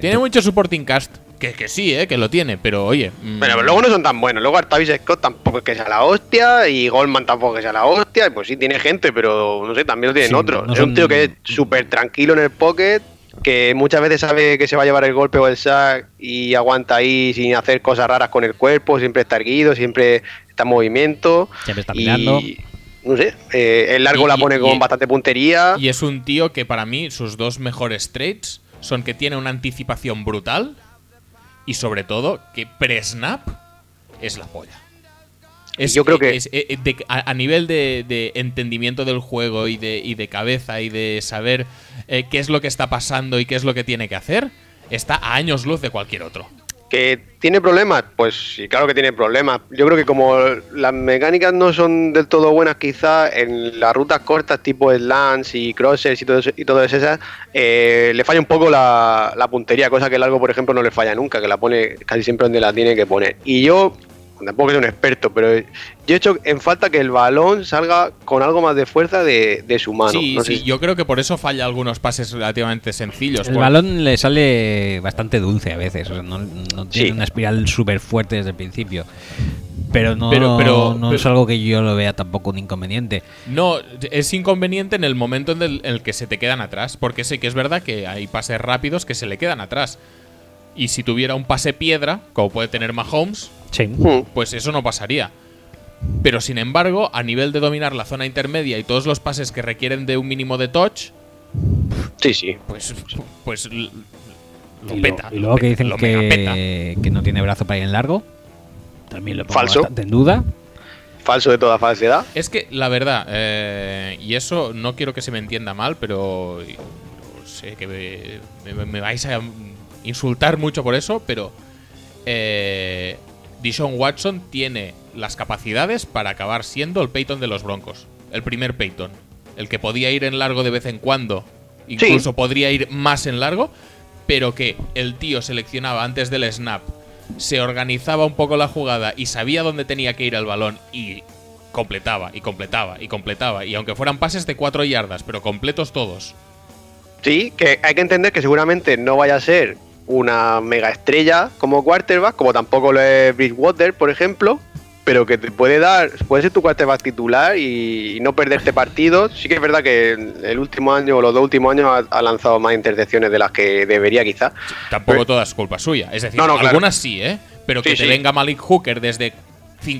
[SPEAKER 2] Tiene mucho supporting cast, que, que sí, eh, que lo tiene, pero oye. mm,
[SPEAKER 3] Bueno, pero luego no son tan buenos. Luego Artavis Scott tampoco es que sea la hostia y Goldman tampoco es que sea la hostia. Y pues sí, tiene gente, pero no sé, también lo tienen
[SPEAKER 1] Sí,
[SPEAKER 3] otros.
[SPEAKER 1] no
[SPEAKER 3] es
[SPEAKER 1] son-
[SPEAKER 3] un tío que es súper tranquilo en el pocket, que muchas veces sabe que se va a llevar el golpe o el sack y aguanta ahí sin hacer cosas raras con el cuerpo, siempre está erguido, siempre está en movimiento.
[SPEAKER 1] Siempre está
[SPEAKER 3] y,
[SPEAKER 1] mirando.
[SPEAKER 3] No sé, eh, el largo
[SPEAKER 2] Y-
[SPEAKER 3] la
[SPEAKER 2] y-
[SPEAKER 3] pone con
[SPEAKER 2] y-
[SPEAKER 3] bastante puntería.
[SPEAKER 2] Y es un tío que para mí sus dos mejores traits son que tiene una anticipación brutal y sobre todo que pre-snap es la polla.
[SPEAKER 3] Yo creo que-
[SPEAKER 2] es- eh, eh, de- a, a nivel de, de entendimiento del juego y de, y de cabeza y de saber eh, qué es lo que está pasando y qué es lo que tiene que hacer, está a años luz de cualquier otro.
[SPEAKER 3] ¿Que tiene problemas? Pues sí, claro que tiene problemas. Yo creo que como las mecánicas no son del todo buenas, quizás en las rutas cortas tipo slants y crosses y todo eso- y todas esas, eh, le falla un poco la, la puntería, cosa que el largo, por ejemplo, no le falla nunca, que la pone casi siempre donde la tiene que poner. Y yo tampoco soy un experto, pero yo he hecho en falta que el balón salga con algo más de fuerza de, de su mano.
[SPEAKER 2] sí,
[SPEAKER 3] No sé
[SPEAKER 2] sí, yo creo que por eso falla algunos pases relativamente sencillos.
[SPEAKER 1] El
[SPEAKER 2] por-
[SPEAKER 1] balón le sale bastante dulce a veces, o sea, no, no tiene
[SPEAKER 3] Sí.
[SPEAKER 1] una espiral súper fuerte desde el principio. pero no,
[SPEAKER 2] Pero- pero-
[SPEAKER 1] no es
[SPEAKER 2] pero-
[SPEAKER 1] algo que yo lo vea tampoco un inconveniente.
[SPEAKER 2] No, es inconveniente en el momento en el, en el que se te quedan atrás, porque sé que es verdad que hay pases rápidos que se le quedan atrás. Y si tuviera un pase piedra, como puede tener Mahomes,
[SPEAKER 1] Sí.
[SPEAKER 3] Hmm,
[SPEAKER 2] pues eso no pasaría. Pero sin embargo, a nivel de dominar la zona intermedia y todos los pases que requieren de un mínimo de touch,
[SPEAKER 3] Sí, sí.
[SPEAKER 2] pues, pues l- lo
[SPEAKER 1] y,
[SPEAKER 2] peta.
[SPEAKER 1] lo- y luego
[SPEAKER 2] lo
[SPEAKER 1] que
[SPEAKER 2] peta,
[SPEAKER 1] dicen
[SPEAKER 2] lo mega peta.
[SPEAKER 1] que, que no tiene brazo para ir en largo. También lo pongo
[SPEAKER 3] Falso.
[SPEAKER 1] bastante en duda.
[SPEAKER 3] Falso de toda falsedad.
[SPEAKER 2] Es que la verdad, eh, y eso no quiero que se me entienda mal, pero y- no sé que me, me- me vais a insultar mucho por eso, pero eh, Dishon Watson tiene las capacidades para acabar siendo el Peyton de los Broncos, el primer Peyton, el que podía ir en largo de vez en cuando, incluso podría ir más en largo, pero que el tío seleccionaba antes del snap, se organizaba un poco la jugada y sabía dónde tenía que ir el balón y completaba y completaba y completaba y aunque fueran pases de 4 yardas, pero completos todos.
[SPEAKER 3] Sí, que hay que entender que seguramente no vaya a ser una mega estrella como quarterback, como tampoco lo es Bridgewater, por ejemplo, pero que te puede dar, puede ser tu quarterback titular y, y no perderte partidos. Sí que es verdad que el el último año o los dos últimos años ha, ha lanzado más intercepciones de las que debería quizás.
[SPEAKER 2] Tampoco
[SPEAKER 3] Eh.
[SPEAKER 2] toda es culpa suya. Es decir,
[SPEAKER 3] No, no, claro.
[SPEAKER 2] algunas sí, ¿eh? Pero que
[SPEAKER 3] Sí,
[SPEAKER 2] te
[SPEAKER 3] sí.
[SPEAKER 2] venga Malik Hooker desde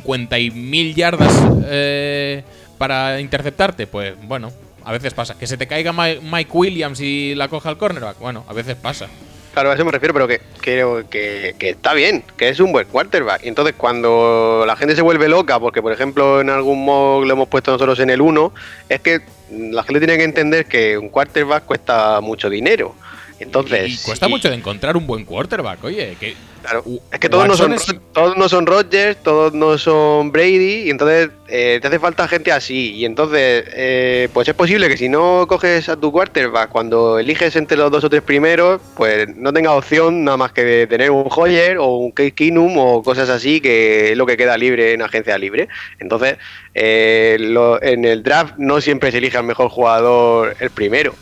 [SPEAKER 2] 50.000 yardas eh, para interceptarte, pues bueno, a veces pasa. Que se te caiga Mi- Mike Williams y la coja al cornerback, bueno, a veces pasa.
[SPEAKER 3] Claro, a eso me refiero, pero que creo que, que está bien, que es un buen quarterback. Y entonces cuando la gente se vuelve loca, porque por ejemplo en algún modo lo hemos puesto nosotros en el 1, es que la gente tiene que entender que un quarterback cuesta mucho dinero. Entonces,
[SPEAKER 2] Y cuesta
[SPEAKER 3] sí,
[SPEAKER 2] mucho de encontrar un buen quarterback, oye. Que,
[SPEAKER 3] claro. es que todos no,
[SPEAKER 2] Watson
[SPEAKER 3] son,
[SPEAKER 2] es-
[SPEAKER 3] Ro- todos no son Rodgers, todos no son Brady, y entonces eh, te hace falta gente así. Y entonces, eh, pues es posible que si no coges a tu quarterback cuando eliges entre los dos o tres primeros, pues no tengas opción nada más que de tener un Hoyer o un Case Keenum o cosas así, que es lo que queda libre en agencia libre. Entonces, eh, lo- en el draft no siempre se elige al mejor jugador el primero.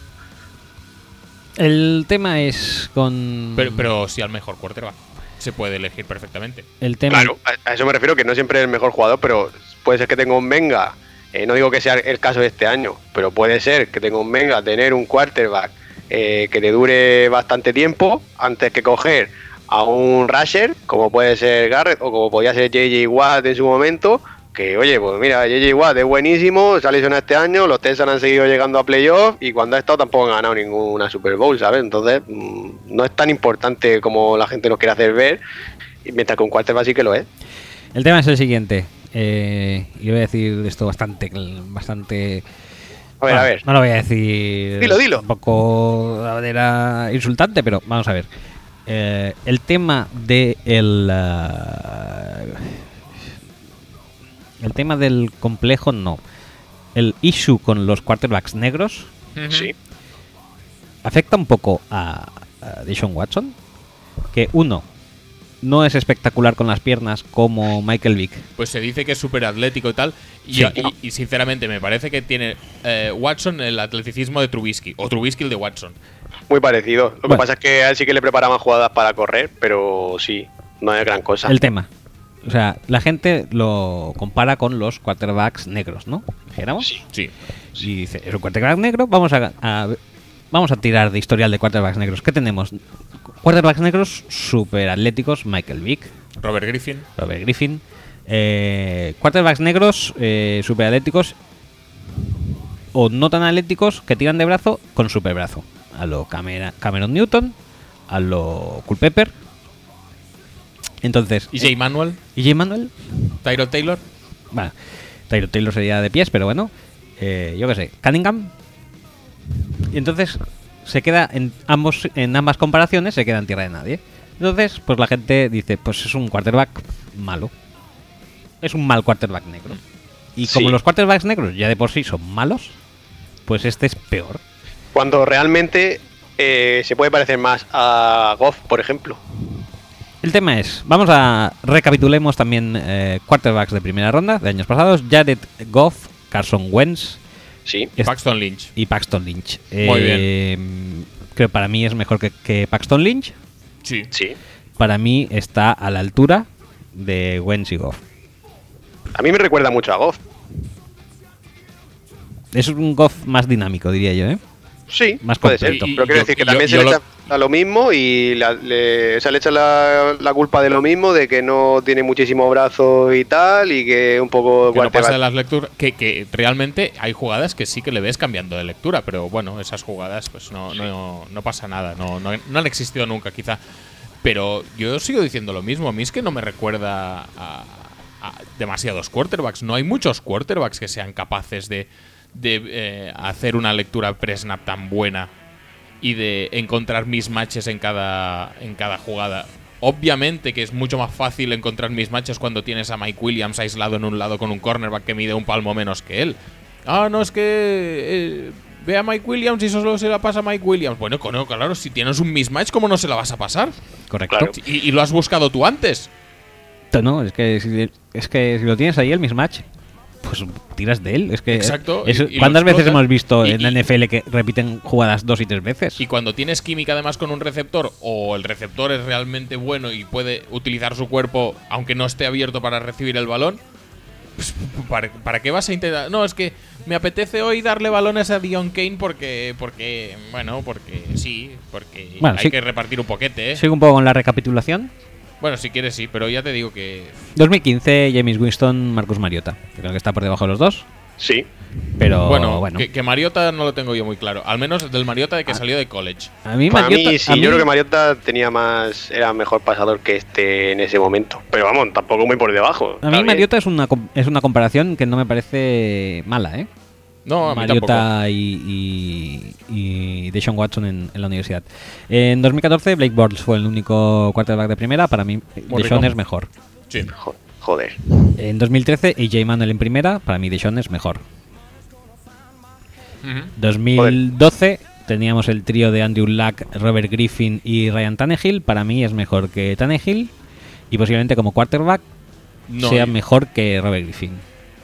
[SPEAKER 1] El tema es con.
[SPEAKER 2] pero, pero sí al mejor quarterback. Se puede elegir perfectamente.
[SPEAKER 1] el tema
[SPEAKER 3] Claro, a- a eso me refiero, que no siempre es el mejor jugador, pero puede ser que tenga un Venga. eh, no digo que sea el caso de este año, pero puede ser que tenga un Venga, tener un quarterback eh, que te dure bastante tiempo antes que coger a un rusher, como puede ser Garrett o como podía ser JJ Watt en su momento. Que oye, pues mira, JJ Watt es buenísimo, se ha lesionado este año, los Texans han seguido llegando a playoffs y cuando ha estado tampoco han ganado ninguna Super Bowl, ¿sabes? Entonces, mm, no es tan importante como la gente nos quiere hacer ver, y mientras que un quarterback sí que lo es.
[SPEAKER 1] El tema es el siguiente. eh, y voy a decir esto bastante. cl- bastante
[SPEAKER 3] A ver,
[SPEAKER 1] Bueno,
[SPEAKER 3] a ver.
[SPEAKER 1] No lo voy a decir.
[SPEAKER 3] Dilo, dilo.
[SPEAKER 1] Un poco de manera insultante, pero vamos a ver. Eh, el tema de el. ah, el tema del complejo, no. El issue con los quarterbacks negros
[SPEAKER 3] Sí.
[SPEAKER 1] afecta un poco a, a Deshaun Watson. Que uno, no es espectacular con las piernas como Michael Vick.
[SPEAKER 2] pues se dice que es súper atlético y tal. Y,
[SPEAKER 1] Sí.
[SPEAKER 2] y- y sinceramente, me parece que tiene eh, Watson el atleticismo de Trubisky, o Trubisky el de Watson.
[SPEAKER 3] Muy parecido. Lo
[SPEAKER 1] Bueno.
[SPEAKER 3] que pasa es que a él sí que le prepara más jugadas para correr, pero sí, no es gran cosa.
[SPEAKER 1] El tema. O sea, la gente lo compara con los quarterbacks negros, ¿no? Dijéramos.
[SPEAKER 3] Sí.
[SPEAKER 2] Sí.
[SPEAKER 1] Y dice, es un quarterback negro, vamos a, a- vamos a tirar de historial de quarterbacks negros. ¿Qué tenemos? Quarterbacks negros super atléticos, Michael Vick,
[SPEAKER 2] Robert Griffin.
[SPEAKER 1] Robert Griffin. Eh, quarterbacks negros eh, super atléticos o no tan atléticos que tiran de brazo con super brazo. A lo Camera- Cameron Newton, a lo Culpepper. Entonces, eh,
[SPEAKER 2] Y E J. Manuel.
[SPEAKER 1] ¿y J. Manuel?
[SPEAKER 2] Tyrod Taylor.
[SPEAKER 1] Bueno, Tyrod Taylor sería de pies, pero bueno, eh, yo qué sé, Cunningham. Y entonces se queda en ambos en ambas comparaciones se queda en tierra de nadie. Entonces, pues la gente dice, pues es un quarterback malo. Es un mal quarterback negro. Y como
[SPEAKER 3] Sí.
[SPEAKER 1] los quarterbacks negros ya de por sí son malos, pues este es peor.
[SPEAKER 3] Cuando realmente eh, se puede parecer más a Goff, por ejemplo.
[SPEAKER 1] El tema es, vamos a recapitulemos también eh, quarterbacks de primera ronda de años pasados, Jared Goff, Carson Wentz,
[SPEAKER 3] Sí.
[SPEAKER 1] Es-
[SPEAKER 2] Paxton Lynch.
[SPEAKER 1] y Paxton Lynch.
[SPEAKER 2] Muy
[SPEAKER 1] bien. Creo que para mí es mejor que, que Paxton Lynch.
[SPEAKER 2] Sí.
[SPEAKER 3] Sí.
[SPEAKER 1] Para mí está a la altura de Wentz y Goff.
[SPEAKER 3] A mí me recuerda mucho a Goff.
[SPEAKER 1] Es un golf más dinámico, diría yo, ¿eh?
[SPEAKER 3] Sí,
[SPEAKER 1] Más
[SPEAKER 3] puede ser.
[SPEAKER 1] completo.
[SPEAKER 3] Pero
[SPEAKER 2] Y- y-
[SPEAKER 3] quiero decir que
[SPEAKER 2] yo-
[SPEAKER 3] también
[SPEAKER 2] yo
[SPEAKER 3] se le
[SPEAKER 2] lo-
[SPEAKER 3] echa a lo mismo y la- le, o sea, le echa la, la culpa de lo mismo, de que no tiene muchísimo brazo y tal, y que un poco...
[SPEAKER 2] Que no
[SPEAKER 3] guante
[SPEAKER 2] pasa
[SPEAKER 3] va-
[SPEAKER 2] de las lecturas. Que, que realmente hay jugadas que sí que le ves cambiando de lectura, pero bueno, esas jugadas pues no, no, no pasa nada, no, no, no han existido nunca quizá. Pero yo sigo diciendo lo mismo, a mí es que no me recuerda a, a demasiados quarterbacks. No hay muchos quarterbacks que sean capaces de, de, eh, hacer una lectura pre-snap tan buena y de encontrar mis matches en cada, en cada jugada. Obviamente que es mucho más fácil encontrar mis matches cuando tienes a Mike Williams aislado en un lado con un cornerback que mide un palmo menos que él. Ah, no, es que eh, ve a Mike Williams y solo se la pasa a Mike Williams. Bueno, coño, claro, si tienes un mismatch, ¿cómo no se la vas a pasar?
[SPEAKER 1] Correcto.
[SPEAKER 3] Claro.
[SPEAKER 2] Y, y lo has buscado tú antes.
[SPEAKER 1] T- No, es que, si, es que si lo tienes ahí el mismatch, pues tiras de él. Es que
[SPEAKER 2] Exacto,
[SPEAKER 1] eso-
[SPEAKER 2] y- y lo
[SPEAKER 1] ¿Cuántas veces
[SPEAKER 2] explotas?
[SPEAKER 1] hemos visto
[SPEAKER 2] Y-
[SPEAKER 1] en
[SPEAKER 2] y-
[SPEAKER 1] la NFL que repiten jugadas dos y tres veces?
[SPEAKER 2] Y cuando tienes química además con un receptor o el receptor es realmente bueno y puede utilizar su cuerpo aunque no esté abierto para recibir el balón, pues, ¿para, para qué vas a intentar? No, es que me apetece hoy darle balones a Dion Kane porque, porque bueno, porque sí, porque
[SPEAKER 1] Bueno,
[SPEAKER 2] hay
[SPEAKER 1] sí.
[SPEAKER 2] que repartir un poquete. ¿eh?
[SPEAKER 1] Sigo un poco con la recapitulación.
[SPEAKER 2] Bueno, si quieres sí, pero ya te digo que
[SPEAKER 1] 2015, James Winston, Marcus Mariota. Yo Creo que está por debajo de los dos,
[SPEAKER 3] Sí.
[SPEAKER 1] pero Oh, bueno. Ah.
[SPEAKER 2] bueno, Que, que Mariota no lo tengo yo muy claro, al menos del Mariota de que salió de college.
[SPEAKER 1] A mí,
[SPEAKER 3] Para
[SPEAKER 1] Mariota-
[SPEAKER 3] mí, sí,
[SPEAKER 1] a
[SPEAKER 3] yo creo que
[SPEAKER 1] mí-
[SPEAKER 3] Mariota tenía más, era mejor pasador que este en ese momento. Pero vamos, tampoco muy por debajo.
[SPEAKER 1] a mí Mariota es una, com- es una comparación que no me parece mala, ¿eh?
[SPEAKER 2] No, a mí tampoco.
[SPEAKER 1] Mariota y, y, y Deshaun Watson en, en la universidad. En 2014, Blake Bortles fue el único quarterback de primera. Para mí,
[SPEAKER 2] Muy
[SPEAKER 1] Deshaun
[SPEAKER 2] rico.
[SPEAKER 1] es mejor.
[SPEAKER 2] Sí.
[SPEAKER 3] Jo- Joder.
[SPEAKER 1] En 2013, AJ Manuel en primera. Para mí, Deshaun es mejor.
[SPEAKER 2] Ujú.
[SPEAKER 1] 2012, teníamos el trío de Andrew Luck, Robert Griffin y Ryan Tannehill. Para mí, es mejor que Tannehill. Y posiblemente como quarterback,
[SPEAKER 2] No,
[SPEAKER 1] sea
[SPEAKER 2] y-
[SPEAKER 1] mejor que Robert Griffin.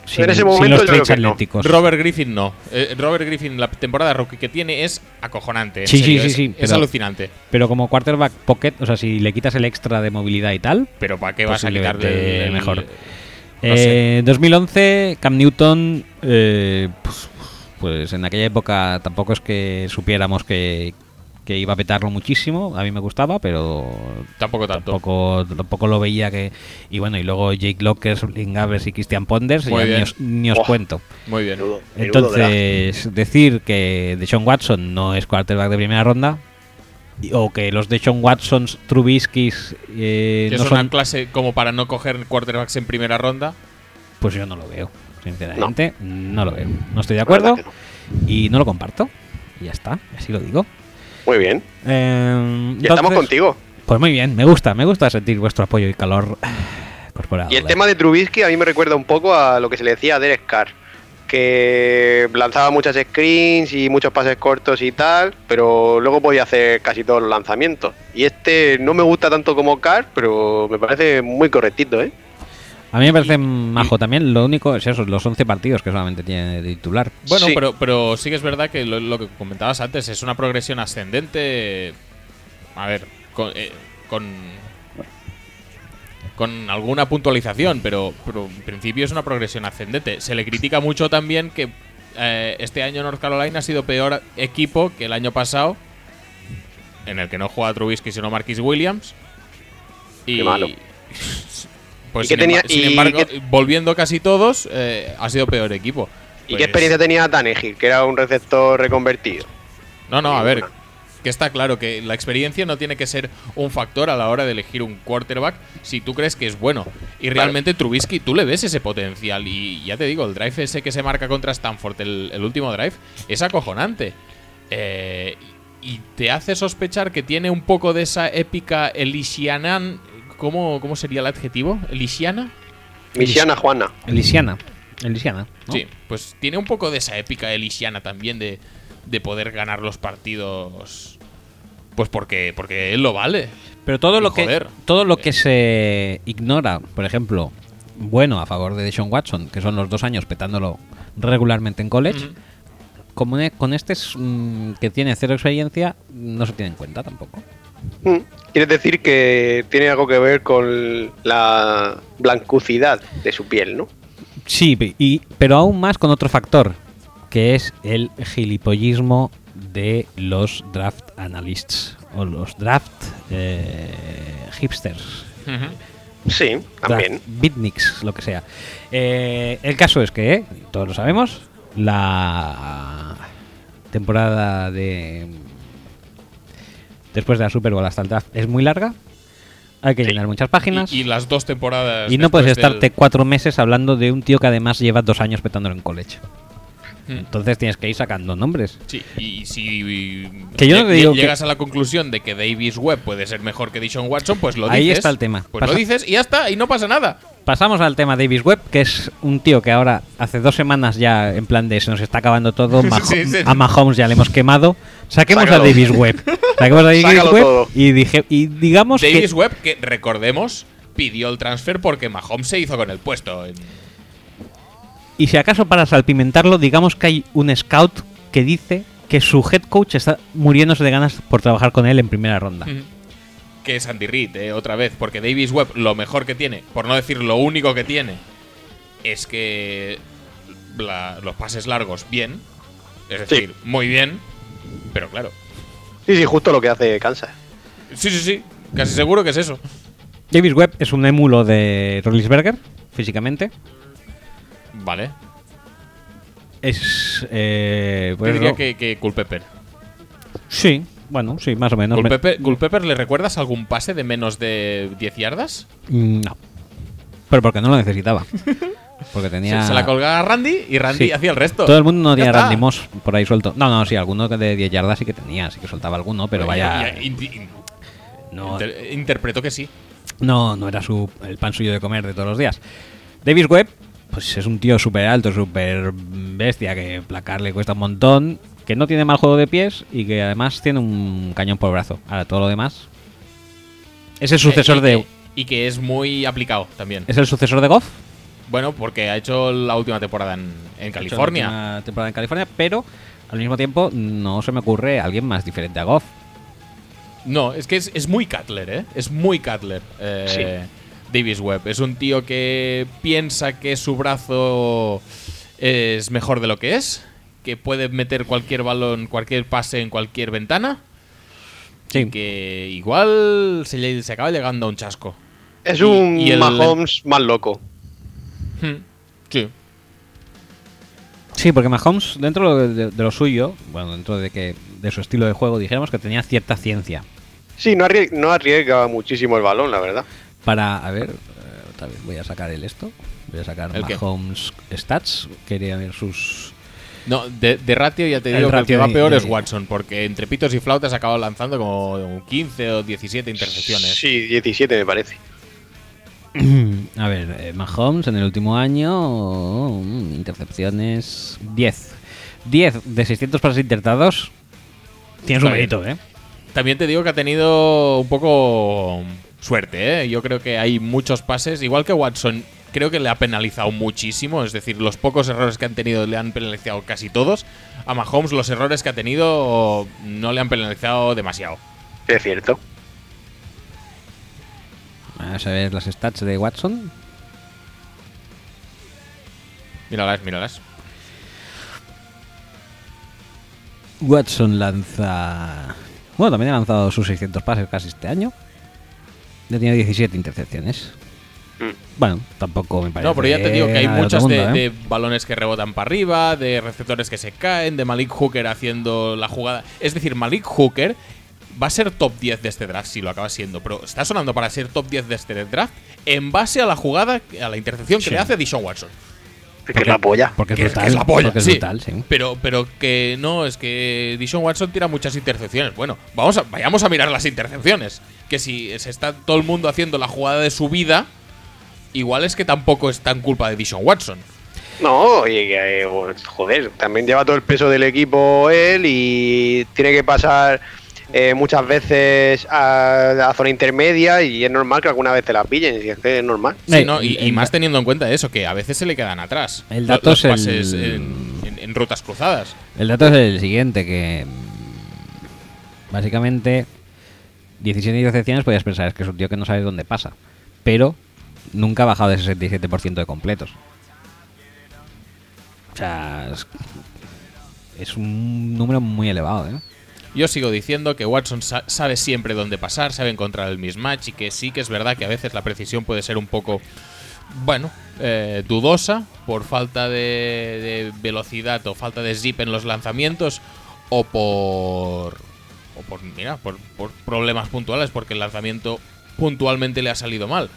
[SPEAKER 1] Sin,
[SPEAKER 3] En ese
[SPEAKER 1] sin
[SPEAKER 3] momento
[SPEAKER 1] los
[SPEAKER 3] yo creo
[SPEAKER 1] trades
[SPEAKER 3] que no.
[SPEAKER 1] atléticos.
[SPEAKER 2] Robert Griffin no. Eh, Robert Griffin, la temporada rookie que tiene es acojonante. en
[SPEAKER 1] Sí, sí,
[SPEAKER 2] serio,
[SPEAKER 1] sí,
[SPEAKER 2] es-
[SPEAKER 1] sí,
[SPEAKER 2] Es
[SPEAKER 1] pero-
[SPEAKER 2] alucinante.
[SPEAKER 1] Pero como quarterback pocket, o sea, si le quitas el extra de movilidad y tal.
[SPEAKER 2] Pero ¿para qué vas a
[SPEAKER 1] Posiblemente
[SPEAKER 2] quitarle el-
[SPEAKER 1] mejor.
[SPEAKER 2] No sé.
[SPEAKER 1] Eh, 2011, Cam Newton, eh, pues, pues en aquella época tampoco es que supiéramos que, que iba a petarlo muchísimo. A mí me gustaba, pero
[SPEAKER 2] Tampoco tanto.
[SPEAKER 1] tampoco, tampoco lo veía que... Y bueno, y luego Jake Lockers, Lingabres y Christian Ponders,
[SPEAKER 2] Muy
[SPEAKER 1] ya
[SPEAKER 2] bien.
[SPEAKER 1] ni os, ni os
[SPEAKER 3] Buah.
[SPEAKER 1] cuento.
[SPEAKER 2] Muy bien.
[SPEAKER 3] Menudo- menudo draft.
[SPEAKER 1] Entonces, decir que Deshaun Watson no es quarterback de primera ronda y- o que los Deshaun Watsons, Trubiskis eh,
[SPEAKER 2] Que
[SPEAKER 1] no
[SPEAKER 2] es una
[SPEAKER 1] son,
[SPEAKER 2] clase como para no coger quarterbacks en primera ronda.
[SPEAKER 1] pues yo no lo veo, sinceramente, no, lo veo. No estoy de acuerdo
[SPEAKER 3] verdad
[SPEAKER 1] y no lo comparto. Y ya está, así lo digo.
[SPEAKER 3] Muy bien.
[SPEAKER 1] Eh,
[SPEAKER 3] Y estamos
[SPEAKER 1] entonces-
[SPEAKER 3] contigo.
[SPEAKER 1] Pues muy bien, me gusta, me gusta sentir vuestro apoyo y calor [sighs] corporal. eh.
[SPEAKER 3] Y el tema de Trubisky a mí me recuerda un poco a lo que se le decía a Derek Carr, que lanzaba muchas screens y muchos pases cortos y tal, pero luego podía hacer casi todos los lanzamientos. Y este no me gusta tanto como Carr, pero me parece muy correctito, ¿eh?
[SPEAKER 1] A mí me parece majo también, lo único es eso, los 11 partidos que solamente tiene de titular.
[SPEAKER 2] Bueno,
[SPEAKER 3] Sí.
[SPEAKER 2] pero, pero sí que es verdad que lo, lo que comentabas antes es una progresión ascendente. A ver, con. eh, con con alguna puntualización, pero, pero en principio es una progresión ascendente. Se le critica mucho también que eh, este año North Carolina ha sido peor equipo que el año pasado, en el que no jugaba Trubisky sino Marquis Williams. Y,
[SPEAKER 3] Qué malo.
[SPEAKER 2] [laughs] Pues
[SPEAKER 3] ¿Y qué
[SPEAKER 2] sin, emba-
[SPEAKER 3] tenía-
[SPEAKER 2] sin
[SPEAKER 3] y
[SPEAKER 2] embargo,
[SPEAKER 3] qué-
[SPEAKER 2] volviendo casi todos, eh, ha sido peor equipo.
[SPEAKER 3] ¿Y
[SPEAKER 2] Pues-
[SPEAKER 3] qué experiencia tenía Tanegil, que era un receptor reconvertido?
[SPEAKER 2] No, no, a ver.
[SPEAKER 3] Ninguna.
[SPEAKER 2] Que está claro que la experiencia no tiene que ser un factor a la hora de elegir un quarterback si tú crees que es bueno. Y realmente Trubisky, tú le ves ese potencial. Y ya te digo, el drive ese que se marca contra Stanford, el, el último drive, es acojonante. Eh, y te hace sospechar que tiene un poco de esa épica elisianan. ¿Cómo, ¿Cómo sería el adjetivo? ¿Elisiana?
[SPEAKER 3] Misiana Juana.
[SPEAKER 1] Elisiana, Elisiana. ¿no?
[SPEAKER 2] Sí, pues tiene un poco de esa épica elisiana también de, de poder ganar los partidos. Pues porque, porque él lo vale.
[SPEAKER 1] Pero todo
[SPEAKER 2] Y
[SPEAKER 1] lo que
[SPEAKER 2] joder.
[SPEAKER 1] todo lo que se ignora, por ejemplo, bueno a favor de Deshaun Watson, que son los dos años petándolo regularmente en college,
[SPEAKER 2] Ujú.
[SPEAKER 1] como e- con este es, mm, que tiene cero experiencia, no se tiene en cuenta tampoco.
[SPEAKER 3] Mm. ¿Quieres decir que tiene algo que ver con la blancucidad de su piel, no?
[SPEAKER 1] Sí, pe- y- pero aún más con otro factor, que es el gilipollismo de los draft analysts o los draft eh, hipsters.
[SPEAKER 3] Sí, también.
[SPEAKER 1] Draft Beatniks, lo que sea. Eh, el caso es que, eh, todos lo sabemos, la temporada de. Después de la Super Bowl hasta el draft es muy larga. Hay que llenar muchas páginas.
[SPEAKER 2] Y, y las dos temporadas.
[SPEAKER 1] Y no puedes
[SPEAKER 2] después del-
[SPEAKER 1] estarte cuatro meses hablando de un tío que además lleva dos años petándolo en college.
[SPEAKER 2] Mm.
[SPEAKER 1] Entonces tienes que ir sacando nombres.
[SPEAKER 2] Sí, y si
[SPEAKER 1] Que yo no
[SPEAKER 2] lle-
[SPEAKER 1] te digo
[SPEAKER 2] lle-
[SPEAKER 1] que-
[SPEAKER 2] llegas a la conclusión de que Davis Webb puede ser mejor que Dishon Watson, pues lo
[SPEAKER 1] Ahí
[SPEAKER 2] dices.
[SPEAKER 1] está el tema.
[SPEAKER 2] Pues
[SPEAKER 1] Pasa-
[SPEAKER 2] lo dices y ya está, y no pasa nada.
[SPEAKER 1] Pasamos al tema Davis Webb, que es un tío que ahora hace dos semanas ya en plan de se nos está acabando todo, Mah-
[SPEAKER 2] [laughs] Sí, sí.
[SPEAKER 1] a Mahomes ya le hemos quemado. Saquemos
[SPEAKER 3] Sácalo.
[SPEAKER 1] a Davis
[SPEAKER 2] [laughs]
[SPEAKER 1] Webb. Saquemos a Davis
[SPEAKER 3] Sácalo
[SPEAKER 1] Webb
[SPEAKER 3] todo.
[SPEAKER 1] y, dije, y digamos
[SPEAKER 2] Davis
[SPEAKER 1] Pues que...
[SPEAKER 2] Webb, que recordemos, pidió el transfer porque Mahomes se hizo con el puesto. en-
[SPEAKER 1] Y si acaso para salpimentarlo, digamos que hay un scout que dice que su head coach está muriéndose de ganas por trabajar con él en primera ronda.
[SPEAKER 2] que es Andy Reid, eh, otra vez, porque Davis Webb lo mejor que tiene, por no decir lo único que tiene, es que la- los pases largos, bien, es decir, muy bien, pero claro.
[SPEAKER 3] Sí, sí, justo lo que hace Kansas.
[SPEAKER 2] Sí, sí, sí, casi seguro que es eso.
[SPEAKER 1] Davis Webb es un emulo de Rollinsberger, físicamente.
[SPEAKER 2] Vale.
[SPEAKER 1] Es. Eh,
[SPEAKER 2] Yo
[SPEAKER 1] pues
[SPEAKER 2] diría
[SPEAKER 1] no-
[SPEAKER 2] que, que Culpepper.
[SPEAKER 1] Sí, bueno, sí, más o menos. Me-
[SPEAKER 2] Culpepper, Culpepper, ¿le recuerdas algún pase de menos de 10 yardas?
[SPEAKER 1] Mm, No. Pero porque no lo
[SPEAKER 2] [laughs]
[SPEAKER 1] necesitaba. Porque
[SPEAKER 2] Se-
[SPEAKER 1] tenía.
[SPEAKER 2] Se, la colgaba a Randy y Randy
[SPEAKER 1] Sí.
[SPEAKER 2] hacía el resto.
[SPEAKER 1] Todo el mundo no
[SPEAKER 2] Ya
[SPEAKER 1] tenía
[SPEAKER 2] está.
[SPEAKER 1] Randy Moss por ahí suelto. No, no, sí, alguno de 10 yardas sí que tenía, sí que soltaba alguno, pero vaya.
[SPEAKER 2] Ya, in- in-
[SPEAKER 1] No,
[SPEAKER 2] inter- interpreto que sí.
[SPEAKER 1] no, no era su, el pan suyo de comer de todos los días. Davis Webb, pues es un tío súper alto, súper bestia, que placar le cuesta un montón, que no tiene mal juego de pies y que además tiene un cañón por brazo. Ahora todo lo demás. Es el sucesor
[SPEAKER 2] Eh, y
[SPEAKER 1] de.
[SPEAKER 2] que- Y que es muy aplicado también.
[SPEAKER 1] ¿Es el sucesor de Goff?
[SPEAKER 2] Bueno, porque ha hecho la última temporada en, en
[SPEAKER 1] Ha hecho
[SPEAKER 2] California.
[SPEAKER 1] la última temporada en California, pero al mismo tiempo no se me ocurre alguien más diferente a Goff.
[SPEAKER 2] No, es que es, es muy Cutler, ¿eh? Es muy Cutler. eh, Davis Webb. Es un tío que piensa que su brazo es mejor de lo que es, que puede meter cualquier balón, cualquier pase en cualquier ventana,
[SPEAKER 1] Sí.
[SPEAKER 2] que igual se, lle- se acaba llegando a un chasco.
[SPEAKER 3] Es
[SPEAKER 2] Y-
[SPEAKER 3] un
[SPEAKER 2] y el-
[SPEAKER 3] Mahomes más loco.
[SPEAKER 2] Hmm, Sí.
[SPEAKER 1] Sí, porque Mahomes, dentro de, de- de lo suyo, bueno, dentro de que de su estilo de juego, dijéramos que tenía cierta ciencia
[SPEAKER 3] Sí, no arriesga, no arriesga muchísimo el balón, la verdad.
[SPEAKER 1] para, a ver, eh, otra vez voy a sacar el esto, voy a sacar
[SPEAKER 2] ¿El qué?
[SPEAKER 1] Mahomes Stats, quería ver sus...
[SPEAKER 2] No, de, de ratio ya te
[SPEAKER 1] El
[SPEAKER 2] digo que el que
[SPEAKER 1] ratio
[SPEAKER 2] va
[SPEAKER 1] de-
[SPEAKER 2] peor es
[SPEAKER 1] de-
[SPEAKER 2] Watson, porque entre pitos y flautas ha acabado lanzando como 15 o 17 intercepciones.
[SPEAKER 3] Sí, 17 me parece.
[SPEAKER 1] a ver, eh, Mahomes en el último año, mm, intercepciones 10. 10 de 600 pases intentados. Tiene su
[SPEAKER 2] Está bien.
[SPEAKER 1] mérito, ¿eh?
[SPEAKER 2] También te digo que ha tenido un poco suerte, ¿eh? Yo creo que hay muchos pases, igual que Watson, creo que le ha penalizado muchísimo, es decir, los pocos errores que han tenido le han penalizado casi todos. A Mahomes los errores que ha tenido no le han penalizado demasiado.
[SPEAKER 3] Es cierto.
[SPEAKER 1] Vamos a ver las stats de Watson.
[SPEAKER 2] Míralas, míralas.
[SPEAKER 1] Watson lanza. Bueno, también ha lanzado sus 600 pases casi este año. Ya tiene 17 intercepciones.
[SPEAKER 2] Mm.
[SPEAKER 1] Bueno, tampoco me parece.
[SPEAKER 2] No, pero ya te digo que hay
[SPEAKER 1] nada del otro
[SPEAKER 2] muchas de,
[SPEAKER 1] mundo, ¿eh?
[SPEAKER 2] de balones que rebotan para arriba, de receptores que se caen, de Malik Hooker haciendo la jugada. Es decir, Malik Hooker va a ser top 10 de este draft si lo acaba siendo, pero está sonando para ser top 10 de este draft en base a la jugada, a la intercepción que
[SPEAKER 1] Sí.
[SPEAKER 2] le hace Dishon Watson.
[SPEAKER 3] Es que es la polla.
[SPEAKER 1] Porque es
[SPEAKER 2] Que-
[SPEAKER 1] brutal.
[SPEAKER 2] que es la polla,
[SPEAKER 1] porque es
[SPEAKER 2] sí.
[SPEAKER 1] brutal, sí.
[SPEAKER 2] Pero, pero que no, es que Dishon Watson tira muchas intercepciones. Bueno, vamos a, vayamos a mirar las intercepciones. Que si se está todo el mundo haciendo la jugada de su vida, igual es que tampoco es tan culpa de Dishon Watson.
[SPEAKER 3] No, y que, eh, joder, también lleva todo el peso del equipo él y tiene que pasar eh, muchas veces a la zona intermedia y es normal que alguna vez te la pillen, si es que es normal.
[SPEAKER 2] Sí,
[SPEAKER 1] Eh,
[SPEAKER 2] ¿no? y,
[SPEAKER 1] el-
[SPEAKER 2] y más teniendo en cuenta eso, que a veces se le quedan atrás.
[SPEAKER 1] El
[SPEAKER 2] lo-
[SPEAKER 1] dato
[SPEAKER 2] los
[SPEAKER 1] es el-
[SPEAKER 2] pases en, en- en rutas cruzadas.
[SPEAKER 1] El dato es el siguiente: que. mm, Básicamente, 17 intercepciones podías pensar es que es un tío que no sabe dónde pasa. Pero nunca ha bajado de 67% de completos. sea, es, es un número muy elevado, ¿eh?
[SPEAKER 2] Yo sigo diciendo que Watson sa- sabe siempre dónde pasar, sabe encontrar el mismatch y que sí que es verdad que a veces la precisión puede ser un poco, bueno, eh, dudosa por falta de, de velocidad o falta de zip en los lanzamientos o por, o por mira, por, por problemas puntuales porque el lanzamiento puntualmente le ha salido mal.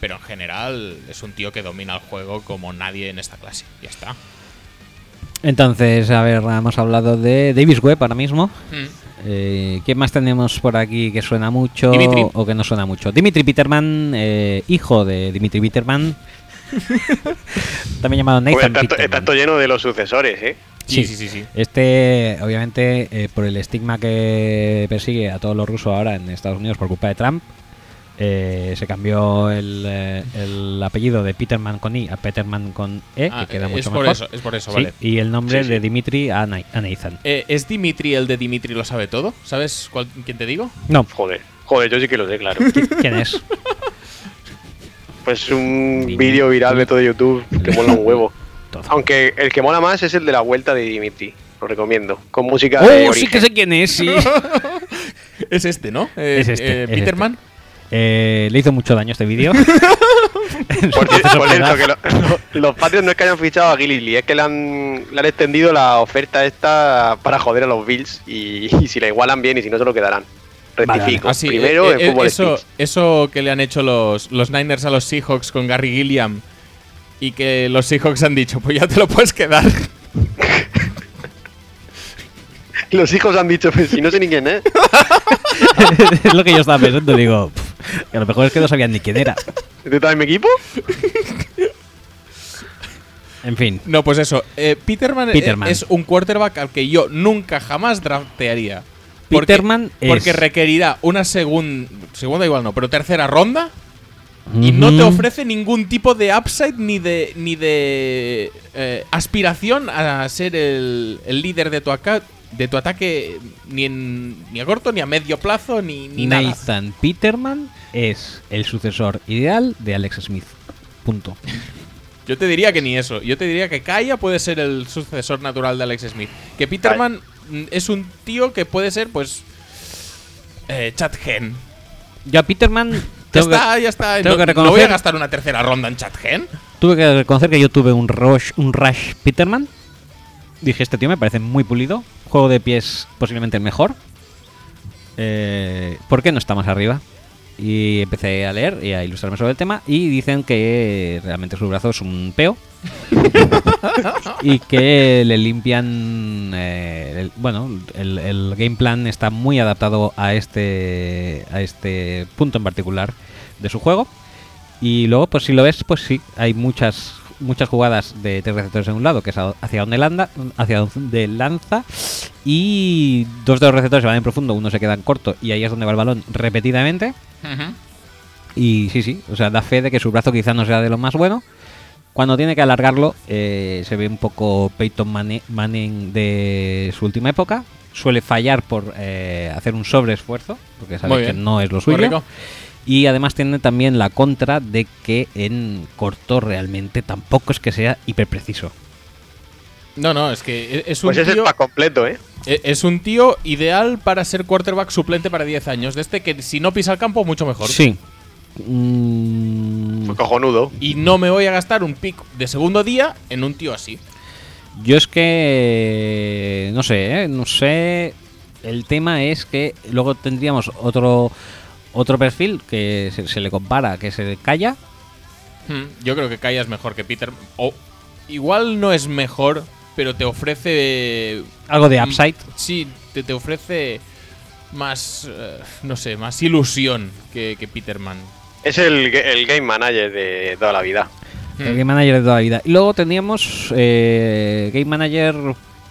[SPEAKER 2] Pero en general es un tío que domina el juego como nadie en esta clase. Ya está.
[SPEAKER 1] Entonces, a ver, hemos hablado de Davis Webb ahora mismo.
[SPEAKER 2] Mm.
[SPEAKER 1] Eh, ¿Quién más tenemos por aquí que suena mucho
[SPEAKER 2] Dimitri.
[SPEAKER 1] o que no suena mucho? Dimitri Peterman, eh, hijo de Dimitri
[SPEAKER 2] [laughs]
[SPEAKER 1] Peterman, también llamado
[SPEAKER 3] Pues
[SPEAKER 1] Nathan
[SPEAKER 3] está, to- está
[SPEAKER 1] Peterman.
[SPEAKER 3] todo lleno de los sucesores, ¿eh?
[SPEAKER 2] Sí,
[SPEAKER 1] Sí.
[SPEAKER 2] sí, sí, sí.
[SPEAKER 1] Este, obviamente, eh, por el estigma que persigue a todos los rusos ahora en Estados Unidos por culpa de Trump, eh, se cambió el, eh, el apellido de Peterman con I a Peterman con E,
[SPEAKER 2] Ah,
[SPEAKER 1] que queda
[SPEAKER 2] es
[SPEAKER 1] mucho
[SPEAKER 2] por
[SPEAKER 1] mejor.
[SPEAKER 2] eso, es por eso,
[SPEAKER 1] Sí,
[SPEAKER 2] vale.
[SPEAKER 1] Y el nombre
[SPEAKER 3] Sí, sí.
[SPEAKER 1] de Dimitri a, Na- a Nathan.
[SPEAKER 2] Eh, ¿Es Dimitri el de Dimitri lo sabe todo? ¿Sabes cuál- quién te digo?
[SPEAKER 1] No,
[SPEAKER 3] Joder, joder, yo sí que lo
[SPEAKER 1] [laughs]
[SPEAKER 3] sé, claro.
[SPEAKER 1] ¿quién
[SPEAKER 3] [laughs]
[SPEAKER 1] es?
[SPEAKER 3] Pues un
[SPEAKER 1] Dimitri.
[SPEAKER 3] vídeo viral de todo YouTube que mola un huevo.
[SPEAKER 1] Entonces-
[SPEAKER 3] Aunque el que mola más es el de la vuelta de Dimitri. Lo recomiendo. Con música de
[SPEAKER 1] ¡Oh, sí
[SPEAKER 3] origen.
[SPEAKER 1] que sé quién es! Sí.
[SPEAKER 2] [laughs] Es este, ¿no? Eh,
[SPEAKER 1] Es este,
[SPEAKER 2] eh,
[SPEAKER 1] es
[SPEAKER 2] Peterman.
[SPEAKER 1] [laughs] Eh, le hizo mucho daño este vídeo. [laughs]
[SPEAKER 3] Por, cier- por
[SPEAKER 1] Entonces,
[SPEAKER 3] cierto, que lo- lo- [laughs] los Patriots no es que hayan fichado a Gillily, es que le han, le han extendido la oferta esta para joder a los Bills y, y si la igualan bien y si no se lo quedarán.
[SPEAKER 1] vale.
[SPEAKER 3] Rectifico.
[SPEAKER 2] Ah, sí,
[SPEAKER 3] Primero
[SPEAKER 2] eh, eh,
[SPEAKER 3] en fútbol
[SPEAKER 2] eso,
[SPEAKER 3] Speech.
[SPEAKER 2] eso que le han hecho los, los Niners a los Seahawks con Gary Gilliam y que los Seahawks han dicho, pues ya te lo puedes quedar.
[SPEAKER 3] [laughs]
[SPEAKER 2] [laughs]
[SPEAKER 3] Los hijos han dicho, pues si no sé ni quién es.
[SPEAKER 1] [laughs] es lo que yo estaba pensando. Digo, "Pff, que a lo mejor es que no sabían ni quién era.
[SPEAKER 3] ¿Este está en mi equipo?
[SPEAKER 1] En fin.
[SPEAKER 2] No, pues eso. eh, Peterman, eh,
[SPEAKER 1] Peterman.
[SPEAKER 2] es un quarterback al que yo nunca jamás draftearía. Porque-
[SPEAKER 1] Peterman es-
[SPEAKER 2] Porque requerirá una segunda, segunda igual no, pero tercera ronda y no te
[SPEAKER 1] Ujú.
[SPEAKER 2] ofrece ningún tipo de upside ni de ni de eh, aspiración a ser el, el líder de tu aca- de tu ataque ni en, ni a corto ni a medio plazo ni, ni nada.
[SPEAKER 1] Nathan Peterman es el sucesor ideal de Alex Smith. Punto.
[SPEAKER 2] Yo te diría que ni eso. Yo te diría que Kaya puede ser el sucesor natural de Alex Smith. Que Peterman mm, es un tío que puede ser, pues. Eh, Chad Hen.
[SPEAKER 1] Yo a Peterman
[SPEAKER 2] Ya
[SPEAKER 1] tengo que-
[SPEAKER 2] está, ya está.
[SPEAKER 1] tengo
[SPEAKER 2] no,
[SPEAKER 1] que
[SPEAKER 2] no voy a
[SPEAKER 1] reconocer-
[SPEAKER 2] gastar una tercera ronda en Chad Hen.
[SPEAKER 1] tuve que reconocer que yo tuve un rush, un rush Peterman. Dije, este tío me parece muy pulido. Juego de pies posiblemente el mejor. Eh, ¿Por qué no está más arriba? Y empecé a leer y a ilustrarme sobre el tema y dicen que realmente su brazo es un peo. [laughs] y que le limpian. eh, el- bueno, el, el game plan está muy adaptado a este, a este punto en particular de su juego. Y luego, pues si lo ves, pues sí, hay muchas muchas jugadas de tres receptores en un lado, que es a- hacia donde, landa, hacia donde lanza, y dos de los receptores se van en profundo, uno se queda en corto, y ahí es donde va el balón repetidamente. Y sí, sí, o sea, da fe de que su brazo quizá no sea de lo más bueno. Cuando tiene que alargarlo, eh, se ve un poco Peyton Mane- Manning de su última época. Suele fallar por eh, hacer un sobreesfuerzo, porque
[SPEAKER 2] Muy
[SPEAKER 1] sabe que
[SPEAKER 2] bien.
[SPEAKER 1] no es lo suyo.
[SPEAKER 2] Correcto.
[SPEAKER 1] Y además tiene también la contra de que en corto realmente tampoco es que sea hiperpreciso.
[SPEAKER 2] No, no, es que e-, es un
[SPEAKER 3] Pues ese es
[SPEAKER 2] tío.
[SPEAKER 3] para completo, ¿eh?
[SPEAKER 2] e- Es un tío ideal para ser quarterback suplente para 10 años. De este que si no pisa el campo, mucho mejor.
[SPEAKER 1] Sí. Mm,
[SPEAKER 2] Mm.
[SPEAKER 3] Pues cojonudo.
[SPEAKER 2] Y no me voy a gastar un pick de segundo día en un tío así.
[SPEAKER 1] yo es que no sé, ¿eh? no sé. El tema es que luego tendríamos otro otro perfil que se, se le compara, que se calla.
[SPEAKER 2] Hmm, Yo creo que Kaya es mejor que Peter. O igual no es mejor, pero te ofrece. mm,
[SPEAKER 1] Algo
[SPEAKER 3] Mm.
[SPEAKER 1] de upside.
[SPEAKER 2] Sí, te, te ofrece más. eh, no sé, más ilusión que, que Peterman.
[SPEAKER 3] Es el, ga- el game manager de toda la vida.
[SPEAKER 1] El
[SPEAKER 3] Mm.
[SPEAKER 1] Game Manager de toda la vida. Y luego teníamos eh, Game Manager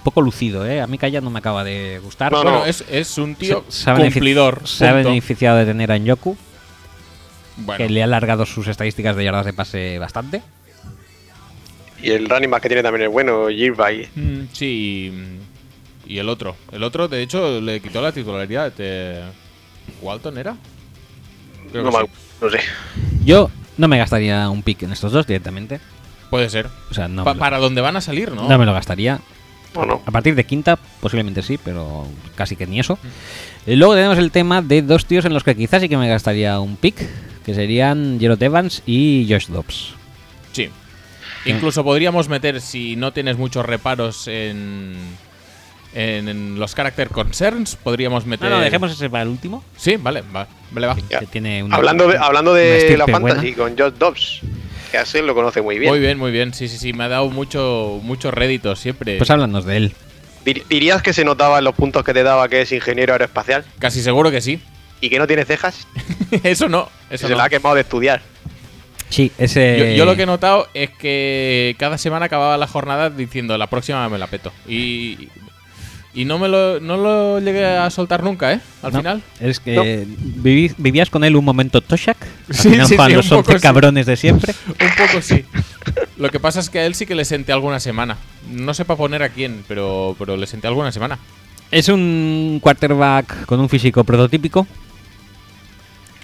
[SPEAKER 1] poco lucido, ¿eh? A mí Calla no me acaba de gustar.
[SPEAKER 3] No,
[SPEAKER 2] bueno,
[SPEAKER 3] no.
[SPEAKER 2] Es, es un tío
[SPEAKER 1] Se- se ha benefici-
[SPEAKER 2] cumplidor.
[SPEAKER 1] Se ha
[SPEAKER 2] punto.
[SPEAKER 1] beneficiado de tener a Njoku, que
[SPEAKER 2] Bueno,
[SPEAKER 1] le ha alargado sus estadísticas de yardas de pase bastante.
[SPEAKER 3] Y el running back que tiene también es bueno, Girby.
[SPEAKER 2] mm, sí. y- Y el otro. El otro, de hecho, le quitó la titularidad. eh, ¿Walton era? Creo
[SPEAKER 3] No,
[SPEAKER 2] que
[SPEAKER 3] me-
[SPEAKER 2] sí.
[SPEAKER 3] no sé.
[SPEAKER 1] Yo no me gastaría un pick en estos dos directamente.
[SPEAKER 2] Puede ser.
[SPEAKER 1] O sea, no.
[SPEAKER 2] Pa-
[SPEAKER 1] me lo-
[SPEAKER 2] para donde van a salir, ¿no?
[SPEAKER 1] no me lo gastaría.
[SPEAKER 3] Bueno,
[SPEAKER 1] A partir de quinta, posiblemente sí, pero casi que ni eso.
[SPEAKER 2] Mm.
[SPEAKER 1] Y Luego tenemos el tema de dos tíos en los que quizás sí que me gastaría un pick, que serían Gerald Evans y Josh Dobbs.
[SPEAKER 2] Sí. Incluso podríamos meter, si no tienes muchos reparos en, en, en los character concerns, podríamos meter.
[SPEAKER 1] ese para el último.
[SPEAKER 2] Sí, vale, va, vale, va.
[SPEAKER 3] Ya.
[SPEAKER 1] Que tiene una-
[SPEAKER 3] hablando de, hablando
[SPEAKER 1] una
[SPEAKER 3] de
[SPEAKER 1] estirpe
[SPEAKER 3] la
[SPEAKER 1] buena.
[SPEAKER 3] fantasy con Josh Dobbs, que así lo conoce muy bien.
[SPEAKER 2] Muy bien, muy bien. Sí, sí, sí. Me ha dado mucho, mucho rédito siempre.
[SPEAKER 1] Pues háblanos de él.
[SPEAKER 3] Dir- ¿Dirías que se notaba en los puntos que te daba que es ingeniero aeroespacial
[SPEAKER 2] Casi seguro que sí. [laughs]
[SPEAKER 3] y que no tiene cejas?
[SPEAKER 2] eso no.
[SPEAKER 3] Se
[SPEAKER 2] Eso
[SPEAKER 3] la
[SPEAKER 2] no.
[SPEAKER 3] ha quemado de estudiar.
[SPEAKER 1] Sí,
[SPEAKER 2] Yo,
[SPEAKER 1] ese.
[SPEAKER 2] yo lo que he notado es que cada semana acababa la jornada diciendo la próxima me la peto. Y, y no me lo, no lo llegué a soltar nunca, ¿eh? Al
[SPEAKER 1] No,
[SPEAKER 2] final.
[SPEAKER 1] Es que viví- vivías con él un momento Toshak. Al
[SPEAKER 2] Sí,
[SPEAKER 1] final
[SPEAKER 2] sí, sí,
[SPEAKER 1] juegan
[SPEAKER 2] un
[SPEAKER 1] los
[SPEAKER 2] poco
[SPEAKER 1] 11
[SPEAKER 2] sí.
[SPEAKER 1] cabrones de siempre.
[SPEAKER 2] Un poco sí. Lo que pasa es que a él sí que le senté alguna semana. No sé para poner a quién, pero, pero le senté alguna semana.
[SPEAKER 1] Es un quarterback con un físico prototípico.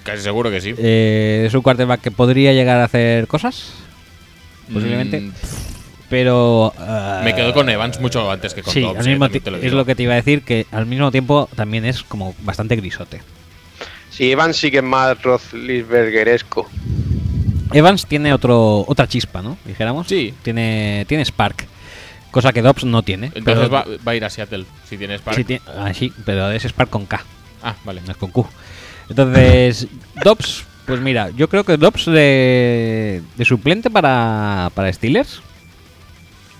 [SPEAKER 2] Casi seguro que sí.
[SPEAKER 1] Eh, es un quarterback que podría llegar a hacer cosas, posiblemente.
[SPEAKER 2] Mm,
[SPEAKER 1] pero.
[SPEAKER 2] me
[SPEAKER 1] quedo
[SPEAKER 2] quedo con Evans mucho antes que con
[SPEAKER 1] Sí,
[SPEAKER 2] Dobbs,
[SPEAKER 1] al
[SPEAKER 2] eh,
[SPEAKER 1] mismo
[SPEAKER 2] también
[SPEAKER 1] ti-
[SPEAKER 2] te lo
[SPEAKER 1] es
[SPEAKER 2] digo.
[SPEAKER 1] lo que te iba a decir, que al mismo tiempo también es como bastante grisote.
[SPEAKER 3] Si Evan sí que es más Roethlisbergeresco.
[SPEAKER 1] Evans tiene otro otra chispa, ¿no? Dijéramos.
[SPEAKER 2] Sí.
[SPEAKER 1] Tiene, tiene Spark, cosa que Dobbs no tiene.
[SPEAKER 2] Entonces
[SPEAKER 1] pero-
[SPEAKER 2] va, va a ir a Seattle, si tienes para.
[SPEAKER 1] Sí, tiene- ah, sí, pero es Spark con K,
[SPEAKER 2] ah, vale.
[SPEAKER 1] no es con Q. Entonces, Dobbs, pues mira, yo creo que Dobbs de, de suplente para, para Steelers.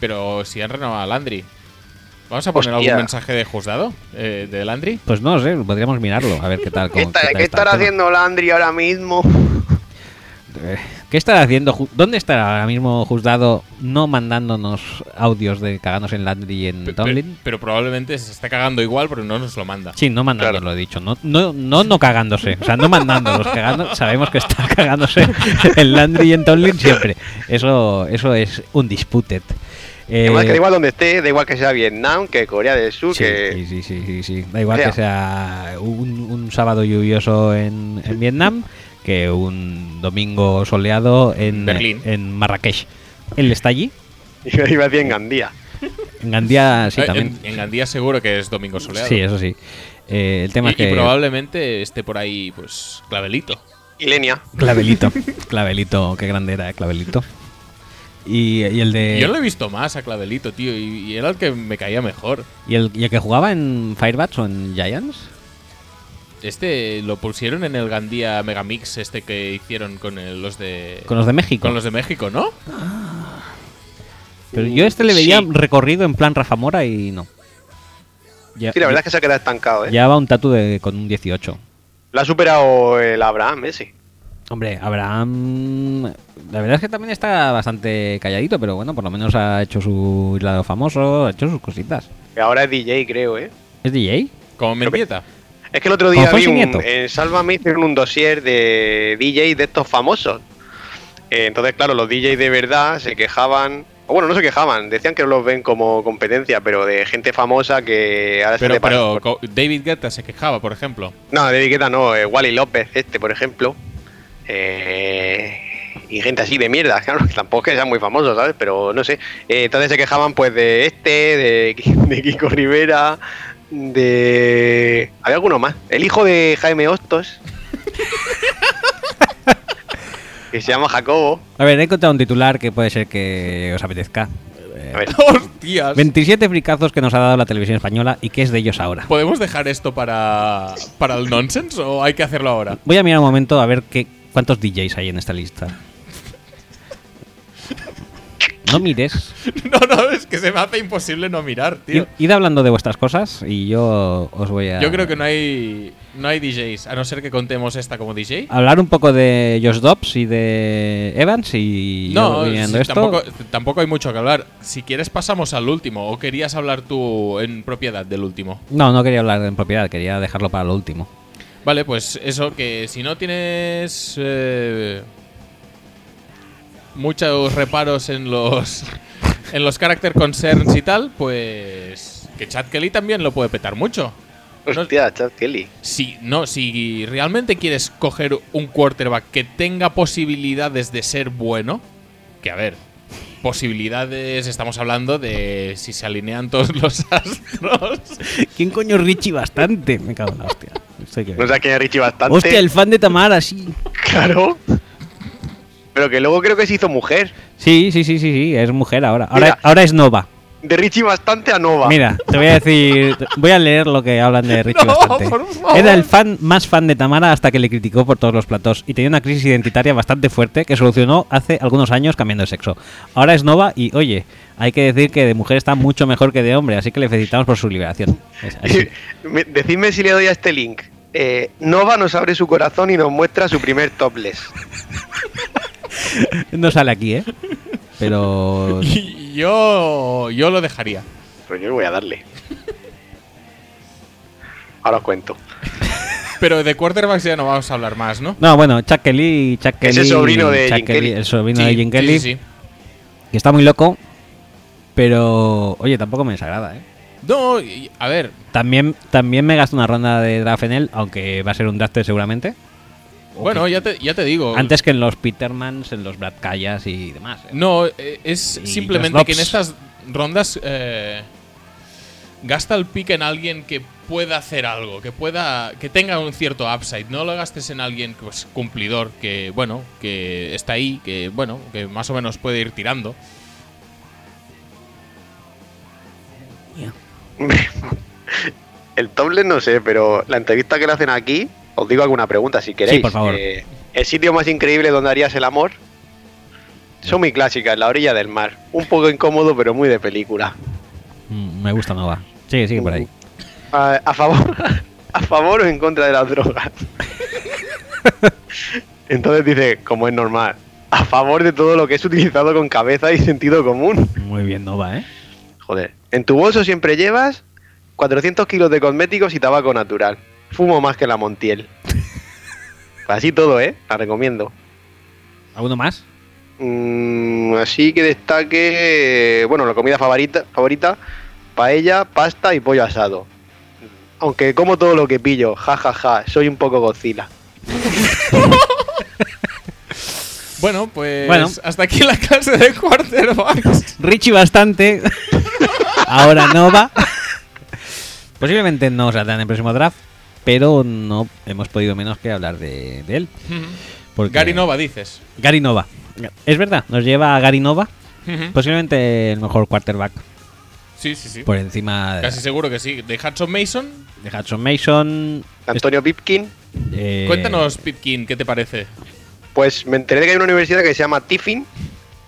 [SPEAKER 2] Pero si han renovado a Landry. ¿Vamos a poner
[SPEAKER 3] Hostia.
[SPEAKER 2] algún mensaje de juzgado eh, de Landry?
[SPEAKER 1] Pues no sé, podríamos mirarlo, a ver qué tal.
[SPEAKER 3] ¿Qué,
[SPEAKER 1] cómo-
[SPEAKER 3] está-
[SPEAKER 1] qué tal
[SPEAKER 3] qué
[SPEAKER 1] está el
[SPEAKER 3] estará
[SPEAKER 1] tema.
[SPEAKER 3] haciendo Landry ahora mismo?
[SPEAKER 1] Eh, ¿Qué estará haciendo? Ju- ¿Dónde estará ahora mismo Juzgado no mandándonos audios de cagarnos en Landry y en
[SPEAKER 2] Pe- pe-
[SPEAKER 1] Tomlin?
[SPEAKER 2] pero probablemente se está cagando igual, pero no nos lo manda.
[SPEAKER 1] Sí, no mandándonos, lo he dicho. No, no, no, no cagándose. O sea, no mandándonos. Cagando, sabemos que está cagándose en Landry y en Tomlin siempre. Eso, eso es un disputed. Eh,
[SPEAKER 3] Además, que da igual donde esté, da igual que sea Vietnam, que Corea del Sur,
[SPEAKER 1] sí,
[SPEAKER 3] que.
[SPEAKER 1] sí, sí, sí, sí, sí. Da igual
[SPEAKER 3] O sea-
[SPEAKER 1] que sea un, un sábado lluvioso en, en Vietnam que un domingo soleado en,
[SPEAKER 2] Berlín.
[SPEAKER 1] en Marrakech. Él está allí.
[SPEAKER 3] [laughs] Iba a decir en Gandía.
[SPEAKER 1] En Gandía sí
[SPEAKER 2] Eh,
[SPEAKER 1] también.
[SPEAKER 2] en, en Gandía seguro que es domingo soleado.
[SPEAKER 1] Sí, eso sí. Eh, el tema
[SPEAKER 2] y,
[SPEAKER 1] es que.
[SPEAKER 2] y probablemente esté por ahí, pues, clavelito.
[SPEAKER 3] Y Lenia.
[SPEAKER 2] [laughs]
[SPEAKER 1] Clavelito. Clavelito, qué grande era, eh, Clavelito. Y, y el de.
[SPEAKER 2] Yo lo he visto más a Clavelito, tío, y, y era el que me caía mejor.
[SPEAKER 1] y, el, y el que jugaba en Firebats o en Giants.
[SPEAKER 2] Este lo pusieron en el Gandía Megamix, este que hicieron con el- los de.
[SPEAKER 1] Con los de México.
[SPEAKER 2] con los de México, ¿no?
[SPEAKER 1] Pero yo este le veía
[SPEAKER 3] Sí.
[SPEAKER 1] recorrido en plan Rafa Mora y no. Ya,
[SPEAKER 3] Sí, la verdad es que se ha quedado estancado, ¿eh?
[SPEAKER 1] ya va un tatu de, con un 18.
[SPEAKER 3] Lo ha superado el Abraham ese.
[SPEAKER 1] Hombre, Abraham. La verdad es que también está bastante calladito, pero bueno, por lo menos ha hecho su lado famoso, ha hecho sus cositas.
[SPEAKER 3] Que ahora es DJ, creo, ¿eh?
[SPEAKER 1] ¿Es DJ?
[SPEAKER 2] Como Mendieta.
[SPEAKER 3] Es que el otro día
[SPEAKER 1] Con
[SPEAKER 3] vi
[SPEAKER 1] Fonsi
[SPEAKER 3] un,
[SPEAKER 1] Nieto.
[SPEAKER 3] en Sálvame hicieron un dossier de DJ de estos famosos. Eh, entonces, claro, los DJs de verdad se quejaban, o bueno, no se quejaban, decían que no los ven como competencia, pero de gente famosa que ahora se
[SPEAKER 2] Pero,
[SPEAKER 3] le pasa
[SPEAKER 2] pero
[SPEAKER 3] por-
[SPEAKER 2] co- David Guetta se quejaba,
[SPEAKER 1] [laughs]
[SPEAKER 2] por ejemplo.
[SPEAKER 3] No, de etiqueta no, eh, Wally López, este, por ejemplo. Eh, y gente así de mierda, [laughs] claro, que tampoco es que sean muy famosos, ¿sabes? Pero no sé. Eh, entonces se quejaban pues de este, de, Ki- [laughs] de Kiko Rivera, de... Había alguno más. El hijo de
[SPEAKER 1] [laughs]
[SPEAKER 3] Jaime Hostos. que se llama Jacobo.
[SPEAKER 1] A ver, he encontrado un titular que puede ser que os apetezca. [laughs]
[SPEAKER 3] A ver,
[SPEAKER 2] ¡Hostias!
[SPEAKER 1] 27 fricazos que nos ha dado la televisión española y qué es de ellos ahora.
[SPEAKER 2] ¿Podemos dejar esto para, para el nonsense o hay que hacerlo ahora?
[SPEAKER 1] Voy a mirar un momento a ver qué, cuántos DJs hay en esta
[SPEAKER 2] [laughs]
[SPEAKER 1] lista. No mires.
[SPEAKER 2] [laughs] No, no, es que se me hace imposible no mirar, tío.
[SPEAKER 1] I- Id hablando de vuestras cosas y yo os voy a.
[SPEAKER 2] Yo creo que no hay no hay DJs, a no ser que contemos esta como DJ.
[SPEAKER 1] Hablar un poco de Josh Dobbs y de Evans y. yo
[SPEAKER 2] No,
[SPEAKER 1] voy mirando
[SPEAKER 2] sí,
[SPEAKER 1] esto.
[SPEAKER 2] tampoco, tampoco hay mucho que hablar. Si quieres pasamos al último, o querías hablar tú en propiedad del último.
[SPEAKER 1] No, no quería hablar en propiedad, quería dejarlo para lo último.
[SPEAKER 2] Vale, pues eso, que si no tienes eh, muchos reparos en los en los character concerns y tal, pues que Chad Kelly también lo puede petar mucho. No-
[SPEAKER 3] hostia, Chad Kelly.
[SPEAKER 2] Si, no, si realmente quieres coger un quarterback que tenga posibilidades de ser bueno, que a ver, posibilidades estamos hablando de si se alinean todos los [laughs] astros.
[SPEAKER 1] [laughs] ¿Quién coño es Richie bastante? Me cago en la hostia. Esto hay que ver.
[SPEAKER 3] No sé quién es Richie bastante.
[SPEAKER 1] Hostia, el fan de Tamara, sí.
[SPEAKER 3] [laughs] Claro. Pero que luego creo que se hizo mujer.
[SPEAKER 1] Sí, sí, sí, sí, sí, es mujer ahora. Ahora,
[SPEAKER 3] Mira.
[SPEAKER 1] ahora es Nova.
[SPEAKER 3] De Richie bastante a Nova.
[SPEAKER 1] Mira, te voy a decir, voy a leer lo que hablan de Richie
[SPEAKER 2] [laughs] No,
[SPEAKER 1] bastante.
[SPEAKER 2] por favor.
[SPEAKER 1] Era el fan más fan de Tamara hasta que le criticó por todos los platos y tenía una crisis identitaria bastante fuerte que solucionó hace algunos años cambiando de sexo. Ahora es Nova y, oye, hay que decir que de mujer está mucho mejor que de hombre, así que le felicitamos por su liberación. Es
[SPEAKER 2] [laughs]
[SPEAKER 1] así.
[SPEAKER 3] [laughs] Me- Decidme si le doy a este link. Eh, Nova nos abre su corazón y nos muestra su primer topless.
[SPEAKER 1] No sale aquí, ¿eh? Pero
[SPEAKER 2] Y yo, yo lo dejaría.
[SPEAKER 3] Pero yo le voy a darle. Ahora os cuento. [laughs]
[SPEAKER 2] Pero de quarterbacks ya no vamos a hablar más, ¿no?
[SPEAKER 1] No, bueno, Chuck Kelly, Chuck
[SPEAKER 3] Es
[SPEAKER 1] Kelly.
[SPEAKER 3] el sobrino de
[SPEAKER 1] Chuck
[SPEAKER 3] Jim Kelly.
[SPEAKER 1] El sobrino
[SPEAKER 2] Sí,
[SPEAKER 1] de Jim
[SPEAKER 2] sí,
[SPEAKER 1] Kelly,
[SPEAKER 2] sí, sí.
[SPEAKER 1] que está muy loco, pero oye, tampoco me desagrada, ¿eh?
[SPEAKER 2] No, y- a ver,
[SPEAKER 1] También, también me gasto una ronda de draft en él, aunque va a ser un draft seguramente.
[SPEAKER 2] bueno, ya te, ya te digo.
[SPEAKER 1] Antes que en los Petermans, en los Brad Callas y demás. ¿eh?
[SPEAKER 2] No, eh, es
[SPEAKER 1] Y
[SPEAKER 2] simplemente
[SPEAKER 1] los
[SPEAKER 2] que en
[SPEAKER 1] Lobs.
[SPEAKER 2] estas rondas eh, gasta el pick en alguien que pueda hacer algo, que pueda, que tenga un cierto upside. No lo gastes en alguien pues, cumplidor, que bueno, que está ahí, que bueno, que más o menos puede ir tirando.
[SPEAKER 3] El topless no sé, pero la entrevista que le hacen aquí, os digo alguna pregunta si queréis.
[SPEAKER 1] por favor.
[SPEAKER 3] Eh, el sitio más increíble donde harías el amor. Son muy clásicas, la orilla del mar. Un poco incómodo, pero muy de película.
[SPEAKER 1] Mm, me gusta Nova. Sigue, sigue por ahí.
[SPEAKER 3] A, a favor, [laughs] a favor o en contra de las drogas. Entonces dice, como es normal, a favor de todo lo que es utilizado con cabeza y sentido común.
[SPEAKER 1] Uh, Muy bien, Nova, ¿eh?
[SPEAKER 3] Joder. En tu bolso siempre llevas 400 kilos de cosméticos y tabaco natural. Fumo más que la Montiel. Así todo, ¿eh? La recomiendo.
[SPEAKER 1] ¿Alguno más?
[SPEAKER 3] Mm, así que destaque, bueno, la comida favorita, favorita, paella, pasta y pollo asado. Aunque como todo lo que pillo, jajaja, soy un poco Godzilla.
[SPEAKER 2] Bueno, pues
[SPEAKER 1] Bueno.
[SPEAKER 2] hasta aquí la clase de quarterbacks.
[SPEAKER 1] Richie bastante. [laughs] Ahora Nova. Posiblemente no saldrá en el próximo draft, pero no hemos podido menos que hablar de, de él. [laughs] Porque
[SPEAKER 2] Gary Nova, dices.
[SPEAKER 1] Gary Nova. Es verdad, nos lleva a Gary Nova. Posiblemente el mejor quarterback
[SPEAKER 2] Sí, sí, sí.
[SPEAKER 1] por encima de,
[SPEAKER 2] Casi seguro que sí. De Hudson Mason.
[SPEAKER 1] de Hudson Mason.
[SPEAKER 3] Antonio Pipkin,
[SPEAKER 1] eh,
[SPEAKER 2] Cuéntanos, Pitkin, ¿qué te parece?
[SPEAKER 3] pues me enteré de que hay una universidad que se llama Tiffin,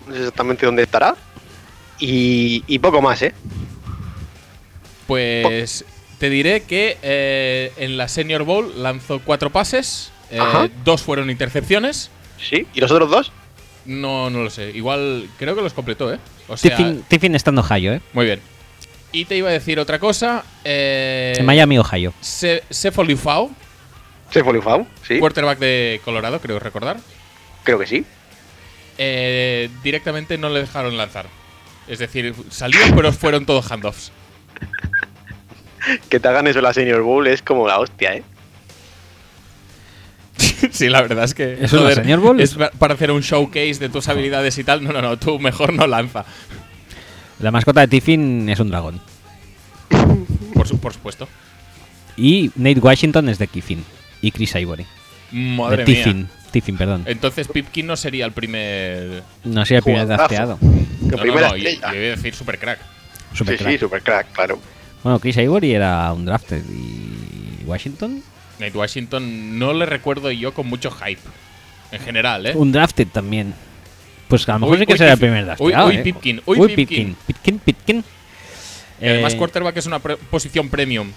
[SPEAKER 3] no sé exactamente dónde estará, y, y poco más, ¿eh?
[SPEAKER 2] Pues te diré que eh, en la Senior Bowl lanzó cuatro pases, eh,
[SPEAKER 3] Ajá.
[SPEAKER 2] dos fueron intercepciones.
[SPEAKER 3] ¿Sí? ¿Y los otros dos?
[SPEAKER 2] No, no lo sé. Igual creo que los completó, ¿eh? O sea,
[SPEAKER 1] Tiffin, Tiffin está en Ohio, ¿eh?
[SPEAKER 2] muy bien. Y te iba a decir otra cosa. Eh,
[SPEAKER 1] en Miami, Ohio.
[SPEAKER 2] Se, Sefo Liufau,
[SPEAKER 3] ¿Se fue Lufau? ¿Sí?
[SPEAKER 2] quarterback de Colorado, creo recordar.
[SPEAKER 3] Creo que sí.
[SPEAKER 2] eh, directamente no le dejaron lanzar. Es decir, salió, pero fueron todos handoffs. [laughs]
[SPEAKER 3] Que te hagan eso en la Senior Bowl es como la hostia, ¿eh?
[SPEAKER 2] sí, la verdad es que.
[SPEAKER 1] ¿Eso es la Senior Bowl?
[SPEAKER 2] Es pa- para hacer un showcase de tus habilidades y tal. No, no, no, tú mejor no lanza.
[SPEAKER 1] La mascota de Tiffin es un dragón.
[SPEAKER 2] Por, su- por supuesto.
[SPEAKER 1] Y Nate Washington es de Kiffin. Y Chris Ivory. de
[SPEAKER 2] Madre
[SPEAKER 1] Tiffin.
[SPEAKER 2] mía. Eh,
[SPEAKER 1] Tiffin, perdón.
[SPEAKER 2] Entonces Pipkin no sería el primer.
[SPEAKER 1] No soy el primer
[SPEAKER 3] Jugadorazo.
[SPEAKER 1] drafteado.
[SPEAKER 3] Que
[SPEAKER 2] No, no,
[SPEAKER 3] primera
[SPEAKER 2] no, yo,
[SPEAKER 3] estrella.
[SPEAKER 2] yo iba a decir super crack.
[SPEAKER 1] Super
[SPEAKER 3] sí, sí, super crack, claro.
[SPEAKER 1] Bueno, Chris Ivory era un drafted y Washington.
[SPEAKER 2] Nate Washington no le recuerdo yo con mucho hype. En general, ¿eh?
[SPEAKER 1] Un drafted también. Pues a lo mejor
[SPEAKER 2] Uy,
[SPEAKER 1] sí que
[SPEAKER 2] uy,
[SPEAKER 1] será el
[SPEAKER 2] Pif-
[SPEAKER 1] primer drafteado.
[SPEAKER 2] uy, uy,
[SPEAKER 1] ¿eh?
[SPEAKER 2] Pipkin, uy,
[SPEAKER 1] Pipkin. Pipkin, Pipkin.
[SPEAKER 2] Y Además,
[SPEAKER 1] Eh,
[SPEAKER 2] quarterback es una pre- posición premium.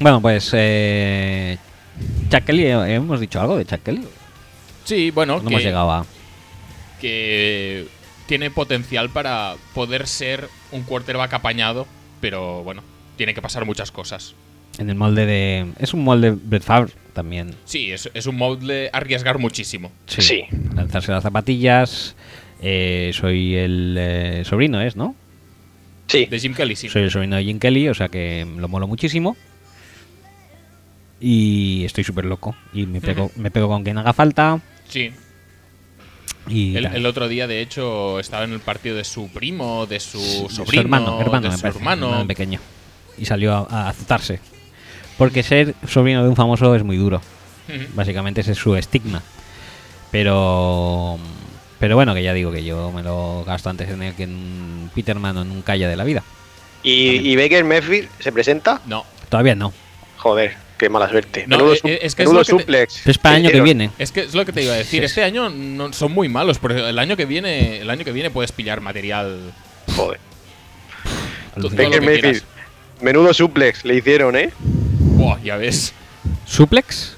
[SPEAKER 1] Bueno, pues. Eh, Chuck Kelly, eh, ¿hemos dicho algo de Chuck Kelly?
[SPEAKER 2] Sí, bueno,
[SPEAKER 1] No
[SPEAKER 2] que,
[SPEAKER 1] hemos llegado a.
[SPEAKER 2] que tiene potencial para poder ser un quarterback apañado, pero bueno, tiene que pasar muchas cosas.
[SPEAKER 1] En el molde de. Es un molde Brett Favre también.
[SPEAKER 2] Sí, es, es un molde arriesgar muchísimo.
[SPEAKER 3] Sí.
[SPEAKER 1] Lanzarse las zapatillas. eh, soy el eh, sobrino, ¿es, no?
[SPEAKER 3] Sí.
[SPEAKER 2] De Jim Kelly, sí.
[SPEAKER 1] Soy el sobrino de Jim Kelly, o sea que lo molo muchísimo. Y estoy súper loco. Y me pego, me pego con quien haga falta.
[SPEAKER 2] Sí.
[SPEAKER 1] Y
[SPEAKER 2] El,
[SPEAKER 1] tal.
[SPEAKER 2] el otro día, de hecho, estaba en el partido de su primo, de su
[SPEAKER 1] De su
[SPEAKER 2] sobrino,
[SPEAKER 1] hermano, hermano,
[SPEAKER 2] de
[SPEAKER 1] me
[SPEAKER 2] su
[SPEAKER 1] parece,
[SPEAKER 2] hermano.
[SPEAKER 1] hermano pequeño. Y salió a, a azotarse. Porque ser sobrino de un famoso es muy duro.
[SPEAKER 2] Ujú.
[SPEAKER 1] Básicamente ese es su estigma. Pero. Pero bueno, que ya digo que yo me lo gasto antes en el que en un Peterman o en un calla de la vida.
[SPEAKER 3] ¿Y, y Baker Mayfield se presenta?
[SPEAKER 2] No,
[SPEAKER 1] Todavía no.
[SPEAKER 3] Joder, qué mala suerte.
[SPEAKER 2] No,
[SPEAKER 3] menudo
[SPEAKER 2] eh,
[SPEAKER 3] su-
[SPEAKER 2] eh, es que es
[SPEAKER 3] menudo
[SPEAKER 2] lo que te-
[SPEAKER 3] suplex.
[SPEAKER 1] Pero Este es para el año que
[SPEAKER 3] Hicieron.
[SPEAKER 1] viene.
[SPEAKER 2] es que es lo que te iba a decir. Este año no- son muy malos, pero el año que viene, el año que viene puedes pillar material.
[SPEAKER 3] Joder.
[SPEAKER 2] Todo
[SPEAKER 1] Alucina.
[SPEAKER 2] lo que
[SPEAKER 3] Baker Mayfield.
[SPEAKER 2] quieras.
[SPEAKER 3] Menudo suplex le hicieron, ¿eh?
[SPEAKER 2] Buah, ya ves.
[SPEAKER 1] ¿Suplex?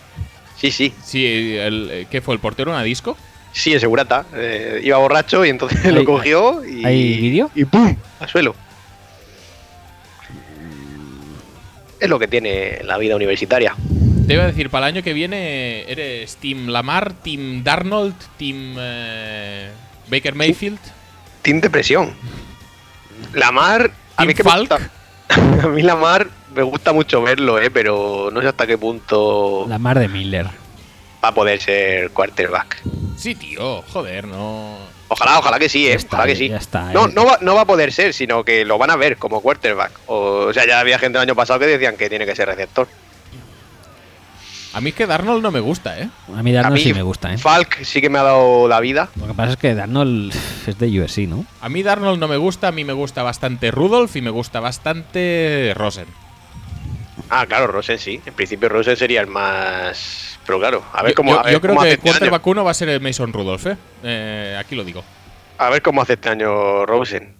[SPEAKER 3] Sí, sí.
[SPEAKER 2] Sí, el, eh, ¿qué fue? ¿El portero una disco?
[SPEAKER 3] Sí, es segurata. Eh, iba borracho y entonces
[SPEAKER 1] ¿Hay-
[SPEAKER 3] lo cogió y.
[SPEAKER 1] hay vídeo?
[SPEAKER 3] Y ¡pum! Al suelo. Es lo que tiene la vida universitaria.
[SPEAKER 2] Te iba a decir, para el año que viene eres Team Lamar, Team Darnold, Team eh, Baker Mayfield.
[SPEAKER 3] Team Depresión. La mar. A
[SPEAKER 2] Team
[SPEAKER 3] mí, es que me
[SPEAKER 2] Falk.
[SPEAKER 3] gusta- [laughs] a mí la mar me gusta mucho verlo, ¿eh? Pero no sé hasta qué punto
[SPEAKER 1] La mar de Miller.
[SPEAKER 3] va a poder ser quarterback.
[SPEAKER 2] Sí, tío, joder, no.
[SPEAKER 3] Ojalá, ojalá que sí, ¿eh?
[SPEAKER 1] Ya está,
[SPEAKER 3] ojalá que sí.
[SPEAKER 1] ya está,
[SPEAKER 3] no,
[SPEAKER 1] eh.
[SPEAKER 3] no, va, no va a poder ser, sino que lo van a ver como quarterback. O, o sea, ya había gente el año pasado que decían que tiene que ser receptor.
[SPEAKER 2] A mí es que Darnold no me gusta, ¿eh?
[SPEAKER 1] A mí Darnold sí me gusta, ¿eh?
[SPEAKER 3] Falk sí que me ha dado la vida.
[SPEAKER 1] Lo que pasa es que Darnold es de USC, ¿no?
[SPEAKER 2] A mí Darnold no me gusta, a mí me gusta bastante Rudolph y me gusta bastante Rosen.
[SPEAKER 3] Ah, claro, Rosen sí. En principio Rosen sería el más... Pero claro, a ver
[SPEAKER 2] Yo-
[SPEAKER 3] cómo,
[SPEAKER 2] yo,
[SPEAKER 3] a ver
[SPEAKER 2] yo creo
[SPEAKER 3] cómo
[SPEAKER 2] que
[SPEAKER 3] hace
[SPEAKER 2] el
[SPEAKER 3] este año.
[SPEAKER 2] quarterback uno va a ser el Mason Rudolph, ¿eh? Eh, Aquí lo digo.
[SPEAKER 3] A ver cómo hace este año Rosen.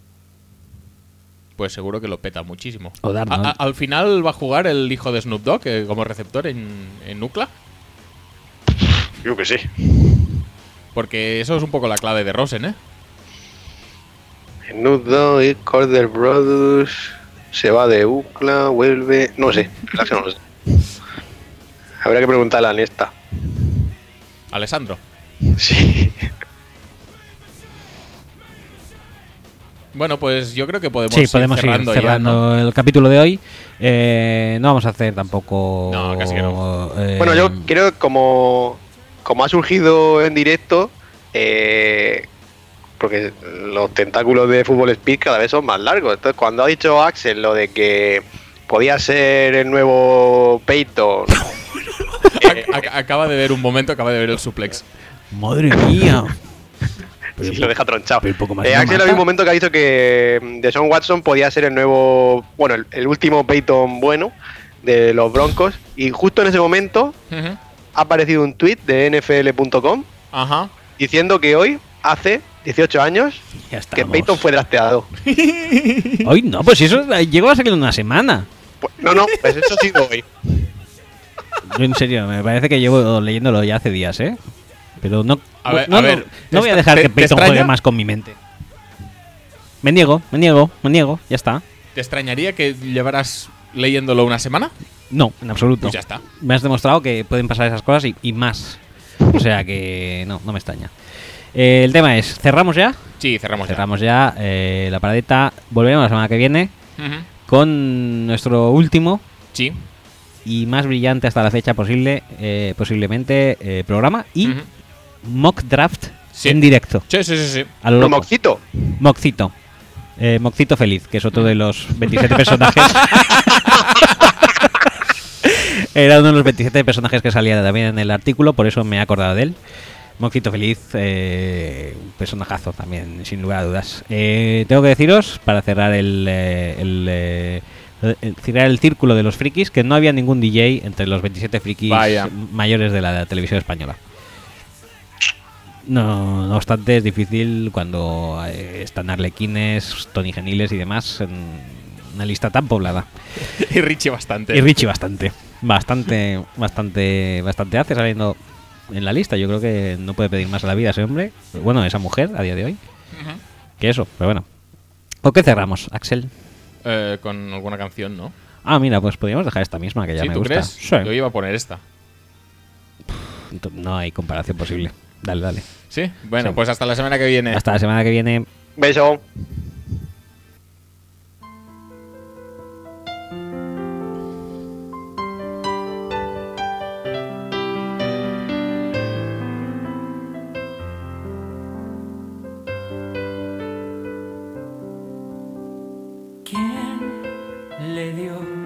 [SPEAKER 2] Pues seguro que lo peta muchísimo.
[SPEAKER 1] O Darnold.
[SPEAKER 2] A- a- al final va a jugar el hijo de Snoop Dogg eh, como receptor en, en Nucla.
[SPEAKER 3] Yo que sí.
[SPEAKER 2] Porque eso es un poco la clave de Rosen, ¿eh?
[SPEAKER 3] Nudo y eh, Corder Brothers se va de UCLA, vuelve. No sé, la verdad que no [laughs] lo sé. Habrá que preguntarle a Aniesta.
[SPEAKER 2] Alessandro.
[SPEAKER 3] Sí.
[SPEAKER 2] Bueno, pues yo creo que podemos,
[SPEAKER 1] Sí, podemos
[SPEAKER 2] ir cerrando,
[SPEAKER 1] ir
[SPEAKER 2] ya,
[SPEAKER 1] cerrando
[SPEAKER 2] ¿no?
[SPEAKER 1] el capítulo de hoy. Eh, no vamos a hacer tampoco.
[SPEAKER 2] No, casi que no.
[SPEAKER 1] eh,
[SPEAKER 3] Bueno, yo creo que como, como ha surgido en directo, eh, porque los tentáculos de Fútbol Speed cada vez son más largos. Entonces, cuando ha dicho Axel lo de que podía ser el nuevo Peyton,
[SPEAKER 2] Ac- acaba de ver un momento, acaba de ver el suplex.
[SPEAKER 1] Madre mía.
[SPEAKER 3] Sí, lo deja tronchado.
[SPEAKER 1] Pues pero poco más
[SPEAKER 3] Eh,
[SPEAKER 1] no
[SPEAKER 3] Axel
[SPEAKER 1] mata.
[SPEAKER 3] había un momento que ha dicho que mm, Deshaun Watson podía ser el nuevo, bueno, el, el último Peyton bueno de los Broncos. Y justo en ese momento
[SPEAKER 2] Ujú.
[SPEAKER 3] ha aparecido un tweet de NFL.com
[SPEAKER 2] Ajá.
[SPEAKER 3] diciendo que hoy, hace 18 años,
[SPEAKER 1] Ya
[SPEAKER 3] que
[SPEAKER 1] estamos.
[SPEAKER 3] Peyton fue drafteado.
[SPEAKER 1] Hoy no, pues eso eh, llegó a salir en una semana.
[SPEAKER 3] Pues- no, no, pues eso sí
[SPEAKER 1] [laughs]
[SPEAKER 3] hoy.
[SPEAKER 1] Yo, en serio, me parece que llevo leyéndolo ya hace días, ¿eh? Pero no.
[SPEAKER 2] A ver,
[SPEAKER 1] no,
[SPEAKER 2] a
[SPEAKER 1] no-
[SPEAKER 2] ver,
[SPEAKER 1] no
[SPEAKER 2] ¿te
[SPEAKER 1] voy a dejar
[SPEAKER 2] extra- te-
[SPEAKER 1] que
[SPEAKER 2] te
[SPEAKER 1] Peyton juegue
[SPEAKER 2] extraña?
[SPEAKER 1] más con mi mente. Me niego, me niego, me niego, ya está.
[SPEAKER 2] ¿Te extrañaría que llevaras leyéndolo una semana?
[SPEAKER 1] No, en absoluto.
[SPEAKER 2] Pues ya está.
[SPEAKER 1] Me has demostrado que pueden pasar esas cosas y, y más. O sea que no, no me extraña. Eh, el tema es, ¿cerramos ya?
[SPEAKER 2] Sí, cerramos ya.
[SPEAKER 1] Cerramos ya eh, la paradeta. Volveremos la semana que viene
[SPEAKER 2] Ujú.
[SPEAKER 1] con nuestro último
[SPEAKER 2] Sí.
[SPEAKER 1] y más brillante hasta la fecha posible, eh, posiblemente, eh, programa y
[SPEAKER 2] Ujú.
[SPEAKER 1] mock draft
[SPEAKER 2] Sí.
[SPEAKER 1] en directo.
[SPEAKER 2] Sí, sí, sí, sí.
[SPEAKER 1] A lo
[SPEAKER 3] No,
[SPEAKER 1] loco.
[SPEAKER 3] Moxito.
[SPEAKER 1] Mockcito. Eh, Mockcito Feliz, que es otro de los 27 personajes.
[SPEAKER 2] [laughs]
[SPEAKER 1] Era uno de los 27 personajes que salía también en el artículo, por eso me he acordado de él. Mockcito Feliz, eh, un personajazo también, sin lugar a dudas. Eh, tengo que deciros, para cerrar el, eh, el, eh, el- cerrar el círculo de los frikis, que no había ningún DJ entre los 27 frikis
[SPEAKER 2] Vaya.
[SPEAKER 1] mayores de la televisión española. No, no obstante, es difícil cuando eh, están arlequines, Tony Geniles y demás en una lista tan poblada.
[SPEAKER 2] [laughs] Y Richie bastante.
[SPEAKER 1] Y Richie bastante. Bastante, bastante, bastante hace saliendo en la lista. Yo creo que no puede pedir más a la vida ese hombre. Bueno, esa mujer a día de hoy.
[SPEAKER 2] Ujú.
[SPEAKER 1] Que eso, pero bueno. ¿Con qué cerramos, Axel?
[SPEAKER 2] Eh, con alguna canción, ¿no?
[SPEAKER 1] Ah, mira, pues podríamos dejar esta misma que ya
[SPEAKER 2] sí,
[SPEAKER 1] me
[SPEAKER 2] ¿tú
[SPEAKER 1] gusta.
[SPEAKER 2] crees? Yo
[SPEAKER 1] Sí.
[SPEAKER 2] iba a poner esta.
[SPEAKER 1] No hay comparación
[SPEAKER 2] [laughs]
[SPEAKER 1] posible. Dale, dale.
[SPEAKER 2] Sí. Bueno,
[SPEAKER 1] Sí.
[SPEAKER 2] pues hasta la semana que viene.
[SPEAKER 1] Hasta la semana que viene.
[SPEAKER 3] Beso.
[SPEAKER 7] medio
[SPEAKER 5] este